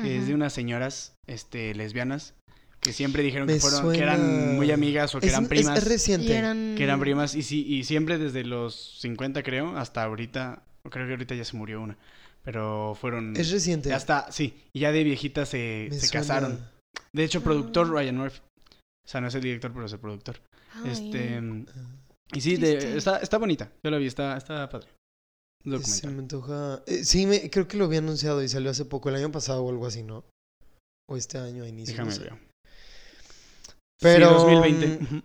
[SPEAKER 1] que es de
[SPEAKER 3] Ujú.
[SPEAKER 1] unas señoras este, lesbianas que siempre dijeron
[SPEAKER 2] Me
[SPEAKER 1] que, fueron, que
[SPEAKER 2] suena.
[SPEAKER 1] eran muy amigas o que
[SPEAKER 2] Es-
[SPEAKER 1] eran
[SPEAKER 2] es-
[SPEAKER 1] primas.
[SPEAKER 2] Es, reciente.
[SPEAKER 3] Y eran...
[SPEAKER 1] que eran primas y sí y siempre desde los 50 creo hasta ahorita o creo que ahorita ya se murió una pero fueron
[SPEAKER 2] Es reciente.
[SPEAKER 1] ya está sí y ya de viejitas se,
[SPEAKER 2] Me
[SPEAKER 1] se
[SPEAKER 2] suena.
[SPEAKER 1] casaron de hecho
[SPEAKER 2] Ah.
[SPEAKER 1] productor Ryan Murphy o sea no es el director pero es el productor
[SPEAKER 3] Ay.
[SPEAKER 1] este y sí de-
[SPEAKER 3] Triste.
[SPEAKER 1] está está bonita yo la vi está está padre Un
[SPEAKER 2] Se
[SPEAKER 1] documental
[SPEAKER 2] me antoja. eh, sí, me- creo que lo había anunciado y salió hace poco, el año pasado o algo así, ¿no? O este año a inicio.
[SPEAKER 1] déjame
[SPEAKER 2] no sé.
[SPEAKER 1] ver
[SPEAKER 2] Pero,
[SPEAKER 1] sí, 2020
[SPEAKER 2] mm,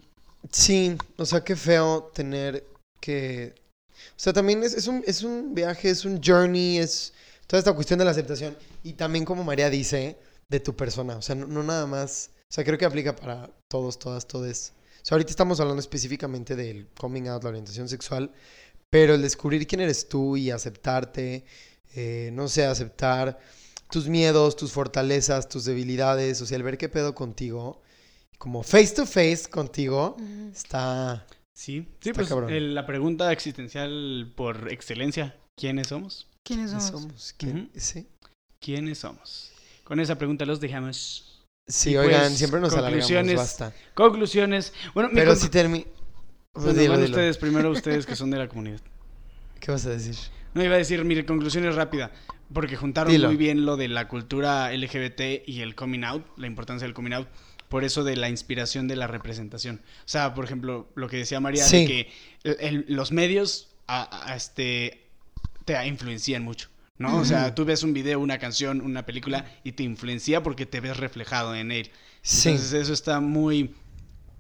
[SPEAKER 2] Sí, o sea, qué feo tener que. O sea, también es, es un, es un viaje, es un journey, es toda esta cuestión de la aceptación. Y también, como María dice, de tu persona. O sea, no, no nada más. O sea, creo que aplica para todos, todas, todes. O sea, ahorita estamos hablando específicamente del coming out, la orientación sexual. Pero el descubrir quién eres tú y aceptarte, eh, no sé, aceptar tus miedos, tus fortalezas, tus debilidades, o sea, el ver qué pedo contigo, como face to face contigo,
[SPEAKER 3] Ujú.
[SPEAKER 2] está...
[SPEAKER 1] Sí, sí
[SPEAKER 2] Está
[SPEAKER 1] pues
[SPEAKER 2] cabrón.
[SPEAKER 1] el- la pregunta existencial por excelencia, ¿quiénes somos?
[SPEAKER 3] ¿Quiénes
[SPEAKER 2] ¿Quién
[SPEAKER 3] somos?
[SPEAKER 2] somos? ¿Quién? pues, Sí.
[SPEAKER 1] ¿Quiénes somos? Con esa pregunta los dejamos.
[SPEAKER 2] Sí,
[SPEAKER 1] Y
[SPEAKER 2] oigan,
[SPEAKER 1] pues,
[SPEAKER 2] siempre nos alargamos,
[SPEAKER 1] conclusiones,
[SPEAKER 2] basta.
[SPEAKER 1] Conclusiones. Bueno, mi
[SPEAKER 2] Pero
[SPEAKER 1] conclu-
[SPEAKER 2] si termina...
[SPEAKER 1] Bueno, van ustedes primero ustedes
[SPEAKER 2] <laughs>
[SPEAKER 1] que son de la comunidad.
[SPEAKER 2] ¿Qué vas a decir?
[SPEAKER 1] No iba a decir, mire, conclusión es rápida, porque juntaron
[SPEAKER 2] Dilo.
[SPEAKER 1] muy bien lo de la cultura LGBT y el coming out, la importancia del coming out, por eso de la inspiración de la representación. O sea, por ejemplo, lo que decía María,
[SPEAKER 2] Sí.
[SPEAKER 1] de que el- el- los medios a- a- este, te influencian mucho. ¿No? O sea, tú ves un video, una canción, una película y te influencia porque te ves reflejado en él.
[SPEAKER 2] Sí.
[SPEAKER 1] Entonces eso está muy,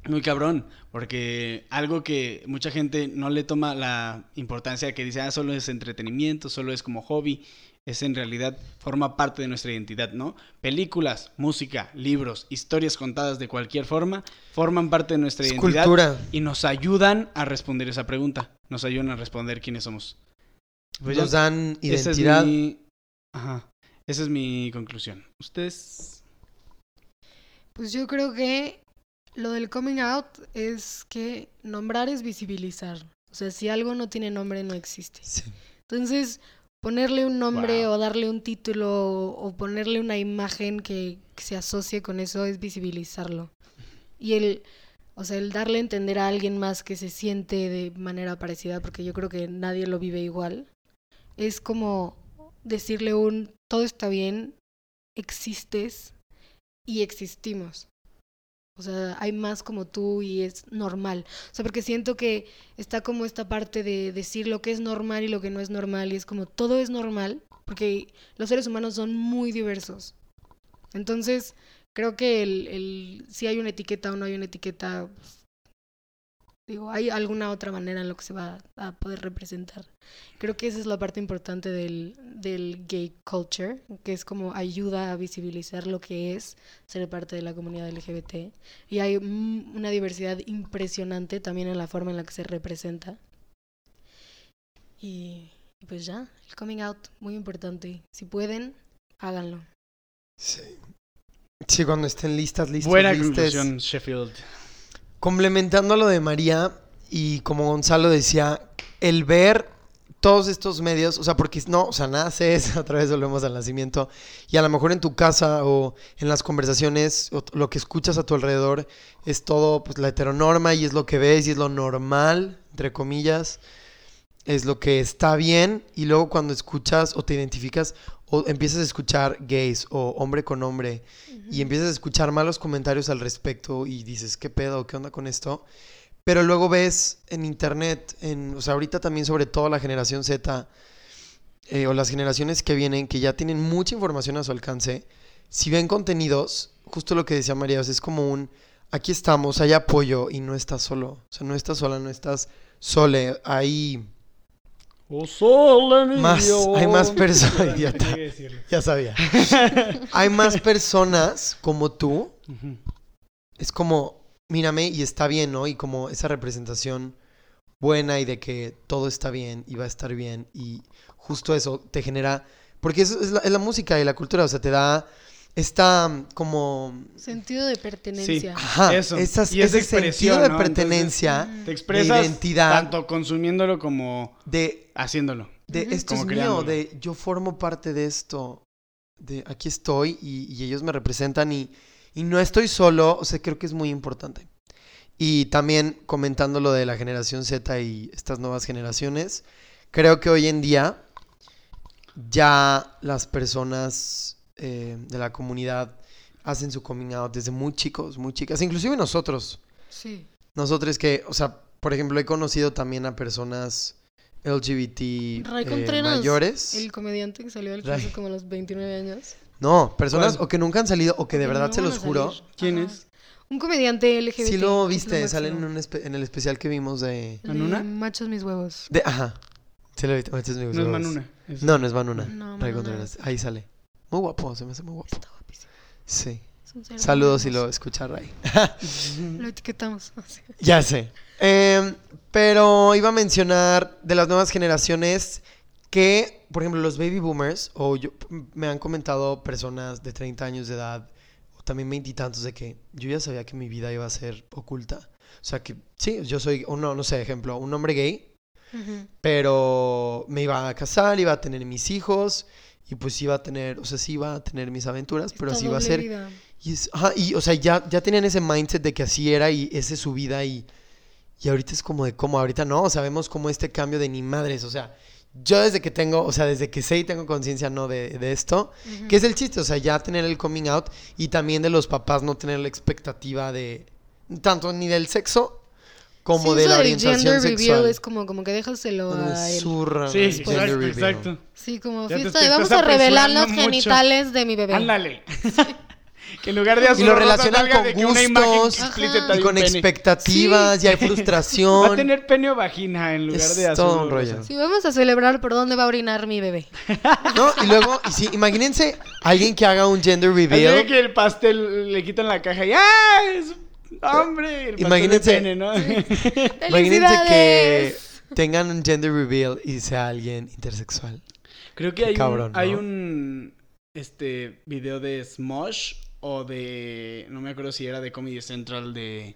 [SPEAKER 1] muy cabrón, porque algo que mucha gente no le toma la importancia que dice, ah, solo es entretenimiento, solo es como hobby, es en realidad, forma parte de nuestra identidad, ¿no? Películas, música, libros, historias contadas de cualquier forma, forman parte de nuestra
[SPEAKER 2] Es
[SPEAKER 1] identidad
[SPEAKER 2] cultura.
[SPEAKER 1] y nos ayudan a responder esa pregunta, nos ayudan a responder quiénes somos. Pues ya,
[SPEAKER 2] nos dan
[SPEAKER 1] esa es
[SPEAKER 2] identidad.
[SPEAKER 1] mi- Ajá, esa es mi conclusión. Ustedes...
[SPEAKER 3] Pues yo creo que lo del coming out es que nombrar es visibilizar. O sea, si algo no tiene nombre, no existe.
[SPEAKER 2] Sí.
[SPEAKER 3] Entonces, ponerle un nombre
[SPEAKER 1] Wow.
[SPEAKER 3] o darle un título o, o ponerle una imagen que, que se asocie con eso es visibilizarlo. Y el, o sea, el darle a entender a alguien más que se siente de manera parecida, porque yo creo que nadie lo vive igual, es como decirle un todo está bien, existes y existimos. O sea, hay más como tú y es normal. O sea, porque siento que está como esta parte de decir lo que es normal y lo que no es normal. Y es como todo es normal, porque los seres humanos son muy diversos. Entonces, creo que el, el- si hay una etiqueta o no hay una etiqueta, pues, digo, hay alguna otra manera en lo que se va a poder representar. Creo que esa es la parte importante del, del gay culture, que es como ayuda a visibilizar lo que es ser parte de la comunidad LGBT. Y hay mm, una diversidad impresionante también en la forma en la que se representa. Y, y pues ya, el coming out, muy importante. Si pueden, háganlo.
[SPEAKER 2] Sí. Sí, cuando estén listas, listas.
[SPEAKER 1] Buena conclusión, Sheffield.
[SPEAKER 2] Complementando lo de María y como Gonzalo decía, el ver todos estos medios, o sea, porque no, o sea, naces, <laughs> otra vez volvemos al nacimiento, y a lo mejor en tu casa o en las conversaciones, o t- lo que escuchas a tu alrededor es todo, pues la heteronorma y es lo que ves y es lo normal, entre comillas, es lo que está bien, y luego cuando escuchas o te identificas o empiezas a escuchar gays o hombre con hombre, y empiezas a escuchar malos comentarios al respecto y dices, ¿qué pedo? ¿Qué onda con esto? Pero luego ves en internet, en, o sea, ahorita también sobre todo la generación Z eh, o las generaciones que vienen, que ya tienen mucha información a su alcance, si ven contenidos, justo lo que decía María, o sea, es como un, aquí estamos, hay apoyo y no estás solo, o sea, no estás sola, no estás sole, hay, Más- hay más <laughs> personas, idiota. ya sabía, hay más personas como tú
[SPEAKER 1] Ujú.
[SPEAKER 2] es como, mírame y está bien, ¿no? Y como esa representación buena y de que todo está bien y va a estar bien y justo eso te genera, porque eso es la, es la música y la cultura, o sea, te da esta mm, como...
[SPEAKER 3] Sentido de pertenencia.
[SPEAKER 2] Ajá,
[SPEAKER 1] Eso,
[SPEAKER 2] esas-
[SPEAKER 1] y esa
[SPEAKER 2] ese sentido
[SPEAKER 1] expresión,
[SPEAKER 2] de
[SPEAKER 1] ¿no?
[SPEAKER 2] pertenencia,
[SPEAKER 3] Entonces,
[SPEAKER 1] Te expresas
[SPEAKER 2] identidad.
[SPEAKER 1] tanto consumiéndolo como
[SPEAKER 2] de,
[SPEAKER 1] haciéndolo.
[SPEAKER 2] de
[SPEAKER 3] Ujú.
[SPEAKER 2] esto
[SPEAKER 1] Como
[SPEAKER 2] es mío,
[SPEAKER 1] creándolo.
[SPEAKER 2] de yo formo parte de esto, de aquí estoy y, y ellos me representan y, y no estoy solo, o sea, creo que es muy importante. Y también comentando lo de la generación Z y estas nuevas generaciones, creo que hoy en día ya las personas eh, de la comunidad hacen su coming out desde muy chicos, muy chicas, inclusive nosotros.
[SPEAKER 3] Sí.
[SPEAKER 2] Nosotros que, o sea, por ejemplo, he conocido también a personas LGBT
[SPEAKER 3] Ray
[SPEAKER 2] eh,
[SPEAKER 3] Contreras,
[SPEAKER 2] mayores.
[SPEAKER 3] El comediante que salió del
[SPEAKER 2] Ray.
[SPEAKER 3] closet como a los 29 años.
[SPEAKER 2] No, personas
[SPEAKER 1] ¿Cuál?
[SPEAKER 2] o que nunca han salido o que de
[SPEAKER 3] no
[SPEAKER 2] verdad se
[SPEAKER 3] van a
[SPEAKER 2] los juro.
[SPEAKER 3] salir.
[SPEAKER 1] ¿Quién
[SPEAKER 3] Ajá.
[SPEAKER 1] es?
[SPEAKER 3] Un comediante LGBT.
[SPEAKER 2] Sí lo viste,
[SPEAKER 3] lo
[SPEAKER 2] sale en,
[SPEAKER 3] máximo.
[SPEAKER 2] un espe- en el especial que vimos de...
[SPEAKER 3] De
[SPEAKER 1] ¿Manuna?
[SPEAKER 3] Machos mis huevos.
[SPEAKER 2] de ajá. Sí lo viste. este es mi
[SPEAKER 1] No es
[SPEAKER 2] gusto.
[SPEAKER 1] Manuna. es-
[SPEAKER 2] No, no es Manuna.
[SPEAKER 3] No,
[SPEAKER 2] Ray
[SPEAKER 3] Manuna.
[SPEAKER 2] Contreras. Ahí sale. Muy guapo, se me hace muy guapo.
[SPEAKER 3] Está guapísimo.
[SPEAKER 2] Sí.
[SPEAKER 3] Es un ser humano
[SPEAKER 2] Saludos si
[SPEAKER 3] hermoso.
[SPEAKER 2] lo escucha Ray.
[SPEAKER 3] Lo etiquetamos. <laughs> así.
[SPEAKER 2] Ya sé. Eh, pero iba a mencionar de las nuevas generaciones que, por ejemplo, los baby boomers, o yo, me han comentado personas de 30 años de edad, o también veintitantos, de que yo ya sabía que mi vida iba a ser oculta. O sea que, sí, yo soy, o no, no sé, ejemplo, un hombre gay,
[SPEAKER 3] Ujú.
[SPEAKER 2] pero me iba a casar, iba a tener mis hijos, y pues iba a tener, o sea, sí iba a tener mis aventuras, pero
[SPEAKER 3] Esta
[SPEAKER 2] sí iba a
[SPEAKER 3] doble
[SPEAKER 2] ser
[SPEAKER 3] vida.
[SPEAKER 2] y, es- ajá, y, o sea, ya, ya tenían ese mindset de que así era y esa es su vida y, y ahorita es como de cómo, ahorita no, sabemos cómo este cambio de ni madres, o sea, yo desde que tengo, o sea, desde que sé y tengo conciencia no de, de esto,
[SPEAKER 3] Ujú.
[SPEAKER 2] que es el chiste, o sea, ya tener el coming out y también de los papás no tener la expectativa de tanto ni del sexo como
[SPEAKER 3] Sí,
[SPEAKER 2] de
[SPEAKER 3] eso
[SPEAKER 2] la
[SPEAKER 3] del gender
[SPEAKER 2] orientación
[SPEAKER 3] reveal
[SPEAKER 2] sexual. Ah,
[SPEAKER 3] es como, como que déjaselo
[SPEAKER 2] Donde
[SPEAKER 3] a él.
[SPEAKER 2] zurran
[SPEAKER 1] Sí,
[SPEAKER 2] el
[SPEAKER 1] exacto,
[SPEAKER 2] gender reveal.
[SPEAKER 1] exacto.
[SPEAKER 3] Sí, como
[SPEAKER 1] Ya te
[SPEAKER 3] fiesta de
[SPEAKER 1] estás
[SPEAKER 3] vamos a revelar
[SPEAKER 1] apresurando
[SPEAKER 3] los
[SPEAKER 1] mucho.
[SPEAKER 3] genitales de mi bebé.
[SPEAKER 1] Ándale. <laughs> que en lugar de hacer
[SPEAKER 2] Y lo
[SPEAKER 1] una rosa
[SPEAKER 2] relacionan
[SPEAKER 1] salga
[SPEAKER 2] con
[SPEAKER 1] de que una imagen
[SPEAKER 2] gustos,
[SPEAKER 1] explícita de
[SPEAKER 3] ajá.
[SPEAKER 2] Y
[SPEAKER 1] un
[SPEAKER 2] con
[SPEAKER 1] pene.
[SPEAKER 2] expectativas, y hay frustración.
[SPEAKER 1] <laughs> Va a tener pene o vagina en lugar
[SPEAKER 2] Es
[SPEAKER 1] de hacer
[SPEAKER 2] todo
[SPEAKER 1] una
[SPEAKER 2] un rollo.
[SPEAKER 1] rosa.
[SPEAKER 3] Sí, vamos a celebrar por dónde va a orinar mi bebé.
[SPEAKER 2] No, y luego, y sí, imagínense alguien que haga un gender
[SPEAKER 1] Así de
[SPEAKER 2] reveal.
[SPEAKER 1] que el pastel le quitan la caja y ¡ah! Es hombre. El pastel de
[SPEAKER 2] Imagínense.
[SPEAKER 1] pene,
[SPEAKER 2] <laughs>
[SPEAKER 1] ¿no?
[SPEAKER 2] <laughs> Imagínense que
[SPEAKER 3] ¡Felicidades!
[SPEAKER 2] tengan un gender reveal y sea alguien intersexual.
[SPEAKER 1] Creo que
[SPEAKER 2] Qué
[SPEAKER 1] hay,
[SPEAKER 2] cabrón,
[SPEAKER 1] un, hay
[SPEAKER 2] ¿no?
[SPEAKER 1] un este video de Smosh o de. No me acuerdo si era de Comedy Central de,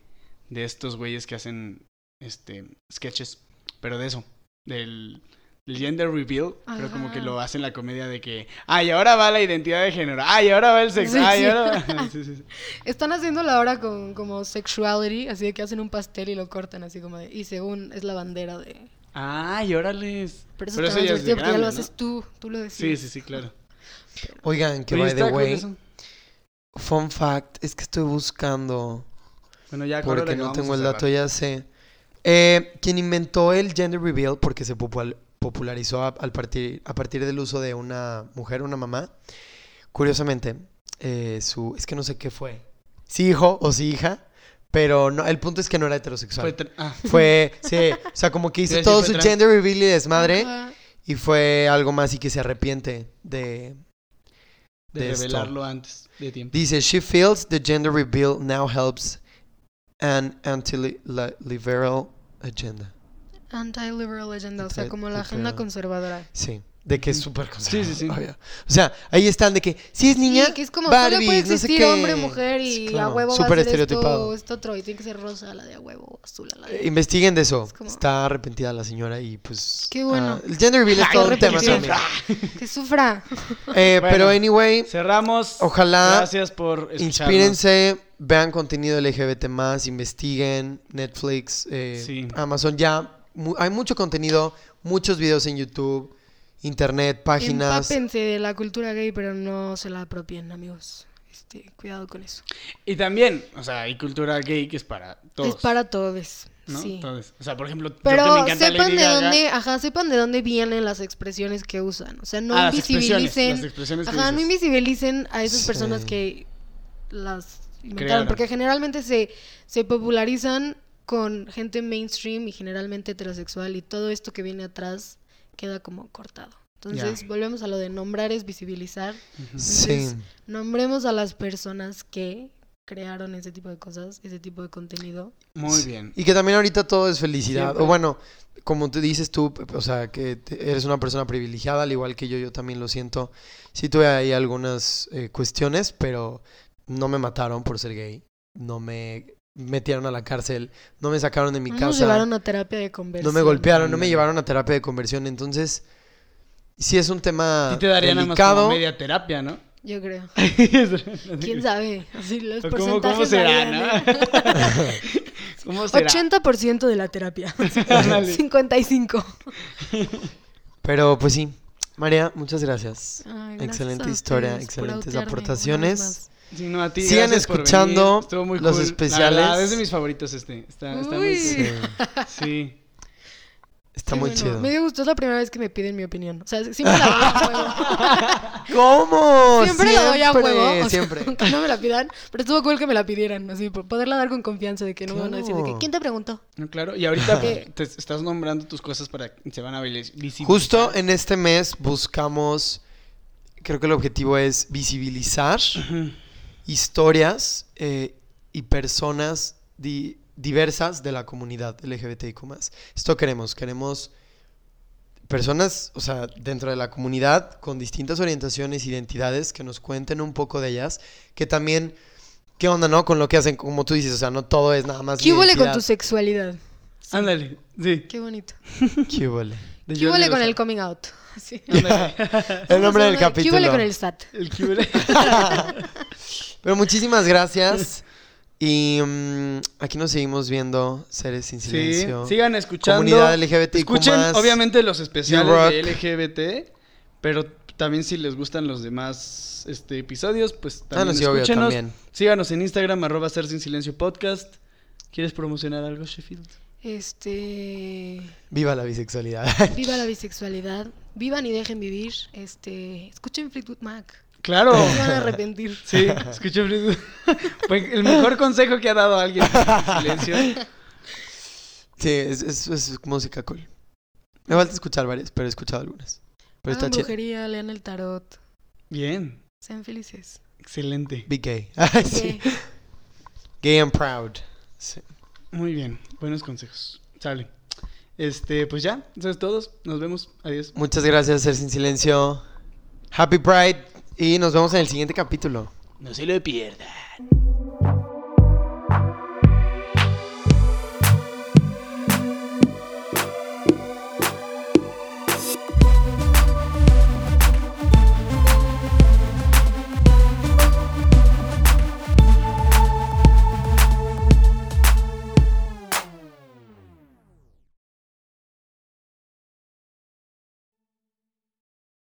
[SPEAKER 1] de estos güeyes que hacen este sketches. Pero de eso. Del. del gender reveal, pero como que
[SPEAKER 3] Ajá.
[SPEAKER 1] lo hacen la comedia de que, ay, ahora va la identidad de género, ay, ahora va el sexo,
[SPEAKER 3] Sí,
[SPEAKER 1] ay,
[SPEAKER 3] sí.
[SPEAKER 1] ahora va... <laughs> Sí, sí, sí.
[SPEAKER 3] Están haciendo la hora con como sexuality, así de que hacen un pastel y lo cortan así como de, y según es la bandera de...
[SPEAKER 1] Ay, órales.
[SPEAKER 3] Pero eso
[SPEAKER 1] Pero eso
[SPEAKER 3] está más
[SPEAKER 1] ya es de
[SPEAKER 3] divertido porque ya lo
[SPEAKER 1] grande,
[SPEAKER 3] haces tú, tú lo
[SPEAKER 1] Sí,
[SPEAKER 3] decides.
[SPEAKER 1] sí, sí, claro.
[SPEAKER 2] Oigan, que
[SPEAKER 1] Oye,
[SPEAKER 2] by the
[SPEAKER 1] está cool
[SPEAKER 2] way,
[SPEAKER 1] eso.
[SPEAKER 2] fun fact, es que estoy buscando
[SPEAKER 1] Bueno, ya acuérdate
[SPEAKER 2] porque
[SPEAKER 1] que
[SPEAKER 2] no
[SPEAKER 1] vamos
[SPEAKER 2] tengo
[SPEAKER 1] a
[SPEAKER 2] el
[SPEAKER 1] cerrar.
[SPEAKER 2] dato, ya sé. Eh, quien inventó el gender reveal porque se popul- popularizó a, al partir, a partir del uso de una mujer, una mamá. Curiosamente, eh, su, es que no sé qué fue, si hijo o si hija, pero no, el punto es que no era heterosexual.
[SPEAKER 1] Fue tra- ah,
[SPEAKER 2] Fue, sí, o sea, como que
[SPEAKER 1] Iba a
[SPEAKER 2] hizo
[SPEAKER 1] decir
[SPEAKER 2] todo
[SPEAKER 1] fue
[SPEAKER 2] su
[SPEAKER 1] trans.
[SPEAKER 2] gender reveal y desmadre.
[SPEAKER 3] Ajá.
[SPEAKER 2] Y fue algo más y que se arrepiente de...
[SPEAKER 1] de,
[SPEAKER 2] de esto.
[SPEAKER 1] revelarlo antes de tiempo.
[SPEAKER 2] Dice, she feels the gender reveal now helps an anti-liberal agenda.
[SPEAKER 3] Anti-liberal agenda, o sea, como la
[SPEAKER 2] Anti-liberal.
[SPEAKER 3] agenda conservadora.
[SPEAKER 2] Sí, de que es súper conservadora.
[SPEAKER 1] sí, sí.
[SPEAKER 2] obvio. O sea, ahí están de que si es niña,
[SPEAKER 3] Sí, que es como
[SPEAKER 2] Barbie,
[SPEAKER 3] solo puede
[SPEAKER 2] no sé
[SPEAKER 3] existir
[SPEAKER 2] qué.
[SPEAKER 3] hombre, mujer
[SPEAKER 2] Sí,
[SPEAKER 3] y
[SPEAKER 2] claro,
[SPEAKER 3] a huevo va
[SPEAKER 2] súper
[SPEAKER 3] a ser esto,
[SPEAKER 2] estereotipado.
[SPEAKER 3] esto otro y tiene que ser rosa la de a huevo, azul la de...
[SPEAKER 2] Eh, Investiguen de eso.
[SPEAKER 3] Es como-
[SPEAKER 2] Está arrepentida la señora y pues...
[SPEAKER 3] Qué bueno.
[SPEAKER 2] ah, el gender reveal es
[SPEAKER 3] Ay,
[SPEAKER 2] todo un tema
[SPEAKER 3] arrepentida.
[SPEAKER 2] también.
[SPEAKER 3] Que sufra.
[SPEAKER 2] Eh,
[SPEAKER 1] Bueno.
[SPEAKER 2] Pero anyway,
[SPEAKER 1] Cerramos.
[SPEAKER 2] Ojalá
[SPEAKER 1] Gracias por escucharnos.
[SPEAKER 2] Inspírense, vean contenido LGBT más, investiguen Netflix, eh,
[SPEAKER 1] Sí.
[SPEAKER 2] Amazon, ya mu- hay mucho contenido, muchos videos en YouTube, internet, páginas.
[SPEAKER 3] Empápense de la cultura gay, pero no se la apropien, amigos. Este, cuidado con eso.
[SPEAKER 1] Y también, o sea, hay cultura gay que es para todos.
[SPEAKER 3] Es para todos.
[SPEAKER 1] ¿no?
[SPEAKER 3] Sí.
[SPEAKER 1] Todos. o sea, por ejemplo, yo que me
[SPEAKER 3] Pero
[SPEAKER 1] encanta
[SPEAKER 3] sepan
[SPEAKER 1] Lady
[SPEAKER 3] de
[SPEAKER 1] Gaga, ah,
[SPEAKER 3] dónde, ajá, sepan de dónde vienen las expresiones que usan. O sea, no
[SPEAKER 1] Ah, las expresiones,
[SPEAKER 3] invisibilicen.
[SPEAKER 1] las expresiones que
[SPEAKER 3] ajá, no
[SPEAKER 1] dices.
[SPEAKER 3] invisibilen a esas
[SPEAKER 2] Sí.
[SPEAKER 3] personas que las inventaron.
[SPEAKER 1] Crearon.
[SPEAKER 3] Porque generalmente se, se popularizan con gente mainstream y generalmente heterosexual y todo esto que viene atrás queda como cortado. Entonces, volvemos a lo de nombrar es visibilizar.
[SPEAKER 2] Sí.
[SPEAKER 3] Entonces, Nombremos a las personas que crearon ese tipo de cosas, ese tipo de contenido.
[SPEAKER 1] Muy bien.
[SPEAKER 2] Y que también ahorita todo es felicidad.
[SPEAKER 1] Siempre.
[SPEAKER 2] O bueno, como tú dices tú, o sea, que te- eres una persona privilegiada, al igual que yo, yo también lo siento. Sí tuve ahí algunas eh, cuestiones, pero no me mataron por ser gay, no me metieron a la cárcel, no me sacaron de mi
[SPEAKER 3] no
[SPEAKER 2] casa.
[SPEAKER 3] nos llevaron a terapia de conversión.
[SPEAKER 2] No me golpearon, no me
[SPEAKER 1] Ándale.
[SPEAKER 2] llevaron a terapia de conversión. Entonces, sí es un tema
[SPEAKER 1] Y te darían nada más
[SPEAKER 2] delicado.
[SPEAKER 1] como media terapia, ¿no?
[SPEAKER 3] Yo creo. <laughs> ¿Quién
[SPEAKER 1] ¿Quién <laughs>
[SPEAKER 3] sabe? Así los
[SPEAKER 1] ¿Cómo,
[SPEAKER 3] porcentajes
[SPEAKER 1] ¿Cómo será,
[SPEAKER 3] varían, ¿eh?
[SPEAKER 1] no? <laughs> ¿Cómo será?
[SPEAKER 3] 80% de la terapia.
[SPEAKER 1] <laughs> Ándale.
[SPEAKER 3] 55.
[SPEAKER 2] Pero pues sí, María, muchas gracias.
[SPEAKER 3] Ay, gracias
[SPEAKER 2] Excelente
[SPEAKER 3] a
[SPEAKER 2] historia,
[SPEAKER 3] ustedes por
[SPEAKER 2] excelentes
[SPEAKER 3] outearme una vez
[SPEAKER 2] aportaciones.
[SPEAKER 3] más.
[SPEAKER 1] Sí, no, a ti,
[SPEAKER 2] Sigan
[SPEAKER 1] gracias por
[SPEAKER 2] escuchando
[SPEAKER 1] venir. Estuvo muy
[SPEAKER 2] los
[SPEAKER 1] cool. La
[SPEAKER 2] especiales.
[SPEAKER 1] verdad, es de mis favoritos este. Está, está muy
[SPEAKER 3] Uy.
[SPEAKER 1] cool.
[SPEAKER 2] Sí,
[SPEAKER 1] Sí.
[SPEAKER 2] está
[SPEAKER 3] Qué
[SPEAKER 2] muy
[SPEAKER 3] bueno.
[SPEAKER 2] chido.
[SPEAKER 3] Me dio gusto, es la primera vez que me piden mi opinión. O sea, siempre la doy
[SPEAKER 2] <laughs>
[SPEAKER 3] a huevo.
[SPEAKER 2] ¿Cómo?
[SPEAKER 3] Siempre, la doy a huevo. o sea,
[SPEAKER 2] Oh, Siempre.
[SPEAKER 3] <laughs> aunque no me la pidan, pero estuvo cool que me la pidieran. Así, por poderla dar con confianza de que no me van a decir de que,
[SPEAKER 2] Claro.
[SPEAKER 3] ¿quién te preguntó?
[SPEAKER 1] No, claro. Y ahorita
[SPEAKER 3] ¿Qué?
[SPEAKER 1] te estás nombrando tus cosas para que se van a visibilizar.
[SPEAKER 2] Justo en este mes buscamos, creo que el objetivo es visibilizar historias eh, y personas di- diversas de la comunidad LGBTIQ+. Esto queremos, queremos personas, o sea, dentro de la comunidad con distintas orientaciones, identidades, que nos cuenten un poco de ellas, que también, ¿qué onda, no? Con lo que hacen, como tú dices, o sea, no todo es nada más
[SPEAKER 3] ¿Qué huele con
[SPEAKER 2] identidad.
[SPEAKER 3] tu sexualidad?
[SPEAKER 1] Ándale, sí.
[SPEAKER 3] Qué bonito.
[SPEAKER 2] ¿Qué
[SPEAKER 3] <laughs>
[SPEAKER 2] huele?
[SPEAKER 1] De
[SPEAKER 3] ¿Qué
[SPEAKER 1] Jordi
[SPEAKER 3] huele con
[SPEAKER 1] Rosado.
[SPEAKER 3] el coming out? <laughs> Sí. <laughs>
[SPEAKER 2] El nombre del
[SPEAKER 3] ¿Qué
[SPEAKER 2] capítulo.
[SPEAKER 3] huele
[SPEAKER 2] <laughs>
[SPEAKER 3] con el SAT?
[SPEAKER 1] El que huele.
[SPEAKER 2] Pero muchísimas gracias. Y mm, aquí nos seguimos viendo Seres sin
[SPEAKER 1] Sí,
[SPEAKER 2] Silencio.
[SPEAKER 1] sigan escuchando.
[SPEAKER 2] Comunidad LGBTIQ+.
[SPEAKER 1] Escuchen, obviamente, los especiales
[SPEAKER 2] You rock.
[SPEAKER 1] de LGBT, pero también si les gustan los demás este, episodios, pues también
[SPEAKER 2] Ah, no, sí, obvio,
[SPEAKER 1] escúchenos.
[SPEAKER 2] también.
[SPEAKER 1] Síganos en Instagram, arroba ser sin silencio podcast. ¿Quieres promocionar algo, Sheffield?
[SPEAKER 3] Este.
[SPEAKER 2] Viva la bisexualidad.
[SPEAKER 3] Viva la bisexualidad. Vivan y dejen vivir. Este. Escuchen Fleetwood Mac.
[SPEAKER 1] ¡Claro!
[SPEAKER 2] Oh.
[SPEAKER 3] No se van
[SPEAKER 2] <laughs>
[SPEAKER 3] a arrepentir.
[SPEAKER 1] Sí, escuchen. Fritz. <laughs> Fue el mejor consejo que ha dado alguien. Silencio.
[SPEAKER 2] sí, es, es- es música cool. Me falta escuchar varias, pero he escuchado algunas. Pero está
[SPEAKER 3] Hagan
[SPEAKER 2] chido.
[SPEAKER 3] brujería, lean el tarot.
[SPEAKER 1] Bien,
[SPEAKER 3] Sean felices.
[SPEAKER 1] excelente.
[SPEAKER 2] Be gay. <laughs> Ay, sí.
[SPEAKER 3] Sí.
[SPEAKER 2] Gay and proud. Sí.
[SPEAKER 1] Muy bien, buenos consejos. Sale. Este, pues ya, eso es todo. Nos vemos. Adiós.
[SPEAKER 2] Muchas gracias, Ser Sin Silencio. Happy Pride. Y nos vemos en el siguiente capítulo.
[SPEAKER 1] No se lo pierda.